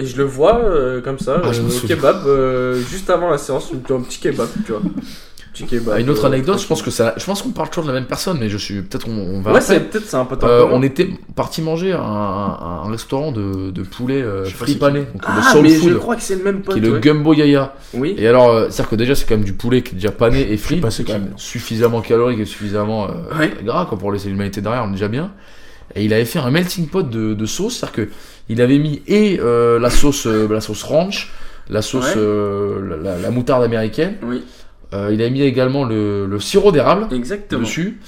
Speaker 6: Et je le vois euh, comme ça,
Speaker 2: Ah, je
Speaker 6: euh,
Speaker 2: me
Speaker 6: au
Speaker 2: souviens.
Speaker 6: kebab, euh, juste avant la séance, donc, un petit kebab, tu vois. Petit kebab.
Speaker 2: Bah, une autre
Speaker 6: euh,
Speaker 2: anecdote, je pense que ça, je pense qu'on parle toujours de la même personne, mais je suis peut-être on, on va.
Speaker 6: Ouais,
Speaker 2: après.
Speaker 6: c'est peut-être c'est un peu
Speaker 2: Euh, on était parti manger à un, à un restaurant de, de poulet euh,
Speaker 5: Je sais pas
Speaker 2: frit
Speaker 5: c'est
Speaker 2: pané, donc le
Speaker 6: Ah,
Speaker 2: soul
Speaker 6: mais
Speaker 2: food,
Speaker 6: je crois que c'est le même pote.
Speaker 2: qui est le
Speaker 6: ouais.
Speaker 2: gumbo yaya.
Speaker 6: Oui.
Speaker 2: Et alors, euh, c'est-à-dire que déjà, c'est quand même du poulet qui est déjà pané et frit,
Speaker 5: pas
Speaker 2: c'est
Speaker 5: c'est
Speaker 2: quand
Speaker 5: qui,
Speaker 2: même
Speaker 5: non.
Speaker 2: suffisamment calorique et suffisamment euh,
Speaker 6: Ouais.
Speaker 2: gras quoi, pour laisser l'humanité derrière, on est déjà bien. Et il avait fait un melting pot de, de sauce, c'est-à-dire que il avait mis et euh, la sauce, euh, la sauce ranch, la sauce,
Speaker 6: Ouais.
Speaker 2: euh, la, la- la moutarde américaine.
Speaker 6: Oui,
Speaker 2: Euh, il avait mis également le, le sirop d'érable
Speaker 6: exactement.
Speaker 2: dessus.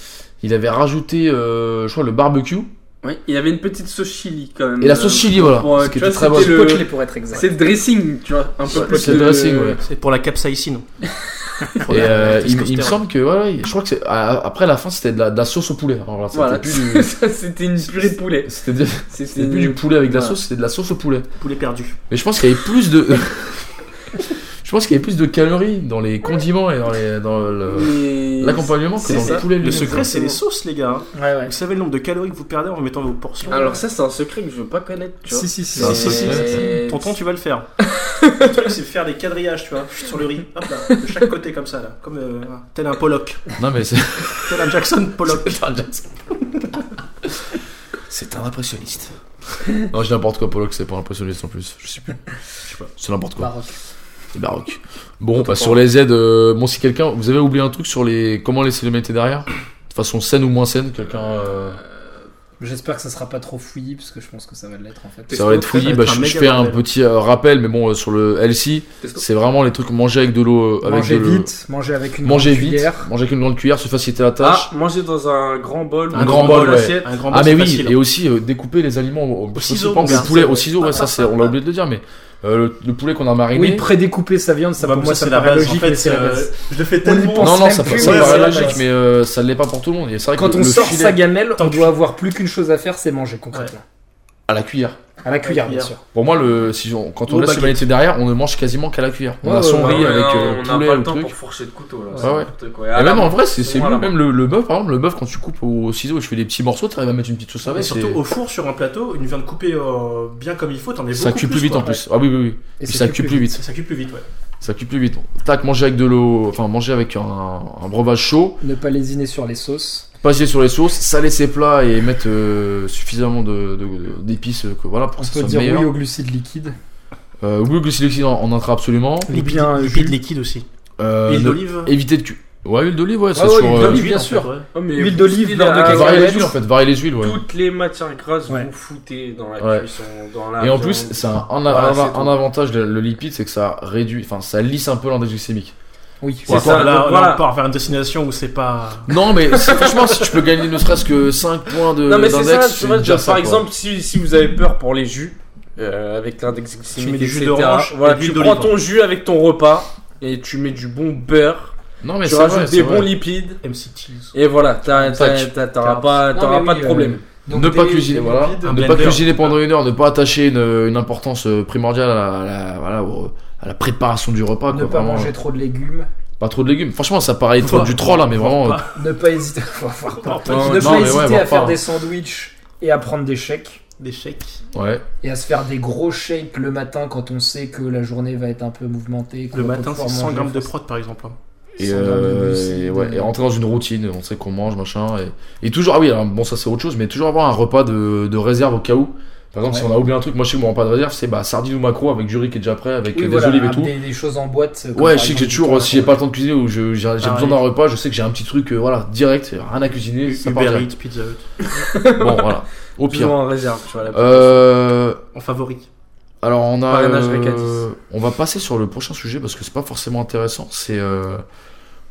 Speaker 2: Il avait rajouté, euh, je crois, le barbecue.
Speaker 6: Oui, il avait une petite sauce chili quand même.
Speaker 2: Et la sauce chili, voilà.
Speaker 6: pour, euh,
Speaker 2: ce
Speaker 6: tu
Speaker 2: qui était
Speaker 6: vois,
Speaker 2: très bon.
Speaker 6: c'était le-
Speaker 4: Potelé pour être exact.
Speaker 6: C'est le dressing, tu vois, un peu
Speaker 2: Ouais,
Speaker 6: plus.
Speaker 2: c'est le dressing, ouais.
Speaker 5: C'est pour la capsaïcine. Pour
Speaker 2: Et
Speaker 5: la- la
Speaker 2: euh, il, il me
Speaker 5: testostérone.
Speaker 2: semble que, ouais, ouais, je crois que c'est- à- après la fin, c'était de la, de la sauce au poulet. Alors là, c'était
Speaker 6: Voilà,
Speaker 2: plus du-
Speaker 6: Ça, [LAUGHS] c'était une purée de poulet.
Speaker 2: c'était de-
Speaker 6: C'était
Speaker 2: c'était plus du
Speaker 6: une...
Speaker 2: poulet avec de la
Speaker 6: Euh, Voilà.
Speaker 2: sauce, c'était de la sauce au poulet.
Speaker 5: Poulet perdu.
Speaker 2: Mais je pense qu'il y avait plus de. [LAUGHS] je pense qu'il y avait plus de calories dans les condiments et dans les- dans le-
Speaker 6: Mais...
Speaker 2: l'accompagnement que
Speaker 6: C'est
Speaker 2: dans
Speaker 6: ça.
Speaker 2: le poulet
Speaker 5: Le
Speaker 2: lui-même.
Speaker 5: secret, c'est les sauces, les gars. hein.
Speaker 4: Ouais, ouais.
Speaker 5: Vous savez le nombre de calories que vous perdez en mettant vos portions
Speaker 6: Alors ça, c'est un secret que je veux pas connaître, tu vois.
Speaker 4: Si, si, si.
Speaker 2: Non,
Speaker 6: Mais- Ah,
Speaker 2: si, si, si,
Speaker 5: Tonton, tu vas le faire. le truc, c'est faire des quadrillages, tu vois, sur le riz. Hop là, de chaque côté, comme ça, là. Comme euh, tel un Pollock.
Speaker 2: Non, mais c'est.
Speaker 5: Tel un Jackson Pollock.
Speaker 2: C'est un impressionniste. Non, j'ai n'importe quoi, Pollock, c'est pas un impressionniste en plus. Je sais plus. C'est n'importe quoi.
Speaker 4: Baroque.
Speaker 2: C'est baroque. Bon, bah, sur les aides, euh, bon, si quelqu'un. Vous avez oublié un truc sur les. Comment laisser l'humanité derrière De façon saine ou moins saine, quelqu'un. euh,
Speaker 4: J'espère que ça sera pas trop fouillis parce que je pense que ça va l'être en fait.
Speaker 2: Ça va être fouillis.
Speaker 5: va
Speaker 2: Bah,
Speaker 5: être un
Speaker 2: je, je
Speaker 5: méga
Speaker 2: fais un
Speaker 5: bordel.
Speaker 2: petit euh, rappel, mais bon, euh, sur le LC,
Speaker 6: Testo.
Speaker 2: c'est vraiment les trucs manger avec de l'eau. euh, avec
Speaker 4: manger
Speaker 2: de l'eau.
Speaker 4: vite, manger avec une
Speaker 2: Manger
Speaker 4: grande
Speaker 2: vite,
Speaker 4: cuillère.
Speaker 2: manger avec une grande cuillère, se faciliter la tâche.
Speaker 6: Ah, manger dans un grand bol.
Speaker 2: Un grand bol, ouais.
Speaker 6: d'assiette.
Speaker 5: Un grand
Speaker 2: Ah, mais
Speaker 5: c'est
Speaker 2: oui,
Speaker 5: facile. hein.
Speaker 2: et aussi euh, découper les aliments au, au
Speaker 5: ciseau,
Speaker 2: pas que
Speaker 5: bien
Speaker 2: le poulet
Speaker 5: sûr.
Speaker 2: au ciseau, ouais, ça c'est, on l'a oublié de le dire, mais euh, le, le poulet qu'on a mariné.
Speaker 4: Oui, prédécouper sa viande, ça
Speaker 5: Bah,
Speaker 4: pour
Speaker 5: bon,
Speaker 4: moi
Speaker 5: ça,
Speaker 4: ça
Speaker 5: c'est la
Speaker 4: paraît
Speaker 5: base. En
Speaker 4: logique, mais
Speaker 5: fait,
Speaker 4: c'est la
Speaker 5: euh,
Speaker 4: base.
Speaker 5: je le fais
Speaker 4: On y pense.
Speaker 5: tellement.
Speaker 2: non, non,
Speaker 4: même
Speaker 2: ça,
Speaker 4: plus,
Speaker 2: ça
Speaker 5: ouais,
Speaker 2: paraît
Speaker 5: c'est la
Speaker 2: logique,
Speaker 4: base.
Speaker 2: mais euh, ça ne l'est pas pour tout le monde. Et c'est vrai
Speaker 4: Quand
Speaker 2: que
Speaker 4: on
Speaker 2: le
Speaker 4: sort
Speaker 2: filet
Speaker 4: sa gamelle, on
Speaker 5: Tant que-
Speaker 4: doit avoir plus qu'une chose à faire, c'est manger concrètement.
Speaker 2: à la cuillère.
Speaker 4: À la cuillère, bien
Speaker 5: cuillère.
Speaker 4: sûr.
Speaker 2: Pour moi, le, si on, quand on
Speaker 5: Ou
Speaker 2: laisse
Speaker 5: baguette.
Speaker 2: le manette derrière, on ne mange quasiment qu'à la cuillère. On a
Speaker 4: Ouais, ouais,
Speaker 2: son
Speaker 4: ouais,
Speaker 2: riz
Speaker 6: Ouais,
Speaker 2: avec
Speaker 6: non,
Speaker 2: euh,
Speaker 6: on
Speaker 2: poulet,
Speaker 6: a pas
Speaker 2: le
Speaker 6: le temps
Speaker 2: truc.
Speaker 6: pour fourcher de couteau là.
Speaker 4: Ouais,
Speaker 6: c'est
Speaker 2: ouais.
Speaker 6: n'importe quoi. Et
Speaker 2: Et
Speaker 6: à la
Speaker 2: même en
Speaker 6: main,
Speaker 2: vrai, c'est,
Speaker 6: c'est
Speaker 2: c'est
Speaker 6: bon,
Speaker 2: mieux.
Speaker 6: là,
Speaker 2: Même le, le bœuf, par exemple, le bœuf, quand tu coupes au ciseau et je fais des petits morceaux, tu arrives à mettre une petite sauce
Speaker 5: Et
Speaker 2: avec.
Speaker 5: surtout
Speaker 2: et
Speaker 5: au four sur un plateau, une viande coupée euh, bien comme il faut, t'en mets beaucoup
Speaker 2: ça cuit plus vite
Speaker 5: quoi.
Speaker 2: en plus. Ah oui, oui, oui.
Speaker 4: Et
Speaker 2: Puis ça cuit plus vite.
Speaker 5: Ça, ça cuit plus vite, ouais.
Speaker 2: Ça cuit plus vite. Tac, manger avec de l'eau, enfin manger avec un, un breuvage chaud,
Speaker 4: Ne pas lésiner sur les sauces.
Speaker 2: passer sur les sauces, saler ses plats et mettre euh, suffisamment de, de- d'épices euh, que, voilà, pour
Speaker 4: On
Speaker 2: que ça
Speaker 4: peut
Speaker 2: soit
Speaker 4: dire
Speaker 2: meilleur.
Speaker 4: oui aux glucides liquides.
Speaker 2: Euh, oui, glucides en, en intra absolument.
Speaker 4: Ou bien un
Speaker 5: Lipides
Speaker 4: jus.
Speaker 5: liquides aussi.
Speaker 2: Euh,
Speaker 5: Huile
Speaker 2: ne-
Speaker 5: d'olive.
Speaker 2: Éviter de cu... Ouais, huile d'olive, ouais, c'est
Speaker 4: Ouais, ouais,
Speaker 2: sur.
Speaker 4: huile
Speaker 2: euh,
Speaker 4: d'olive.
Speaker 5: Huile,
Speaker 4: bien
Speaker 5: en fait,
Speaker 4: sûr.
Speaker 5: ouais.
Speaker 6: Oh, mais
Speaker 4: Huile
Speaker 6: vous
Speaker 4: d'olive,
Speaker 6: foutez
Speaker 4: beurre de
Speaker 6: la-
Speaker 4: cacahuète.
Speaker 2: varier les huiles en fait, varier les huiles, ouais.
Speaker 6: Toutes les matières grasses
Speaker 4: Ouais.
Speaker 6: vous foutez dans la
Speaker 2: Ouais.
Speaker 6: cuisson, dans la
Speaker 2: Et en
Speaker 6: viande.
Speaker 2: plus, c'est un, un-
Speaker 6: Voilà,
Speaker 2: un-
Speaker 6: Ah, c'est
Speaker 2: un
Speaker 6: tout.
Speaker 2: avantage le, le lipide, c'est que ça réduit, enfin ça lisse un peu l'index glycémique.
Speaker 4: Oui.
Speaker 6: C'est
Speaker 5: Bon,
Speaker 6: ça,
Speaker 5: là, là,
Speaker 6: donc voilà.
Speaker 5: on part vers une destination où c'est pas.
Speaker 2: Non mais c'est- franchement, si tu peux gagner ne serait-ce que 5 points de-
Speaker 6: Non mais
Speaker 2: euh, d'index,
Speaker 6: c'est ça, tu vois,
Speaker 2: déjà
Speaker 6: genre,
Speaker 2: ça,
Speaker 6: par
Speaker 2: quoi.
Speaker 6: exemple, si, si vous avez peur pour les jus, euh, avec l'index
Speaker 5: Tu mets
Speaker 6: glycémique,
Speaker 5: du jus
Speaker 6: etc.,
Speaker 5: d'orange et
Speaker 6: voilà,
Speaker 5: de
Speaker 6: tu
Speaker 5: l'huile
Speaker 6: prends
Speaker 5: d'olive.
Speaker 6: ton jus avec ton repas, et tu mets du bon beurre,
Speaker 2: non mais
Speaker 6: tu
Speaker 2: c'est
Speaker 6: rajoutes
Speaker 2: vrai,
Speaker 6: des
Speaker 2: c'est
Speaker 6: bons
Speaker 2: vrai.
Speaker 6: lipides,
Speaker 5: MC Cheese.
Speaker 6: et voilà, t'as- t'as-
Speaker 2: Tac.
Speaker 6: t'as- t'auras pas,
Speaker 4: Non,
Speaker 6: t'auras
Speaker 4: mais
Speaker 6: pas
Speaker 4: oui, euh,
Speaker 6: de problème.
Speaker 4: Donc
Speaker 2: ne pas
Speaker 4: des-
Speaker 2: cuisiner,
Speaker 4: des
Speaker 2: voilà.
Speaker 4: lipides.
Speaker 5: Un
Speaker 2: ne pas
Speaker 5: blender.
Speaker 2: cuisiner pendant une heure, ne pas attacher une, une importance euh, primordiale à la, à la- voilà, au- à la préparation du repas.
Speaker 4: Ne
Speaker 2: Ah, quoi,
Speaker 4: pas
Speaker 2: vraiment. euh,
Speaker 4: manger trop de légumes.
Speaker 2: Pas trop de légumes. Franchement, ça paraît
Speaker 5: Faut
Speaker 2: trop
Speaker 5: pas-
Speaker 2: du troll là, mais
Speaker 5: faut
Speaker 2: vraiment.
Speaker 5: pas.
Speaker 2: euh,
Speaker 4: Ne pas hésiter, [LAUGHS] Faut avoir peur.
Speaker 5: Pas-
Speaker 2: Non, non,
Speaker 4: Ne pas
Speaker 2: mais ouais,
Speaker 4: hésiter
Speaker 2: bah,
Speaker 4: à faire
Speaker 2: pas.
Speaker 4: des sandwichs et à prendre des shakes.
Speaker 5: Des shakes.
Speaker 2: Ouais.
Speaker 4: Et à se faire des gros shakes le matin quand on sait que la journée va être un peu mouvementée. qu'on
Speaker 5: Le
Speaker 4: va pas
Speaker 5: matin, c'est
Speaker 4: pouvoir
Speaker 5: 100
Speaker 4: manger.
Speaker 5: grammes de prot par exemple. hein.
Speaker 2: Et,
Speaker 4: Sans
Speaker 2: euh,
Speaker 4: grammes de glucides.
Speaker 2: et ouais, et rentrer dans une routine, on sait qu'on mange, machin. Et, et toujours, ah oui, alors, bon, ça c'est autre chose, mais toujours avoir un repas de, de réserve au cas où. Par exemple,
Speaker 4: Ouais.
Speaker 2: si on a oublié un truc, moi je sais que mon repas de réserve, c'est bah, sardine ou macro avec du riz qui est déjà prêt, avec
Speaker 4: Oui,
Speaker 2: euh, des
Speaker 4: voilà,
Speaker 2: olives et tout.
Speaker 4: Des, des choses en boîte. euh, comme
Speaker 2: Ouais,
Speaker 4: par
Speaker 2: je sais que
Speaker 4: exemple
Speaker 2: j'ai
Speaker 4: du
Speaker 2: toujours,
Speaker 4: thon,
Speaker 2: euh, si j'ai
Speaker 4: quoi.
Speaker 2: pas le temps de cuisiner ou je- j'ai j'ai
Speaker 5: Ah,
Speaker 2: besoin
Speaker 5: oui.
Speaker 2: d'un repas, je sais que j'ai un petit truc, euh, voilà, direct, rien à cuisiner, ça part
Speaker 5: Uber
Speaker 2: direct.
Speaker 5: Eats, Pizza Hut.
Speaker 2: Bon, voilà.
Speaker 4: [LAUGHS]
Speaker 2: Au pire.
Speaker 6: Toujours en réserve, tu vois. la
Speaker 2: Euh,
Speaker 5: En favori.
Speaker 2: alors on a,
Speaker 6: Parrainage
Speaker 2: euh,
Speaker 6: Récatis.
Speaker 2: on va passer sur le prochain sujet parce que c'est pas forcément intéressant. C'est euh,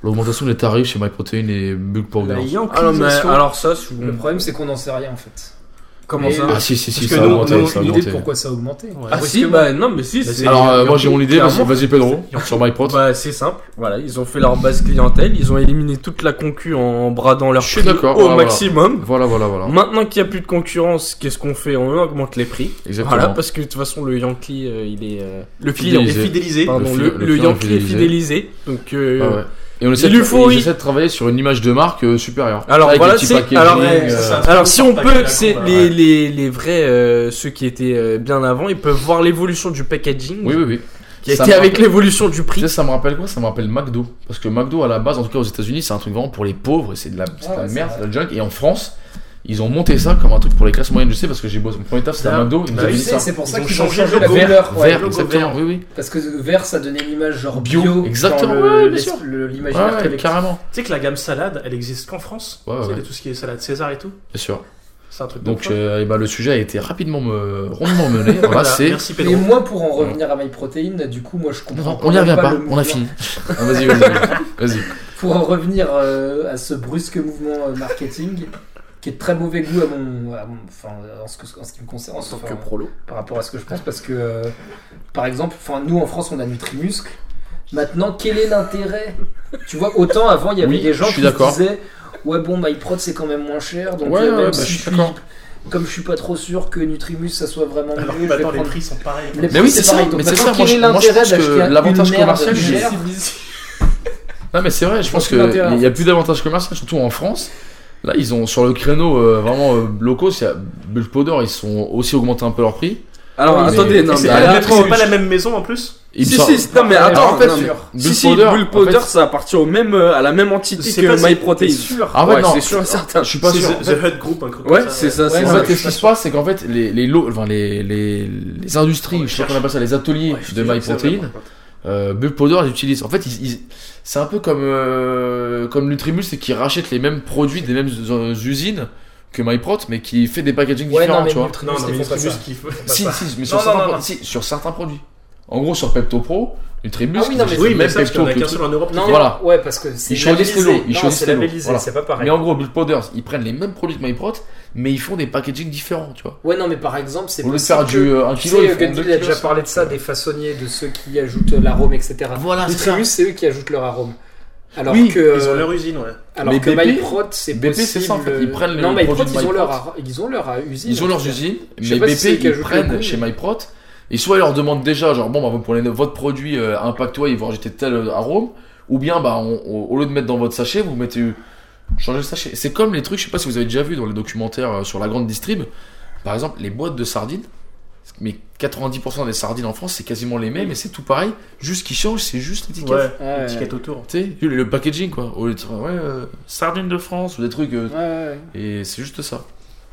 Speaker 2: l'augmentation des tarifs chez MyProtein et Bulk Burger.
Speaker 6: population. alors, Ah, mais, alors ça, si vous-
Speaker 4: Le problème, c'est qu'on n'en sait rien en fait.
Speaker 6: comment
Speaker 4: Et
Speaker 6: ça
Speaker 4: le-
Speaker 2: Ah si si si,
Speaker 5: Parce que
Speaker 2: ça a
Speaker 5: nous,
Speaker 2: augmenté,
Speaker 5: nous,
Speaker 2: ça a
Speaker 5: une idée
Speaker 4: L'idée
Speaker 2: augmenté.
Speaker 4: de pourquoi ça a augmenté.
Speaker 5: Ouais.
Speaker 6: Ah si,
Speaker 5: Brusquement.
Speaker 6: bah non, mais si, c'est.
Speaker 2: Alors euh, moi j'ai mon idée, vas-y
Speaker 6: Clairement.
Speaker 2: vas-y, Pedro, sur MyProt.
Speaker 6: Bah, c'est simple, voilà, ils ont fait leur base clientèle, ils ont éliminé toute la concu en bradant leur
Speaker 2: Je suis
Speaker 6: prix
Speaker 2: d'accord,
Speaker 6: au
Speaker 2: voilà,
Speaker 6: maximum.
Speaker 2: Voilà voilà voilà.
Speaker 6: Hein. Maintenant qu'il n'y a plus de concurrence, qu'est-ce qu'on fait On augmente les prix.
Speaker 2: Exactement.
Speaker 6: Voilà, parce que de toute façon, le Yankee, euh, il est. euh, Le client,
Speaker 5: Il est
Speaker 2: Fidélisé.
Speaker 5: fidélisé.
Speaker 6: pardon, le,
Speaker 2: Le fi-
Speaker 6: le
Speaker 2: le client
Speaker 6: Yankee est fidélisé. Donc, euh,
Speaker 2: Ah ouais. Et on essaie, de,
Speaker 6: l'euphorie.
Speaker 2: et j'essaie de travailler sur une image de marque euh, supérieure.
Speaker 6: Alors,
Speaker 2: Avec des
Speaker 6: voilà,
Speaker 2: petits
Speaker 6: c'est-
Speaker 2: packaging,
Speaker 6: alors,
Speaker 2: euh,
Speaker 6: ouais,
Speaker 5: ça, c'est un
Speaker 6: Alors si on
Speaker 5: Pas
Speaker 6: peut,
Speaker 5: que
Speaker 6: c'est
Speaker 5: la con,
Speaker 6: les,
Speaker 5: ouais.
Speaker 6: les, les vrais, euh, ceux qui étaient euh, bien avant, ils peuvent voir l'évolution du packaging
Speaker 2: oui oui oui.
Speaker 6: qui a
Speaker 2: Ça
Speaker 6: été
Speaker 2: me
Speaker 6: avec
Speaker 2: rappelle-
Speaker 6: l'évolution du prix.
Speaker 2: Tu sais, ça me rappelle quoi Ça me rappelle McDo. Parce que McDo, à la base, en tout cas aux États-Unis, c'est un truc vraiment pour les pauvres et c'est de la, c'est de
Speaker 4: Ouais,
Speaker 2: la
Speaker 4: ouais,
Speaker 2: merde,
Speaker 4: c'est
Speaker 2: c'est de la junk. Et en France, ils ont monté ça comme un truc pour les classes moyennes. Je sais parce que j'ai bossé. Mon premier taf, c'était à
Speaker 5: Bah,
Speaker 2: McDo. Ils nous
Speaker 5: bah,
Speaker 2: avaient
Speaker 4: Tu
Speaker 5: oui,
Speaker 2: dit
Speaker 4: sais,
Speaker 2: ça.
Speaker 4: c'est pour
Speaker 5: Ils
Speaker 4: ça
Speaker 5: ont
Speaker 4: qu'ils ont
Speaker 5: changé
Speaker 4: changé
Speaker 5: le
Speaker 4: la
Speaker 5: logo.
Speaker 4: couleur. ouais.
Speaker 2: Vert,
Speaker 5: logo
Speaker 2: exactement.
Speaker 5: vert.
Speaker 2: Oui, oui.
Speaker 4: Parce que vert, ça donnait l'image genre
Speaker 2: Bio,
Speaker 4: bio.
Speaker 2: exactement,
Speaker 4: dans le-
Speaker 2: ouais, bien sûr.
Speaker 4: le-
Speaker 2: Ouais,
Speaker 4: L'imaginaire
Speaker 2: ouais,
Speaker 4: collectif.
Speaker 2: carrément.
Speaker 5: Tu sais que la gamme salade, elle existe qu'en France.
Speaker 2: Ouais,
Speaker 5: Tu sais,
Speaker 2: ouais.
Speaker 5: de tout ce qui est salade César et tout.
Speaker 2: Bien sûr.
Speaker 5: C'est un truc de
Speaker 2: Donc,
Speaker 5: fou.
Speaker 2: euh, eh ben, le sujet a été rapidement me... rondement mené. Voilà,
Speaker 5: Voilà,
Speaker 2: c'est.
Speaker 5: Merci
Speaker 4: Mais
Speaker 5: Pedro.
Speaker 4: moi, pour en revenir à MyProtein, du coup, moi je
Speaker 2: Non,
Speaker 4: comprends.
Speaker 2: non, on n'y revient pas.
Speaker 4: le
Speaker 2: On a
Speaker 4: mouvement.
Speaker 2: fini. Ah, vas-y, vas-y. vas-y. Vas-y.
Speaker 4: Pour en revenir euh, à ce brusque mouvement euh, marketing qui est de très mauvais goût à mon, à mon- enfin, en, ce que- en ce qui me concerne,
Speaker 6: En tant
Speaker 4: enfin,
Speaker 6: que prolo.
Speaker 4: par rapport à ce que je pense, parce que euh, par exemple, enfin nous en France, on a Nutrimuscle. Maintenant, quel est l'intérêt Tu vois, autant avant, il y avait
Speaker 2: Oui,
Speaker 4: des gens
Speaker 2: je suis
Speaker 4: qui se
Speaker 2: d'accord.
Speaker 4: disaient ouais bon, MyProd c'est quand même moins cher, donc
Speaker 2: Ouais,
Speaker 4: euh,
Speaker 2: ouais,
Speaker 4: même
Speaker 2: bah,
Speaker 4: si
Speaker 2: je suis
Speaker 4: je suis-
Speaker 2: d'accord.
Speaker 4: comme je suis pas trop sûr que Nutrimus ça soit vraiment mieux,
Speaker 5: Alors que
Speaker 4: je vais
Speaker 5: maintenant, les
Speaker 4: prendre
Speaker 5: prix sont pareils.
Speaker 4: Les
Speaker 2: Mais
Speaker 4: prix,
Speaker 2: oui, c'est ça.
Speaker 4: pareil. Donc
Speaker 2: Mais c'est
Speaker 4: maintenant,
Speaker 2: ça. Moi,
Speaker 4: quel
Speaker 2: je,
Speaker 4: est
Speaker 2: moi, je
Speaker 4: l'intérêt
Speaker 2: pense
Speaker 4: d'acheter
Speaker 2: que
Speaker 4: une
Speaker 2: l'avantage
Speaker 4: merde
Speaker 2: commercial, il est-
Speaker 4: chère
Speaker 2: Non mais c'est vrai, je pense
Speaker 4: Aucun intérêt,
Speaker 2: qu'il
Speaker 4: en
Speaker 2: n'y a plus d'avantage commercial, surtout en France. Là, ils ont sur le créneau euh, vraiment euh, locaux, c'est à Bulk Powder, ils sont aussi augmenté un peu leur prix.
Speaker 6: Alors
Speaker 4: Oui, mais-
Speaker 6: attendez, non,
Speaker 5: Et c'est
Speaker 6: mais
Speaker 5: pas,
Speaker 6: là-
Speaker 5: la même- c'est pas la même maison en plus
Speaker 2: Il me
Speaker 6: si,
Speaker 2: semble-
Speaker 6: si, non, mais attends, en
Speaker 2: Alors,
Speaker 6: fait,
Speaker 2: non,
Speaker 6: tu-
Speaker 2: mais-
Speaker 6: si,
Speaker 2: Bull
Speaker 6: si,
Speaker 2: Powder,
Speaker 6: Bull
Speaker 2: en
Speaker 6: Powder,
Speaker 2: fait-
Speaker 6: ça appartient au même, euh, à la même entité
Speaker 5: C'est
Speaker 6: que
Speaker 5: pas- c'est-
Speaker 6: MyProtein.
Speaker 5: t'es sûr
Speaker 2: Ah ouais,
Speaker 6: Ouais,
Speaker 2: non.
Speaker 6: c'est sûr et certain.
Speaker 2: Je suis pas
Speaker 5: C'est
Speaker 2: sûr.
Speaker 5: The The Hut Group, un truc comme
Speaker 6: Ouais, c'est ça,
Speaker 4: Ouais,
Speaker 6: c'est
Speaker 2: En
Speaker 4: non,
Speaker 6: ça.
Speaker 2: fait, qu'est-ce qui se passe, c'est qu'en fait, les, les lots, enfin, les, les, les industries, je sais pas comment on appelle ça, les ateliers
Speaker 5: Ouais, je
Speaker 2: de
Speaker 5: te jure que c'est vrai,
Speaker 2: MyProtein,
Speaker 5: par contre.
Speaker 2: euh, Bulk Powder, ils utilisent. En fait, ils, ils- c'est un peu comme, euh, comme Nutribulls, c'est qu'ils rachètent les mêmes produits des mêmes euh, usines que MyProt, mais qui fait des packaging
Speaker 4: Ouais,
Speaker 2: différents,
Speaker 4: non, mais
Speaker 2: tu vois.
Speaker 4: Nutribulls,
Speaker 5: Non, non,
Speaker 4: ils
Speaker 5: mais
Speaker 4: font pas
Speaker 5: Nutribus
Speaker 4: ça.
Speaker 5: qui faut. Bah,
Speaker 4: Ils font pas
Speaker 2: Si,
Speaker 4: ça.
Speaker 2: si, mais
Speaker 5: Non,
Speaker 2: sur,
Speaker 5: non,
Speaker 2: certains,
Speaker 5: non,
Speaker 2: pro-
Speaker 5: non.
Speaker 2: si, sur certains produits. En gros, sur Pepto Pro, Nutribulls,
Speaker 4: Ah oui, non, mais-
Speaker 2: mais
Speaker 5: Oui, bah, même ça, parce qu'il
Speaker 2: Pepto,
Speaker 5: n'y en a
Speaker 2: le
Speaker 5: qu'un
Speaker 2: truc-
Speaker 5: seul en Europe. qui
Speaker 4: Non,
Speaker 5: fait-
Speaker 2: Voilà.
Speaker 4: Ouais, parce que c'est
Speaker 2: Ils choisissent le lot,
Speaker 4: labellisé.
Speaker 2: ils
Speaker 4: Non,
Speaker 2: choisissent
Speaker 4: c'est
Speaker 2: le lot,
Speaker 4: labellisé,
Speaker 2: voilà.
Speaker 4: c'est pas pareil.
Speaker 2: Mais en gros, Bill Powders, ils prennent les mêmes produits que MyProt, mais ils font des packaging différents, tu vois.
Speaker 4: Ouais, non, mais par exemple, c'est
Speaker 2: Au lieu de
Speaker 4: possible
Speaker 2: faire
Speaker 4: que-
Speaker 2: du euh, 1
Speaker 4: Tu
Speaker 2: kg,
Speaker 4: sais,
Speaker 2: ils font deux
Speaker 4: Gundy a déjà
Speaker 2: kilos.
Speaker 4: parlé de ça, des façonniers, de ceux qui ajoutent euh, l'arôme, etc.
Speaker 2: Voilà, c'est
Speaker 4: Nutribus, c'est eux qui ajoutent leur arôme. Alors
Speaker 2: Oui,
Speaker 4: que,
Speaker 5: Ils ont leur usine, ouais.
Speaker 4: alors
Speaker 2: Mais
Speaker 4: que
Speaker 2: BP,
Speaker 4: MyProt, c'est
Speaker 2: BP, c'est
Speaker 4: possible.
Speaker 2: ça, en fait. Ils prennent les
Speaker 4: non,
Speaker 2: produits
Speaker 4: MyProt,
Speaker 2: de
Speaker 4: ils ont
Speaker 2: MyProt.
Speaker 4: leur, ar- ils ont leur euh, usine.
Speaker 2: Ils ont
Speaker 4: en
Speaker 2: leurs
Speaker 4: fait.
Speaker 2: usines,
Speaker 4: Je sais
Speaker 2: mais
Speaker 4: pas si c'est eux
Speaker 2: BP,
Speaker 4: qui
Speaker 2: ils
Speaker 4: ajoutent le
Speaker 2: prennent
Speaker 4: goût,
Speaker 2: chez
Speaker 4: mais-
Speaker 2: MyProt, et soit ils leur demandent déjà, genre, bon, bah, vous prenez votre produit euh, Impactway, ils vont rajouter tel euh, arôme, ou bien, bah, on- on- au lieu de mettre dans votre sachet, vous mettez. Changez le sachet. C'est comme les trucs, je sais pas si vous avez déjà vu dans les documentaires euh, sur la grande distrib, par exemple, les boîtes de sardines, mais 90% des sardines en France, c'est quasiment les mêmes, et c'est tout pareil, juste qui change, c'est juste l'étiquette.
Speaker 5: Ouais,
Speaker 4: Ouais,
Speaker 5: étiquette autour.
Speaker 2: Tu sais, le packaging quoi, au lieu de- ouais, euh, sardines de France ou des trucs, euh,
Speaker 4: ouais, ouais.
Speaker 2: et c'est juste ça.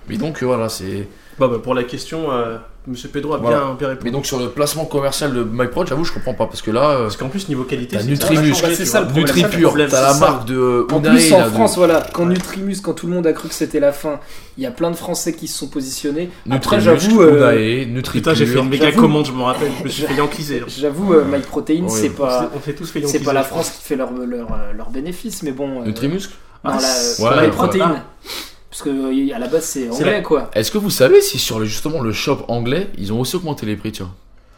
Speaker 2: Mais donc euh, voilà, c'est.
Speaker 5: Bah, bah, pour la question, euh, Monsieur Pedro a
Speaker 2: Voilà.
Speaker 5: bien, bien répondu.
Speaker 2: Mais donc sur le placement commercial de MyProd, j'avoue, je comprends pas parce que là, euh,
Speaker 5: Parce qu'en plus, niveau qualité,
Speaker 2: t'as
Speaker 5: c'est
Speaker 2: Nutrimus,
Speaker 4: bah, c'est ça le problème,
Speaker 2: Nutri
Speaker 4: ça, le
Speaker 2: Pur,
Speaker 5: problème,
Speaker 2: t'as la
Speaker 5: c'est ça.
Speaker 2: marque de
Speaker 4: En
Speaker 2: Unae,
Speaker 4: plus, en
Speaker 2: là, de-
Speaker 4: France, voilà, quand Nutrimus, quand tout le monde a cru que c'était la fin, il y a plein de Français qui se sont positionnés. Après,
Speaker 2: Nutrimus,
Speaker 4: j'avoue, euh,
Speaker 2: Unae, Nutri
Speaker 5: Putain, j'ai fait une méga
Speaker 4: j'avoue.
Speaker 5: commande, je m'en rappelle. Je me suis fait yankiser. là.
Speaker 4: j'avoue, euh, MyProtein,
Speaker 2: Ouais.
Speaker 4: c'est pas,
Speaker 5: On s'est tous fait yankiser.
Speaker 4: c'est pas la France qui fait leur, leur, euh, leur bénéfice, mais bon. euh,
Speaker 2: Nutrimuscle.
Speaker 4: non,
Speaker 5: Ah,
Speaker 4: la-
Speaker 5: c'est-
Speaker 2: ouais,
Speaker 4: les
Speaker 2: ouais.
Speaker 4: protéines. Parce que euh, à la base, c'est
Speaker 5: C'est
Speaker 4: anglais,
Speaker 5: la-
Speaker 4: quoi.
Speaker 2: Est-ce que vous savez si sur le, justement le shop anglais, ils ont aussi augmenté les prix, tiens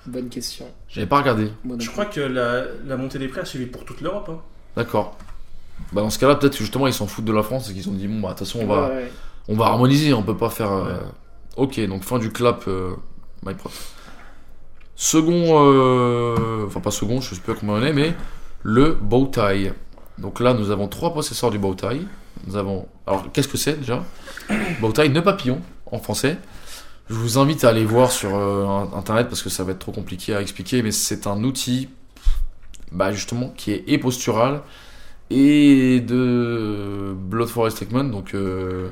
Speaker 4: Bonne question.
Speaker 2: J'avais pas regardé.
Speaker 4: Moi non
Speaker 5: Je
Speaker 4: plus.
Speaker 5: crois que la, la montée des prix a suivi pour toute l'Europe. hein.
Speaker 2: D'accord. Bah dans ce cas-là, peut-être que justement ils s'en foutent de la France et qu'ils ont dit bon bah de toute façon on va,
Speaker 4: Ouais, ouais.
Speaker 2: on va harmoniser, on peut pas faire. euh,
Speaker 5: Ouais.
Speaker 2: Ok, donc fin du clap, euh, my Pro. Second, euh, enfin pas second, je sais plus à combien on est, mais le Bowtie. Donc là, nous avons trois possesseurs du Bowtie. Nous avons. Alors, qu'est-ce que c'est déjà Bowtie, nœud papillon en français. Je vous invite à aller voir sur euh, internet parce que ça va être trop compliqué à expliquer, mais c'est un outil bah, justement qui est et postural et de Blood Forest Ekman, donc euh,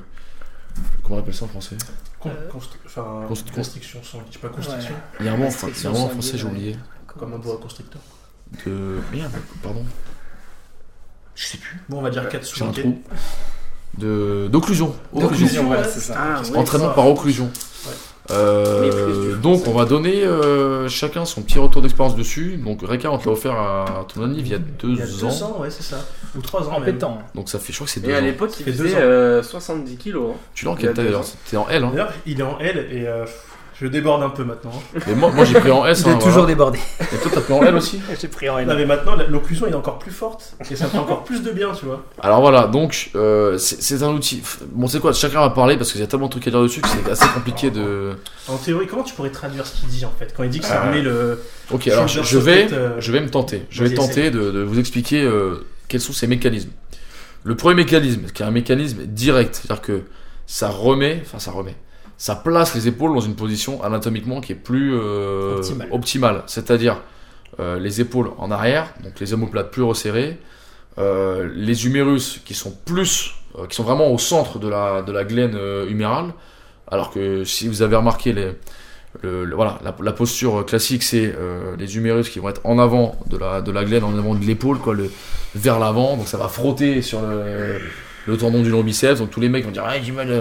Speaker 2: comment on appelle ça en français
Speaker 5: Con-
Speaker 4: Euh.
Speaker 5: constri- Enfin,
Speaker 2: Const-
Speaker 5: constriction sans je sais pas constriction.
Speaker 2: Il y a un mot en fran- il y a
Speaker 4: Restriction
Speaker 2: un mot en
Speaker 4: sanguine,
Speaker 2: français, j'ai
Speaker 4: ouais.
Speaker 2: oublié.
Speaker 5: Comme un boa constricteur.
Speaker 2: De. Merde, pardon. Je sais plus.
Speaker 5: Bon, on va dire 4 sous
Speaker 2: J'ai un trou. De. D'occlusion. Occlusion.
Speaker 4: D'occlusion, ouais, c'est ça.
Speaker 6: Ah, ouais.
Speaker 2: Entraînement par occlusion.
Speaker 5: Ouais.
Speaker 2: Euh,
Speaker 4: Maîtrise du
Speaker 2: donc
Speaker 4: français.
Speaker 2: on va donner euh, chacun son petit retour d'expérience dessus. Donc Reka on te l'a offert à ton ami il y a deux
Speaker 5: Il y a 2
Speaker 2: ans.
Speaker 5: ans, ouais, c'est ça. Ou 3 ans.
Speaker 4: En
Speaker 5: même.
Speaker 4: pétant. hein.
Speaker 2: Donc ça fait, je crois que c'est deux
Speaker 6: Et à
Speaker 2: ans.
Speaker 6: l'époque, il
Speaker 5: fait deux
Speaker 6: faisait
Speaker 5: ans.
Speaker 6: euh, 70 kilos. hein.
Speaker 2: Tu l'as en
Speaker 6: il y a
Speaker 2: quelle taille
Speaker 6: deux
Speaker 2: alors
Speaker 6: ans.
Speaker 2: T'es en L hein
Speaker 5: D'ailleurs, il est en L et euh, je déborde un peu maintenant. hein.
Speaker 2: Mais moi, moi j'ai pris
Speaker 6: [LAUGHS]
Speaker 2: en S. hein, voilà.
Speaker 4: débordé.
Speaker 2: Et toi t'as pris en L aussi
Speaker 4: J'ai pris en
Speaker 5: Non,
Speaker 4: L.
Speaker 5: mais maintenant, la- l'occlusion elle est encore plus forte et ça fait
Speaker 4: [LAUGHS]
Speaker 5: encore plus de bien, tu vois.
Speaker 2: Alors voilà, donc euh, c'est c'est un outil. Bon c'est quoi Chacun va parler parce qu'il y a tellement de trucs à dire dessus que c'est assez compliqué de.
Speaker 5: En théorie, comment tu pourrais traduire ce qu'il dit en fait Quand il dit que
Speaker 2: Ah,
Speaker 5: ça remet le.
Speaker 2: Ok, alors je,
Speaker 5: shoulder
Speaker 2: je vais,
Speaker 5: socket, euh,
Speaker 2: je vais me tenter. Je vais
Speaker 5: vas-y,
Speaker 2: tenter de, de vous expliquer euh, quels sont ces mécanismes. Le premier mécanisme, qui est un mécanisme direct, c'est-à-dire que ça remet, enfin ça remet, ça place les épaules dans une position anatomiquement qui est plus euh,
Speaker 4: Optimale.
Speaker 2: optimale. C'est-à-dire euh, les épaules en arrière, donc les omoplates plus resserrées, euh, les humérus qui sont plus, euh, qui sont vraiment au centre de la, de la glaine euh, humérale, alors que si vous avez remarqué les, le- le- voilà, la, la posture classique, c'est euh, les humérus qui vont être en avant de la, de la glaine, en avant de l'épaule, quoi, le, vers l'avant, donc ça va frotter sur le, le tendon du long biceps. Donc tous les mecs vont dire, ah, j'ai mal. euh.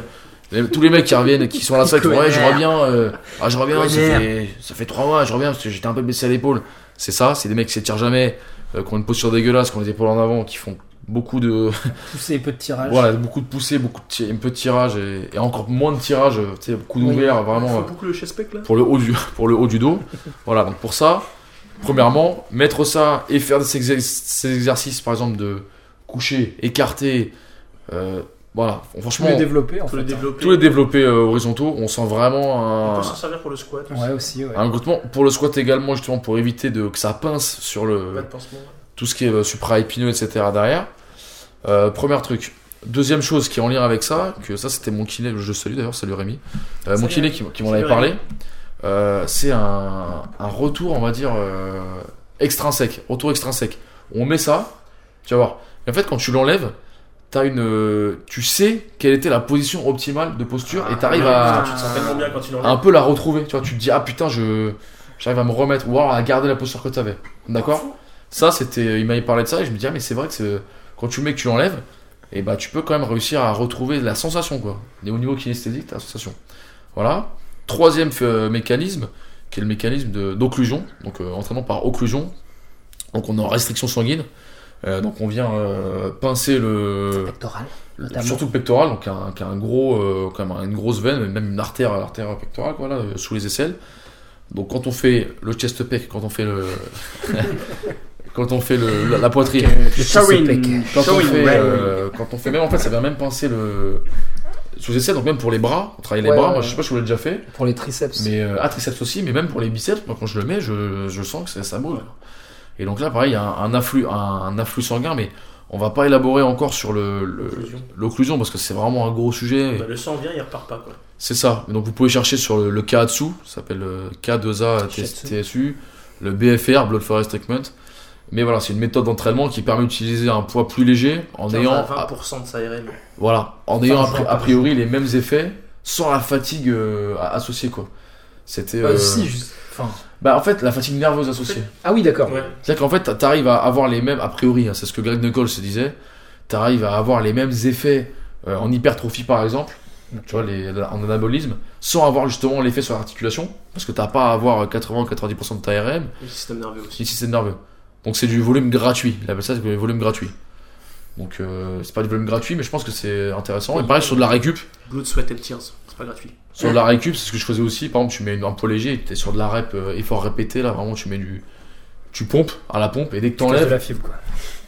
Speaker 2: Les- Tous les mecs qui reviennent, qui sont à la salle, qui font, ouais, je reviens, euh, ah, je reviens, ça fait, ça fait trois mois, je reviens parce que j'étais un peu blessé à l'épaule. C'est ça, c'est des mecs qui s'étirent jamais, euh, qui ont une posture dégueulasse, qui ont les épaules en avant, qui font beaucoup de,
Speaker 4: Pousser peu de tirage.
Speaker 2: voilà, beaucoup de poussées, beaucoup de, ti- un peu de tirage et, et encore moins de tirage, euh, tu sais, coup
Speaker 4: Oui.
Speaker 2: d'ouvert, vraiment.
Speaker 5: Faut
Speaker 2: euh,
Speaker 5: beaucoup le chest là
Speaker 2: pour le haut du [LAUGHS] pour le haut du
Speaker 4: [LAUGHS]
Speaker 2: dos. Voilà, donc pour ça, premièrement, mettre ça et faire ces, exer- ces exercices par exemple de coucher, écarter euh, voilà, Bon,
Speaker 4: Tout
Speaker 2: franchement
Speaker 4: le développer en fait.
Speaker 5: Faut le
Speaker 4: hein.
Speaker 5: développer.
Speaker 2: tous les développés euh, horizontaux, on sent
Speaker 5: On
Speaker 2: vraiment un
Speaker 5: peut s'en servir pour le squat.
Speaker 4: Ouais, aussi, ouais.
Speaker 2: un grottement pour le squat également justement pour éviter de que ça pince sur le
Speaker 4: Bah,
Speaker 5: Pas de pansement.
Speaker 2: tout ce qui est euh, supra-épineux, etc. derrière. Euh, premier truc. Deuxième chose qui est en lien avec ça, que ça c'était mon kiné, je le salue d'ailleurs, salut Rémi. Euh, mon
Speaker 5: Salut,
Speaker 2: kiné
Speaker 5: Rémi.
Speaker 2: qui, qui m'en
Speaker 5: Salut,
Speaker 2: avait parlé, euh, c'est un, un retour, on va dire, euh, extrinsèque, retour extrinsèque. On met ça, tu vas voir. Et en fait, quand tu l'enlèves, t'as une, euh, tu sais quelle était la position optimale de posture et t'arrives à,
Speaker 5: Ah, Putain, Tu te sens tellement bien quand tu
Speaker 2: à un
Speaker 5: l'enlèves.
Speaker 2: peu la retrouver. Tu vois, tu te dis, ah putain, je j'arrive à me remettre ou alors à garder la posture que tu avais. D'accord Ça, c'était. Il m'avait parlé de ça et je me dis, ah, mais c'est vrai que c'est- quand tu le mets que tu l'enlèves, et bah tu peux quand même réussir à retrouver la sensation quoi. Et au niveau kinesthésique, t'as la sensation. Voilà. Troisième euh, mécanisme, qui est le mécanisme de- d'occlusion, donc euh, entraînement par occlusion. Donc on est en restriction sanguine. Euh, donc on vient euh, pincer le,
Speaker 4: Pectoral.
Speaker 2: le-
Speaker 4: Notamment.
Speaker 2: surtout le pectoral, donc qui a, un- qui a un gros, euh, quand même une grosse veine, mais même une artère, l'artère pectorale, quoi, là, euh, sous les aisselles. Donc quand on fait le chest pec, quand on fait le, [LAUGHS] quand on fait le, la, la poitrine, quand on
Speaker 6: Showing
Speaker 2: fait,
Speaker 6: red.
Speaker 2: euh, quand on fait même, en fait, ça vient même pincer le sous les aisselles, donc même pour les bras, on travaille les
Speaker 4: Ouais,
Speaker 2: bras.
Speaker 4: ouais,
Speaker 2: Moi,
Speaker 4: ouais.
Speaker 2: je sais pas, si je vous l'ai déjà fait,
Speaker 4: Pour les triceps.
Speaker 2: mais euh, ah, triceps aussi, mais même pour les biceps, moi, quand je le mets, je, je sens que ça, ça brûle. Et donc là, pareil, il y a un, un afflux, un, un afflux sanguin, mais on va pas élaborer encore sur le- le,
Speaker 5: Conclusion.
Speaker 2: l'occlusion parce que c'est vraiment un gros sujet.
Speaker 5: Bah, le sang vient, il repart pas quoi.
Speaker 2: C'est ça. Donc vous pouvez chercher sur le, le Kahatsu, ça s'appelle euh, K2A
Speaker 4: Shiatsu.
Speaker 2: TSU, le BFR, Blood Forest Treatment. Mais voilà, c'est une méthode d'entraînement qui permet d'utiliser un poids plus léger en
Speaker 5: Tiens, on
Speaker 2: ayant,
Speaker 5: a
Speaker 2: a-
Speaker 5: 20% de sa RM.
Speaker 2: voilà, en
Speaker 5: Enfin,
Speaker 2: ayant
Speaker 5: je
Speaker 2: a, pri-
Speaker 5: vois pas.
Speaker 2: a priori les mêmes effets sans la fatigue euh, a- associée quoi. C'était.
Speaker 4: Bah,
Speaker 6: Ah,
Speaker 2: euh,
Speaker 4: si, juste- enfin,
Speaker 2: bah en fait la fatigue nerveuse associée.
Speaker 4: Ah oui, d'accord.
Speaker 5: Ouais.
Speaker 2: C'est-à-dire qu'en fait, t'arrives à avoir les mêmes, a priori, hein, c'est ce que Greg Knuckles se disait, t'arrives à avoir les mêmes effets euh, en hypertrophie par exemple, tu vois, les, en anabolisme, sans avoir justement l'effet sur l'articulation, parce que t'as pas à avoir euh, 80-90% de ta RM,
Speaker 5: Le système nerveux aussi.
Speaker 2: c'est le système nerveux. Donc c'est du volume gratuit, il appelle ça du volume gratuit. Donc euh, c'est pas du volume gratuit, mais je pense que c'est intéressant. Et pareil sur de la récup,
Speaker 5: Blood, sweat and tears. C'est pas gratuit.
Speaker 2: sur de la récup, c'est ce que je faisais aussi. Par exemple, tu mets une- un poids léger, et t'es sur de la rep, euh, effort répété, là vraiment tu mets du. Tu pompes à la pompe et dès que
Speaker 4: Place
Speaker 2: t'enlèves,
Speaker 4: de la fibre, quoi.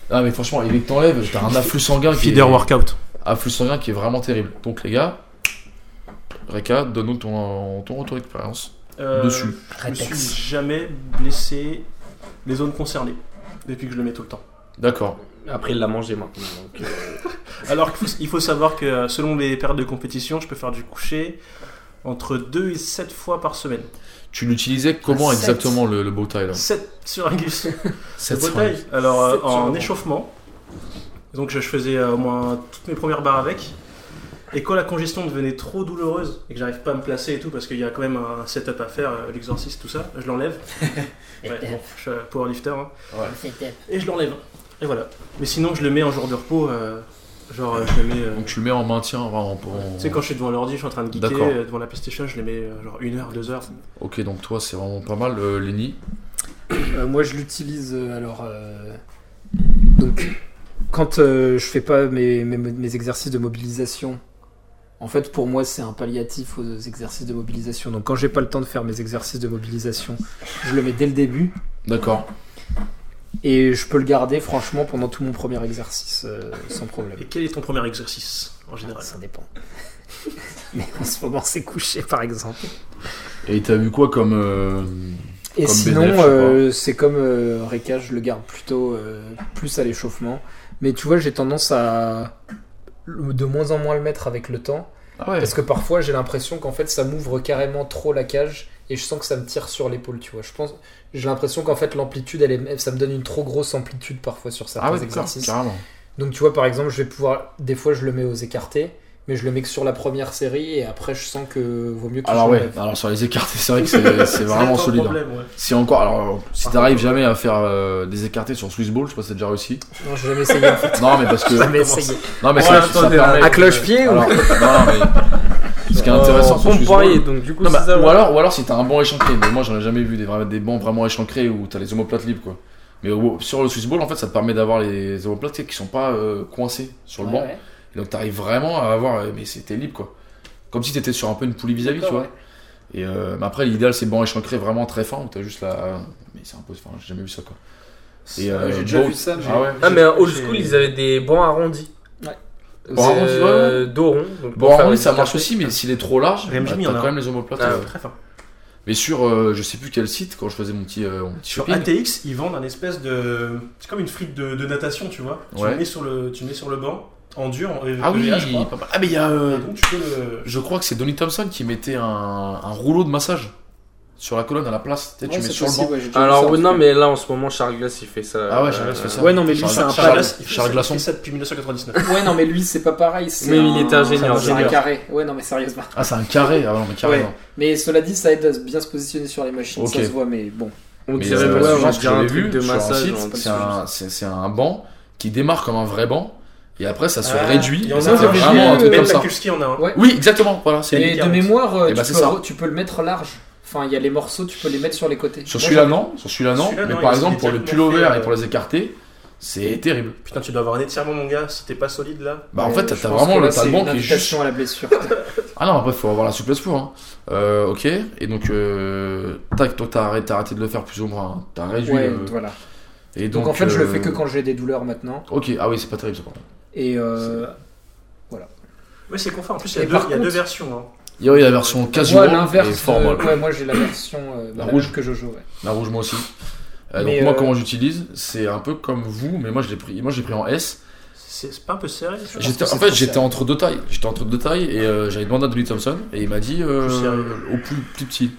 Speaker 2: ah mais franchement, et dès que t'enlèves, t'as un afflux sanguin qui est,
Speaker 5: Feeder workout.
Speaker 2: afflux sanguin qui est vraiment terrible. Donc les gars, Reka, donne-nous ton, ton retour d'expérience. Dessus.
Speaker 5: Euh, Je me suis
Speaker 4: Rétex.
Speaker 5: jamais blessé les zones concernées depuis que je le mets tout le temps.
Speaker 2: D'accord.
Speaker 6: Après, il l'a mangé maintenant. donc, euh,
Speaker 5: Alors qu'il faut- il faut savoir que euh, selon les périodes de compétition, je peux faire du coucher entre 2 et 7 fois par semaine.
Speaker 2: Tu l'utilisais comment
Speaker 4: Ah, sept.
Speaker 2: exactement le, le bow tie là
Speaker 5: 7 sur
Speaker 2: [LAUGHS]
Speaker 5: Angus.
Speaker 2: Sept
Speaker 5: Le
Speaker 2: sur
Speaker 5: bouteille. Alors euh,
Speaker 6: Sept sur
Speaker 5: en
Speaker 6: un.
Speaker 5: échauffement, donc je, je faisais euh, au moins toutes mes premières barres avec. Et quand la congestion devenait trop douloureuse et que j'arrive pas à me placer et tout, parce qu'il y a quand même un setup à faire, euh, l'exorciste, tout ça, je l'enlève. Ouais, bon, je suis euh, powerlifter. hein. Et je l'enlève. Et voilà. Mais sinon, je le mets en jour de repos. euh, genre, euh, je le mets. euh,
Speaker 2: Donc tu le mets en maintien, enfin, en- en-
Speaker 5: tu sais, quand je suis devant l'ordi, je suis en train de geeker,
Speaker 2: D'accord.
Speaker 5: euh, devant la PlayStation, je les mets euh, genre une heure, deux heures.
Speaker 2: Ok, donc toi c'est vraiment pas mal, euh, Lenny.
Speaker 4: Euh, moi, je l'utilise euh, alors. euh, Donc, quand euh, je fais pas mes, mes, mes exercices de mobilisation, en fait, pour moi, c'est un palliatif aux exercices de mobilisation. Donc, quand j'ai pas le temps de faire mes exercices de mobilisation, je le mets dès le début
Speaker 2: D'accord.
Speaker 4: et je peux le garder, franchement, pendant tout mon premier exercice euh, sans problème.
Speaker 5: Et quel est ton premier exercice en général
Speaker 4: Ça dépend. [LAUGHS] Mais en ce moment, c'est couché, par exemple.
Speaker 2: Et t'as vu quoi comme. euh,
Speaker 4: Et
Speaker 2: Comme
Speaker 4: sinon,
Speaker 2: BDF, je sais
Speaker 4: euh, c'est comme euh, Reka, je le garde plutôt euh, plus à l'échauffement. Mais tu vois, j'ai tendance à le- de moins en moins le mettre avec le temps.
Speaker 2: Ah ouais
Speaker 4: Parce que parfois, j'ai l'impression qu'en fait, ça m'ouvre carrément trop la cage et je sens que ça me tire sur l'épaule, tu vois. Je pense, j'ai l'impression qu'en fait, l'amplitude, elle est- ça me donne une trop grosse amplitude parfois sur certains
Speaker 2: Ah ouais, d'accord,
Speaker 4: exercices.
Speaker 2: carrément.
Speaker 4: Donc tu vois, par exemple, je vais pouvoir, des fois, je le mets aux écartés, mais je le mets que sur la première série et après, je sens que vaut mieux que
Speaker 2: Alors
Speaker 4: je
Speaker 2: ouais,
Speaker 4: l'enlève.
Speaker 2: alors sur les écartés, c'est vrai que c'est
Speaker 5: [LAUGHS]
Speaker 2: c'est vraiment
Speaker 5: C'est un
Speaker 2: solide. hein.
Speaker 5: problème, ouais.
Speaker 2: Si encore, alors si t'arrives jamais à faire euh, des écartés sur Swiss Ball, je sais pas si t'as déjà réussi.
Speaker 4: Non, j'ai jamais essayé.
Speaker 2: [LAUGHS]
Speaker 4: en fait.
Speaker 2: Non mais parce que.
Speaker 4: J'ai [LAUGHS] jamais essayé.
Speaker 2: Non
Speaker 6: Ouais,
Speaker 2: mais ça, ça
Speaker 6: attendez,
Speaker 2: permet-
Speaker 4: À cloche-pied ou
Speaker 2: Alors, non, non, mais ce qui est intéressant,
Speaker 6: en
Speaker 2: c'est que
Speaker 6: pompe
Speaker 2: je suis-
Speaker 6: poirier, Euh, donc du coup,
Speaker 2: Non,
Speaker 6: c'est
Speaker 2: bah,
Speaker 6: ça,
Speaker 2: ou
Speaker 6: ouais.
Speaker 2: alors, ou alors si t'as un banc échancré, mais moi j'en ai jamais vu des, vra- des bancs vraiment échancrés où t'as les omoplates libres quoi. Mais au- sur le Swiss Ball, en fait, ça te permet d'avoir les omoplates tu sais, qui sont pas euh, coincées sur le
Speaker 4: Ouais,
Speaker 2: banc.
Speaker 4: ouais.
Speaker 2: Et donc t'arrives vraiment à avoir, euh, mais c'était libre quoi. Comme si t'étais sur un peu une poulie vis-à-vis, tu
Speaker 4: D'accord,
Speaker 2: vois. Et euh, mais après, l'idéal c'est banc échancré vraiment très fin où t'as juste la. Mais c'est impossible, enfin, j'ai jamais vu ça quoi. Et, euh,
Speaker 4: j'ai déjà
Speaker 2: banc-
Speaker 4: vu ça, mais-
Speaker 2: Ah ouais.
Speaker 6: Ah, mais old
Speaker 5: J'ai-
Speaker 6: school, ils avaient des bancs arrondis.
Speaker 2: Bancs arrondis, ouais,
Speaker 6: Euh, Dos ronds. donc pour
Speaker 2: Bon,
Speaker 6: faire
Speaker 2: en vrai,
Speaker 6: les
Speaker 2: ça marche
Speaker 6: écartés.
Speaker 2: aussi, mais s'il est trop large,
Speaker 5: Rémi,
Speaker 2: bah,
Speaker 5: il y
Speaker 2: t'as
Speaker 5: en a
Speaker 2: quand
Speaker 5: un.
Speaker 2: même les omoplates.
Speaker 6: Ah
Speaker 2: euh,
Speaker 6: ouais.
Speaker 5: Très fin.
Speaker 2: Mais sur, euh, je sais plus quel site, quand je faisais mon petit, euh, mon petit
Speaker 5: Sur
Speaker 2: shopping.
Speaker 5: ATX, ils vendent un espèce de. C'est comme une frite de, de natation, tu vois. Tu,
Speaker 2: Ouais.
Speaker 5: le mets sur le, tu le mets sur le banc, en dur, en EVA,
Speaker 2: Ah oui,
Speaker 5: je crois.
Speaker 2: pas mal. ah mais il y a.
Speaker 5: Et
Speaker 2: euh,
Speaker 5: donc, tu peux le.
Speaker 2: Je crois que c'est Donny Thompson qui mettait un, un rouleau de massage sur la colonne à la place. Tu sais, tu
Speaker 4: Ouais,
Speaker 2: mets
Speaker 4: c'est
Speaker 2: sur
Speaker 4: possible,
Speaker 2: le banc.
Speaker 4: ouais, j'ai déjà vu ça,
Speaker 6: Alors,
Speaker 4: en
Speaker 6: ouais,
Speaker 4: tout
Speaker 6: non,
Speaker 4: cas.
Speaker 6: mais là en ce moment, Charles Glass il fait Euh, ça.
Speaker 2: Ah ouais, Charles
Speaker 6: Charles
Speaker 2: Glass fait ça.
Speaker 4: Ouais, non, mais lui,
Speaker 2: Charles-
Speaker 4: c'est un
Speaker 2: Charles-
Speaker 4: pal-
Speaker 5: Glass, il fait
Speaker 2: Charles
Speaker 5: ça,
Speaker 2: Glasson.
Speaker 5: Il fait ça depuis 1999.
Speaker 4: Ouais, non, mais lui, c'est pas pareil. c'est
Speaker 6: Mais
Speaker 4: un-
Speaker 6: il était ingénieur,
Speaker 4: C'est un
Speaker 6: ingénieur.
Speaker 4: carré. Ouais, non, mais sérieusement.
Speaker 2: Ah, c'est un carré. Ah non, mais carré.
Speaker 4: Ouais.
Speaker 2: non.
Speaker 4: Mais cela dit, ça aide à se- bien se positionner sur les machines,
Speaker 2: Ok.
Speaker 4: ça se voit, mais bon.
Speaker 6: On
Speaker 2: Mais,
Speaker 6: dirait
Speaker 2: euh,
Speaker 6: ouais,
Speaker 2: souvent,
Speaker 6: on
Speaker 2: ce que
Speaker 6: dirait un
Speaker 2: j'avais
Speaker 6: truc
Speaker 2: vu
Speaker 6: de
Speaker 2: sur un
Speaker 6: massage.
Speaker 2: site,
Speaker 6: on-
Speaker 2: c'est un, c'est- c'est un banc qui démarre comme un vrai banc Et après, ça se
Speaker 5: Ah, Il
Speaker 2: réduit.
Speaker 5: y en
Speaker 2: et
Speaker 5: a
Speaker 2: ça fait
Speaker 5: un,
Speaker 4: j'ai
Speaker 2: vraiment un
Speaker 4: vu,
Speaker 2: truc
Speaker 5: Ben
Speaker 2: comme ça.
Speaker 5: Makulski en a un.
Speaker 4: Ouais.
Speaker 2: Oui, exactement. Voilà, c'est
Speaker 4: Et de
Speaker 5: quarante.
Speaker 4: mémoire, euh,
Speaker 2: Eh ben,
Speaker 4: tu,
Speaker 2: c'est
Speaker 4: peux,
Speaker 2: ça.
Speaker 4: re- tu peux le mettre large. Enfin, il y a les morceaux, tu peux les mettre sur les côtés.
Speaker 2: Sur
Speaker 4: Moi,
Speaker 2: celui-là,
Speaker 4: j'avais-
Speaker 2: non. Sur celui-là, non.
Speaker 5: Celui-là,
Speaker 2: Mais
Speaker 5: non,
Speaker 2: par
Speaker 5: il-
Speaker 2: exemple,
Speaker 5: il
Speaker 2: pour
Speaker 5: était
Speaker 2: le
Speaker 5: tellement
Speaker 2: pullover
Speaker 5: fait,
Speaker 2: et pour
Speaker 5: euh,
Speaker 2: les écarter, c'est terrible.
Speaker 5: Putain, tu dois avoir un étirement, mon gars, si t'es pas solide là.
Speaker 2: Bah, en
Speaker 4: Ouais,
Speaker 2: fait, t'as
Speaker 4: Euh, je
Speaker 2: t'as
Speaker 4: pense
Speaker 2: vraiment
Speaker 4: que
Speaker 2: le
Speaker 4: là, c'est
Speaker 2: talbon
Speaker 4: une
Speaker 2: qui est
Speaker 4: invitation
Speaker 2: juste.
Speaker 4: à la
Speaker 2: [LAUGHS]
Speaker 4: blessure.
Speaker 2: Ah non, après, faut avoir la souplesse pour. Hein. Euh, ok. Et donc, euh, tac, toi, t'as arrêté, t'as arrêté de le faire plus ou moins. hein. T'as réduit.
Speaker 4: Ouais,
Speaker 2: le-
Speaker 4: voilà.
Speaker 2: Et donc,
Speaker 4: Donc, en fait, je le
Speaker 2: euh,
Speaker 4: fais que quand j'ai des douleurs maintenant.
Speaker 2: Ok, ah oui, c'est pas terrible ça. par contre.
Speaker 4: Et euh,
Speaker 5: Oui, c'est confort. En plus, il y a,
Speaker 4: Et
Speaker 5: deux,
Speaker 4: par
Speaker 5: il y a
Speaker 4: contre-
Speaker 5: deux versions. hein.
Speaker 2: Il y a la version casual
Speaker 4: moi,
Speaker 2: et
Speaker 4: l'inverse. euh,
Speaker 2: formal.
Speaker 4: ouais, moi, j'ai la version euh,
Speaker 2: hein. La
Speaker 4: la
Speaker 2: rouge.
Speaker 4: rouge que je joue. ouais.
Speaker 2: La rouge, moi aussi. Euh, donc
Speaker 4: Mais,
Speaker 2: moi,
Speaker 4: euh,
Speaker 2: comment j'utilise, c'est un peu comme vous, mais moi, je l'ai pris. Moi, j'ai pris en S.
Speaker 5: C'est c'est pas un peu serré ça
Speaker 2: J'étais-
Speaker 4: que
Speaker 2: en
Speaker 4: c'est
Speaker 2: fait,
Speaker 4: trop
Speaker 2: j'étais
Speaker 4: serré.
Speaker 2: entre deux tailles. J'étais entre deux tailles et euh, j'avais demandé à Dolly Thompson et il m'a dit euh,
Speaker 5: Plus serré.
Speaker 2: au plus, plus petit.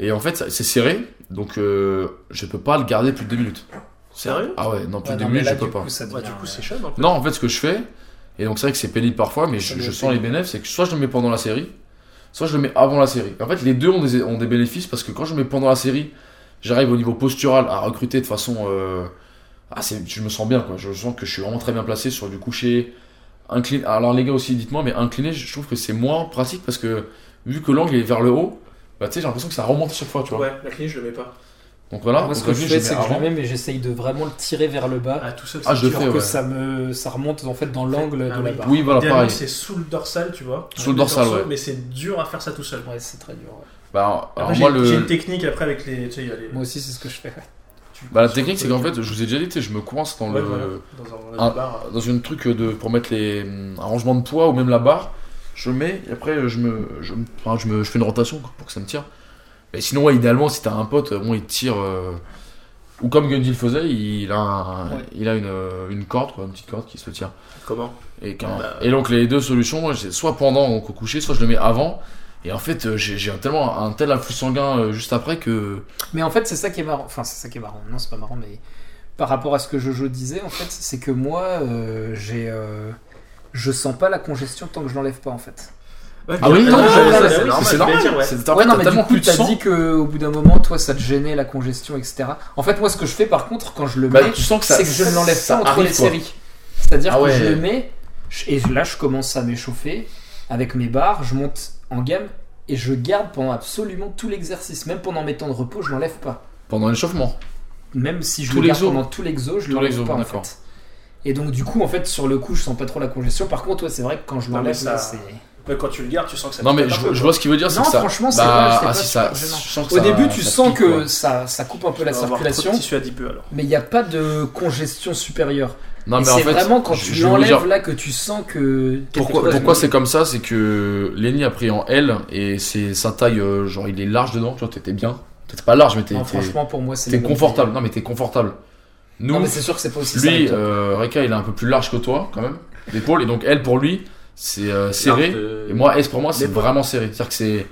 Speaker 2: Et en fait, ça- c'est serré, donc euh, je peux pas le garder plus de deux minutes.
Speaker 5: Sérieux
Speaker 2: Ah ouais, non, plus
Speaker 4: Ouais,
Speaker 2: de deux
Speaker 4: non, mais
Speaker 2: minutes,
Speaker 4: là,
Speaker 2: je peux
Speaker 4: du
Speaker 2: pas. Ah,
Speaker 4: coup, ça
Speaker 5: Bah,
Speaker 4: devient,
Speaker 5: Du coup,
Speaker 4: euh,
Speaker 5: c'est chum. hein.
Speaker 2: Non, en fait, ce que je fais, et donc c'est vrai que c'est pénible parfois, mais je,
Speaker 4: Ça
Speaker 2: je
Speaker 4: doit
Speaker 2: sens les
Speaker 4: être
Speaker 2: bénéfices, c'est que soit je le mets pendant la série, soit je le mets avant la série. En fait, les deux ont des, ont des bénéfices parce que quand je le mets pendant la série, j'arrive au niveau postural à recruter de façon euh, assez. Je me sens bien, quoi. Je sens que je suis vraiment très bien placé sur du coucher. Incliné. Alors, les gars, aussi, dites-moi, mais incliné, je trouve que c'est moins pratique parce que vu que l'angle est vers le haut, bah, tu sais, j'ai l'impression que ça remonte à chaque fois, tu vois.
Speaker 5: Ouais, la clé, je le mets pas.
Speaker 2: Donc voilà,
Speaker 4: Moi, ce
Speaker 2: donc,
Speaker 4: que
Speaker 2: la
Speaker 4: je
Speaker 2: vie,
Speaker 4: fais,
Speaker 2: mets
Speaker 4: c'est que je
Speaker 2: avant.
Speaker 4: le mets, mais j'essaye de vraiment le tirer vers le bas.
Speaker 5: Ah, tout seul,
Speaker 2: Ah, je le
Speaker 5: dur.
Speaker 2: fais,
Speaker 4: pour que
Speaker 2: ouais.
Speaker 4: ça me ça remonte en fait dans l'angle
Speaker 5: Ah
Speaker 4: de la
Speaker 5: oui.
Speaker 4: barre.
Speaker 2: Oui, voilà,
Speaker 5: Idéalement,
Speaker 2: pareil.
Speaker 5: c'est sous le dorsal, tu vois.
Speaker 2: Sous le dorsal,
Speaker 5: dorsaux,
Speaker 2: ouais.
Speaker 5: Mais c'est dur à faire ça tout seul.
Speaker 4: Ouais, c'est très dur. ouais.
Speaker 2: Bah, alors,
Speaker 5: Après, j'ai
Speaker 2: moi,
Speaker 5: j'ai
Speaker 2: le,
Speaker 5: une technique après avec les. Tu sais, il y a les.
Speaker 4: Moi aussi, c'est ce que je fais.
Speaker 5: tu-
Speaker 2: Bah, la
Speaker 5: sur
Speaker 2: technique,
Speaker 5: le
Speaker 2: c'est qu'en fait,
Speaker 5: truc. euh,
Speaker 2: je vous ai déjà dit, tu sais, je me coince dans
Speaker 5: Ouais,
Speaker 2: le.
Speaker 5: voilà, dans un,
Speaker 2: Ah.
Speaker 5: bar.
Speaker 2: Dans une truc de, pour mettre les, hum, un rangement de poids ou même la barre, je mets, et après, je me, je, me- enfin, je, me, je fais une rotation quoi, pour que ça me tire. Mais sinon, ouais, idéalement, si t'as un pote, bon, il te tire. euh, ou comme Gundy le faisait, il a, un-
Speaker 4: Ouais.
Speaker 2: il a une, euh, une corde, quoi, une petite corde qui se tire.
Speaker 5: Comment
Speaker 2: Et, quand-
Speaker 5: Bah.
Speaker 2: et donc, les deux solutions, moi, j'ai soit pendant donc, au coucher, soit je le mets avant. Et en fait, euh, j'ai j'ai un- tellement un tel afflux sanguin euh, juste après que.
Speaker 4: Mais en fait, c'est ça qui est marrant. Enfin, c'est ça qui est marrant. Non, c'est pas marrant, mais par rapport à ce que Jojo disait, en fait, c'est que moi, euh, j'ai, euh, je sens pas la congestion tant que je l'enlève pas, en fait.
Speaker 2: Ah oui, non,
Speaker 4: non,
Speaker 2: c'est-
Speaker 4: non,
Speaker 2: c'est- c'est normal. C'est en fait,
Speaker 4: non,
Speaker 2: t'as
Speaker 4: mais du
Speaker 2: tellement
Speaker 4: coup,
Speaker 2: plus de
Speaker 4: t'as
Speaker 2: sang.
Speaker 4: dit que au bout d'un moment, toi, ça te gênait la congestion, etc. En fait, moi, ce que je fais, par contre, quand je le
Speaker 2: Bah,
Speaker 4: mets,
Speaker 2: tu sens que ça.
Speaker 4: c'est que je ne l'enlève
Speaker 2: ça
Speaker 4: pas entre
Speaker 2: arrive,
Speaker 4: les
Speaker 2: quoi.
Speaker 4: séries. C'est-à-dire
Speaker 2: Ah ouais.
Speaker 4: que je le mets, je- et là je commence à m'échauffer avec mes barres, je monte en gamme et je garde pendant absolument tout l'exercice. Même pendant mes temps de repos, je l'enlève pas.
Speaker 2: Pendant l'échauffement.
Speaker 4: Même si je
Speaker 2: Tout
Speaker 4: le garde
Speaker 2: l'exo.
Speaker 4: pendant tout l'exo, je
Speaker 2: Tout
Speaker 4: l'enlève
Speaker 2: l'exo,
Speaker 4: pas en
Speaker 2: d'accord.
Speaker 4: fait. Et donc du coup, en fait, sur le coup, je sens pas trop la congestion. Par contre, ouais, c'est vrai que quand je
Speaker 5: Non, mais
Speaker 4: l'enlève,
Speaker 5: ça-
Speaker 4: là, c'est...
Speaker 5: Mais quand tu le gardes, tu sens que ça.
Speaker 2: Non
Speaker 5: te
Speaker 2: mais
Speaker 5: tape
Speaker 2: je,
Speaker 5: un peu,
Speaker 2: je
Speaker 5: quoi.
Speaker 2: vois ce qu'il veut dire, c'est
Speaker 4: Non,
Speaker 2: que ça.
Speaker 4: franchement, c'est
Speaker 2: bah,
Speaker 4: vrai, c'est
Speaker 2: ah,
Speaker 4: pas
Speaker 2: si,
Speaker 4: super
Speaker 2: ça,
Speaker 4: gênant.
Speaker 2: je sens que
Speaker 4: Au
Speaker 2: ça-
Speaker 4: début, tu
Speaker 2: ça
Speaker 4: sens
Speaker 2: pique,
Speaker 4: que
Speaker 2: quoi.
Speaker 4: ça, ça coupe un peu la
Speaker 5: Tu dois avoir trop de
Speaker 4: circulation,
Speaker 5: tissu adipeux, alors.
Speaker 4: mais il n'y a pas de congestion supérieure.
Speaker 2: Non
Speaker 4: Et
Speaker 2: mais
Speaker 4: c'est
Speaker 2: en fait,
Speaker 4: vraiment quand
Speaker 2: je-
Speaker 4: tu
Speaker 2: je vais vous
Speaker 4: l'enlèves
Speaker 2: dire
Speaker 4: là que tu sens que...
Speaker 2: Pourquoi,
Speaker 4: quelque
Speaker 2: pourquoi
Speaker 4: chose-
Speaker 2: c'est comme ça C'est que Lenny a pris en L et c'est sa taille, euh, genre il est large dedans. Tu vois, t'étais bien. T'étais pas large, mais t'es-
Speaker 4: Non,
Speaker 2: t'es
Speaker 4: franchement, pour moi, c'est.
Speaker 2: t'es
Speaker 4: le même
Speaker 2: confortable.
Speaker 4: pays.
Speaker 2: Non mais t'es confortable. Nous,
Speaker 4: Non, mais c'est sûr que c'est pas aussi ça
Speaker 2: lui,
Speaker 4: avec toi.
Speaker 2: euh, Reka, il est un peu plus large que toi quand même. L'épaule et donc L pour lui, c'est euh, serré.
Speaker 3: L'arme de-
Speaker 2: Et moi, S pour moi, c'est
Speaker 3: L'épaule.
Speaker 2: vraiment serré. C'est-à-dire que c'est.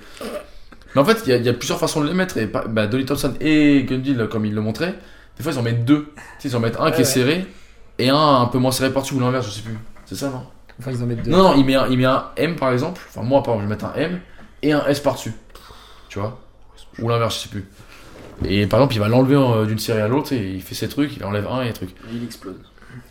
Speaker 2: Mais en fait, il y, a- il y a plusieurs façons de les mettre. Et pas- bah, Dolly Thompson et Gundil, comme ils le montraient, des fois ils en mettent deux. Tu sais, ils en mettent un qui est
Speaker 4: Ouais, ouais.
Speaker 2: serré et un un peu moins serré partout ou l'inverse, je sais plus. C'est ça, non
Speaker 4: Enfin, ils en mettent deux.
Speaker 2: euh, Non, non, il met, un, il met un M par exemple. Enfin, moi, par exemple, je vais mettre un M et un S par-dessus. Tu vois Ou l'inverse, je sais plus. Et par exemple, il va l'enlever euh, d'une série à l'autre et il fait ses trucs, il enlève un et truc.
Speaker 3: Il explose.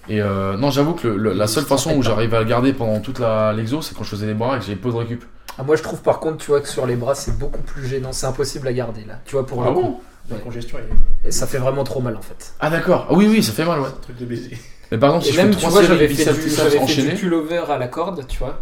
Speaker 2: Et euh, non, j'avoue que le- le- la
Speaker 4: Il
Speaker 2: seule
Speaker 4: se
Speaker 2: façon
Speaker 4: trompait
Speaker 2: où
Speaker 4: pas.
Speaker 2: j'arrive à le garder pendant toute la- l'exo, c'est quand je faisais les bras et que j'ai les pauses de récup.
Speaker 4: Ah, moi, je trouve par contre, tu vois, que sur les bras, c'est beaucoup plus gênant. C'est impossible à garder là. Tu vois, pour le coup.
Speaker 5: La congestion, elle est-
Speaker 4: Et ça fait vraiment trop mal en fait.
Speaker 2: Ah d'accord, Ah oui oui ça fait mal ouais.
Speaker 5: c'est un truc de baiser.
Speaker 2: Mais par exemple si
Speaker 4: Et
Speaker 2: je
Speaker 4: même,
Speaker 2: fais
Speaker 4: tu
Speaker 2: trois
Speaker 4: vois,
Speaker 2: séries
Speaker 4: j'avais fait,
Speaker 2: biceps
Speaker 4: du,
Speaker 2: triceps
Speaker 4: j'avais fait du
Speaker 2: enchaînées,
Speaker 4: pullover à la corde, tu vois.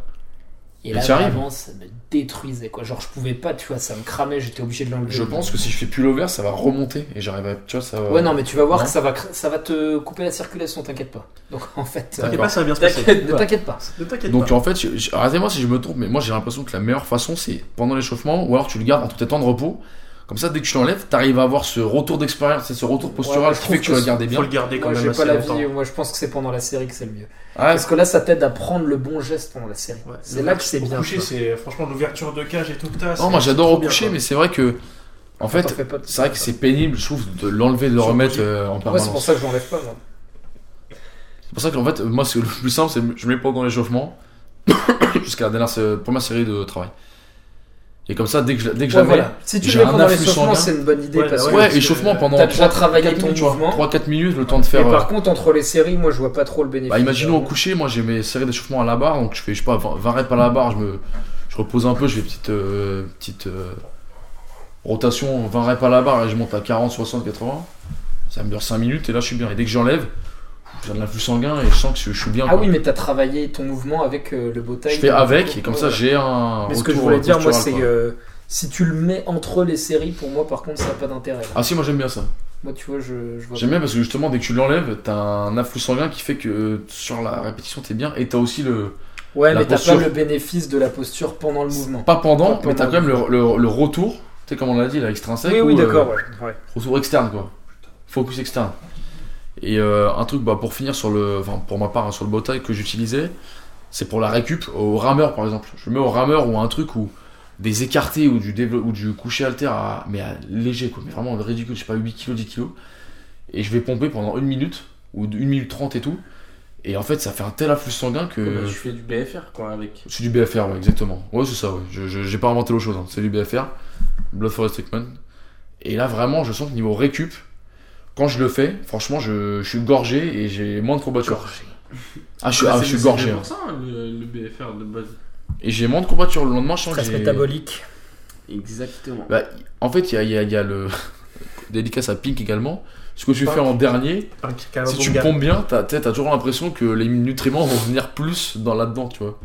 Speaker 4: Et
Speaker 2: Et
Speaker 4: là,
Speaker 2: t'y arrives.
Speaker 4: vraiment, ça me détruisait quoi. Genre, je pouvais pas, tu vois, ça me cramait, j'étais obligé de l'enlever.
Speaker 2: je pense que si je fais pullover ça va remonter et j'arrive à tu vois ça va...
Speaker 4: Ouais, non, mais tu vas voir
Speaker 2: Non.
Speaker 4: que ça va, cr- ça va te couper la circulation, t'inquiète pas. Donc, en fait, euh,
Speaker 5: T'inquiète pas, ça va bien se passer.
Speaker 4: ne t'inquiète pas.
Speaker 5: Ne t'inquiète
Speaker 2: Donc
Speaker 5: pas.
Speaker 2: en fait, je- je- arrêtez-moi si je me trompe, mais moi j'ai l'impression que la meilleure façon c'est pendant l'échauffement ou alors tu le gardes entre tes temps de repos. Comme ça, dès que tu l'enlèves, t'arrives à avoir ce retour d'expérience, c'est ce retour
Speaker 4: Ouais,
Speaker 2: postural
Speaker 4: je
Speaker 2: qui
Speaker 4: trouve
Speaker 2: fait que tu
Speaker 4: que
Speaker 2: vas
Speaker 4: c'est-
Speaker 2: garder
Speaker 5: Faut
Speaker 2: bien.
Speaker 5: le garder quand
Speaker 4: Moi, j'ai
Speaker 5: même
Speaker 4: pas
Speaker 5: assez
Speaker 4: la
Speaker 5: longtemps.
Speaker 4: vie. Moi, je pense que c'est pendant la série que c'est le mieux.
Speaker 2: Ah,
Speaker 4: Parce que là, ça t'aide à prendre le bon geste pendant la série.
Speaker 5: Ouais.
Speaker 4: C'est là que c'est bien.
Speaker 5: Au coucher,
Speaker 4: quoi.
Speaker 5: c'est franchement l'ouverture de cage et tout que t'as.
Speaker 2: non,
Speaker 5: c'est-
Speaker 2: Oh, moi j'adore au
Speaker 5: c'est trop bien,
Speaker 2: coucher,
Speaker 5: quoi.
Speaker 2: mais c'est vrai que en
Speaker 4: T'en
Speaker 2: fait,
Speaker 4: fais pas de-
Speaker 2: c'est vrai que c'est pénible, je trouve, de l'enlever, de le
Speaker 5: Sur le
Speaker 2: remettre
Speaker 5: côté.
Speaker 2: euh, en
Speaker 4: Ouais, c'est pour
Speaker 2: permanence.
Speaker 4: ça que je l'enlève pas, moi.
Speaker 2: C'est pour ça qu'en fait, moi, c'est le plus simple, [COUGHS] euh, c'est je mets pendant l'échauffement jusqu'à la dernière sé- première série de travail. Et comme ça, dès que je, dès que je
Speaker 4: Ouais,
Speaker 2: la mets-
Speaker 4: voilà. Si tu
Speaker 2: j'ai
Speaker 4: le mets
Speaker 2: un
Speaker 4: pendant
Speaker 2: afflux
Speaker 4: l'échauffement,
Speaker 2: sanguin.
Speaker 4: c'est une bonne idée
Speaker 5: Ouais,
Speaker 4: parce
Speaker 5: bah
Speaker 4: que
Speaker 2: Ouais,
Speaker 5: parce
Speaker 2: échauffement
Speaker 5: que
Speaker 2: pendant
Speaker 4: t'as
Speaker 2: 3,
Speaker 4: déjà travaillé
Speaker 2: 4
Speaker 4: ton
Speaker 2: minutes, tu vois.
Speaker 4: mouvement.
Speaker 2: 3-4 minutes, le temps de
Speaker 4: Mais
Speaker 2: faire. euh,
Speaker 4: par contre, entre les séries, moi, je vois pas trop le bénéfice.
Speaker 2: Bah, imaginons au coucher, moi j'ai mes séries d'échauffement à la barre, donc je fais, je sais pas, 20 20 reps à la barre, je me je repose un peu, je fais petite, euh, petite euh, rotation, 20 reps à la barre, et je monte à 40, 60, 80. Ça me dure 5 minutes, et là je suis bien. Et dès que j'enlève, j'ai de l'influx sanguin, et je sens que je, je suis bien.
Speaker 4: Ah
Speaker 2: quoi.
Speaker 4: oui, mais t'as travaillé ton mouvement avec euh, le beau taille.
Speaker 2: je fais avec, et comme ça j'ai un.
Speaker 4: Mais ce que je
Speaker 2: retour
Speaker 4: voulais dire, moi,
Speaker 2: postural,
Speaker 4: c'est
Speaker 2: quoi.
Speaker 4: euh, si tu le mets entre les séries, pour moi, par contre, ça n'a pas d'intérêt.
Speaker 2: Ah si, moi j'aime bien ça.
Speaker 4: Moi, tu vois, je, je vois.
Speaker 2: J'aime bien parce que justement, dès que tu l'enlèves, t'as un afflux sanguin qui fait que euh, sur la répétition t'es bien, et t'as aussi le.
Speaker 4: Ouais,
Speaker 2: La
Speaker 4: mais t'as pas
Speaker 2: posture.
Speaker 4: le bénéfice de la posture pendant le mouvement.
Speaker 2: Pas pendant,
Speaker 4: Pas
Speaker 2: mais t'as quand
Speaker 4: pendant.
Speaker 2: même le, le- le retour, tu sais, comme on l'a dit, là, extrinsèque.
Speaker 4: Oui, oui,
Speaker 2: ou, euh,
Speaker 4: d'accord, ouais. ouais.
Speaker 2: Retour externe, quoi. Focus externe. Et euh, un truc, bah, pour finir sur le, enfin, pour ma part, hein, sur le botail que j'utilisais, c'est pour la récup au rameur, par exemple. Je mets au rameur ou un truc où des écartés ou du dévelop- ou du coucher alter à, mais à léger, quoi, mais vraiment ridicule, je sais pas, 8 kg, 10 kg. Et je vais pomper pendant une minute ou une minute 30 et tout. Et en fait, ça fait un tel afflux sanguin que.
Speaker 4: euh,
Speaker 3: Bah, tu fais du BFR quoi avec.
Speaker 2: C'est du BFR, ouais, exactement. Ouais, c'est ça, ouais. Je, je- j'ai pas inventé l'autre chose, hein. c'est du BFR, Blood Forest Treatment. Et là, vraiment, je sens que niveau récup, quand je le fais, franchement, je, je suis gorgé et j'ai moins de courbatures. Ah, je suis,
Speaker 7: Bah,
Speaker 2: ah,
Speaker 7: c'est-
Speaker 2: je suis
Speaker 7: c'est
Speaker 2: gorgé.
Speaker 7: fait
Speaker 2: hein.
Speaker 7: pour ça, hein, le, le BFR de base.
Speaker 2: Et j'ai moins de courbatures le lendemain, je sens que
Speaker 4: Stress
Speaker 2: j'ai...
Speaker 4: métabolique.
Speaker 7: Exactement.
Speaker 2: Bah, en fait, il y a, il y a- il y a le... [LAUGHS] Dédicace à Pink également. Ce que tu fais en dernier,
Speaker 5: Un qui- qui a un
Speaker 2: si
Speaker 5: bon
Speaker 2: tu
Speaker 5: bah, gars.
Speaker 2: pompes bien, t'as, t'as t'as toujours l'impression que les nutriments vont venir plus dans là-dedans, tu vois.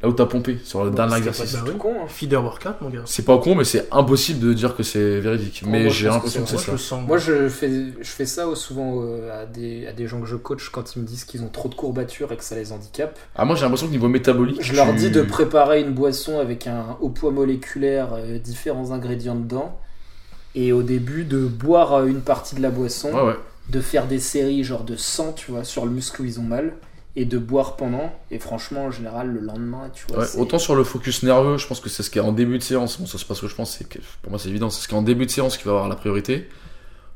Speaker 2: Là où t'as pompé, sur le dernier
Speaker 4: C'est pas
Speaker 2: exercice.
Speaker 4: du tout con, hein.
Speaker 5: Feeder workout, mon gars.
Speaker 2: C'est pas con, mais c'est impossible de dire que c'est véridique.
Speaker 4: Oh,
Speaker 2: Mais
Speaker 4: moi, je
Speaker 2: j'ai
Speaker 4: pense
Speaker 2: l'impression
Speaker 4: que
Speaker 2: que c'est
Speaker 5: Moi, je
Speaker 2: ça.
Speaker 5: le sens.
Speaker 4: Moi, je fais, je fais ça euh, souvent euh, à, des, à des gens que je coach quand ils me disent qu'ils ont trop de courbatures et que ça les handicape.
Speaker 2: Ah, moi j'ai l'impression que niveau métabolique.
Speaker 4: Je
Speaker 2: tu-
Speaker 4: leur dis de préparer une boisson avec un haut poids moléculaire, euh, différents ingrédients dedans. Et au début, de boire euh, une partie de la boisson,
Speaker 2: Ouais, ouais.
Speaker 4: de faire des séries genre de 100, tu vois, sur le muscle où ils ont mal, et de boire pendant. Et franchement, en général, le lendemain, tu vois.
Speaker 2: Ouais,
Speaker 4: c'est-
Speaker 2: Autant sur le focus nerveux, je pense que c'est ce qui est en début de séance. Bon, ça c'est pas ce que je pense, c'est que- pour moi c'est évident. C'est ce qui est en début de séance qui va avoir la priorité.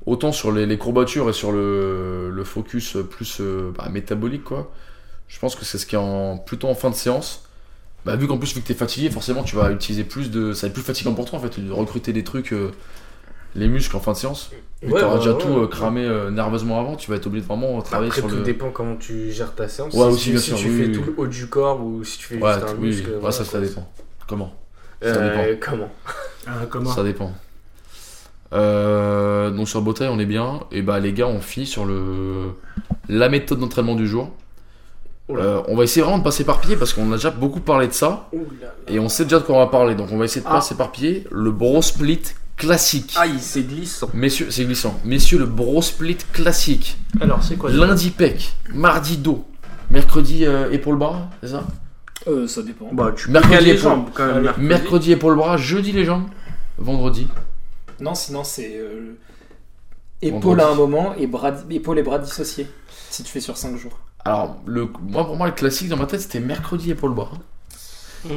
Speaker 2: Autant sur les, les courbatures et sur le, le focus plus euh, bah, métabolique, quoi. Je pense que c'est ce qui est en, plutôt en fin de séance. Bah, vu qu'en plus, vu que t'es fatigué, forcément tu vas utiliser plus de. Ça va être plus fatigant pour toi en fait, de recruter des trucs, euh, les muscles en fin de séance. Mais
Speaker 3: Ouais,
Speaker 2: t'auras
Speaker 3: bah,
Speaker 2: déjà
Speaker 3: ouais. Bah,
Speaker 2: tout euh, cramé euh, nerveusement avant, tu vas être obligé de vraiment travailler
Speaker 3: Après,
Speaker 2: sur
Speaker 3: tout
Speaker 2: le.
Speaker 3: dépend comment tu gères ta séance.
Speaker 2: Ouais,
Speaker 3: si
Speaker 2: aussi,
Speaker 3: tu,
Speaker 2: bien
Speaker 3: si
Speaker 2: sûr,
Speaker 3: tu
Speaker 2: oui,
Speaker 3: fais
Speaker 2: oui,
Speaker 3: tout
Speaker 2: oui.
Speaker 3: le haut du corps ou si tu fais
Speaker 2: Ouais,
Speaker 3: juste un
Speaker 2: oui, oui.
Speaker 3: muscle.
Speaker 2: Ouais,
Speaker 3: voilà,
Speaker 2: ça, ça
Speaker 3: quoi.
Speaker 2: dépend. Comment ça
Speaker 3: Euh, Comment
Speaker 5: Ah, comment
Speaker 2: Ça dépend. Euh, donc sur Botay, on est bien. Et bah les gars, on finit sur le la méthode d'entraînement du jour.
Speaker 3: Oula.
Speaker 2: Euh, on va essayer vraiment de pas s'éparpiller parce qu'on a déjà beaucoup parlé de ça et on sait déjà de quoi on va parler. Donc on va essayer de pas
Speaker 6: Ah.
Speaker 2: s'éparpiller. Le bro split classique.
Speaker 6: Aïe, c'est glissant.
Speaker 2: Messieurs, c'est glissant. Messieurs, le bro split classique.
Speaker 5: Alors, c'est quoi
Speaker 2: Lundi pec, mardi dos, mercredi euh, épaule bras, c'est ça
Speaker 6: Euh, ça dépend. Bah, tu
Speaker 2: Mercredi
Speaker 6: peux les
Speaker 2: et pour-
Speaker 6: jambes quand même. mercredi.
Speaker 2: Mercredi épaule bras, jeudi les jambes, vendredi.
Speaker 4: Non, sinon, c'est euh, épaule à un moment et bras, épaule et bras dissociés, si tu fais sur 5 jours.
Speaker 2: Alors, le, moi, pour moi, le classique dans ma tête, c'était mercredi épaule bras.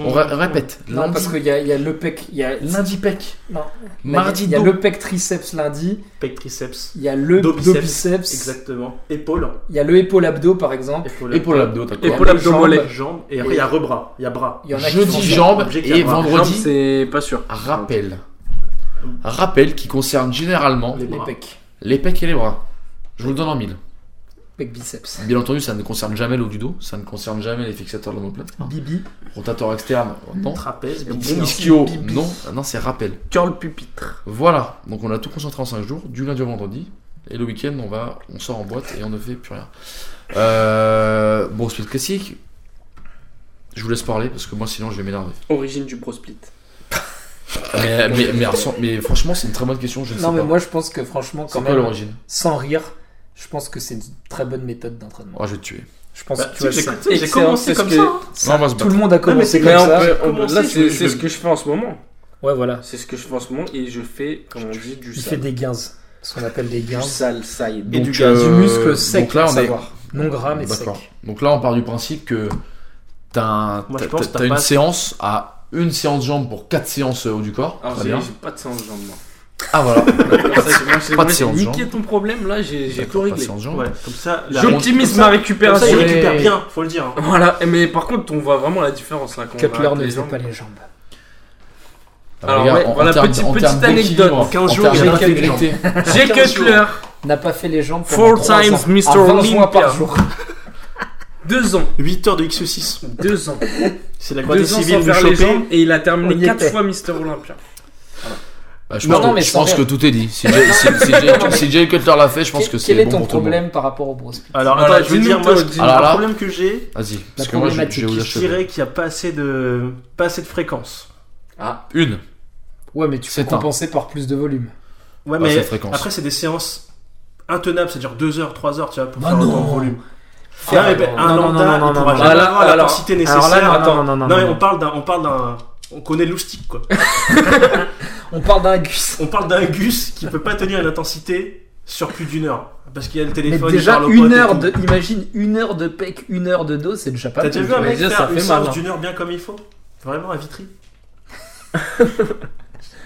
Speaker 2: On ra- répète,
Speaker 4: Non,
Speaker 2: lundi,
Speaker 4: parce qu'il y a, il y a le pec. Il y a,
Speaker 2: lundi pec,
Speaker 4: Non.
Speaker 2: mardi
Speaker 4: il y a
Speaker 2: dos.
Speaker 4: le pec triceps lundi,
Speaker 5: Pec triceps.
Speaker 4: il y a le dos
Speaker 5: Dos biceps,
Speaker 4: biceps,
Speaker 5: Exactement. Épaule.
Speaker 4: il y a le épaule abdo par exemple.
Speaker 2: Épaule abdo, d'accord.
Speaker 6: Épaule
Speaker 4: Jambes.
Speaker 6: abdomollée.
Speaker 5: Jambes. Et après, il y a rebras. Il y a bras.
Speaker 4: Il y en a qui font
Speaker 2: Jeudi
Speaker 4: ça.
Speaker 2: jambes
Speaker 5: Objet qui
Speaker 2: et
Speaker 5: a-
Speaker 6: Jambes,
Speaker 2: vendredi Bah,
Speaker 6: c'est pas sûr.
Speaker 2: rappel. Rappel qui concerne généralement
Speaker 5: Les
Speaker 2: les,
Speaker 5: bras.
Speaker 4: Les E pecs,
Speaker 2: pecs et les bras. Je vous le donne en mille.
Speaker 4: pec E biceps.
Speaker 2: Bien entendu, ça ne concerne jamais le haut du dos, ça ne concerne jamais les fixateurs de l'omoplate.
Speaker 4: Bibi,
Speaker 2: Rotateur externe, non.
Speaker 5: Trapèze.
Speaker 6: Bon,
Speaker 5: biceps.
Speaker 2: Ischio, non. Ah Non, c'est rappel.
Speaker 6: Curl pupitre.
Speaker 2: Voilà, donc on a tout concentré en 5 jours, du lundi au vendredi. Et le week-end, on, va, on sort en boîte et on ne fait plus rien. Euh, bon, split classique. Je vous laisse parler parce que moi, sinon, je vais m'énerver.
Speaker 6: Origine du bro split.
Speaker 2: Mais, mais, mais, ressent- mais franchement, c'est une très bonne question. Je ne sais
Speaker 4: Non mais
Speaker 2: pas.
Speaker 4: moi je pense que franchement
Speaker 2: c'est
Speaker 4: quand
Speaker 2: quoi
Speaker 4: même
Speaker 2: l'origine
Speaker 4: sans rire, je pense que c'est une très bonne méthode d'entraînement.
Speaker 2: Oh, je vais te tuer.
Speaker 4: Je pense
Speaker 5: Bah,
Speaker 4: que
Speaker 5: tu sais,
Speaker 4: tu vois,
Speaker 5: j'ai- j'ai
Speaker 4: excellent,
Speaker 5: commencé
Speaker 4: c'est ce
Speaker 5: comme
Speaker 4: que-
Speaker 5: ça, hein.
Speaker 2: Non, on va se
Speaker 4: Tout
Speaker 2: battre.
Speaker 4: le monde a
Speaker 5: c'est
Speaker 4: commencé
Speaker 6: Mais
Speaker 4: comme
Speaker 6: on
Speaker 4: ça.
Speaker 6: peut- on-
Speaker 5: Comment
Speaker 6: là,
Speaker 5: c'est,
Speaker 6: c'est
Speaker 5: je-
Speaker 6: c'est
Speaker 5: je-
Speaker 6: ce que je fais en ce moment.
Speaker 4: Ouais voilà.
Speaker 6: C'est ce que je fais en ce moment et je fais, comme on dit, du
Speaker 4: Il fait
Speaker 6: sale.
Speaker 4: des gains, ce qu'on appelle des gains.
Speaker 6: Du sale side.
Speaker 2: Et du
Speaker 4: Donc,
Speaker 2: gaz.
Speaker 4: euh, du muscle sec,
Speaker 2: donc là, on
Speaker 4: faut
Speaker 2: est-
Speaker 4: savoir. non gras mais sec.
Speaker 2: D'accord. Donc là, on part du principe que t'as un-
Speaker 5: Moi, je
Speaker 2: t'as-
Speaker 5: pense
Speaker 2: t'as-
Speaker 5: que t'as
Speaker 2: t'as une
Speaker 5: pas-
Speaker 2: séance à une séance jambes pour 4 séances haut du corps.
Speaker 6: Alors,
Speaker 2: Très
Speaker 6: j'ai
Speaker 2: bien.
Speaker 6: j'ai pas de séance jambes, moi.
Speaker 2: Ah, voilà.
Speaker 6: Alors, ça, c'est- moi, c'est-
Speaker 2: Pas de
Speaker 6: moi, j'ai
Speaker 2: séance
Speaker 6: niqué
Speaker 2: jambes.
Speaker 6: ton problème, là, j'ai j'ai tout
Speaker 2: D'accord, pas de
Speaker 6: réglé.
Speaker 2: séance jambes.
Speaker 5: Ouais, comme ça, la-
Speaker 2: Comme
Speaker 6: J'optimise ma
Speaker 5: Comme ça, il
Speaker 6: récupération.
Speaker 2: Ouais.
Speaker 5: récupère bien, faut le dire. hein.
Speaker 6: Voilà, mais par contre, on voit vraiment la différence là. quand on
Speaker 4: Cutler
Speaker 6: arrête
Speaker 4: ne
Speaker 6: les
Speaker 4: faisait
Speaker 6: jambes.
Speaker 4: pas les jambes.
Speaker 6: Alors,
Speaker 2: Ah, regarde,
Speaker 6: ouais,
Speaker 2: en- en
Speaker 6: voilà,
Speaker 2: termes-
Speaker 6: petite-
Speaker 2: en
Speaker 6: petite
Speaker 2: termes
Speaker 6: anecdote.
Speaker 2: d'équilibre,
Speaker 5: 15
Speaker 2: en
Speaker 5: jours,
Speaker 2: termes
Speaker 5: j'ai quelques
Speaker 2: d'intégrité.
Speaker 6: Jay
Speaker 5: 15 jours.
Speaker 6: Cutler,
Speaker 4: N'a pas fait les jambes pendant
Speaker 6: Four
Speaker 4: trois
Speaker 6: times
Speaker 4: ans,
Speaker 6: Mr.
Speaker 4: à 20
Speaker 6: Olympia.
Speaker 4: fois par jour.
Speaker 6: 2 ans.
Speaker 5: 8 heures de XE6.
Speaker 6: 2 ans.
Speaker 5: C'est la Guardia
Speaker 6: 2 ans
Speaker 5: civile
Speaker 6: sans
Speaker 5: nous
Speaker 6: faire les
Speaker 5: choper.
Speaker 6: jambes et il a terminé
Speaker 4: On y
Speaker 6: 4
Speaker 4: était.
Speaker 6: fois Mister Olympia.
Speaker 2: Bah, je
Speaker 4: Non,
Speaker 2: pense,
Speaker 4: non,
Speaker 2: que,
Speaker 4: mais
Speaker 2: je
Speaker 4: sans
Speaker 2: pense que
Speaker 4: rire.
Speaker 2: tout est dit. Si Jay, si, si Jay- si Jay Cutler l'a fait, je pense
Speaker 4: Quel-
Speaker 2: que c'est
Speaker 4: Quel est
Speaker 2: bon
Speaker 4: ton
Speaker 2: pour tout le monde.
Speaker 4: problème par rapport au Bruce Lee
Speaker 5: Alors
Speaker 6: Voilà,
Speaker 5: attends, je vais
Speaker 6: dis-nous
Speaker 5: dire, moi,
Speaker 6: toi,
Speaker 5: je-
Speaker 6: dis-nous.
Speaker 2: Alors
Speaker 5: le
Speaker 2: là-
Speaker 5: problème que j'ai,
Speaker 2: Vas-y,
Speaker 4: La
Speaker 2: parce que moi je, je
Speaker 4: problématique
Speaker 2: vais vous
Speaker 5: je
Speaker 2: achever.
Speaker 5: dirais qu'il n'y a pas assez de, pas assez de fréquences.
Speaker 2: Ah, Une.
Speaker 4: Ouais, mais tu
Speaker 2: C'est
Speaker 4: peux
Speaker 2: un.
Speaker 4: compenser par plus de volume.
Speaker 5: Ouais,
Speaker 2: Pas assez de
Speaker 5: mais
Speaker 2: fréquences.
Speaker 5: après, c'est des séances intenables, c'est-à-dire 2 heures, 3 heures, tu vois, pour
Speaker 4: Bah
Speaker 5: faire
Speaker 4: non.
Speaker 5: autant de volume.
Speaker 4: Faire-
Speaker 5: non, mais ben, un
Speaker 8: non, non,
Speaker 5: lambda,
Speaker 8: non,
Speaker 5: il
Speaker 8: non,
Speaker 5: pourra
Speaker 8: non,
Speaker 5: jamais
Speaker 6: non.
Speaker 5: avoir la
Speaker 6: Alors-
Speaker 5: quantité
Speaker 8: Alors là,
Speaker 5: nécessaire.
Speaker 8: non,
Speaker 5: Attends.
Speaker 8: non, non, non,
Speaker 5: Non, mais
Speaker 8: non.
Speaker 5: on parle d'un, on parle d'un, on connaît l'oustique, quoi.
Speaker 4: On parle d'un Gus.
Speaker 5: On parle d'un gus qui peut pas tenir une intensité sur plus d'une heure. Parce qu'il y a le
Speaker 4: Mais
Speaker 5: téléphone, il
Speaker 4: déjà,
Speaker 5: parle aux potes
Speaker 4: une
Speaker 5: et
Speaker 4: heure
Speaker 5: tout.
Speaker 4: de. Imagine une heure de pec, une heure de dos, c'est déjà pas
Speaker 5: T'as déjà
Speaker 4: mal.
Speaker 5: vu un mec
Speaker 6: déjà, ça
Speaker 5: faire
Speaker 6: fait
Speaker 5: une
Speaker 6: mal,
Speaker 5: séance
Speaker 6: hein.
Speaker 5: d'une heure bien comme il faut Vraiment à Vitry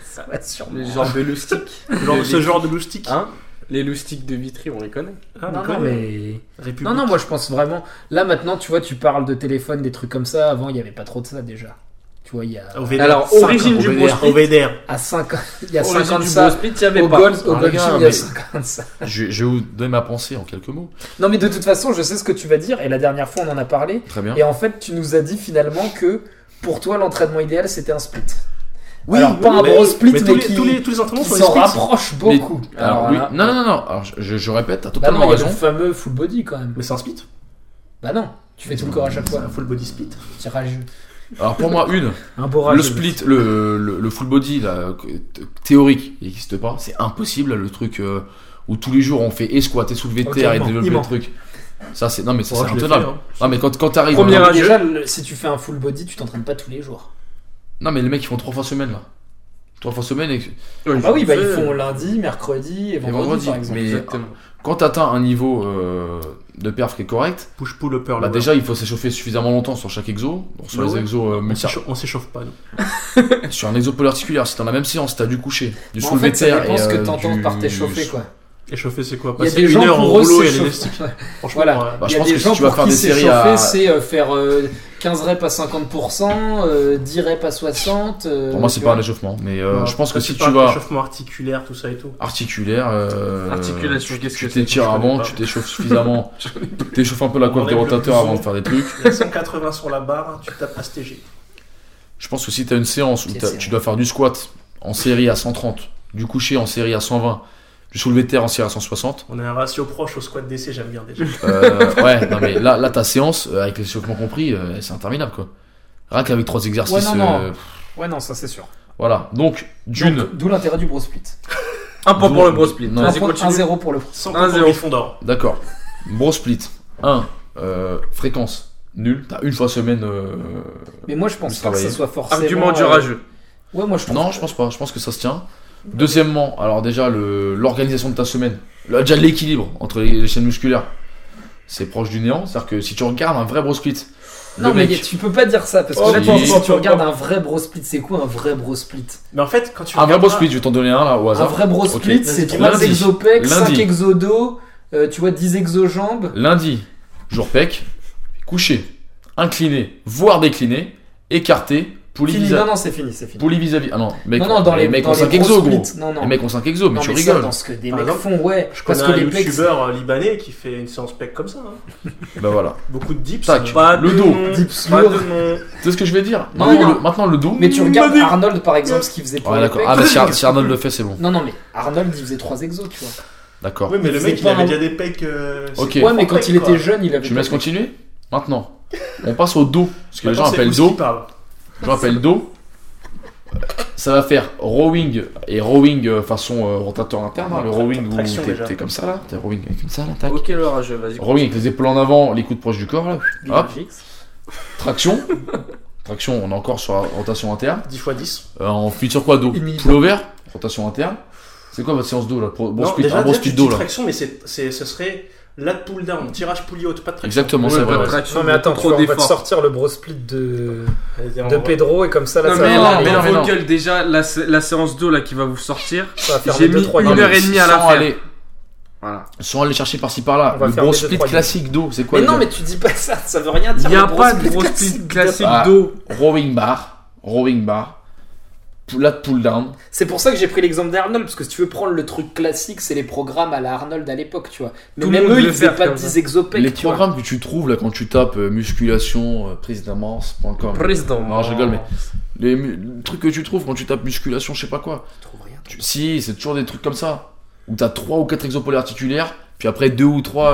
Speaker 4: Ça va sûrement.
Speaker 6: Les jambes de loustic.
Speaker 5: Genre, Ce genre de loustique
Speaker 6: Hein Les loustiques de Vitry, on les connaît.
Speaker 5: Ah,
Speaker 4: Non,
Speaker 5: quand
Speaker 4: non,
Speaker 5: même.
Speaker 4: mais.
Speaker 5: République.
Speaker 4: Non, non, moi je pense vraiment. Là maintenant, tu vois, tu parles de téléphone, des trucs comme ça. Avant, il n'y avait pas trop de ça déjà. Tu vois, il y a.
Speaker 5: Ah,
Speaker 2: Oh.
Speaker 5: Au VDR.
Speaker 6: Alors,
Speaker 5: Cinq
Speaker 6: origine
Speaker 5: ans.
Speaker 6: du
Speaker 5: Au
Speaker 6: Bruce
Speaker 5: VDR.
Speaker 6: Lee.
Speaker 5: Au VDR.
Speaker 4: À 50, il
Speaker 2: Oh,
Speaker 4: y a
Speaker 6: Origine
Speaker 4: 50
Speaker 6: Oh, du
Speaker 4: ça.
Speaker 6: Bruce Lee, il y avait
Speaker 4: Au
Speaker 6: pas.
Speaker 4: Gold, au
Speaker 2: Ah,
Speaker 4: Gold
Speaker 2: les gars,
Speaker 4: Gym, il y a
Speaker 2: mais-
Speaker 4: 50 ça.
Speaker 2: Je, je vais vous donner ma pensée en quelques mots.
Speaker 4: Non, mais de toute façon, je sais ce que tu vas dire. Et la dernière fois, on en a parlé.
Speaker 2: Très bien.
Speaker 4: Et en fait, tu nous as dit finalement que pour toi, l'entraînement idéal, c'était un split.
Speaker 2: Oui,
Speaker 4: Alors, pas un
Speaker 5: Mais-
Speaker 4: gros split, mais,
Speaker 5: mais tous les-
Speaker 4: qui,
Speaker 5: tous les- tous les entraînements
Speaker 4: qui
Speaker 5: sont
Speaker 4: s'en
Speaker 5: explicites.
Speaker 4: rapproche beaucoup.
Speaker 2: Mais- alors, oui.
Speaker 4: voilà.
Speaker 2: Non, non, non. Alors, je, je répète, t'as
Speaker 4: Bah non,
Speaker 2: totalement
Speaker 4: il y a
Speaker 2: raison.
Speaker 4: le fameux full body quand même.
Speaker 5: Mais c'est un split
Speaker 4: Bah non, tu fais tout le corps à chaque fois.
Speaker 5: Un full body split
Speaker 4: C'est rageux.
Speaker 2: Alors, pour moi, une,
Speaker 4: Un beau
Speaker 2: le split, le, le, le full body là, que- t- théorique, il n'existe pas. C'est impossible, le truc euh, où tous les jours on fait et squat, et soulever de
Speaker 4: Ok,
Speaker 2: terre, et
Speaker 4: bon,
Speaker 2: développer
Speaker 4: il
Speaker 2: le
Speaker 4: ment.
Speaker 2: truc. Ça, c'est. Non, mais ça,
Speaker 5: Oh,
Speaker 2: c'est
Speaker 5: je l'ai
Speaker 2: intenable.
Speaker 5: fait, hein.
Speaker 2: Non, mais quand, quand t'arrives.
Speaker 6: Premier
Speaker 2: hein,
Speaker 6: rang.
Speaker 4: Déjà, le- si tu fais un full body, tu t'entraînes pas tous les jours.
Speaker 2: Non, mais les mecs, ils font trois fois semaine, là. Trois fois semaine. Et...
Speaker 4: Ah bah oui, bah ils font lundi, mercredi et vendredi,
Speaker 2: vendredi,
Speaker 4: par exemple. Bah,
Speaker 2: mais-
Speaker 6: Exactement.
Speaker 2: Quand t'atteins un niveau euh, de perf qui est correct,
Speaker 5: Push pull
Speaker 4: Oh
Speaker 5: upper
Speaker 2: bah
Speaker 5: lower.
Speaker 2: déjà, il faut s'échauffer suffisamment longtemps sur chaque exo. Donc, sur
Speaker 5: Bah
Speaker 2: les
Speaker 5: ouais.
Speaker 2: exos euh,
Speaker 5: On
Speaker 2: multi-
Speaker 5: s'échauffe- on s'échauffe pas, nous.
Speaker 2: Sur un exo polyarticulaire, si t'as la même séance, t'as du coucher, du
Speaker 4: Mais en
Speaker 2: soulevé
Speaker 4: fait,
Speaker 2: de
Speaker 4: ça
Speaker 2: terre.
Speaker 4: dépend
Speaker 2: et,
Speaker 4: ce que
Speaker 2: euh,
Speaker 4: t'entends
Speaker 2: du-
Speaker 4: par t'échauffer quoi.
Speaker 5: Échauffer, c'est quoi
Speaker 4: Il y a
Speaker 5: Passer
Speaker 4: des
Speaker 5: une
Speaker 4: gens
Speaker 5: heure en
Speaker 4: pour eux,
Speaker 5: rouleau et
Speaker 4: s'échauffer.
Speaker 5: l'élastique Franchement,
Speaker 4: [LAUGHS] Voilà.
Speaker 5: ouais.
Speaker 2: Bah,
Speaker 4: Il
Speaker 2: je
Speaker 4: y a
Speaker 2: pense
Speaker 4: des
Speaker 2: que si
Speaker 4: gens
Speaker 2: tu vas
Speaker 4: pour
Speaker 2: faire
Speaker 4: qui
Speaker 2: des séries
Speaker 4: s'échauffer,
Speaker 2: à-
Speaker 4: c'est euh, faire euh, 15 reps à 50%, euh, 10 reps à 60. euh,
Speaker 2: Pour moi, c'est
Speaker 4: tu
Speaker 2: pas un
Speaker 4: vois.
Speaker 2: échauffement, mais euh,
Speaker 5: Non,
Speaker 2: je pense que
Speaker 5: toi,
Speaker 2: si
Speaker 5: c'est
Speaker 2: tu
Speaker 5: pas un
Speaker 2: vas
Speaker 5: Échauffement articulaire, tout ça et tout.
Speaker 2: articulaire, euh,
Speaker 6: Articulation, qu'est-ce
Speaker 2: tu
Speaker 6: que c'est
Speaker 2: t'étires
Speaker 6: Je connais
Speaker 2: avant,
Speaker 6: pas.
Speaker 2: tu t'échauffes suffisamment, tu t'échauffes un peu la coiffe des
Speaker 5: Enlève le
Speaker 2: rotateurs avant
Speaker 5: blouson.
Speaker 2: de faire des trucs.
Speaker 5: Il y a 180 sur la barre, tu tapes ASTG.
Speaker 2: Je pense que si t'as une séance où
Speaker 4: Pied
Speaker 2: t'as-
Speaker 4: serré.
Speaker 2: tu dois faire du squat en série à 130, du coucher en série à 120, du soulevé de terre en série à 160,
Speaker 5: On a un ratio proche au squat DC, j'aime bien déjà.
Speaker 2: Euh, ouais, non mais là, là ta séance, euh, avec les échauffements compris, euh, c'est interminable quoi. Rien qu'avec trois exercices.
Speaker 4: Ouais, non, non.
Speaker 2: euh,
Speaker 4: Ouais, non, ça c'est sûr.
Speaker 2: voilà, donc d'une.
Speaker 4: Donc, D'où l'intérêt du bro split.
Speaker 6: Un point pour le bro split.
Speaker 2: Non.
Speaker 4: Un
Speaker 6: Vas-y,
Speaker 4: point- un
Speaker 6: continue.
Speaker 4: zéro pour le bro.
Speaker 5: 100
Speaker 6: Un
Speaker 5: pour
Speaker 6: zéro.
Speaker 5: Griffon d'or.
Speaker 2: D'accord. Bro split. 1. fréquence nulle. T'as une fois semaine. euh,
Speaker 4: Mais moi, je pense
Speaker 2: Le
Speaker 4: pas que ça
Speaker 2: travailler.
Speaker 4: soit forcément.
Speaker 6: Argument du
Speaker 4: euh,
Speaker 6: rageux.
Speaker 4: Ouais, moi je pense.
Speaker 2: Non, je pense pas. Je pense que ça se tient. Deuxièmement, alors déjà le- l'organisation de ta semaine. Là, déjà l'équilibre entre les, les chaînes musculaires. C'est proche du néant. C'est-à-dire que si tu regardes un vrai bro split.
Speaker 4: Non,
Speaker 2: le
Speaker 4: mais
Speaker 2: mec,
Speaker 4: tu peux pas dire ça parce que
Speaker 2: Oh,
Speaker 4: là,
Speaker 2: oui.
Speaker 4: tu- si tu
Speaker 5: Attends,
Speaker 4: regardes un vrai bro split, c'est quoi un vrai bro split
Speaker 5: Mais en fait, quand tu
Speaker 2: Un vrai
Speaker 5: regardes
Speaker 2: bro
Speaker 5: pas-
Speaker 2: split, je vais t'en donner un là au
Speaker 4: Un
Speaker 2: hasard.
Speaker 4: vrai bro
Speaker 2: Ok.
Speaker 4: split, c'est
Speaker 2: Lundi.
Speaker 4: 3 exopecs, 5
Speaker 2: Lundi.
Speaker 4: exodos, euh, tu vois, 10 exojambes.
Speaker 2: Lundi, jour pec, couché, incliné, voire décliné, écarté, poulie
Speaker 4: Fini. Non,
Speaker 2: vis-à-vis.
Speaker 4: non, c'est fini, c'est fini.
Speaker 2: Poulie vis-à-vis. Ah non, mec,
Speaker 4: non, non, dans les,
Speaker 2: mecs
Speaker 4: dans
Speaker 2: en
Speaker 4: les
Speaker 2: 5
Speaker 4: gros
Speaker 2: exo, gros.
Speaker 4: splits, Non, non.
Speaker 2: Les mecs en 5 exo, mais
Speaker 4: Non,
Speaker 2: tu
Speaker 4: mais ça,
Speaker 2: rigoles.
Speaker 4: dans ce que des
Speaker 5: Par
Speaker 4: mecs
Speaker 5: exemple,
Speaker 4: font, ouais.
Speaker 5: Je connais
Speaker 4: Parce que
Speaker 5: un
Speaker 4: les mecs.
Speaker 5: youtubeur euh, libanais qui fait une séance pec comme ça. hein.
Speaker 2: Bah voilà.
Speaker 5: Beaucoup de dips.
Speaker 2: Tac.
Speaker 5: euh,
Speaker 6: Pas
Speaker 2: Le
Speaker 6: de
Speaker 2: dos.
Speaker 6: nom,
Speaker 4: Dips
Speaker 6: Pas
Speaker 4: lourd.
Speaker 6: de nom.
Speaker 2: C'est ce que je vais dire.
Speaker 4: Non,
Speaker 2: maintenant,
Speaker 4: non.
Speaker 2: Le, maintenant, le dos.
Speaker 4: Mais tu regardes Arnold par exemple, ce qu'il faisait pour
Speaker 2: Ouais,
Speaker 4: les
Speaker 2: d'accord.
Speaker 4: pecs.
Speaker 2: Ah, mais si, Ar- si Arnold le fait, c'est bon.
Speaker 4: Non, non, mais Arnold il faisait 3 exos, tu vois.
Speaker 2: D'accord.
Speaker 5: Oui, mais le
Speaker 4: Il
Speaker 5: mec,
Speaker 4: faisait
Speaker 5: il avait
Speaker 4: pas
Speaker 5: déjà des pecs. euh, c'est
Speaker 2: Ok.
Speaker 5: pas
Speaker 4: Ouais, mais quand
Speaker 5: pec,
Speaker 4: il
Speaker 5: quoi.
Speaker 4: était jeune, il avait.
Speaker 2: Tu me laisses
Speaker 4: pas-
Speaker 2: continuer Maintenant. On passe au dos. Ce que les gens
Speaker 5: Maintenant, c'est
Speaker 2: appellent
Speaker 5: Ous qui
Speaker 2: dos.
Speaker 5: parle.
Speaker 2: Je rappelle dos. Ça va faire rowing et rowing euh, façon euh, rotateur interne, hein, le rowing où
Speaker 5: Traction,
Speaker 2: t'es-
Speaker 5: déjà.
Speaker 2: t'es comme ça là, t'es rowing comme ça là, tac.
Speaker 6: Ok, le rageux, vas-y.
Speaker 2: Rowing avec les épaules en avant, les coudes proches du corps là. Hop.
Speaker 6: Fixe.
Speaker 2: Traction. Traction, on est encore sur la rotation interne.
Speaker 5: 10 x 10.
Speaker 2: Euh, on finit sur quoi dos
Speaker 4: Humiliant.
Speaker 2: Pullover, rotation interne. C'est quoi votre séance dos là Pro- Bon
Speaker 5: Non,
Speaker 2: split,
Speaker 5: déjà,
Speaker 2: un bon
Speaker 5: déjà, tu
Speaker 2: split
Speaker 5: dis
Speaker 2: dos là.
Speaker 5: traction, mais c'est- c'est- ce serait lat pull down, tirage pulley haute, pas de traction.
Speaker 2: Exactement, c'est vrai. ouais.
Speaker 6: Non,
Speaker 4: sortir le bro split de,
Speaker 5: De
Speaker 4: Pedro et comme ça
Speaker 6: Non, mais
Speaker 2: va
Speaker 6: non,
Speaker 2: aller.
Speaker 6: mais
Speaker 2: Mais non, mais
Speaker 6: vos
Speaker 2: non.
Speaker 6: gueules, déjà, la, sé- la séance d'eau là qui va vous sortir.
Speaker 4: va
Speaker 6: J'ai mis
Speaker 2: Non,
Speaker 6: une
Speaker 2: mais
Speaker 6: heure et demie à la
Speaker 2: sans
Speaker 6: faire.
Speaker 2: aller-
Speaker 6: Voilà.
Speaker 2: sans aller chercher par-ci par-là.
Speaker 4: On va
Speaker 2: Le
Speaker 4: faire
Speaker 2: gros
Speaker 4: les deux,
Speaker 2: split
Speaker 4: trois,
Speaker 2: classique dos, c'est quoi
Speaker 4: Mais
Speaker 2: le
Speaker 4: non,
Speaker 2: gars
Speaker 4: mais tu dis pas ça, ça veut rien dire.
Speaker 6: Il n'y a
Speaker 4: le
Speaker 6: pas de
Speaker 4: split
Speaker 6: gros
Speaker 4: classique.
Speaker 6: split classique
Speaker 2: Ah.
Speaker 6: d'eau.
Speaker 2: Rowing bar, rowing bar, la pull down.
Speaker 4: C'est pour ça que j'ai pris l'exemple d'Arnold, parce que si tu veux prendre le truc classique, c'est les programmes à la Arnold à l'époque, tu vois. Mais
Speaker 6: Tout le
Speaker 4: même
Speaker 6: monde
Speaker 4: eux,
Speaker 6: veut
Speaker 4: ils faisaient
Speaker 6: faire
Speaker 4: pas
Speaker 6: comme
Speaker 4: 10
Speaker 6: ça.
Speaker 4: exopecs.
Speaker 2: Les
Speaker 4: tu vois.
Speaker 2: programmes que tu trouves là quand tu tapes euh, musculation euh, prise
Speaker 6: Oh,
Speaker 2: d'amorce.com.
Speaker 3: Président.
Speaker 2: Non, je rigole, mais les mu- le truc que tu trouves quand tu tapes musculation, je sais pas quoi.
Speaker 4: Tu trouves rien.
Speaker 2: Tu- Si, c'est toujours des trucs comme ça. Où t'as 3 ou 4 exopolaires articulaires, puis après 2 ou 3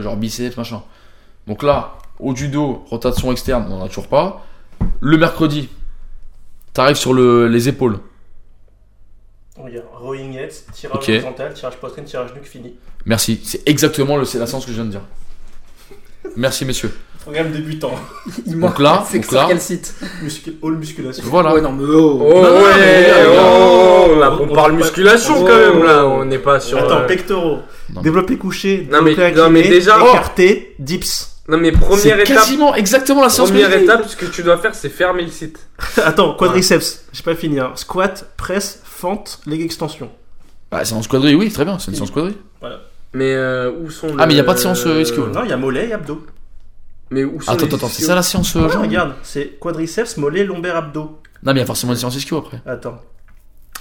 Speaker 2: genre biceps, machin. Donc là, au judo, rotation externe, on en a toujours pas. Le mercredi, t'arrives sur le, les épaules.
Speaker 5: Oh, Regarde, rowing heads, tirage
Speaker 2: Ok.
Speaker 5: horizontal, tirage poitrine, tirage nuque, fini.
Speaker 2: Merci, c'est exactement le, c'est la séance que je viens de dire. Merci messieurs.
Speaker 5: Programme débutant.
Speaker 4: Il
Speaker 2: Donc
Speaker 4: manque
Speaker 2: là,
Speaker 4: c'est
Speaker 2: donc
Speaker 4: sur
Speaker 2: là,
Speaker 4: quel site
Speaker 5: [LAUGHS] Muscu- All musculation.
Speaker 2: voilà.
Speaker 4: Ouais, non, mais oh.
Speaker 3: Oh,
Speaker 2: non, non, mais
Speaker 3: ouais,
Speaker 2: regarde,
Speaker 3: oh,
Speaker 5: regarde.
Speaker 3: là, on,
Speaker 5: On-
Speaker 3: parle
Speaker 5: on-
Speaker 3: musculation
Speaker 5: on-
Speaker 3: quand
Speaker 2: Oh.
Speaker 3: même, là. On n'est pas sur.
Speaker 5: Attends,
Speaker 3: euh,
Speaker 5: pectoraux.
Speaker 2: Non.
Speaker 5: Développé couché,
Speaker 6: Non, mais-
Speaker 5: développé
Speaker 6: non, mais
Speaker 5: incliné,
Speaker 6: déjà-
Speaker 5: écarté, [LAUGHS] dips.
Speaker 6: Non, mais première
Speaker 2: C'est
Speaker 6: étape,
Speaker 2: quasiment exactement la séance que
Speaker 6: première
Speaker 2: j'ai-
Speaker 6: étape, ce que tu dois faire, c'est fermer le site.
Speaker 5: Attends, quadriceps. J'ai pas fini. hein. Squat, presse, fente, leg extension.
Speaker 2: Bah, séance quadrille, oui, très bien, c'est une séance quadrille.
Speaker 6: Mais euh, où sont
Speaker 2: Ah, mais
Speaker 6: il
Speaker 2: y a pas de séance, euh, esquive.
Speaker 5: Non, il y a mollet et abdos.
Speaker 6: Mais où sont les
Speaker 2: Attends, attends, attends, c'est
Speaker 6: ischios
Speaker 2: ça la séance euh,
Speaker 5: Ouais,
Speaker 2: genre
Speaker 5: regarde, c'est quadriceps, mollet, lombaire, abdos.
Speaker 2: Non, mais il y a forcément une séance esquio après.
Speaker 5: Attends.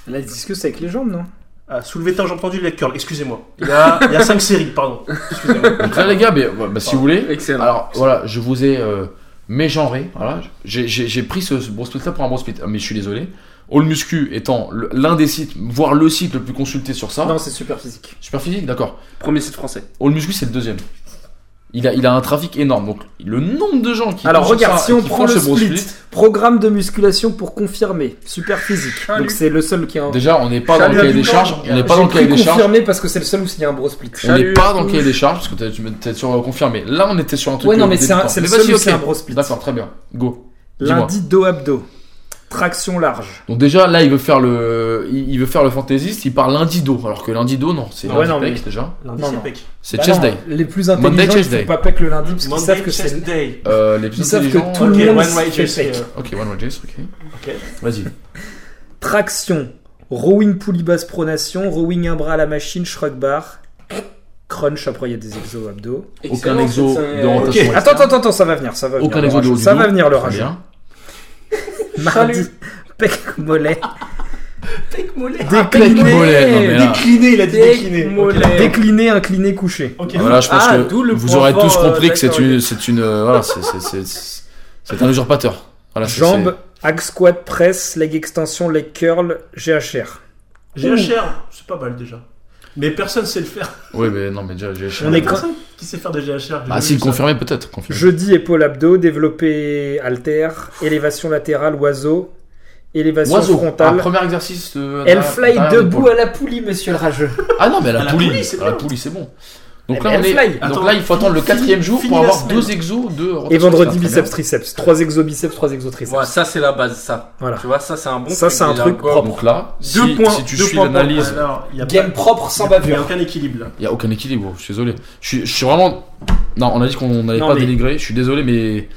Speaker 4: Là, ils discutent avec les jambes, non
Speaker 5: Ah, soulevé j'ai entendu leg curl. Excusez-moi. Il
Speaker 4: [LAUGHS]
Speaker 5: y a, il y a 5 séries, pardon. Excusez-moi.
Speaker 2: Donc là, les gars, mais, bah, bah, si vous voulez,
Speaker 6: Excellent.
Speaker 2: Alors voilà, je vous ai euh, mégenré. Voilà, j'ai- j'ai j'ai pris ce, ce split là pour un bro split, Ah, mais je suis désolé. All Muscu étant le- l'un des sites, voire le site le plus consulté sur ça.
Speaker 4: Non, c'est super physique.
Speaker 2: Super physique, d'accord.
Speaker 6: Premier site français.
Speaker 2: All Muscu c'est le deuxième. Il a, il a un trafic énorme. Donc le nombre de gens qui
Speaker 4: Alors,
Speaker 2: vont sur
Speaker 4: regarde,
Speaker 2: ça
Speaker 4: si
Speaker 2: et
Speaker 4: on
Speaker 2: qui
Speaker 4: prend
Speaker 2: font
Speaker 4: le
Speaker 2: ce bro
Speaker 4: split, programme de musculation pour confirmer, super physique.
Speaker 6: Salut.
Speaker 4: Donc c'est le seul qui est un.
Speaker 2: déjà on n'est pas dans
Speaker 5: Salut
Speaker 2: le
Speaker 5: à
Speaker 2: cahier des
Speaker 5: tout le
Speaker 2: charges.
Speaker 5: monde.
Speaker 2: On n'est pas dans
Speaker 4: J'ai
Speaker 2: le cahier
Speaker 4: pris
Speaker 2: des charges.
Speaker 4: confirmé parce que c'est le seul où il y a un bro split.
Speaker 2: On n'est
Speaker 6: Salut
Speaker 2: pas
Speaker 6: à
Speaker 2: dans le
Speaker 6: tous.
Speaker 2: cahier des charges parce que t'es- tu es sur euh, confirmé. Là on était sur un truc.
Speaker 4: Ouais, non,
Speaker 2: euh,
Speaker 4: mais c'est
Speaker 2: débutant.
Speaker 4: un- c'est le
Speaker 2: Mais vas-y,
Speaker 4: seul où c'est
Speaker 2: ok.
Speaker 4: un bro split.
Speaker 2: D'accord, très bien. Go. Dis-moi.
Speaker 4: Lundi, dos abdos. Traction large.
Speaker 2: Donc déjà là il veut faire le il il veut faire le fantaisiste, il part lundi do alors que lundi do non, c'est
Speaker 4: Ah ouais,
Speaker 2: lundi
Speaker 4: non,
Speaker 2: pec,
Speaker 4: mais-
Speaker 2: déjà.
Speaker 5: Lundi,
Speaker 4: Non,
Speaker 5: c'est
Speaker 4: non.
Speaker 5: pec.
Speaker 2: C'est
Speaker 4: Bah
Speaker 2: chest
Speaker 4: non,
Speaker 2: day.
Speaker 4: Les plus
Speaker 2: Monday,
Speaker 4: intelligents, ils
Speaker 2: chest
Speaker 4: font
Speaker 2: day.
Speaker 4: pas pec le lundi parce qu'ils
Speaker 5: Monday
Speaker 4: savent que
Speaker 5: chest
Speaker 4: c'est.
Speaker 5: day.
Speaker 2: Euh, les plus
Speaker 4: Ils savent que
Speaker 2: intelligents,
Speaker 4: tout
Speaker 2: euh,
Speaker 4: le
Speaker 5: Ok,
Speaker 4: monde
Speaker 5: one way
Speaker 4: fait
Speaker 5: chest day,
Speaker 4: pec.
Speaker 5: euh.
Speaker 2: OK, one way chest, OK.
Speaker 5: Ok.
Speaker 2: Vas-y.
Speaker 4: Traction. Rowing poulie basse pronation, rowing un bras à la machine, shrug bar. Crunch, après il y a des exos abdos.
Speaker 2: Aucun
Speaker 6: Excellent,
Speaker 2: exo
Speaker 6: c'est- c'est-
Speaker 2: de rotation. externe.
Speaker 4: Attends, attends, attends, ça va venir, ça va venir.
Speaker 2: Aucun
Speaker 4: le
Speaker 2: exo de
Speaker 4: rageux.
Speaker 2: haut du
Speaker 4: Ça
Speaker 2: dos.
Speaker 4: va venir le
Speaker 2: Très
Speaker 4: rageux.
Speaker 2: bien.
Speaker 4: Mardi, pec mollet.
Speaker 5: Pec mollet.
Speaker 2: Pec Ah, mollet, non mais là.
Speaker 5: Décliné, il a dit décliné.
Speaker 6: Pec,
Speaker 5: Ok.
Speaker 6: mollet.
Speaker 4: Décliné, incliné, couché.
Speaker 5: Ok.
Speaker 2: Voilà, je pense
Speaker 6: Ah, d'où
Speaker 2: que
Speaker 6: le
Speaker 2: vous
Speaker 6: point
Speaker 2: aurez
Speaker 6: fort,
Speaker 2: tous
Speaker 6: euh,
Speaker 2: compris que c'est
Speaker 6: d'accord,
Speaker 2: une c'est une euh, voilà, c'est c'est c'est- c'est c'est un usurpateur. Voilà, c'est-
Speaker 4: Jambes, hack squat, presse, leg extension, leg curl, GHR.
Speaker 5: Ah, GHR, c'est pas mal déjà. Mais personne sait le faire. [LAUGHS]
Speaker 2: c'est- Oui, mais non mais déjà j'ai
Speaker 4: On est
Speaker 5: Personne qui sait faire des GHR.
Speaker 2: Ah
Speaker 4: Bah,
Speaker 5: j'ai
Speaker 2: si
Speaker 5: vu ça.
Speaker 2: confirmé peut-être, confirmé.
Speaker 4: Jeudi, épaule abdos, développé alter, élévation latérale, oiseau, élévation
Speaker 2: Oiseau. Ah,
Speaker 4: frontale.
Speaker 2: premier exercice euh,
Speaker 4: Elle
Speaker 2: derrière-
Speaker 4: fly
Speaker 2: derrière
Speaker 4: debout
Speaker 2: l'épaule.
Speaker 4: à la poulie, monsieur le rageux.
Speaker 2: Ah non, mais à
Speaker 5: À
Speaker 2: la
Speaker 5: la
Speaker 2: poulie,
Speaker 5: poulie, c'est
Speaker 2: à la
Speaker 5: bien.
Speaker 2: poulie, c'est bon. Donc
Speaker 4: Eh
Speaker 2: là,
Speaker 4: ben,
Speaker 2: on
Speaker 4: elle
Speaker 2: est-
Speaker 4: fly.
Speaker 2: donc
Speaker 5: Attends,
Speaker 2: là, il faut attendre le
Speaker 5: fini-
Speaker 2: quatrième jour
Speaker 5: fini
Speaker 2: pour
Speaker 5: la
Speaker 2: avoir
Speaker 5: semaine.
Speaker 2: deux exos de rotation
Speaker 4: Et vendredi,
Speaker 2: externe.
Speaker 4: biceps, triceps. Trois exos biceps, trois exos triceps.
Speaker 6: Voilà, ça c'est la base, ça.
Speaker 4: Voilà.
Speaker 6: Tu vois, ça c'est un bon
Speaker 4: Ça,
Speaker 6: truc
Speaker 4: c'est un
Speaker 6: déjà,
Speaker 4: truc
Speaker 6: quoi.
Speaker 4: propre.
Speaker 2: Donc là, si,
Speaker 6: Deux points,
Speaker 2: si tu
Speaker 6: deux
Speaker 2: suis
Speaker 6: points pour
Speaker 2: l'analyse,
Speaker 5: Alors, il y a pas-
Speaker 4: Game propre sans
Speaker 5: il y a
Speaker 4: bavure.
Speaker 5: aucun équilibre là.
Speaker 2: il n'y a aucun équilibre, je suis désolé. Je suis, je suis vraiment... Non, on a dit qu'on n'allait
Speaker 4: Non,
Speaker 2: pas
Speaker 4: mais-
Speaker 2: dénigrer, je suis désolé, mais...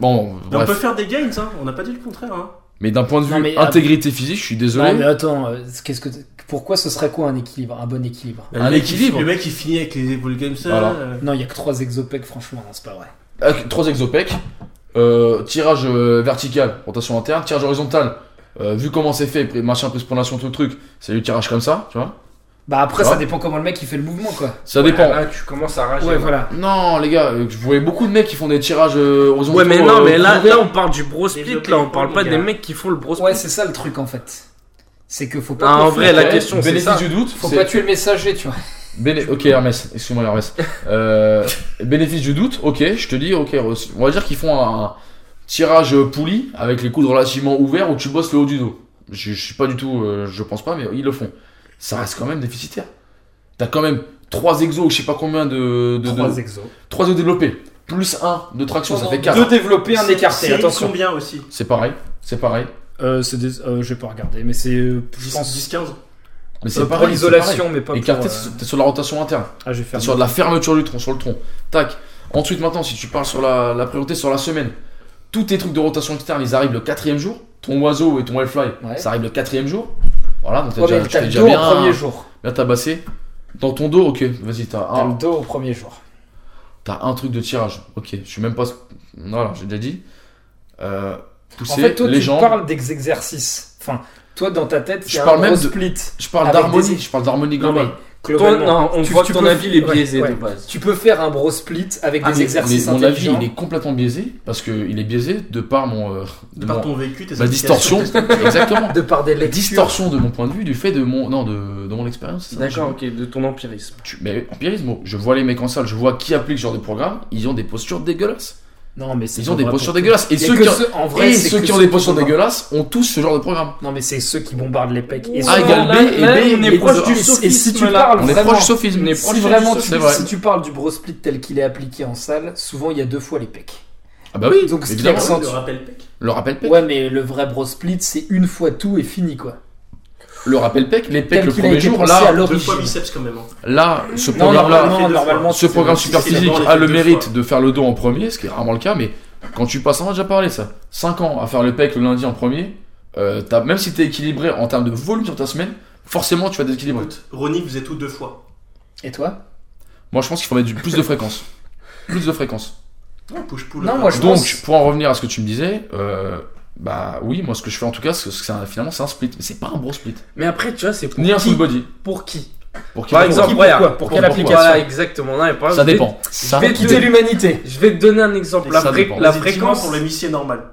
Speaker 2: Bon,
Speaker 5: Mais on peut
Speaker 2: bref.
Speaker 5: faire des gains, hein. on n'a pas dit le contraire. Hein.
Speaker 2: Mais d'un point de
Speaker 4: Non,
Speaker 2: vue
Speaker 4: mais-
Speaker 2: intégrité physique, je suis désolé.
Speaker 4: Non mais attends, euh, qu'est-ce que t- pourquoi ce serait quoi un équilibre, un bon équilibre
Speaker 2: Un
Speaker 5: Le mec,
Speaker 2: équilibre.
Speaker 5: il- Ah, Le mec il finit avec les épaules comme ça.
Speaker 2: Voilà.
Speaker 5: euh,
Speaker 4: Non, il y a que trois exopecs franchement, non, c'est pas vrai.
Speaker 2: Avec Trois exopecs, euh, tirage euh, vertical, rotation interne, tirage horizontal, euh, vu comment c'est fait, machin, plus pronation, tout le truc, c'est du tirage comme ça, tu vois.
Speaker 4: Bah après
Speaker 2: Ah.
Speaker 4: ça dépend comment le mec il fait le mouvement quoi.
Speaker 2: Ça
Speaker 6: Ouais,
Speaker 2: dépend.
Speaker 6: Là, tu commences à rager. hein.
Speaker 4: Ouais,
Speaker 6: là.
Speaker 4: voilà.
Speaker 2: Non, les gars, euh, je voyais beaucoup de mecs qui font des tirages euh, horizontaux.
Speaker 6: Ouais, mais non,
Speaker 2: euh,
Speaker 6: mais là,
Speaker 2: courbés.
Speaker 6: là on parle du bro split,
Speaker 5: Développer
Speaker 6: là on
Speaker 5: les
Speaker 6: parle
Speaker 5: points,
Speaker 6: pas
Speaker 5: les
Speaker 6: des
Speaker 5: gars.
Speaker 6: mecs qui font le bro split.
Speaker 4: Ouais, c'est ça le truc en fait. C'est que faut pas
Speaker 6: Ah, en
Speaker 4: confondre-
Speaker 6: vrai, la
Speaker 2: Ouais,
Speaker 6: question c'est
Speaker 2: bénéfice
Speaker 6: ça.
Speaker 2: du doute.
Speaker 4: faut
Speaker 2: c'est-
Speaker 4: pas tuer le messager, tu vois.
Speaker 2: béné- Ok, Hermès, excuse-moi, Hermès. Euh, bénéfice du doute, ok, je te dis, ok, reçu. on va dire qu'ils font un tirage euh, poulie avec les coudes relativement ouverts où tu bosses le haut du dos. Je, je suis pas du tout, euh, je pense pas, mais ils le font. Ça reste quand même déficitaire. T'as quand même trois exos, je sais pas combien de. de,
Speaker 4: Trois
Speaker 2: de-
Speaker 4: exos.
Speaker 2: trois exos développés, plus un de traction, ça fait quatre.
Speaker 4: Deux développés, un
Speaker 5: c'est-
Speaker 4: écarté.
Speaker 5: série de
Speaker 4: Attention.
Speaker 5: combien aussi
Speaker 2: C'est pareil, c'est pareil.
Speaker 4: Euh, c'est des... euh, je vais pas regarder, mais c'est euh, je
Speaker 5: 10,
Speaker 4: pense
Speaker 5: 15
Speaker 2: Mais c'est
Speaker 4: euh,
Speaker 2: pareil,
Speaker 4: pour
Speaker 2: c'est pareil.
Speaker 4: l'isolation, mais pas
Speaker 2: Écarté,
Speaker 4: pour. euh,
Speaker 2: t'es sur la rotation interne,
Speaker 4: Ah, je vais faire.
Speaker 2: t'es sur de la fermeture du tronc, sur le tronc. Tac. Ensuite, maintenant, si tu parles sur la, la priorité sur la semaine, tous tes trucs de rotation externe, ils arrivent le quatrième jour. Ton oiseau et ton wellfly,
Speaker 4: Ouais.
Speaker 2: ça arrive le quatrième jour. Voilà, donc t'as
Speaker 4: Ouais, mais
Speaker 2: déjà,
Speaker 4: t'as
Speaker 2: tu t'es
Speaker 4: le
Speaker 2: déjà
Speaker 4: dos au
Speaker 2: bien,
Speaker 4: premier jour.
Speaker 2: bien tabassé. Dans ton dos, ok, vas-y, t'as
Speaker 4: T'as le
Speaker 2: un,
Speaker 4: dos au premier jour.
Speaker 2: t'as un truc de tirage. Ok, je suis même pas. Voilà, j'ai déjà dit. Euh, pousser
Speaker 4: En fait, toi,
Speaker 2: les
Speaker 4: tu
Speaker 2: jambes.
Speaker 4: parles des exercices Enfin, toi dans ta tête,
Speaker 2: Je
Speaker 4: c'est un
Speaker 2: parle
Speaker 4: gros
Speaker 2: même de-
Speaker 4: split.
Speaker 2: Je parle
Speaker 4: Avec
Speaker 2: d'harmonie,
Speaker 4: des-
Speaker 2: je parle d'harmonie
Speaker 4: Non, mais
Speaker 2: globale.
Speaker 6: Toi,
Speaker 4: globalement,
Speaker 6: non, on
Speaker 4: tu-
Speaker 6: voit
Speaker 4: tu
Speaker 6: que ton
Speaker 4: peux-
Speaker 6: avis, il est
Speaker 4: ouais,
Speaker 6: biaisé
Speaker 4: ouais.
Speaker 6: de base.
Speaker 4: tu peux faire un bro split avec
Speaker 2: Ah,
Speaker 4: des
Speaker 2: mais-
Speaker 4: exercices
Speaker 2: mais mon avis,
Speaker 4: intelligents.
Speaker 2: il est complètement biaisé parce que il est biaisé de par mon euh, de
Speaker 5: De par
Speaker 2: mon-
Speaker 5: ton vécu, tes
Speaker 2: ma Bah, distorsion,
Speaker 4: [LAUGHS]
Speaker 2: exactement.
Speaker 4: De par des
Speaker 2: La
Speaker 4: lectures.
Speaker 2: distorsion de mon point de vue, du fait de mon non de, de mon expérience. c'est ça
Speaker 6: D'accord, ok, de ton empirisme.
Speaker 2: Tu- Mais empirisme, je vois les mecs en salle, je vois qui applique ce genre de programme, ils ont des postures dégueulasses.
Speaker 4: Non, mais c'est
Speaker 2: Ils ont
Speaker 4: pas
Speaker 2: des
Speaker 4: vrai
Speaker 2: postures
Speaker 4: pour tout.
Speaker 2: dégueulasses. Et
Speaker 4: Il y a
Speaker 2: ceux
Speaker 4: que
Speaker 2: qui ont,
Speaker 4: ceux- en
Speaker 2: et
Speaker 4: vrai, c'est
Speaker 2: ceux
Speaker 4: que
Speaker 2: qui ont des
Speaker 4: qui
Speaker 2: postures
Speaker 4: bombardent.
Speaker 2: dégueulasses ont tous ce genre de programme.
Speaker 4: Non, mais c'est ceux qui bombardent les pecs. Et
Speaker 6: Ouais,
Speaker 4: ceux-
Speaker 2: Ah, A égale
Speaker 6: là,
Speaker 2: B et
Speaker 6: là,
Speaker 2: B
Speaker 6: on est
Speaker 2: égale
Speaker 6: proche
Speaker 2: E.
Speaker 6: du
Speaker 2: Et-
Speaker 4: et si tu
Speaker 6: sophisme, là.
Speaker 4: parles
Speaker 2: On est
Speaker 4: vraiment,
Speaker 2: proche du sophisme.
Speaker 6: on est
Speaker 4: si
Speaker 6: proche du
Speaker 4: vraiment
Speaker 6: sophisme,
Speaker 2: c'est
Speaker 4: tu,
Speaker 2: vrai.
Speaker 4: si tu parles du bro split tel qu'il est appliqué en salle, souvent il y a deux fois les pecs.
Speaker 2: Ah bah oui,
Speaker 4: Donc, ce qui
Speaker 2: évidemment.
Speaker 4: accentue-
Speaker 5: Le rappel pec.
Speaker 2: Le rappel pec.
Speaker 4: Ouais, mais le vrai bro split, c'est une fois tout et fini quoi.
Speaker 2: Le rappel pec, les pecs
Speaker 4: Tel
Speaker 2: le
Speaker 4: qu'il a
Speaker 2: premier
Speaker 4: été
Speaker 2: jour,
Speaker 4: pensé à
Speaker 2: là,
Speaker 4: l'origine.
Speaker 5: Deux fois biceps quand même. hein.
Speaker 2: là, ce
Speaker 4: Non,
Speaker 2: programme-là,
Speaker 4: normalement,
Speaker 5: fait deux fois.
Speaker 4: normalement,
Speaker 2: Ce
Speaker 4: c'est-
Speaker 2: programme
Speaker 5: si,
Speaker 2: super
Speaker 5: si,
Speaker 2: physique
Speaker 5: d'abord, on les
Speaker 2: a
Speaker 5: fait
Speaker 2: le
Speaker 5: deux
Speaker 2: mérite
Speaker 5: fois.
Speaker 2: de faire le dos en premier, ce qui est rarement le cas, mais quand tu passes, on en a déjà parlé ça. 5 ans à faire le pec le lundi en premier, euh, t'as- même si t'es équilibré en termes de volume sur ta semaine, forcément tu vas déséquilibrer.
Speaker 5: Écoute, Ronnie faisait tout deux fois.
Speaker 4: Et toi
Speaker 2: Moi je pense qu'il faut mettre du, plus de fréquence.
Speaker 6: [LAUGHS]
Speaker 2: Plus de fréquence.
Speaker 5: Push-pull.
Speaker 4: Non, moi je
Speaker 2: Donc,
Speaker 4: pense.
Speaker 2: pour en revenir à ce que tu me disais, euh, bah oui, moi ce que je fais en tout cas, c'est c'est un- finalement c'est un split, mais c'est pas un gros split.
Speaker 6: Mais après, tu vois, c'est pour
Speaker 2: Ni un
Speaker 6: qui
Speaker 2: full body.
Speaker 6: Pour qui
Speaker 2: Pour qu'il
Speaker 6: Par
Speaker 2: y ait-
Speaker 6: exemple,
Speaker 2: pour-
Speaker 6: regarde,
Speaker 4: pourquoi Pour quelle
Speaker 2: pourquoi
Speaker 4: application
Speaker 6: Voilà, exactement. Non, mais par
Speaker 2: ça
Speaker 6: exemple,
Speaker 2: dépend. Ça
Speaker 6: vais
Speaker 2: dépend.
Speaker 6: quitter
Speaker 4: l'humanité.
Speaker 6: Je vais te donner un exemple. La,
Speaker 2: Ça
Speaker 6: fré-
Speaker 2: dépend.
Speaker 6: la
Speaker 5: Vas-y, dis-moi
Speaker 6: fréquence,
Speaker 5: pour l'amitié normale.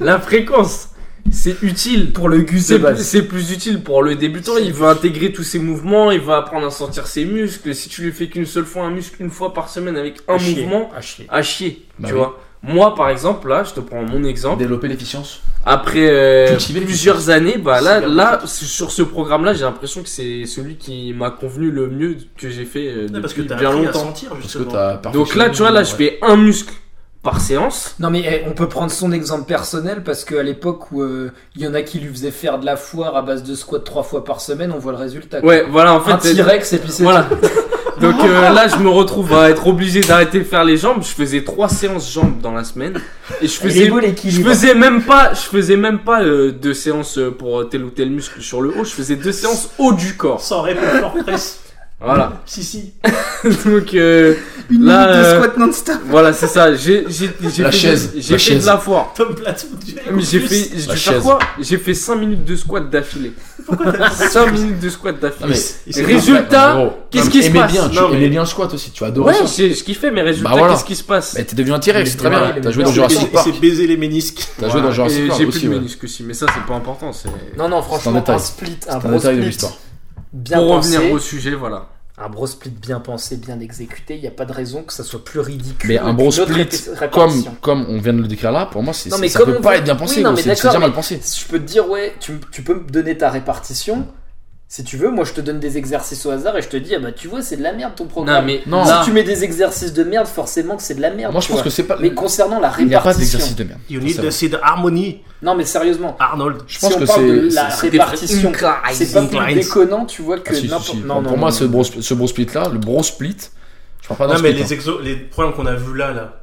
Speaker 6: la fréquence, c'est utile.
Speaker 4: Pour le gus
Speaker 6: C'est plus, c'est plus utile pour le débutant. Il veut intégrer tous ses mouvements, il veut apprendre à sentir ses muscles. Si tu lui fais qu'une seule fois un muscle, une fois par semaine avec un mouvement,
Speaker 4: À chier.
Speaker 6: à chier.
Speaker 2: Bah
Speaker 6: tu
Speaker 2: oui.
Speaker 6: vois. Moi, par exemple, là, je te prends mon exemple.
Speaker 2: Développer l'efficience.
Speaker 6: Après euh,
Speaker 2: Cultiver
Speaker 6: plusieurs années, bah
Speaker 2: C'est
Speaker 6: là,
Speaker 2: bien.
Speaker 6: là, sur ce programme-là, j'ai l'impression que c'est celui qui m'a convenu le mieux que j'ai fait euh,
Speaker 5: Ouais, Parce que
Speaker 6: depuis
Speaker 5: t'as
Speaker 6: bien
Speaker 5: appris à
Speaker 6: longtemps.
Speaker 5: sentir
Speaker 2: Parce que
Speaker 5: justement.
Speaker 2: t'as
Speaker 6: Donc là,
Speaker 2: perfectionné,
Speaker 6: tu vois, là, je
Speaker 2: ouais.
Speaker 6: fais un muscle par séance.
Speaker 4: Non mais eh, on peut prendre son exemple personnel parce qu'à l'époque où euh, il y en a qui lui faisaient faire de la foire à base de squat trois fois par semaine, on voit le résultat. quoi.
Speaker 6: Ouais, voilà, en
Speaker 4: Un
Speaker 6: fait, euh,
Speaker 4: T-Rex et puis c'est
Speaker 6: Voilà. [LAUGHS] Donc euh, là, je me retrouve à être obligé d'arrêter de faire les jambes. Je faisais trois séances jambes dans la semaine et je
Speaker 4: tout. Il est
Speaker 6: faisais
Speaker 4: beau
Speaker 6: je
Speaker 4: l'équilibre.
Speaker 6: faisais même pas je faisais même pas euh, deux séances euh, pour tel ou tel muscle sur le haut, je faisais deux séances haut du corps.
Speaker 5: Sans répondre fort presse.
Speaker 2: [LAUGHS]
Speaker 6: Voilà.
Speaker 5: Si, si.
Speaker 6: Donc euh,
Speaker 4: Une
Speaker 6: Là,
Speaker 4: minute
Speaker 6: euh,
Speaker 4: non-stop.
Speaker 6: voilà, c'est ça. J'ai j'ai j'ai
Speaker 2: La
Speaker 6: fait-
Speaker 2: chaise,
Speaker 6: j'ai
Speaker 2: la
Speaker 6: fait
Speaker 2: chaise.
Speaker 6: de la foire.
Speaker 5: Tom Platt.
Speaker 6: Mais j'ai fait j'ai
Speaker 2: La
Speaker 6: dû faire
Speaker 2: chaise.
Speaker 6: quoi J'ai fait 5 minutes de squat d'affilée.
Speaker 5: Pourquoi t'as fait
Speaker 6: 5 minutes de squat
Speaker 2: Non,
Speaker 6: d'affilée.
Speaker 2: mais
Speaker 6: Résultat,
Speaker 2: Non, mais gros,
Speaker 6: qu'est-ce
Speaker 2: non,
Speaker 6: qui
Speaker 2: mais
Speaker 6: se
Speaker 2: aimais
Speaker 6: passe
Speaker 2: bien, tu
Speaker 5: Non, mais-
Speaker 2: aimais bien le squat aussi, tu adorais
Speaker 6: Ouais,
Speaker 2: ça.
Speaker 6: j'ai je kiffais mes résultats,
Speaker 2: Bah, voilà.
Speaker 6: qu'est-ce qui se passe
Speaker 2: Mais t'es devenu un T-Rex,
Speaker 4: Mais
Speaker 2: très bien.
Speaker 4: voilà,
Speaker 2: T'as joué dans
Speaker 4: les
Speaker 2: Jurassic
Speaker 5: Et
Speaker 2: Park.
Speaker 5: c'est baiser les ménisques.
Speaker 2: T'as joué dans Jurassic
Speaker 6: Et
Speaker 2: Park
Speaker 6: J'ai plus
Speaker 2: aussi.
Speaker 6: de
Speaker 2: ouais.
Speaker 6: ménisque aussi, mais ça c'est pas important. c'est-
Speaker 4: Non
Speaker 2: C'est
Speaker 4: non
Speaker 2: un
Speaker 4: franchement
Speaker 2: détail.
Speaker 4: un split, un
Speaker 2: C'est un
Speaker 4: bro
Speaker 2: détail de
Speaker 4: split
Speaker 2: l'histoire.
Speaker 4: bien
Speaker 6: Pour
Speaker 4: pensé,
Speaker 6: revenir au sujet, voilà.
Speaker 4: un bro split bien pensé, bien exécuté, il n'y a pas de raison que ça soit plus ridicule.
Speaker 2: Mais un bro
Speaker 4: qu'une autre
Speaker 2: split,
Speaker 4: répé-
Speaker 2: Comme,
Speaker 4: réparation.
Speaker 2: comme on vient de le décrire là, pour moi, c'est,
Speaker 4: Non,
Speaker 2: c'est-
Speaker 4: mais
Speaker 2: ça
Speaker 4: comme
Speaker 2: peut
Speaker 4: on
Speaker 2: pas
Speaker 4: veut-
Speaker 2: être bien pensé.
Speaker 4: Oui, non,
Speaker 2: gros,
Speaker 4: mais
Speaker 2: c'est, c'est
Speaker 4: d'accord,
Speaker 2: déjà
Speaker 4: mais-
Speaker 2: mal pensé.
Speaker 4: je peux te dire, ouais, tu, m- tu peux me donner ta répartition. Si tu veux, moi je te donne des exercices au hasard et je te dis, ah bah tu vois, c'est de la merde ton
Speaker 6: Non,
Speaker 4: programme.
Speaker 6: mais
Speaker 2: Non.
Speaker 4: Si
Speaker 6: là,
Speaker 4: tu mets des exercices de merde, forcément que c'est de la merde.
Speaker 2: Moi, je
Speaker 4: tu
Speaker 2: pense
Speaker 4: vois.
Speaker 2: que c'est pas.
Speaker 4: Mais concernant la
Speaker 2: Il n'y a pas
Speaker 4: répartition.
Speaker 2: d'exercice de merde.
Speaker 5: You
Speaker 2: Ça,
Speaker 5: need
Speaker 2: c'est
Speaker 5: the
Speaker 2: vrai.
Speaker 5: seed harmony,
Speaker 4: non, mais sérieusement.
Speaker 5: Arnold.
Speaker 2: Je pense
Speaker 4: si on
Speaker 2: que
Speaker 4: parle de
Speaker 2: c'est.
Speaker 4: la
Speaker 2: c'est-
Speaker 4: répartition, c'est pas plus
Speaker 5: Inclines.
Speaker 4: déconnant, tu vois, que
Speaker 2: Ah, si, si,
Speaker 4: n'importe.
Speaker 2: si.
Speaker 4: Non,
Speaker 2: Pour
Speaker 4: non,
Speaker 2: pour
Speaker 4: non,
Speaker 2: moi,
Speaker 4: non.
Speaker 2: ce bro ce bro split là, le bro split, je parle Ah pas d'un
Speaker 5: Non, mais
Speaker 2: split. hein.
Speaker 5: les, exo, les problèmes qu'on a vus là, là,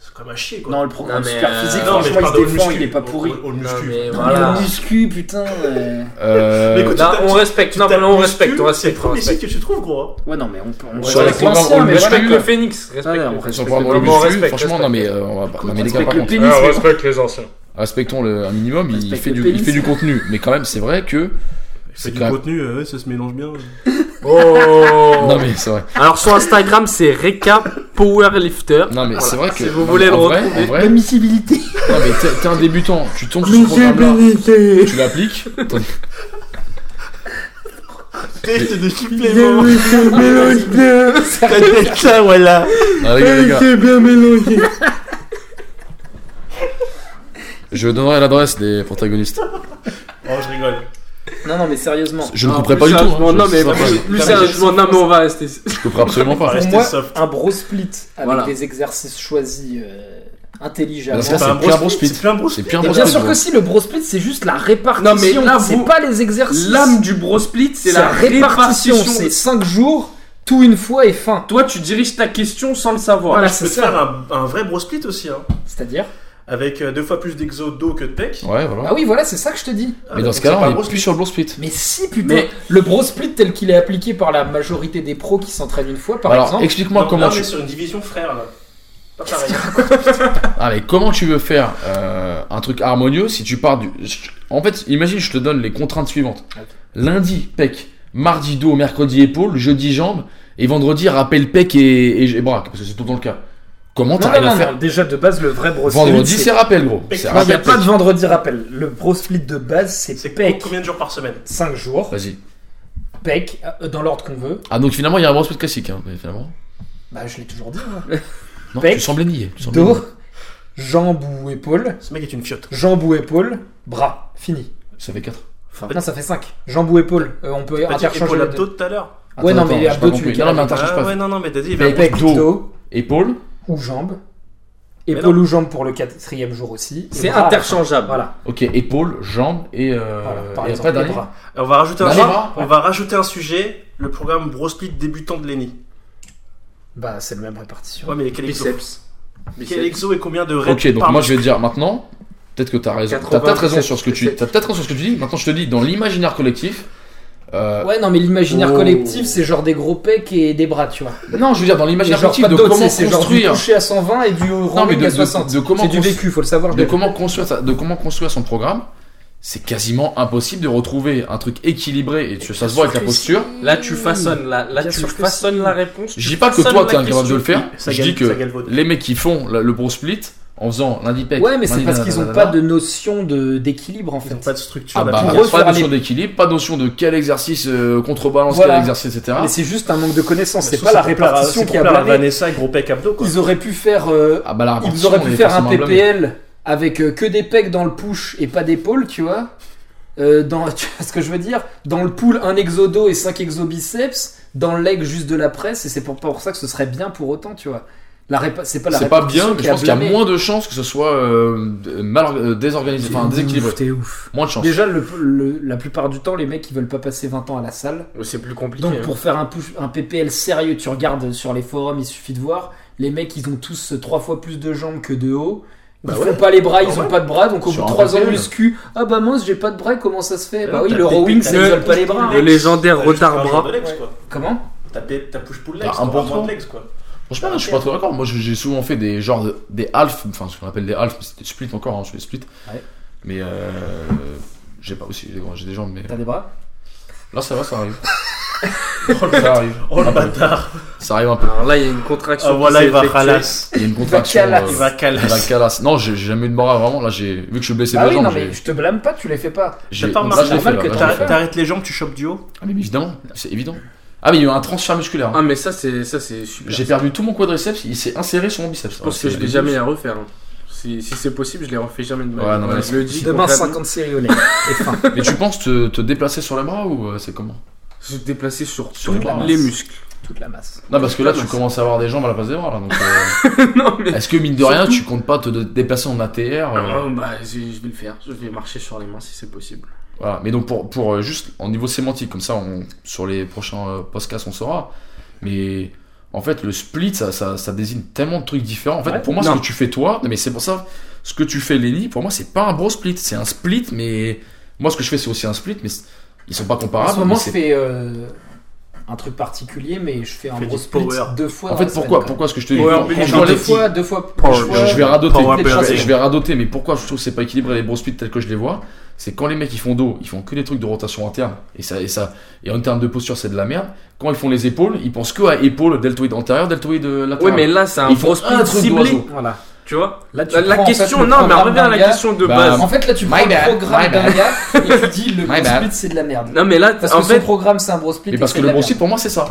Speaker 5: c'est quand même à chier, quoi. Ah
Speaker 4: Non, le programme
Speaker 6: Non, mais,
Speaker 4: super
Speaker 6: euh,
Speaker 4: physique,
Speaker 6: non,
Speaker 5: mais je
Speaker 4: franchement,
Speaker 5: parle
Speaker 4: il
Speaker 5: au
Speaker 4: se défend,
Speaker 5: muscu,
Speaker 4: il est pas
Speaker 5: au-
Speaker 4: pourri.
Speaker 5: Au, au
Speaker 6: Non,
Speaker 5: muscu.
Speaker 6: mais
Speaker 4: Non, mais
Speaker 6: voilà.
Speaker 4: le muscu, putain. euh.
Speaker 2: Euh,
Speaker 5: Mais écoute,
Speaker 6: Là,
Speaker 5: tu tapes-
Speaker 6: on respecte.
Speaker 5: Tu
Speaker 6: Non, mais
Speaker 5: tapes
Speaker 6: là, on
Speaker 5: muscu,
Speaker 6: respecte, on
Speaker 5: C'est le
Speaker 6: respecte. on
Speaker 5: premier
Speaker 6: respecte.
Speaker 5: site que tu trouves, gros. hein.
Speaker 4: Ouais, non, mais on peut. On
Speaker 2: Sur les
Speaker 4: respecte
Speaker 2: programmes,
Speaker 4: l'ancien,
Speaker 2: on
Speaker 4: mais
Speaker 2: le
Speaker 4: voilà,
Speaker 6: Respecte le
Speaker 4: quoi.
Speaker 6: phénix,
Speaker 4: Ouais,
Speaker 6: respecte.
Speaker 4: on
Speaker 2: sur
Speaker 4: respecte
Speaker 2: le programme
Speaker 6: le-
Speaker 2: muscu,
Speaker 6: on respecte,
Speaker 2: franchement,
Speaker 6: respecte.
Speaker 2: non, mais euh, on va pas. Non, mais les gars,
Speaker 4: respecte
Speaker 2: par
Speaker 4: le
Speaker 2: contre,
Speaker 4: pénis, mais-
Speaker 6: respecte les anciens.
Speaker 2: respectons le un minimum. Il
Speaker 4: Respecte
Speaker 2: fait
Speaker 4: le
Speaker 2: du il
Speaker 4: pénis.
Speaker 2: fait du contenu, mais quand même, c'est vrai que.
Speaker 5: C'est du
Speaker 2: quand même-
Speaker 5: contenu, euh, ouais, ça se mélange bien.
Speaker 2: Non
Speaker 6: Oh
Speaker 2: mais c'est vrai.
Speaker 6: Alors sur Instagram, c'est Reka Powerlifter.
Speaker 2: Non mais c'est vrai que.
Speaker 6: si vous
Speaker 2: non,
Speaker 6: voulez
Speaker 2: mais
Speaker 6: le
Speaker 2: en vrai,
Speaker 6: retrouver.
Speaker 2: en vrai,
Speaker 4: L'admissibilité.
Speaker 2: non mais t'es, t'es un débutant, tu tombes sur ce programme-là, tu l'appliques. t'en-
Speaker 5: Test de supplément. [LAUGHS]
Speaker 4: Ça
Speaker 5: ça, voilà.
Speaker 2: Ah, les gars, les gars,
Speaker 7: bien mélangé.
Speaker 2: je donnerai l'adresse des protagonistes.
Speaker 5: Oh, je rigole.
Speaker 4: Non, non, mais sérieusement.
Speaker 2: Je ne couperai pas du tout. hein,
Speaker 6: Non,
Speaker 2: je-
Speaker 6: non mais
Speaker 2: ça,
Speaker 6: plus- plus
Speaker 4: mais-
Speaker 6: sérieusement, non mais on va rester.
Speaker 2: Je couperai absolument
Speaker 5: Faut
Speaker 2: pas.
Speaker 5: rester
Speaker 4: moi,
Speaker 5: soft.
Speaker 4: Un bro split avec
Speaker 6: Voilà.
Speaker 4: des exercices choisis euh, intelligemment.
Speaker 2: Parce que là,
Speaker 5: C'est
Speaker 2: c'est
Speaker 5: un
Speaker 2: plus un
Speaker 5: bro
Speaker 2: bon
Speaker 5: split.
Speaker 2: split.
Speaker 5: C'est plus un bro
Speaker 2: C'est hein.
Speaker 5: split.
Speaker 2: plus un
Speaker 4: Et
Speaker 2: bon
Speaker 4: bien
Speaker 2: split,
Speaker 4: sûr
Speaker 2: gros.
Speaker 4: que si, le bro split c'est juste la répartition.
Speaker 6: Non, mais là,
Speaker 4: c'est
Speaker 6: vous-
Speaker 4: pas les exercices.
Speaker 6: L'âme du bro split, c'est la répartition.
Speaker 4: C'est 5 jours, tout une fois et fin.
Speaker 6: Toi, tu diriges ta question sans le savoir.
Speaker 4: Voilà,
Speaker 5: Tu peux
Speaker 4: c'est
Speaker 5: te faire
Speaker 4: ça.
Speaker 5: un, un vrai bro split aussi, hein.
Speaker 4: C'est-à-dire
Speaker 5: Avec euh, deux fois plus d'exo dos que de pec. Ah,
Speaker 2: Ouais, voilà.
Speaker 4: Ah oui, voilà, c'est ça que je te dis.
Speaker 2: Mais dans ce cas-là,
Speaker 5: c'est pas un
Speaker 2: on
Speaker 5: bro
Speaker 2: est plus sur le bon split.
Speaker 4: Mais si, putain.
Speaker 6: Mais-
Speaker 4: Le bro split tel qu'il est appliqué par la majorité des pros qui s'entraînent une fois, par
Speaker 2: Alors,
Speaker 4: exemple.
Speaker 2: explique-moi
Speaker 5: Non,
Speaker 2: comment
Speaker 5: là, on
Speaker 2: tu.
Speaker 5: est sur une division frère, là. Pas pareil. hein.
Speaker 2: Ah mais comment tu veux faire euh, un truc harmonieux, si tu pars du. En fait, imagine, je te donne les contraintes suivantes. Lundi, pec. Mardi, dos. Mercredi, épaule. Jeudi, jambe. Et vendredi, rappel, pec et, et, et bras. Parce que c'est tout le temps le cas. Comment
Speaker 4: Non,
Speaker 2: t'arrives
Speaker 4: non,
Speaker 2: à
Speaker 4: non,
Speaker 2: faire.
Speaker 4: non, déjà de base, le vrai bro split.
Speaker 2: Vendredi,
Speaker 4: c'est-
Speaker 2: c'est rappel, gros. C'est
Speaker 4: Non, Il n'y a
Speaker 2: rappel,
Speaker 4: pas
Speaker 2: pec.
Speaker 4: de vendredi rappel. Le bro split de base,
Speaker 5: C'est
Speaker 4: c'est
Speaker 5: co-
Speaker 4: PEC.
Speaker 5: combien de jours par semaine
Speaker 4: 5 jours.
Speaker 2: Vas-y.
Speaker 4: PEC, euh, dans l'ordre qu'on veut.
Speaker 2: Ah, donc finalement, il y a un brosse classique, hein, mais finalement.
Speaker 4: Bah, je l'ai toujours dit. hein.
Speaker 2: Non,
Speaker 4: Pec,
Speaker 2: tu semblais nier. tu semblais
Speaker 4: Dos,
Speaker 2: nier.
Speaker 4: jambes ou épaules.
Speaker 5: Ce mec est une fiotte.
Speaker 4: Jambes ou épaules, bras. Fini.
Speaker 2: Ça fait 4.
Speaker 4: Non, ça fait 5. Jambes ou épaules. Euh, on peut
Speaker 5: T'as dit
Speaker 4: interchanger
Speaker 5: épaule
Speaker 4: les
Speaker 5: abdos
Speaker 4: deux.
Speaker 5: tout à l'heure
Speaker 4: Ouais, non, mais abdos, tu les
Speaker 2: Non, non, mais
Speaker 4: gardes.
Speaker 2: interchange
Speaker 5: Ah
Speaker 2: pas.
Speaker 5: ouais, non, non, mais t'as dit, il va
Speaker 2: Mec,
Speaker 5: avoir-
Speaker 4: Pec,
Speaker 2: dos.
Speaker 4: dos
Speaker 2: Épaule.
Speaker 4: ou jambes.
Speaker 5: non.
Speaker 4: Épaule ou jambes pour le quatrième jour aussi. Et
Speaker 6: C'est
Speaker 4: bras.
Speaker 6: interchangeable.
Speaker 4: Voilà.
Speaker 2: Ok, épaule, jambe et. Euh,
Speaker 4: Voilà, par
Speaker 2: et
Speaker 4: exemple,
Speaker 2: après,
Speaker 4: les
Speaker 2: dernier.
Speaker 4: bras.
Speaker 5: On va rajouter un
Speaker 2: Bah,
Speaker 5: sujet.
Speaker 2: les bras,
Speaker 5: On va rajouter un sujet. Le programme Bro Split débutant de Lenny.
Speaker 4: Bah, c'est la même répartition.
Speaker 5: Ouais, mais quel exo
Speaker 6: Biceps.
Speaker 5: Quel
Speaker 6: Biceps.
Speaker 5: exo et combien de reps
Speaker 2: Ok, donc
Speaker 5: par
Speaker 2: moi
Speaker 5: muscle
Speaker 2: je vais dire maintenant. Peut-être que t'as raison. T'as
Speaker 6: 80,
Speaker 2: peut-être raison sur ce que tu.
Speaker 6: 77.
Speaker 2: T'as peut-être raison sur ce que tu dis. Maintenant, je te dis dans l'imaginaire collectif. euh,
Speaker 4: Ouais, non, mais l'imaginaire
Speaker 2: Oh.
Speaker 4: collectif, c'est genre des gros pecs et des bras, tu vois.
Speaker 2: Non, je veux dire dans l'imaginaire
Speaker 4: Et genre
Speaker 2: collectif
Speaker 4: pas
Speaker 2: de
Speaker 4: de dos,
Speaker 2: comment
Speaker 4: c'est- c'est genre du
Speaker 2: construire.
Speaker 4: coucher à 120 et du
Speaker 2: mais
Speaker 4: rowing
Speaker 2: de-
Speaker 4: à
Speaker 2: de-
Speaker 4: 60.
Speaker 2: de comment
Speaker 4: c'est du
Speaker 2: constru-
Speaker 4: vécu, faut le savoir. je
Speaker 2: de
Speaker 4: l'ai-
Speaker 2: comment construire ça- de comment construire son programme. C'est quasiment impossible de retrouver un truc équilibré et tu- ça se voit avec la posture.
Speaker 6: Là, tu façonnes la, là,
Speaker 4: Bien
Speaker 6: tu
Speaker 4: sûr que
Speaker 6: façonnes
Speaker 4: si.
Speaker 6: la réponse.
Speaker 2: Je
Speaker 6: tu
Speaker 2: dis pas que
Speaker 6: façonnes
Speaker 2: toi
Speaker 6: la
Speaker 2: t'es incapable de
Speaker 6: question.
Speaker 2: le faire.
Speaker 5: Ça
Speaker 2: Je
Speaker 5: gal-
Speaker 2: dis
Speaker 5: ça
Speaker 2: que
Speaker 5: galvaude.
Speaker 2: les mecs qui font la- le bro split en faisant lundi pec.
Speaker 4: Ouais, mais c'est parce qu'ils ont
Speaker 2: nanana,
Speaker 4: pas de notion de d'équilibre en
Speaker 5: Ils
Speaker 4: fait.
Speaker 5: ont pas de structure
Speaker 2: Ah bah,
Speaker 5: d'application.
Speaker 4: pour eux,
Speaker 2: pas de
Speaker 4: faire
Speaker 2: notion
Speaker 4: les-
Speaker 2: d'équilibre, pas de notion de quel exercice euh, contrebalance
Speaker 4: Voilà.
Speaker 2: quel exercice, etc.
Speaker 4: Mais c'est juste un manque de
Speaker 2: Bah,
Speaker 4: connaissances. C'est
Speaker 5: Ça,
Speaker 4: pas la
Speaker 5: pour
Speaker 2: euh,
Speaker 5: plaire à-
Speaker 4: répartition
Speaker 5: c'est
Speaker 4: qui
Speaker 5: pour
Speaker 4: a
Speaker 5: plaire à
Speaker 4: blâmé.
Speaker 5: Vanessa et gros pec abdos quoi.
Speaker 4: Ils auraient pu faire, euh,
Speaker 2: Ah bah la
Speaker 4: ils
Speaker 2: répartition,
Speaker 4: auraient
Speaker 2: elle
Speaker 4: pu
Speaker 2: est
Speaker 4: faire un
Speaker 2: forcément blâmée.
Speaker 4: PPL avec euh, que des pecs dans le push et pas d'épaule, tu vois. Euh, dans, [LAUGHS] tu vois ce que je veux dire Dans le pool, un exodo et 5 exobiceps. Dans le leg, juste de la presse. Et c'est pour, pour ça que ce serait bien pour autant, tu vois. La répa- C'est pas la
Speaker 2: C'est pas
Speaker 4: répartition
Speaker 2: bien, mais
Speaker 4: qui
Speaker 2: je pense qu'il y a
Speaker 4: blâmé.
Speaker 2: moins de chances que ce soit euh, mal euh, désorganisé, enfin déséquilibré.
Speaker 4: T'es ouf.
Speaker 2: Moins de chances.
Speaker 4: Déjà, le- le- la plupart du temps, les mecs, ils veulent pas passer 20 ans à la salle.
Speaker 6: C'est plus compliqué. hein.
Speaker 2: hein.
Speaker 4: Donc, pour faire un, push- un PPL sérieux, tu regardes sur les forums, il suffit de voir. Les mecs, ils ont tous trois fois plus de jambes que de haut. Ils font pas les bras, ils ont pas de bras, donc au
Speaker 2: Bah Sur
Speaker 4: bout de
Speaker 2: un
Speaker 4: 3 ans de
Speaker 2: PPL.
Speaker 4: muscu, ah bah mince, j'ai pas de bras, comment ça se fait
Speaker 5: Ah
Speaker 4: Bah
Speaker 5: non,
Speaker 4: oui,
Speaker 5: t'as
Speaker 4: le
Speaker 5: pété
Speaker 4: rowing,
Speaker 5: ta
Speaker 4: ça isole pas les bras. hein.
Speaker 6: Le légendaire
Speaker 5: T'as juste
Speaker 6: retard
Speaker 5: un
Speaker 6: bras.
Speaker 5: jour de legs, quoi.
Speaker 4: Comment
Speaker 5: T'as pé- t'as push pull legs,
Speaker 2: Bah,
Speaker 5: t'auras
Speaker 2: important.
Speaker 5: moins de legs quoi.
Speaker 2: Franchement, je suis pas trop d'accord. Moi, je- j'ai souvent fait des genres de- des half, enfin ce qu'on appelle des half, mais c'était split encore. hein, je fais split.
Speaker 4: Ouais.
Speaker 2: Mais euh, j'ai pas aussi, j'ai des jambes, mais
Speaker 4: T'as des bras
Speaker 2: là ça va, ça
Speaker 4: [LAUGHS]
Speaker 2: arrive. ça arrive.
Speaker 5: Oh le
Speaker 2: Un peu.
Speaker 5: bâtard
Speaker 2: Ça arrive un peu.
Speaker 6: Alors là, il y a une contraction.
Speaker 5: Ah
Speaker 6: qui
Speaker 5: voilà,
Speaker 6: s'est
Speaker 5: il va
Speaker 6: effectuée.
Speaker 5: ralasse.
Speaker 2: Il y a une contraction.
Speaker 4: calasser.
Speaker 2: euh,
Speaker 5: Il va
Speaker 2: il va
Speaker 5: calasse.
Speaker 2: calasse. Non, j'ai j'ai jamais eu de bras vraiment. Là, j'ai vu que je suis blessé
Speaker 4: Ah
Speaker 2: de
Speaker 4: oui,
Speaker 2: jambe.
Speaker 4: non,
Speaker 2: j'ai-
Speaker 4: mais je te blâme pas, tu les fais pas.
Speaker 2: j'ai-
Speaker 5: pas
Speaker 2: là,
Speaker 5: remarqué,
Speaker 2: je l'ai
Speaker 4: c'est
Speaker 2: fait,
Speaker 4: normal
Speaker 2: là,
Speaker 4: que
Speaker 2: là, je l'ai
Speaker 5: T'arrêtes
Speaker 2: fait.
Speaker 5: t'arrêtes les jambes, tu chopes du haut.
Speaker 2: Ah, mais évidemment, c'est évident. Ah, mais il y a eu un transfert musculaire. hein.
Speaker 6: Ah, mais ça, c'est ça, c'est super.
Speaker 2: J'ai perdu tout mon quadriceps, il s'est inséré sur mon biceps.
Speaker 6: Ah, Je pense que je vais jamais la refaire. hein. Si, si c'est possible, je les refais jamais de ma
Speaker 2: Ouais,
Speaker 6: vie.
Speaker 2: non, mais
Speaker 6: je le dis.
Speaker 4: Demain,
Speaker 6: concrètement.
Speaker 4: 50 séries au lait.
Speaker 2: [LAUGHS]
Speaker 4: Et fin.
Speaker 2: Mais tu penses te, te déplacer sur les bras ou euh, c'est comment
Speaker 6: Se déplacer sur
Speaker 2: Sur les
Speaker 6: tous
Speaker 2: bras.
Speaker 6: les muscles.
Speaker 4: Toute la masse.
Speaker 2: Non, parce que là,
Speaker 6: Putain,
Speaker 2: tu
Speaker 6: c'est-
Speaker 2: commences à avoir des jambes à la place des bras. Là, donc, euh,
Speaker 6: [LAUGHS] non, mais.
Speaker 2: Est-ce que mine de rien, tu comptes pas te dé- déplacer en ATR euh,
Speaker 6: Ah, bah, je je vais le faire. Je vais marcher sur les mains si c'est possible.
Speaker 2: Voilà. Mais donc, pour, pour euh, juste en niveau sémantique, comme ça, on, sur les prochains euh, podcasts, on saura. Mais en fait, le split, ça, ça, ça désigne tellement de trucs différents. En fait,
Speaker 4: Ouais.
Speaker 2: pour moi, ce
Speaker 6: Non.
Speaker 2: que tu fais toi, non, mais c'est pour ça, ce que tu fais, Lenny, pour moi, c'est pas un bro split. C'est un split, mais moi, ce que je fais, c'est aussi un split, mais c'est- ils sont pas comparables.
Speaker 4: En ce moment,
Speaker 2: mais
Speaker 4: je
Speaker 2: c'est-
Speaker 4: fais euh, un truc particulier, mais je fais un
Speaker 5: Fais
Speaker 4: gros
Speaker 5: du
Speaker 4: split
Speaker 5: power.
Speaker 4: deux fois.
Speaker 2: En
Speaker 4: dans
Speaker 2: fait,
Speaker 4: la semaine,
Speaker 2: pourquoi,
Speaker 4: quand même.
Speaker 2: pourquoi est-ce que je te dis
Speaker 6: Ouais,
Speaker 2: quand-
Speaker 6: mais
Speaker 2: quand
Speaker 6: les
Speaker 2: je
Speaker 6: gens
Speaker 2: vois
Speaker 6: te
Speaker 2: les
Speaker 4: deux
Speaker 6: dis-
Speaker 4: fois, deux fois.
Speaker 6: Power.
Speaker 4: je vois-
Speaker 2: Oh, je, je vais radoter.
Speaker 4: Power
Speaker 2: Je vais,
Speaker 4: building.
Speaker 2: je vais radoter, Ah, mais pourquoi je trouve que c'est pas équilibré les bro speed tels que je les vois C'est quand les mecs ils font dos, ils font que des trucs de rotation interne et ça et ça et en termes de posture c'est de la merde. Quand ils font les épaules, ils pensent que à épaules, deltoïde antérieur, deltoïde euh, latéral.
Speaker 6: Ouais, mais là, c'est un
Speaker 2: ils font
Speaker 6: gros
Speaker 2: un
Speaker 6: sprint
Speaker 2: truc
Speaker 6: ciblé.
Speaker 2: d'oiseau.
Speaker 4: Voilà.
Speaker 6: Tu vois
Speaker 4: Là,
Speaker 6: La, la
Speaker 4: prends, en fait,
Speaker 6: question,
Speaker 4: le
Speaker 6: non, mais
Speaker 4: programme
Speaker 6: reviens à
Speaker 4: d'un
Speaker 6: la
Speaker 4: gars.
Speaker 6: question de
Speaker 2: Bah,
Speaker 6: base.
Speaker 4: En fait, là, tu
Speaker 2: My
Speaker 4: prends
Speaker 2: bad,
Speaker 4: le
Speaker 2: my
Speaker 4: programme d'un
Speaker 2: bad.
Speaker 4: gars et tu dis le
Speaker 2: [LAUGHS] My
Speaker 4: gros
Speaker 2: bad.
Speaker 4: split, c'est de la merde.
Speaker 6: Non, mais là,
Speaker 4: Parce
Speaker 6: en
Speaker 4: que son
Speaker 6: fait,
Speaker 4: programme, c'est un gros split.
Speaker 2: Mais
Speaker 4: et
Speaker 2: parce
Speaker 4: c'est
Speaker 2: que
Speaker 4: de
Speaker 2: le
Speaker 4: la
Speaker 2: bro
Speaker 4: merde.
Speaker 2: speed pour moi c'est ça.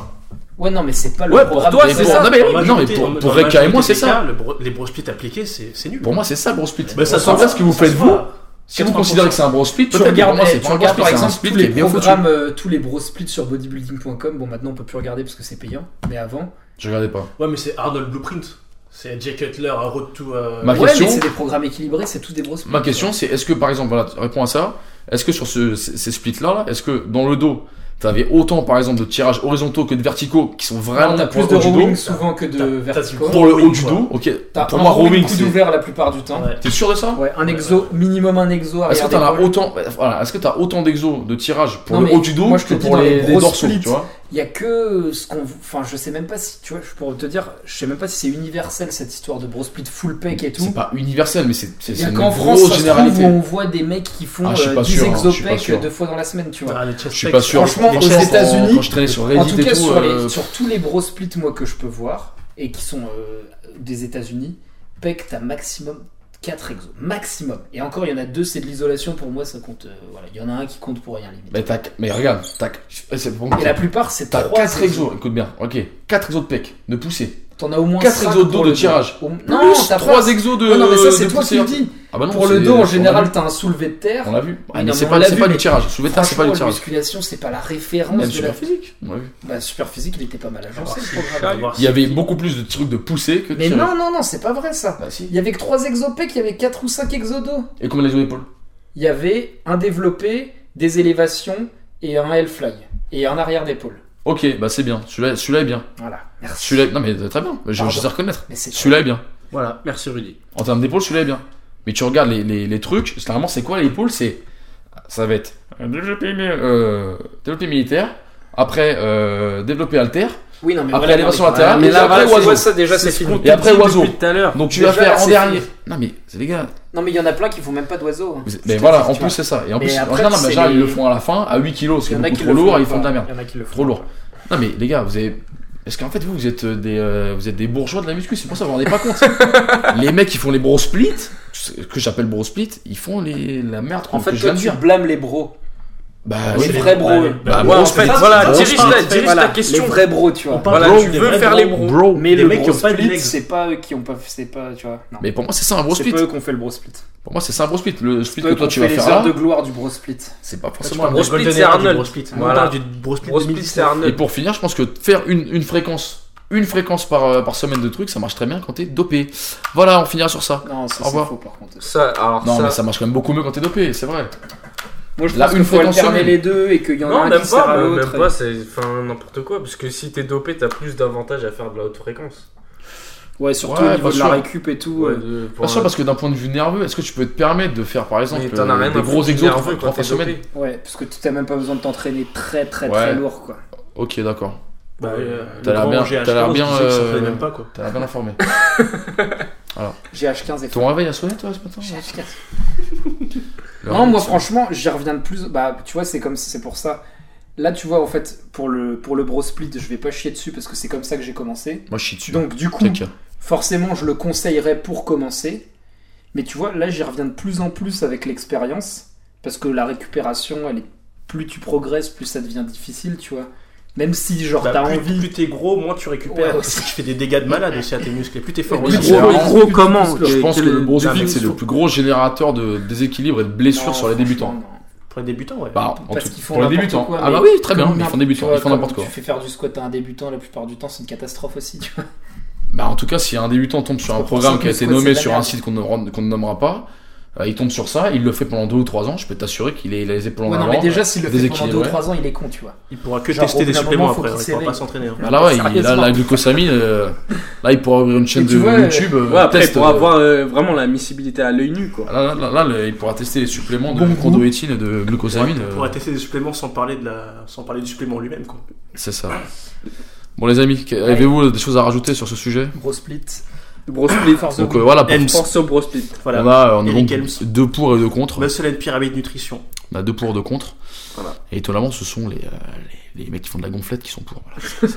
Speaker 4: Ouais, non mais c'est pas le
Speaker 6: Ouais, pour
Speaker 4: programme.
Speaker 6: toi,
Speaker 4: de-
Speaker 6: c'est
Speaker 2: pour-
Speaker 6: ça.
Speaker 2: Non mais,
Speaker 5: Dans la
Speaker 2: non, mais
Speaker 5: majorité-
Speaker 2: pour,
Speaker 5: dans-
Speaker 2: pour
Speaker 5: dans la
Speaker 2: Reka et moi c'est
Speaker 5: majorité des cas,
Speaker 2: ça.
Speaker 5: le bro- Les bro split appliqués, c'est c'est nul.
Speaker 2: Pour moi c'est ça le bro split.
Speaker 5: Bah, ça
Speaker 2: En
Speaker 5: se
Speaker 2: fait,
Speaker 5: voit.
Speaker 2: ce que vous
Speaker 5: Ça se
Speaker 2: faites vous,
Speaker 5: voit.
Speaker 2: si vous
Speaker 5: 80%.
Speaker 2: considérez que c'est un bro split,
Speaker 4: Tu
Speaker 2: peut-être que pour
Speaker 4: regardes,
Speaker 2: moi c'est
Speaker 4: eh, tu
Speaker 2: pas un bro
Speaker 4: regardes
Speaker 2: split,
Speaker 4: par
Speaker 2: c'est un
Speaker 4: exemple
Speaker 2: split
Speaker 4: tous
Speaker 2: qui est
Speaker 4: les
Speaker 2: bien foutu.
Speaker 4: programmes, euh, tous les gros splits sur bodybuilding.com. Bon, maintenant on peut plus regarder parce que c'est payant, mais avant.
Speaker 2: Je regardais pas.
Speaker 5: Ouais, mais c'est Arnold Blueprint. C'est Jay Cutler, un road to. euh,
Speaker 2: Ma-
Speaker 4: ouais,
Speaker 2: question-
Speaker 4: mais c'est des programmes équilibrés, c'est tous des gros splits.
Speaker 2: Ma question, c'est est-ce que par exemple, voilà, réponds à ça. Est-ce que sur ce- ces ces splits-là, là, est-ce que dans le dos, t'avais autant par exemple de tirages horizontaux que de verticaux qui sont
Speaker 4: Alors,
Speaker 2: vraiment
Speaker 4: t'as
Speaker 2: pour
Speaker 4: plus
Speaker 2: le
Speaker 4: de
Speaker 2: haut du dos
Speaker 4: rowing souvent que de
Speaker 5: T'as- t'as du
Speaker 4: vertical.
Speaker 5: gros-
Speaker 2: Pour le haut
Speaker 5: Rowing,
Speaker 2: du
Speaker 5: quoi.
Speaker 2: dos, ok.
Speaker 4: T'as
Speaker 2: Pour
Speaker 4: un
Speaker 2: moi,
Speaker 4: rowing
Speaker 2: rowing,
Speaker 4: coude
Speaker 2: c'est.
Speaker 4: ouvert la plupart du temps.
Speaker 5: Ouais.
Speaker 2: T'es sûr de ça
Speaker 4: Ouais, un
Speaker 5: Ouais,
Speaker 4: exo, minimum un
Speaker 2: Est-ce
Speaker 4: exo.
Speaker 2: que
Speaker 4: arrière
Speaker 2: t'en as
Speaker 4: d'épaule.
Speaker 2: autant, voilà, est-ce que t'as autant d'exos de tirages pour
Speaker 4: Non,
Speaker 2: le
Speaker 4: mais
Speaker 2: haut du dos
Speaker 4: moi, je te
Speaker 2: que
Speaker 4: dis
Speaker 2: pour
Speaker 4: dans
Speaker 2: les,
Speaker 4: les
Speaker 2: les
Speaker 4: gros
Speaker 2: dorsaux,
Speaker 4: splits,
Speaker 2: tu vois
Speaker 4: Il Il y a que ce qu'on. Enfin, je sais même pas si. Tu vois, je pourrais te dire, je sais même pas si c'est universel cette histoire de bro split full pack et tout.
Speaker 2: C'est pas universel, mais c'est c'est-
Speaker 4: Il
Speaker 2: c'est
Speaker 4: y a
Speaker 2: une
Speaker 4: qu'en France, ça
Speaker 2: grosse
Speaker 4: se
Speaker 2: généralité.
Speaker 4: trouve, où on voit des mecs qui font
Speaker 2: Ah, je suis
Speaker 4: euh,
Speaker 2: pas
Speaker 4: 10
Speaker 2: sûr, hein, je suis pas
Speaker 4: exopecs
Speaker 2: sûr.
Speaker 4: deux fois dans la semaine, tu vois.
Speaker 5: Ah, les chest
Speaker 2: Je suis pas
Speaker 5: packs,
Speaker 2: sûr.
Speaker 4: Franchement,
Speaker 2: Les
Speaker 4: aux
Speaker 2: chaises,
Speaker 4: États-Unis,
Speaker 2: quand- quand je traînais sur Reddit
Speaker 4: En tout
Speaker 2: et
Speaker 4: cas,
Speaker 2: tout,
Speaker 4: sur, les-
Speaker 2: euh,
Speaker 4: sur tous les bros splits, moi, que je peux voir, et qui sont euh, des États-Unis, PEC, t'as maximum 4 exos. Maximum. Et encore, il y en a deux, c'est de l'isolation. Pour moi, ça compte. euh, voilà, il y en a un qui compte pour rien, limite.
Speaker 2: Mais bah, tac, mais regarde, tac. je- C'est bon.
Speaker 4: et la plupart, c'est
Speaker 2: Bah, T'as
Speaker 4: 3
Speaker 2: 4 exos, écoute bien, ok. 4 exos de pec, de poussée.
Speaker 4: T'en as au moins
Speaker 2: 4
Speaker 4: cinq
Speaker 2: exos d'eau
Speaker 4: pour
Speaker 2: de
Speaker 4: le dos.
Speaker 2: tirage.
Speaker 4: Au- Non, t'as
Speaker 2: 3
Speaker 4: pas-
Speaker 2: exos de.
Speaker 4: Non, non, mais ça, c'est
Speaker 2: Euh, de
Speaker 4: toi qui
Speaker 2: poussière.
Speaker 4: le dis.
Speaker 2: Ah bah non,
Speaker 4: Pour
Speaker 2: c'est-
Speaker 4: le dos,
Speaker 2: on
Speaker 4: en
Speaker 2: l'a
Speaker 4: général,
Speaker 2: vu.
Speaker 4: t'as un soulevé de terre.
Speaker 2: On l'a vu. Ah,
Speaker 4: Oui,
Speaker 2: mais
Speaker 4: non,
Speaker 2: c'est
Speaker 4: mais on
Speaker 2: pas,
Speaker 4: l'a
Speaker 2: c'est
Speaker 4: vu,
Speaker 2: pas
Speaker 4: mais
Speaker 2: du tirage. Soulevé de terre, Ah, c'est pas
Speaker 4: Franchement,
Speaker 2: du
Speaker 4: la
Speaker 2: tirage.
Speaker 4: musculation, c'est pas la référence.
Speaker 2: Même
Speaker 4: de
Speaker 2: sur
Speaker 4: la...
Speaker 2: la physique. Ah, on l'a vu.
Speaker 4: Bah, super physique, il était pas mal agencé. le
Speaker 5: on
Speaker 4: programme.
Speaker 5: va voir
Speaker 2: Il y avait beaucoup plus de trucs de poussée que de
Speaker 4: Mais
Speaker 2: tirage.
Speaker 4: non, non, non, c'est pas vrai ça.
Speaker 2: Bah si.
Speaker 4: Il y avait que 3 exopec, il y avait 4 ou 5 exodos.
Speaker 2: Et combien d'exos d'épaule
Speaker 4: Il y avait un développé, des élévations et un hell fly Et un arrière d'épaule.
Speaker 2: Ok, bah c'est bien. Celui-là celui est bien.
Speaker 4: Voilà. Merci.
Speaker 2: Celui-là, non mais très bien. Je, je
Speaker 4: Pardon.
Speaker 2: sais reconnaître.
Speaker 4: Mais c'est
Speaker 2: Celui-là est bien.
Speaker 6: Voilà, merci Rudy.
Speaker 2: En termes d'épaule, celui-là est bien. Mais tu regardes les, les, les trucs, généralement, c'est quoi l'épaule C'est. Ça va être. euh, Développé, mi- euh, développé militaire, après euh, développé alter,
Speaker 4: Oui, non, mais
Speaker 2: après
Speaker 4: voilà,
Speaker 2: élévation
Speaker 4: non, mais-
Speaker 2: latérale,
Speaker 6: mais
Speaker 2: et
Speaker 6: là,
Speaker 2: après
Speaker 6: voilà, c'est-
Speaker 2: oiseau.
Speaker 6: ouais, ça, déjà, c'est fini.
Speaker 2: Et après, oiseau.
Speaker 6: Depuis tout à l'heure.
Speaker 2: Donc tu
Speaker 4: Déjà,
Speaker 2: vas faire
Speaker 4: là,
Speaker 2: en
Speaker 4: c'est
Speaker 2: dernier.
Speaker 4: fini.
Speaker 2: Non mais, c'est les gars.
Speaker 4: Non, mais il y en a plein qui font même pas d'oiseaux. hein.
Speaker 2: vous-
Speaker 4: C'est
Speaker 2: Mais
Speaker 4: ça,
Speaker 2: voilà,
Speaker 4: tu
Speaker 2: en
Speaker 4: vois.
Speaker 2: plus, c'est ça. Et en
Speaker 4: Mais
Speaker 2: plus, en
Speaker 4: après,
Speaker 2: général,
Speaker 4: c'est
Speaker 2: déjà, ils
Speaker 4: les-
Speaker 2: le font à la fin, à 8 kilos, parce
Speaker 4: Il y
Speaker 2: que
Speaker 4: en
Speaker 2: c'est
Speaker 4: a
Speaker 2: beaucoup
Speaker 4: qui
Speaker 2: trop
Speaker 4: le
Speaker 2: lourd,
Speaker 4: font
Speaker 2: et ils font de la
Speaker 4: pas.
Speaker 2: merde.
Speaker 4: Il y en a qui le font.
Speaker 2: Trop lourd.
Speaker 4: pas.
Speaker 2: Non mais les gars, vous avez. Parce qu'en fait vous vous êtes euh, des euh, vous êtes des bourgeois de la muscu, c'est pour ça que vous vous rendez pas
Speaker 4: [LAUGHS]
Speaker 2: compte. les mecs qui font les bros splits, ce que j'appelle bros split, ils font les la merde qu'on
Speaker 4: En
Speaker 2: fait,
Speaker 4: fait,
Speaker 2: que je viens
Speaker 4: toi,
Speaker 2: de
Speaker 4: tu
Speaker 2: dire.
Speaker 4: blâmes les bros.
Speaker 2: Bah
Speaker 4: les
Speaker 2: oui,
Speaker 4: vrais bros.
Speaker 5: ouais,
Speaker 4: eux.
Speaker 2: Bah,
Speaker 5: bah,
Speaker 6: Ouais,
Speaker 2: bon,
Speaker 6: en
Speaker 2: c'est
Speaker 6: fait,
Speaker 5: ça,
Speaker 6: voilà,
Speaker 5: c'est ça,
Speaker 6: dirige
Speaker 5: c'est
Speaker 6: ta,
Speaker 5: ça.
Speaker 6: dirige
Speaker 4: Voilà,
Speaker 6: ta question.
Speaker 4: Les vrais bros, tu vois.
Speaker 5: On parle
Speaker 6: Voilà,
Speaker 5: vraiment
Speaker 6: tu
Speaker 5: des
Speaker 6: veux
Speaker 5: vrais
Speaker 6: faire
Speaker 5: bros.
Speaker 6: les bros.
Speaker 2: bro.
Speaker 4: Mais
Speaker 5: Des
Speaker 4: le
Speaker 5: mecs qui
Speaker 4: bro
Speaker 5: ont pas de
Speaker 4: split,
Speaker 5: legs.
Speaker 4: c'est pas eux qui ont pas. C'est pas, tu vois. Non.
Speaker 2: Mais pour moi c'est ça un bro
Speaker 4: C'est
Speaker 2: split.
Speaker 4: pas eux qui ont fait le bro split.
Speaker 2: Pour moi c'est ça un bro split. Le split que
Speaker 4: C'est pas eux qui
Speaker 2: toi
Speaker 4: ont
Speaker 2: tu vas
Speaker 4: fait les
Speaker 2: faire
Speaker 4: heures
Speaker 2: là,
Speaker 4: de gloire du bro split.
Speaker 2: c'est pas
Speaker 5: Tu
Speaker 2: forcément un
Speaker 5: parles
Speaker 2: bro
Speaker 5: des
Speaker 2: split.
Speaker 6: split,
Speaker 5: Golden
Speaker 6: c'est
Speaker 5: Era,
Speaker 6: Arnold.
Speaker 5: du gros split.
Speaker 6: Voilà.
Speaker 5: On parle du gros split
Speaker 6: Gros
Speaker 5: 2010.
Speaker 6: split, c'est
Speaker 2: Et
Speaker 6: Arnold.
Speaker 2: pour finir, je pense que faire une, une fréquence une fréquence par, euh, par semaine de trucs, ça marche très bien quand t'es dopé. Voilà, on finira sur ça.
Speaker 4: Non, ça
Speaker 2: Au
Speaker 4: c'est
Speaker 2: revoir.
Speaker 4: faux par contre.
Speaker 6: Ça, alors
Speaker 2: Non
Speaker 6: Ah, ça.
Speaker 2: mais ça marche quand même beaucoup mieux quand t'es dopé, c'est vrai.
Speaker 4: Moi, je
Speaker 2: Là,
Speaker 4: pense
Speaker 2: une
Speaker 4: qu'il faut
Speaker 2: fois dans
Speaker 4: alterner
Speaker 2: semaine.
Speaker 4: les deux et qu'il y en a
Speaker 6: Non,
Speaker 4: un
Speaker 6: même
Speaker 4: qui sert
Speaker 6: pas,
Speaker 4: à
Speaker 6: même
Speaker 4: l'autre.
Speaker 6: pas, c'est enfin, n'importe quoi. Parce que si t'es dopé, t'as plus d'avantages à faire de la haute fréquence.
Speaker 4: Ouais, surtout
Speaker 2: Ouais,
Speaker 4: au niveau
Speaker 2: pas
Speaker 4: de la
Speaker 2: sûr.
Speaker 4: récup et tout. euh,
Speaker 6: de-
Speaker 2: Pas
Speaker 6: pour
Speaker 2: sûr
Speaker 6: un-
Speaker 2: parce que d'un point de vue nerveux, est-ce que tu peux te permettre de faire par exemple
Speaker 6: Mais t'en as
Speaker 2: euh,
Speaker 6: rien
Speaker 2: des
Speaker 6: à
Speaker 2: gros
Speaker 6: foutre,
Speaker 2: exos
Speaker 6: nerveux
Speaker 2: trois
Speaker 6: quand t'es
Speaker 2: fois semaine
Speaker 6: dopé.
Speaker 4: euh, Ouais, parce que tu t'as même pas besoin de t'entraîner très très très
Speaker 2: Ouais.
Speaker 4: lourd quoi.
Speaker 2: Ok, d'accord.
Speaker 5: Bah, euh,
Speaker 2: T'as
Speaker 5: le
Speaker 2: l'air
Speaker 5: grand
Speaker 2: bien-
Speaker 5: GH15,
Speaker 2: t'as l'air
Speaker 5: je
Speaker 2: bien,
Speaker 5: disais que ça
Speaker 2: euh,
Speaker 5: fallait même pas, quoi.
Speaker 2: T'as l'air bien informé.
Speaker 4: GH15 et
Speaker 2: Ton réveil a sonné toi ce matin
Speaker 4: GH15.
Speaker 2: Le
Speaker 4: Non,
Speaker 2: réveil
Speaker 4: moi
Speaker 2: sonne.
Speaker 4: franchement, j'y reviens de plus. Bah, tu vois, c'est comme c'est pour ça. Là, tu vois, en fait, pour le, pour le bro split, je vais pas chier dessus parce que c'est comme ça que j'ai commencé.
Speaker 2: Moi je suis dessus.
Speaker 4: Donc, du coup,
Speaker 2: Check.
Speaker 4: forcément, je le conseillerais pour commencer. Mais tu vois, là, j'y reviens de plus en plus avec l'expérience. Parce que la récupération, elle est... plus tu progresses, plus ça devient difficile, tu vois. Même si, genre,
Speaker 5: Bah,
Speaker 4: t'as
Speaker 5: plus,
Speaker 4: envie.
Speaker 5: plus t'es gros, moins tu récupères.
Speaker 4: Ouais, aussi.
Speaker 5: tu fais des dégâts de malade aussi à tes muscles. Et plus t'es fort
Speaker 2: Plus
Speaker 5: aussi.
Speaker 2: gros,
Speaker 6: gros,
Speaker 2: vraiment,
Speaker 6: gros, comment
Speaker 2: Je
Speaker 6: quel-
Speaker 2: pense que
Speaker 6: quel-
Speaker 2: le bros
Speaker 6: la
Speaker 2: split c'est le
Speaker 6: notion-
Speaker 2: plus gros générateur de déséquilibre et de blessures
Speaker 4: Non,
Speaker 2: sur les débutants.
Speaker 4: franchement, non.
Speaker 5: Pour les débutants, ouais.
Speaker 2: Bah, en
Speaker 4: Parce
Speaker 2: tout-
Speaker 4: qu'ils font
Speaker 2: pour les
Speaker 4: n'importe
Speaker 2: débutants.
Speaker 4: quoi,
Speaker 2: ah
Speaker 4: mais
Speaker 2: bah oui, très bien,
Speaker 4: comme
Speaker 2: ils
Speaker 4: n'im-
Speaker 2: font débutants,
Speaker 4: tu vois,
Speaker 2: ils font
Speaker 4: comme
Speaker 2: n'importe quoi.
Speaker 4: Tu fais faire du squat à un débutant, la plupart du temps, c'est une catastrophe aussi, tu vois.
Speaker 2: Bah en tout cas, si un débutant tombe sur un
Speaker 4: Parce que
Speaker 2: programme
Speaker 4: pour
Speaker 2: qui a
Speaker 4: ceux qui
Speaker 2: été
Speaker 4: le
Speaker 2: nommé
Speaker 4: souhaitent, c'est
Speaker 2: sur
Speaker 4: la
Speaker 2: un
Speaker 4: merde.
Speaker 2: site qu'on ne, rend- qu'on ne nommera pas, euh, il tombe sur ça, il le fait pendant deux ou trois ans, je peux t'assurer qu'il est il a les épaules en
Speaker 4: Ouais, non,
Speaker 2: avant.
Speaker 4: mais déjà, s'il le fait pendant
Speaker 2: euh, déséquilibré.
Speaker 4: 2 ou 3 ans, il est con, tu vois.
Speaker 5: Il pourra que
Speaker 4: Genre, au
Speaker 5: tester
Speaker 4: bout
Speaker 5: des
Speaker 4: d'un
Speaker 5: suppléments
Speaker 4: moment, faut
Speaker 5: après.
Speaker 4: qu'il
Speaker 5: ouais, Il
Speaker 4: s'éveille.
Speaker 5: pourra pas s'entraîner. hein.
Speaker 2: Ah là ouais, il, là,
Speaker 4: Sérieusement.
Speaker 2: la glucosamine, euh, là il pourra ouvrir une chaîne
Speaker 4: tu
Speaker 2: de
Speaker 4: vois,
Speaker 2: YouTube. euh,
Speaker 6: Ouais, après,
Speaker 2: test,
Speaker 6: pour
Speaker 2: euh,
Speaker 6: avoir euh, vraiment la miscibilité à l'œil nu, quoi.
Speaker 2: Là, là, là, là, le- il pourra tester les suppléments de
Speaker 4: Bon goût.
Speaker 2: chondroïtine et de glucosamine.
Speaker 5: On
Speaker 2: euh,
Speaker 5: pourra tester des suppléments sans parler, de la... sans parler du supplément lui-même. quoi.
Speaker 2: c'est ça. Bon les amis, que- avez-vous des choses à rajouter sur ce sujet
Speaker 4: Gros split.
Speaker 6: Bro split,
Speaker 4: Force
Speaker 2: Donc euh, voilà, pour-
Speaker 5: Ems.
Speaker 6: force au bro split.
Speaker 5: Voilà.
Speaker 2: on a euh, on a
Speaker 5: Eric
Speaker 2: donc
Speaker 5: Helms.
Speaker 2: deux pour et deux
Speaker 4: Bah,
Speaker 2: contre.
Speaker 5: Muscle and Pyramide Nutrition.
Speaker 2: On a deux pour deux contre.
Speaker 6: Voilà.
Speaker 2: Et étonnamment, ce sont les, euh, les, les mecs qui font de la gonflette qui sont pour.
Speaker 5: [LAUGHS]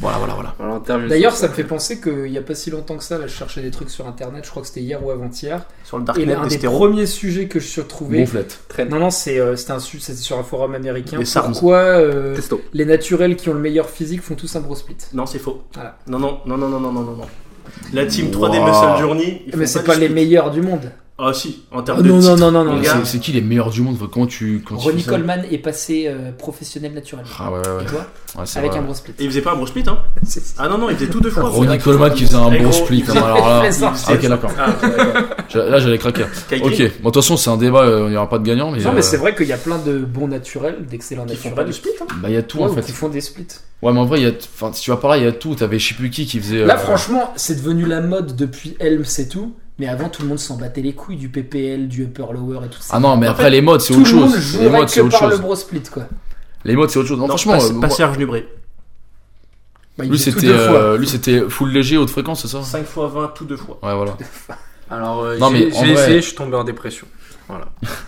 Speaker 2: Voilà, voilà, voilà. voilà.
Speaker 6: Voilà, on termine
Speaker 4: D'ailleurs,
Speaker 6: sur
Speaker 4: ça me fait penser qu'il n'y a pas si longtemps que ça, là, je cherchais des trucs sur internet, je crois que c'était hier ou avant-hier.
Speaker 5: Sur le
Speaker 4: Et
Speaker 5: Darknet,
Speaker 4: un
Speaker 5: des
Speaker 4: des
Speaker 5: stéroïdes.
Speaker 4: premiers sujets que je suis retrouvé.
Speaker 2: Gonflette.
Speaker 4: Non, non, c'est, euh, c'était un su- c'était sur un forum américain.
Speaker 5: Les SARMs.
Speaker 4: Pourquoi euh,
Speaker 6: Testo.
Speaker 4: les naturels qui ont le meilleur physique font tous un bro split
Speaker 5: Non, c'est faux.
Speaker 4: Voilà.
Speaker 5: Non, non, non, non, non, non, non, non, non. La team 3D
Speaker 2: Wow.
Speaker 5: Muscle Journey. ils font
Speaker 4: Mais c'est pas
Speaker 5: de
Speaker 4: les
Speaker 5: split.
Speaker 4: meilleurs du monde.
Speaker 5: Ah, si, en termes de.
Speaker 4: Non, non,
Speaker 5: titres.
Speaker 4: non, non, non.
Speaker 5: mon
Speaker 2: Mais
Speaker 5: gars.
Speaker 2: C'est c'est qui les meilleurs du monde Comment tu. Quand tu
Speaker 4: Ronnie
Speaker 2: fais ça
Speaker 4: Coleman est passé euh, professionnel naturellement.
Speaker 2: Ah ouais, ouais, ouais.
Speaker 4: Et toi
Speaker 2: Ouais, c'est
Speaker 4: Avec
Speaker 2: vrai.
Speaker 4: un bro split.
Speaker 5: Et il faisait pas un bro split, hein
Speaker 4: [LAUGHS] C'est-
Speaker 5: Ah non, non, il faisait tout deux fois.
Speaker 2: Ronnie Coleman qui faisait un
Speaker 5: Eh,
Speaker 2: bon
Speaker 5: gros,
Speaker 2: split.
Speaker 4: [LAUGHS]
Speaker 5: il
Speaker 2: hein, alors là.
Speaker 4: faisait ça.
Speaker 2: Ah, ok, d'accord.
Speaker 5: Ah,
Speaker 2: Je- Là, j'allais craquer.
Speaker 5: Kai
Speaker 2: Ok,
Speaker 5: Green,
Speaker 2: bon, de toute façon, c'est un débat, euh, il n'y aura pas de gagnant, mais.
Speaker 4: Non, mais
Speaker 2: euh,
Speaker 4: c'est vrai qu'il y a plein de bons naturels, d'excellents
Speaker 5: Ils font
Speaker 4: naturels.
Speaker 5: pas de split, hein
Speaker 2: Bah, il y a tout
Speaker 4: Ouais,
Speaker 2: en
Speaker 4: ou
Speaker 2: fait.
Speaker 4: qui font des splits.
Speaker 2: Ouais, mais en vrai, il y a. Enfin, si tu vas par là, il y a tout. T'avais je sais plus qui qui faisait.
Speaker 4: Là,
Speaker 2: euh,
Speaker 4: franchement, c'est devenu la mode depuis Helm, c'est tout. Mais avant, tout le monde s'en battait les couilles du PPL, du upper lower et tout ça.
Speaker 2: Ah non, mais
Speaker 5: En
Speaker 2: après,
Speaker 5: fait,
Speaker 2: les modes, c'est
Speaker 4: tout
Speaker 2: autre
Speaker 4: le monde
Speaker 2: chose. Les
Speaker 4: jouerait
Speaker 2: modes, c'est
Speaker 4: que
Speaker 2: autre
Speaker 4: par le
Speaker 2: chose.
Speaker 4: bro split, quoi.
Speaker 2: Les modes, c'est autre chose. Non,
Speaker 5: Non,
Speaker 2: franchement,
Speaker 5: pas-
Speaker 2: euh,
Speaker 5: c'est pas
Speaker 2: moi-
Speaker 5: Serge Nubré.
Speaker 4: Bah, il
Speaker 2: lui
Speaker 4: faisait tout
Speaker 2: c'était
Speaker 4: deux fois.
Speaker 2: euh, lui c'était full léger haute fréquence, c'est ça
Speaker 5: 5 fois 20, tout deux fois.
Speaker 2: Ouais, voilà.
Speaker 7: Alors, euh,
Speaker 2: Non, mais
Speaker 7: j'ai-
Speaker 2: en
Speaker 7: j'ai
Speaker 2: vrai-
Speaker 7: essayé, je suis tombé en dépression.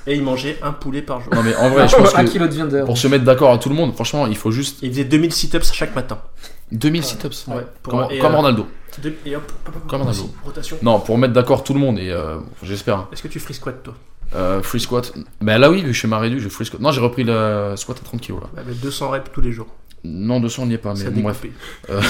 Speaker 5: Et il mangeait un poulet par jour.
Speaker 2: Non mais en vrai, je
Speaker 4: [LAUGHS]
Speaker 2: pense
Speaker 4: Un
Speaker 2: que
Speaker 4: kilo de viande d'heure.
Speaker 2: pour se mettre d'accord à tout le monde, franchement, il faut juste
Speaker 5: Il faisait 2000 sit-ups chaque matin.
Speaker 2: 2000 sit-ups.
Speaker 5: Ouais. Pour-
Speaker 2: Comme,
Speaker 5: et,
Speaker 2: comme
Speaker 5: euh,
Speaker 2: Ronaldo.
Speaker 5: Deux- Et hop, hop, hop,
Speaker 2: Comme un
Speaker 5: aussi,
Speaker 2: ado.
Speaker 5: rotation.
Speaker 2: Non, pour mettre d'accord tout le monde et euh, j'espère. hein.
Speaker 5: Est-ce que tu free squat toi
Speaker 2: Euh, free squat. Ben là oui, vu que je suis réduit, je free squat. Non, j'ai repris le squat à 30 kg là.
Speaker 5: Bah, avec 200 reps tous les jours.
Speaker 2: Non, 200 on n'y est pas, Ah, mais
Speaker 5: ça
Speaker 2: bon, bref.
Speaker 5: découpé.
Speaker 2: Euh,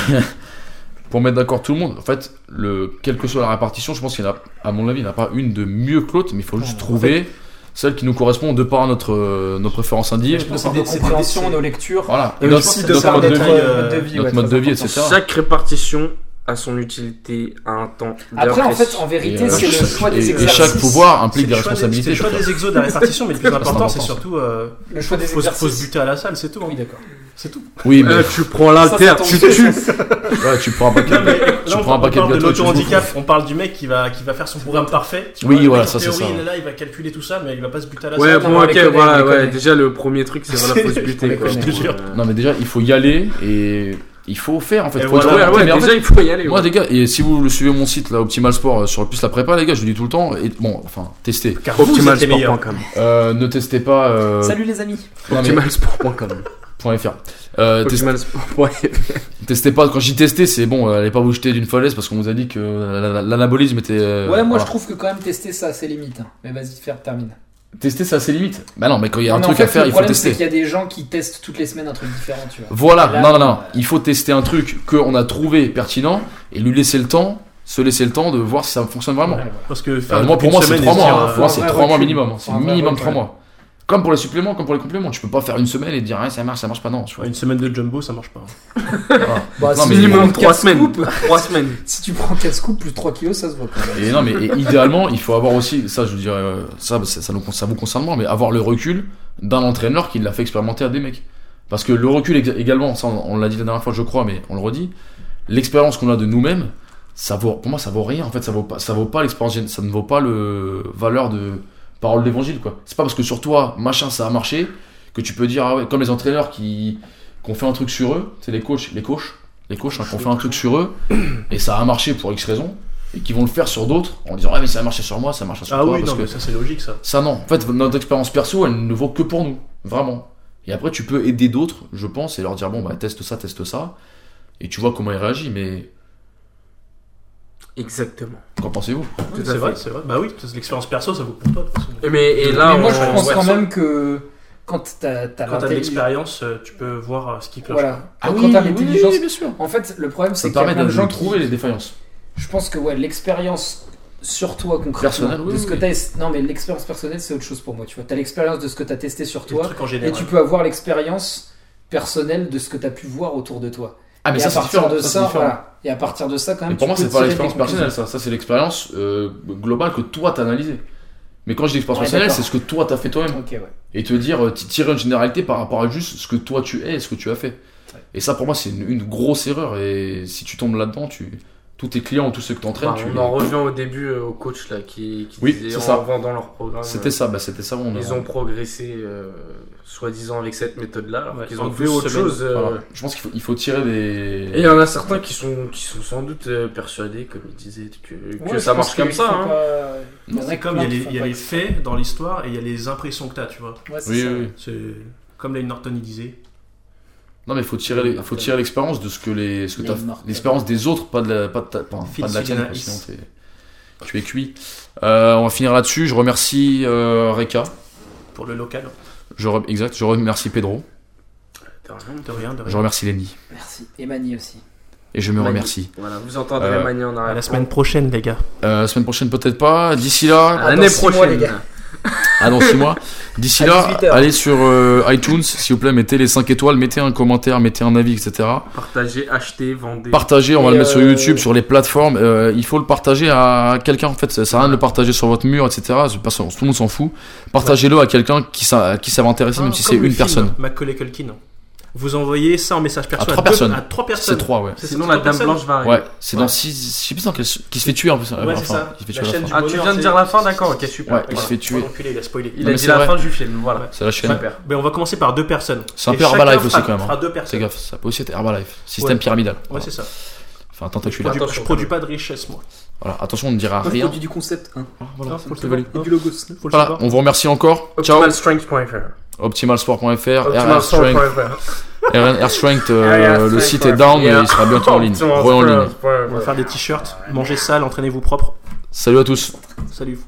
Speaker 2: pour mettre d'accord tout le monde, en fait, le, quelle que soit la répartition, je pense qu'il y en a, à mon avis, il n'y en a pas une de mieux que l'autre, mais il faut juste trouver celle qui nous correspond de par notre, euh, nos préférences
Speaker 4: Je
Speaker 2: individuelles.
Speaker 4: pense que c'est des
Speaker 5: C'est-
Speaker 4: compréhensions,
Speaker 5: c'est-
Speaker 4: nos lectures.
Speaker 2: Voilà.
Speaker 6: Et
Speaker 2: Ah, notre,
Speaker 6: aussi
Speaker 2: notre
Speaker 6: par
Speaker 2: mode
Speaker 6: des
Speaker 2: de
Speaker 6: traits,
Speaker 2: vie,
Speaker 6: euh,
Speaker 4: vie,
Speaker 2: notre
Speaker 4: ouais,
Speaker 2: mode
Speaker 4: très
Speaker 2: de vie,
Speaker 4: important.
Speaker 2: etc.
Speaker 6: Chaque répartition a son utilité à un temps.
Speaker 4: Après, en fait,
Speaker 6: précis.
Speaker 4: en
Speaker 2: Et,
Speaker 4: vérité,
Speaker 2: euh,
Speaker 4: c'est le choix
Speaker 2: et-
Speaker 4: des
Speaker 2: et
Speaker 4: exercices.
Speaker 2: chaque pouvoir
Speaker 5: C'est
Speaker 2: implique des
Speaker 5: le choix C'est
Speaker 2: responsabilités.
Speaker 5: le choix
Speaker 2: chacun.
Speaker 5: des exos de la répartition, mais
Speaker 2: [LAUGHS]
Speaker 5: le plus important, c'est surtout. euh,
Speaker 4: Le choix des
Speaker 5: faut, se- faut se
Speaker 4: exercices.
Speaker 5: buter à la salle, c'est tout. hein.
Speaker 4: Ah Oui, d'accord.
Speaker 5: C'est tout.
Speaker 2: Oui, mais
Speaker 6: Euh, tu prends l'alter,
Speaker 4: Ça,
Speaker 6: tu
Speaker 4: c'est
Speaker 6: tues.
Speaker 2: ouais, tu prends un paquet. de- Tu
Speaker 5: Là, on
Speaker 2: prends un
Speaker 5: parle- on
Speaker 2: paquet de
Speaker 5: parle de
Speaker 2: gâteaux et tu
Speaker 5: l'auto-handicap, on parle du mec qui va, qui va faire son programme parfait. tu
Speaker 2: Oui,
Speaker 5: vois, le
Speaker 2: voilà,
Speaker 5: mec,
Speaker 2: ça,
Speaker 5: en
Speaker 2: c'est
Speaker 5: théorie,
Speaker 2: ça.
Speaker 5: Il est là, il va calculer tout ça, mais il va pas se buter à la
Speaker 6: Ouais,
Speaker 5: salle.
Speaker 4: non,
Speaker 6: bon,
Speaker 4: on
Speaker 6: ok,
Speaker 4: les connaît, on
Speaker 6: voilà,
Speaker 4: les
Speaker 6: ouais.
Speaker 4: connaît.
Speaker 6: Déjà, le premier truc, c'est voilà, faut se
Speaker 5: On
Speaker 6: buter.
Speaker 5: les
Speaker 6: quoi.
Speaker 5: connaît, je te
Speaker 6: Bon,
Speaker 5: jure.
Speaker 6: euh,
Speaker 2: Non, mais déjà, il faut y aller et il faut faire en fait.
Speaker 5: Et
Speaker 2: Faut
Speaker 5: voilà,
Speaker 2: trouver-
Speaker 6: Ouais, ouais,
Speaker 2: mais en fait,
Speaker 6: déjà, il faut y aller.
Speaker 2: Moi,
Speaker 6: ouais.
Speaker 2: les gars, et si vous le suivez mon site là, Optimal Sport euh, sur plus la prépa, les gars, je le dis tout le temps. Et bon, enfin, testez.
Speaker 5: Car vous êtes les meilleurs.
Speaker 6: Optimalsport.com.
Speaker 2: Euh, ne testez pas. Euh,
Speaker 4: Salut les amis.
Speaker 2: non, mais-
Speaker 6: Optimalsport.com.
Speaker 2: point .fr. Euh, test-
Speaker 6: Optimalsport.fr.
Speaker 2: [LAUGHS] testez pas. Quand j'y testais, c'est bon. euh, Allez pas vous jeter d'une falaise parce qu'on vous a dit que euh, la- la- l'anabolisme était. euh,
Speaker 4: Ouais, moi
Speaker 2: voilà.
Speaker 4: je trouve que quand même tester ça, c'est limite. hein. Mais vas-y, faire termine.
Speaker 2: Tester, ça, c'est limite. Bah non, mais quand il y a
Speaker 4: Non,
Speaker 2: un
Speaker 4: mais en
Speaker 2: truc
Speaker 4: fait,
Speaker 2: à faire,
Speaker 4: le
Speaker 2: il faut
Speaker 4: problème, c'est
Speaker 2: tester.
Speaker 4: qu'il y a des gens qui testent toutes les semaines un truc différent, tu vois.
Speaker 2: Voilà,
Speaker 4: Là,
Speaker 2: non, non, non,
Speaker 4: euh,
Speaker 2: il faut tester un truc qu'on a trouvé pertinent et lui laisser le temps, se laisser le temps de voir si ça fonctionne vraiment.
Speaker 4: Ouais, voilà.
Speaker 5: Parce que
Speaker 2: Euh,
Speaker 5: faire
Speaker 2: moi, pour
Speaker 5: une
Speaker 2: moi, c'est
Speaker 5: semaine
Speaker 2: trois
Speaker 5: et se
Speaker 2: mois.
Speaker 5: dire,
Speaker 2: hein.
Speaker 5: euh,
Speaker 2: Pour moi, c'est
Speaker 4: vrai
Speaker 2: trois mois
Speaker 4: recul.
Speaker 2: minimum. hein. C'est
Speaker 4: Un vrai
Speaker 2: minimum
Speaker 4: recul,
Speaker 2: trois
Speaker 4: ouais.
Speaker 2: mois. Comme pour les suppléments, comme pour les compléments, tu peux pas faire une semaine et dire, ah, ça marche, ça marche pas, non. tu vois.
Speaker 5: Une semaine de jumbo, ça marche pas.
Speaker 2: Non,
Speaker 4: Bah, si
Speaker 2: mais
Speaker 4: tu
Speaker 6: Minimum
Speaker 4: prends
Speaker 6: 3
Speaker 4: quatre
Speaker 6: semaines.
Speaker 4: scoops-
Speaker 6: 3 semaines.
Speaker 4: Si tu prends 4 scoops plus 3 kilos, ça se voit quand même.
Speaker 2: Et non, mais et idéalement, il faut avoir aussi, ça, je veux dire, euh, ça, ça, ça, nous, con- ça vous concerne moins, mais avoir le recul d'un entraîneur qui l'a fait expérimenter à des mecs. Parce que le recul ég- également, ça, on, on l'a dit la dernière fois, je crois, mais on le redit, l'expérience qu'on a de nous-mêmes, ça vaut, pour moi, ça vaut rien. En fait, ça vaut pas, ça vaut pas l'expérience, ça ne vaut pas le valeur de parole d'évangile, quoi. C'est pas parce que sur toi, machin, ça a marché, que tu peux dire, ah ouais, comme les entraîneurs qui, qu'on fait un truc sur eux, c'est les coachs, les coachs, les coachs, hein, qu'on fait un truc sur eux, et ça a marché pour X raison et qui vont le faire sur d'autres en disant ah mais ça a marché sur moi ça marche sur
Speaker 5: Ah
Speaker 2: toi
Speaker 5: oui,
Speaker 2: parce
Speaker 5: non,
Speaker 2: que
Speaker 5: mais ça c'est logique ça.
Speaker 2: ça non en fait notre expérience perso elle ne vaut que pour nous vraiment et après tu peux aider d'autres je pense et leur dire bon bah teste ça teste ça et tu vois comment ils réagissent mais
Speaker 6: Exactement.
Speaker 2: qu'en pensez-vous
Speaker 6: Tout à
Speaker 5: C'est
Speaker 6: fait.
Speaker 5: vrai, c'est vrai. Bah oui, parce que l'expérience perso, ça vaut pour toi. de toute façon.
Speaker 6: Et Mais et là,
Speaker 4: mais moi, je
Speaker 6: on-
Speaker 4: pense
Speaker 6: Ah, ouais.
Speaker 4: quand même que quand t'as t'as
Speaker 5: Quand t'as de
Speaker 4: l'intelligence-
Speaker 5: l'expérience, euh, tu peux voir euh, ce qui cloche.
Speaker 4: Voilà.
Speaker 2: Ah
Speaker 4: quand t'as l'intelligence.
Speaker 2: bien sûr
Speaker 4: En fait, le problème,
Speaker 2: ça
Speaker 4: c'est
Speaker 2: te
Speaker 4: qu'il y a
Speaker 2: permet
Speaker 4: plein
Speaker 2: de,
Speaker 4: de gens qui.
Speaker 2: trouver les défaillances
Speaker 4: Je pense que ouais, l'expérience sur toi concrètement.
Speaker 2: Personnelle, oui,
Speaker 4: de ce que
Speaker 2: oui.
Speaker 4: t'as es- Non, mais l'expérience personnelle, c'est autre chose pour moi. Tu vois, t'as l'expérience de ce que t'as testé sur
Speaker 5: Et le
Speaker 4: toi,
Speaker 5: truc en
Speaker 4: et
Speaker 5: général.
Speaker 4: tu peux avoir l'expérience personnelle de ce que t'as pu voir autour de toi.
Speaker 2: ah mais
Speaker 4: et
Speaker 2: ça
Speaker 4: à
Speaker 2: c'est
Speaker 4: partir
Speaker 2: différent
Speaker 4: de
Speaker 2: ça,
Speaker 4: ça,
Speaker 2: c'est différent.
Speaker 4: voilà. Et à partir de ça, quand même.
Speaker 2: Mais pour
Speaker 4: tu
Speaker 2: moi,
Speaker 4: peux
Speaker 2: c'est pas
Speaker 4: tirer
Speaker 2: l'expérience
Speaker 4: des conclusions.
Speaker 2: personnelle, ça. Ça, c'est l'expérience euh, globale que toi t'as analysée. Mais quand je dis expérience
Speaker 4: Ouais,
Speaker 2: personnelle, c'est
Speaker 4: d'accord.
Speaker 2: ce que toi t'as fait toi-même.
Speaker 4: Ok, ouais.
Speaker 2: et te dire euh, t- tirer une généralité par rapport à juste ce que toi tu es et ce que tu as fait. Et ça pour moi c'est une, une grosse erreur et si tu tombes là-dedans, tu tous tes clients ou tous ceux que t'entraînes,
Speaker 6: Bah,
Speaker 2: tu
Speaker 6: on en revient au début euh, au coach là qui, qui
Speaker 2: Oui,
Speaker 6: disait
Speaker 2: c'est
Speaker 6: en
Speaker 2: ça.
Speaker 6: vendant leur programme.
Speaker 2: c'était
Speaker 6: euh,
Speaker 2: ça, bah c'était ça on
Speaker 6: Ils
Speaker 2: a-
Speaker 6: ont progressé euh, soi-disant avec cette méthode là, alors
Speaker 5: Ouais,
Speaker 6: qu'ils
Speaker 5: en
Speaker 6: ont fait
Speaker 5: 12
Speaker 6: autre
Speaker 5: semaines.
Speaker 6: chose. euh,
Speaker 2: Voilà. Je pense qu'il faut, il faut tirer
Speaker 6: Et
Speaker 2: des
Speaker 6: euh, il y en a certains qui sont, qui sont sans doute euh, persuadés, comme ils disaient, que, que
Speaker 4: Ouais, je
Speaker 6: ça
Speaker 4: pense
Speaker 6: marche comme
Speaker 4: qu'il
Speaker 6: ça.
Speaker 4: faut
Speaker 6: hein.
Speaker 4: pas-
Speaker 2: Non,
Speaker 4: Il y en
Speaker 5: C'est
Speaker 4: a
Speaker 5: comme
Speaker 4: plein
Speaker 5: il y a
Speaker 4: qui
Speaker 5: les-
Speaker 4: font
Speaker 5: il y a
Speaker 4: pas
Speaker 5: les faits dans l'histoire et il y a les impressions que t'as, tu vois.
Speaker 4: ça. Ouais, c'est
Speaker 2: Oui,
Speaker 4: ça.
Speaker 2: oui, oui.
Speaker 5: C'est comme Lane Norton il disait.
Speaker 2: Non mais il faut tirer les- faut tirer l'expérience de ce que les ce que
Speaker 4: Il y
Speaker 2: t'as
Speaker 4: a une marque.
Speaker 2: l'expérience des autres, pas de la pas de, ta- pas-
Speaker 5: Phil
Speaker 2: pas de la tienne,
Speaker 5: Sylvain.
Speaker 2: sinon t'es- tu es cuit. Euh, on va finir là-dessus, je remercie euh, Reka.
Speaker 5: Pour le local,
Speaker 2: Je re- exact, je remercie Pedro,
Speaker 6: T'as raison.
Speaker 5: de rien, de rien.
Speaker 2: je remercie Lenny
Speaker 4: Merci. Et Mani aussi.
Speaker 2: et je me
Speaker 6: Mani.
Speaker 2: remercie.
Speaker 6: Voilà, vous entendrez
Speaker 2: Euh,
Speaker 6: Mani en
Speaker 5: À
Speaker 6: arrière.
Speaker 5: la semaine prochaine, les gars.
Speaker 2: Euh, semaine prochaine peut-être pas, d'ici là,
Speaker 6: À l'année
Speaker 4: six mois,
Speaker 6: prochaine.
Speaker 4: les gars.
Speaker 2: Ah dans 6 mois. D'ici
Speaker 4: À
Speaker 2: là,
Speaker 4: 18 heures.
Speaker 2: allez sur euh, iTunes, s'il vous plaît, mettez les 5 étoiles, mettez un commentaire, mettez un avis, etc.
Speaker 6: Partagez, achetez, vendez.
Speaker 2: Partagez, on va
Speaker 4: Et
Speaker 2: le mettre sur
Speaker 4: euh,
Speaker 2: YouTube, sur les plateformes. euh, il faut le partager à quelqu'un, en fait. Ça sert à rien de le partager sur votre mur, etc. Personne, tout le monde
Speaker 5: Ah,
Speaker 2: s'en fout. Partagez-le à quelqu'un qui, ça, à qui ça va intéresser, même si c'est une personne.
Speaker 5: Macaulay Culkin. vous envoyez ça en message perso
Speaker 2: À
Speaker 5: à,
Speaker 2: trois
Speaker 5: deux-
Speaker 2: personnes.
Speaker 5: à trois personnes.
Speaker 2: C'est 3, ouais.
Speaker 5: C'est ça,
Speaker 7: Sinon,
Speaker 5: trois
Speaker 7: la dame
Speaker 5: personnes.
Speaker 7: blanche va arriver.
Speaker 2: Ouais, c'est dans 6. Je sais plus dans quel. Qui se fait tuer en plus. euh,
Speaker 5: Ouais,
Speaker 2: enfin,
Speaker 5: c'est ça.
Speaker 2: Qui se fait
Speaker 5: La
Speaker 2: tuer à la
Speaker 5: chaîne
Speaker 2: fin.
Speaker 5: du
Speaker 7: Ah, tu
Speaker 5: bonheur,
Speaker 7: viens de
Speaker 5: c'est-
Speaker 7: dire la fin,
Speaker 5: c'est-
Speaker 7: d'accord, ok, super.
Speaker 2: Ouais, il
Speaker 5: Voilà.
Speaker 2: se fait tuer.
Speaker 5: Oh, l'enculé, il a spoilé.
Speaker 7: Il
Speaker 2: Non,
Speaker 7: a
Speaker 2: mais
Speaker 7: dit
Speaker 2: c'est
Speaker 7: la
Speaker 2: vrai.
Speaker 7: fin du film, voilà.
Speaker 2: C'est la chaîne.
Speaker 7: Super.
Speaker 5: Ben, on va commencer par deux personnes.
Speaker 2: C'est un
Speaker 5: Et
Speaker 2: peu
Speaker 5: chacun
Speaker 2: Herbalife aussi
Speaker 5: fera-
Speaker 2: quand même.
Speaker 5: fera
Speaker 2: hein.
Speaker 5: deux
Speaker 2: Fais
Speaker 5: personnes.
Speaker 2: gaffe, ça peut aussi être Herbalife. Système pyramidal.
Speaker 5: Ouais,
Speaker 2: Voilà.
Speaker 5: c'est ça.
Speaker 2: Enfin,
Speaker 5: Je
Speaker 2: tentaculaire.
Speaker 5: produis,
Speaker 7: Attention,
Speaker 5: je
Speaker 7: quand
Speaker 5: produis
Speaker 7: même.
Speaker 5: pas de richesse, moi.
Speaker 2: Voilà, attention, on ne dira
Speaker 4: Moi, je
Speaker 2: rien.
Speaker 4: produis du concept 1
Speaker 2: Ah, voilà,
Speaker 5: Ah, faut le
Speaker 2: c'est
Speaker 5: savoir.
Speaker 2: valide.
Speaker 4: et du logo.
Speaker 5: Faut le
Speaker 2: Voilà,
Speaker 5: savoir.
Speaker 2: on vous remercie encore. Ciao.
Speaker 7: Optimalstrength.fr.
Speaker 2: OptimalSport.fr, RR Strength.
Speaker 7: Optimalstrength.fr.
Speaker 2: RN Air Strength, euh, le site est down, mais il sera bientôt
Speaker 6: [LAUGHS]
Speaker 2: en ligne. Re en ligne.
Speaker 5: On va faire des t-shirts, mangez sale, entraînez-vous propre.
Speaker 2: Salut à tous.
Speaker 5: Salut.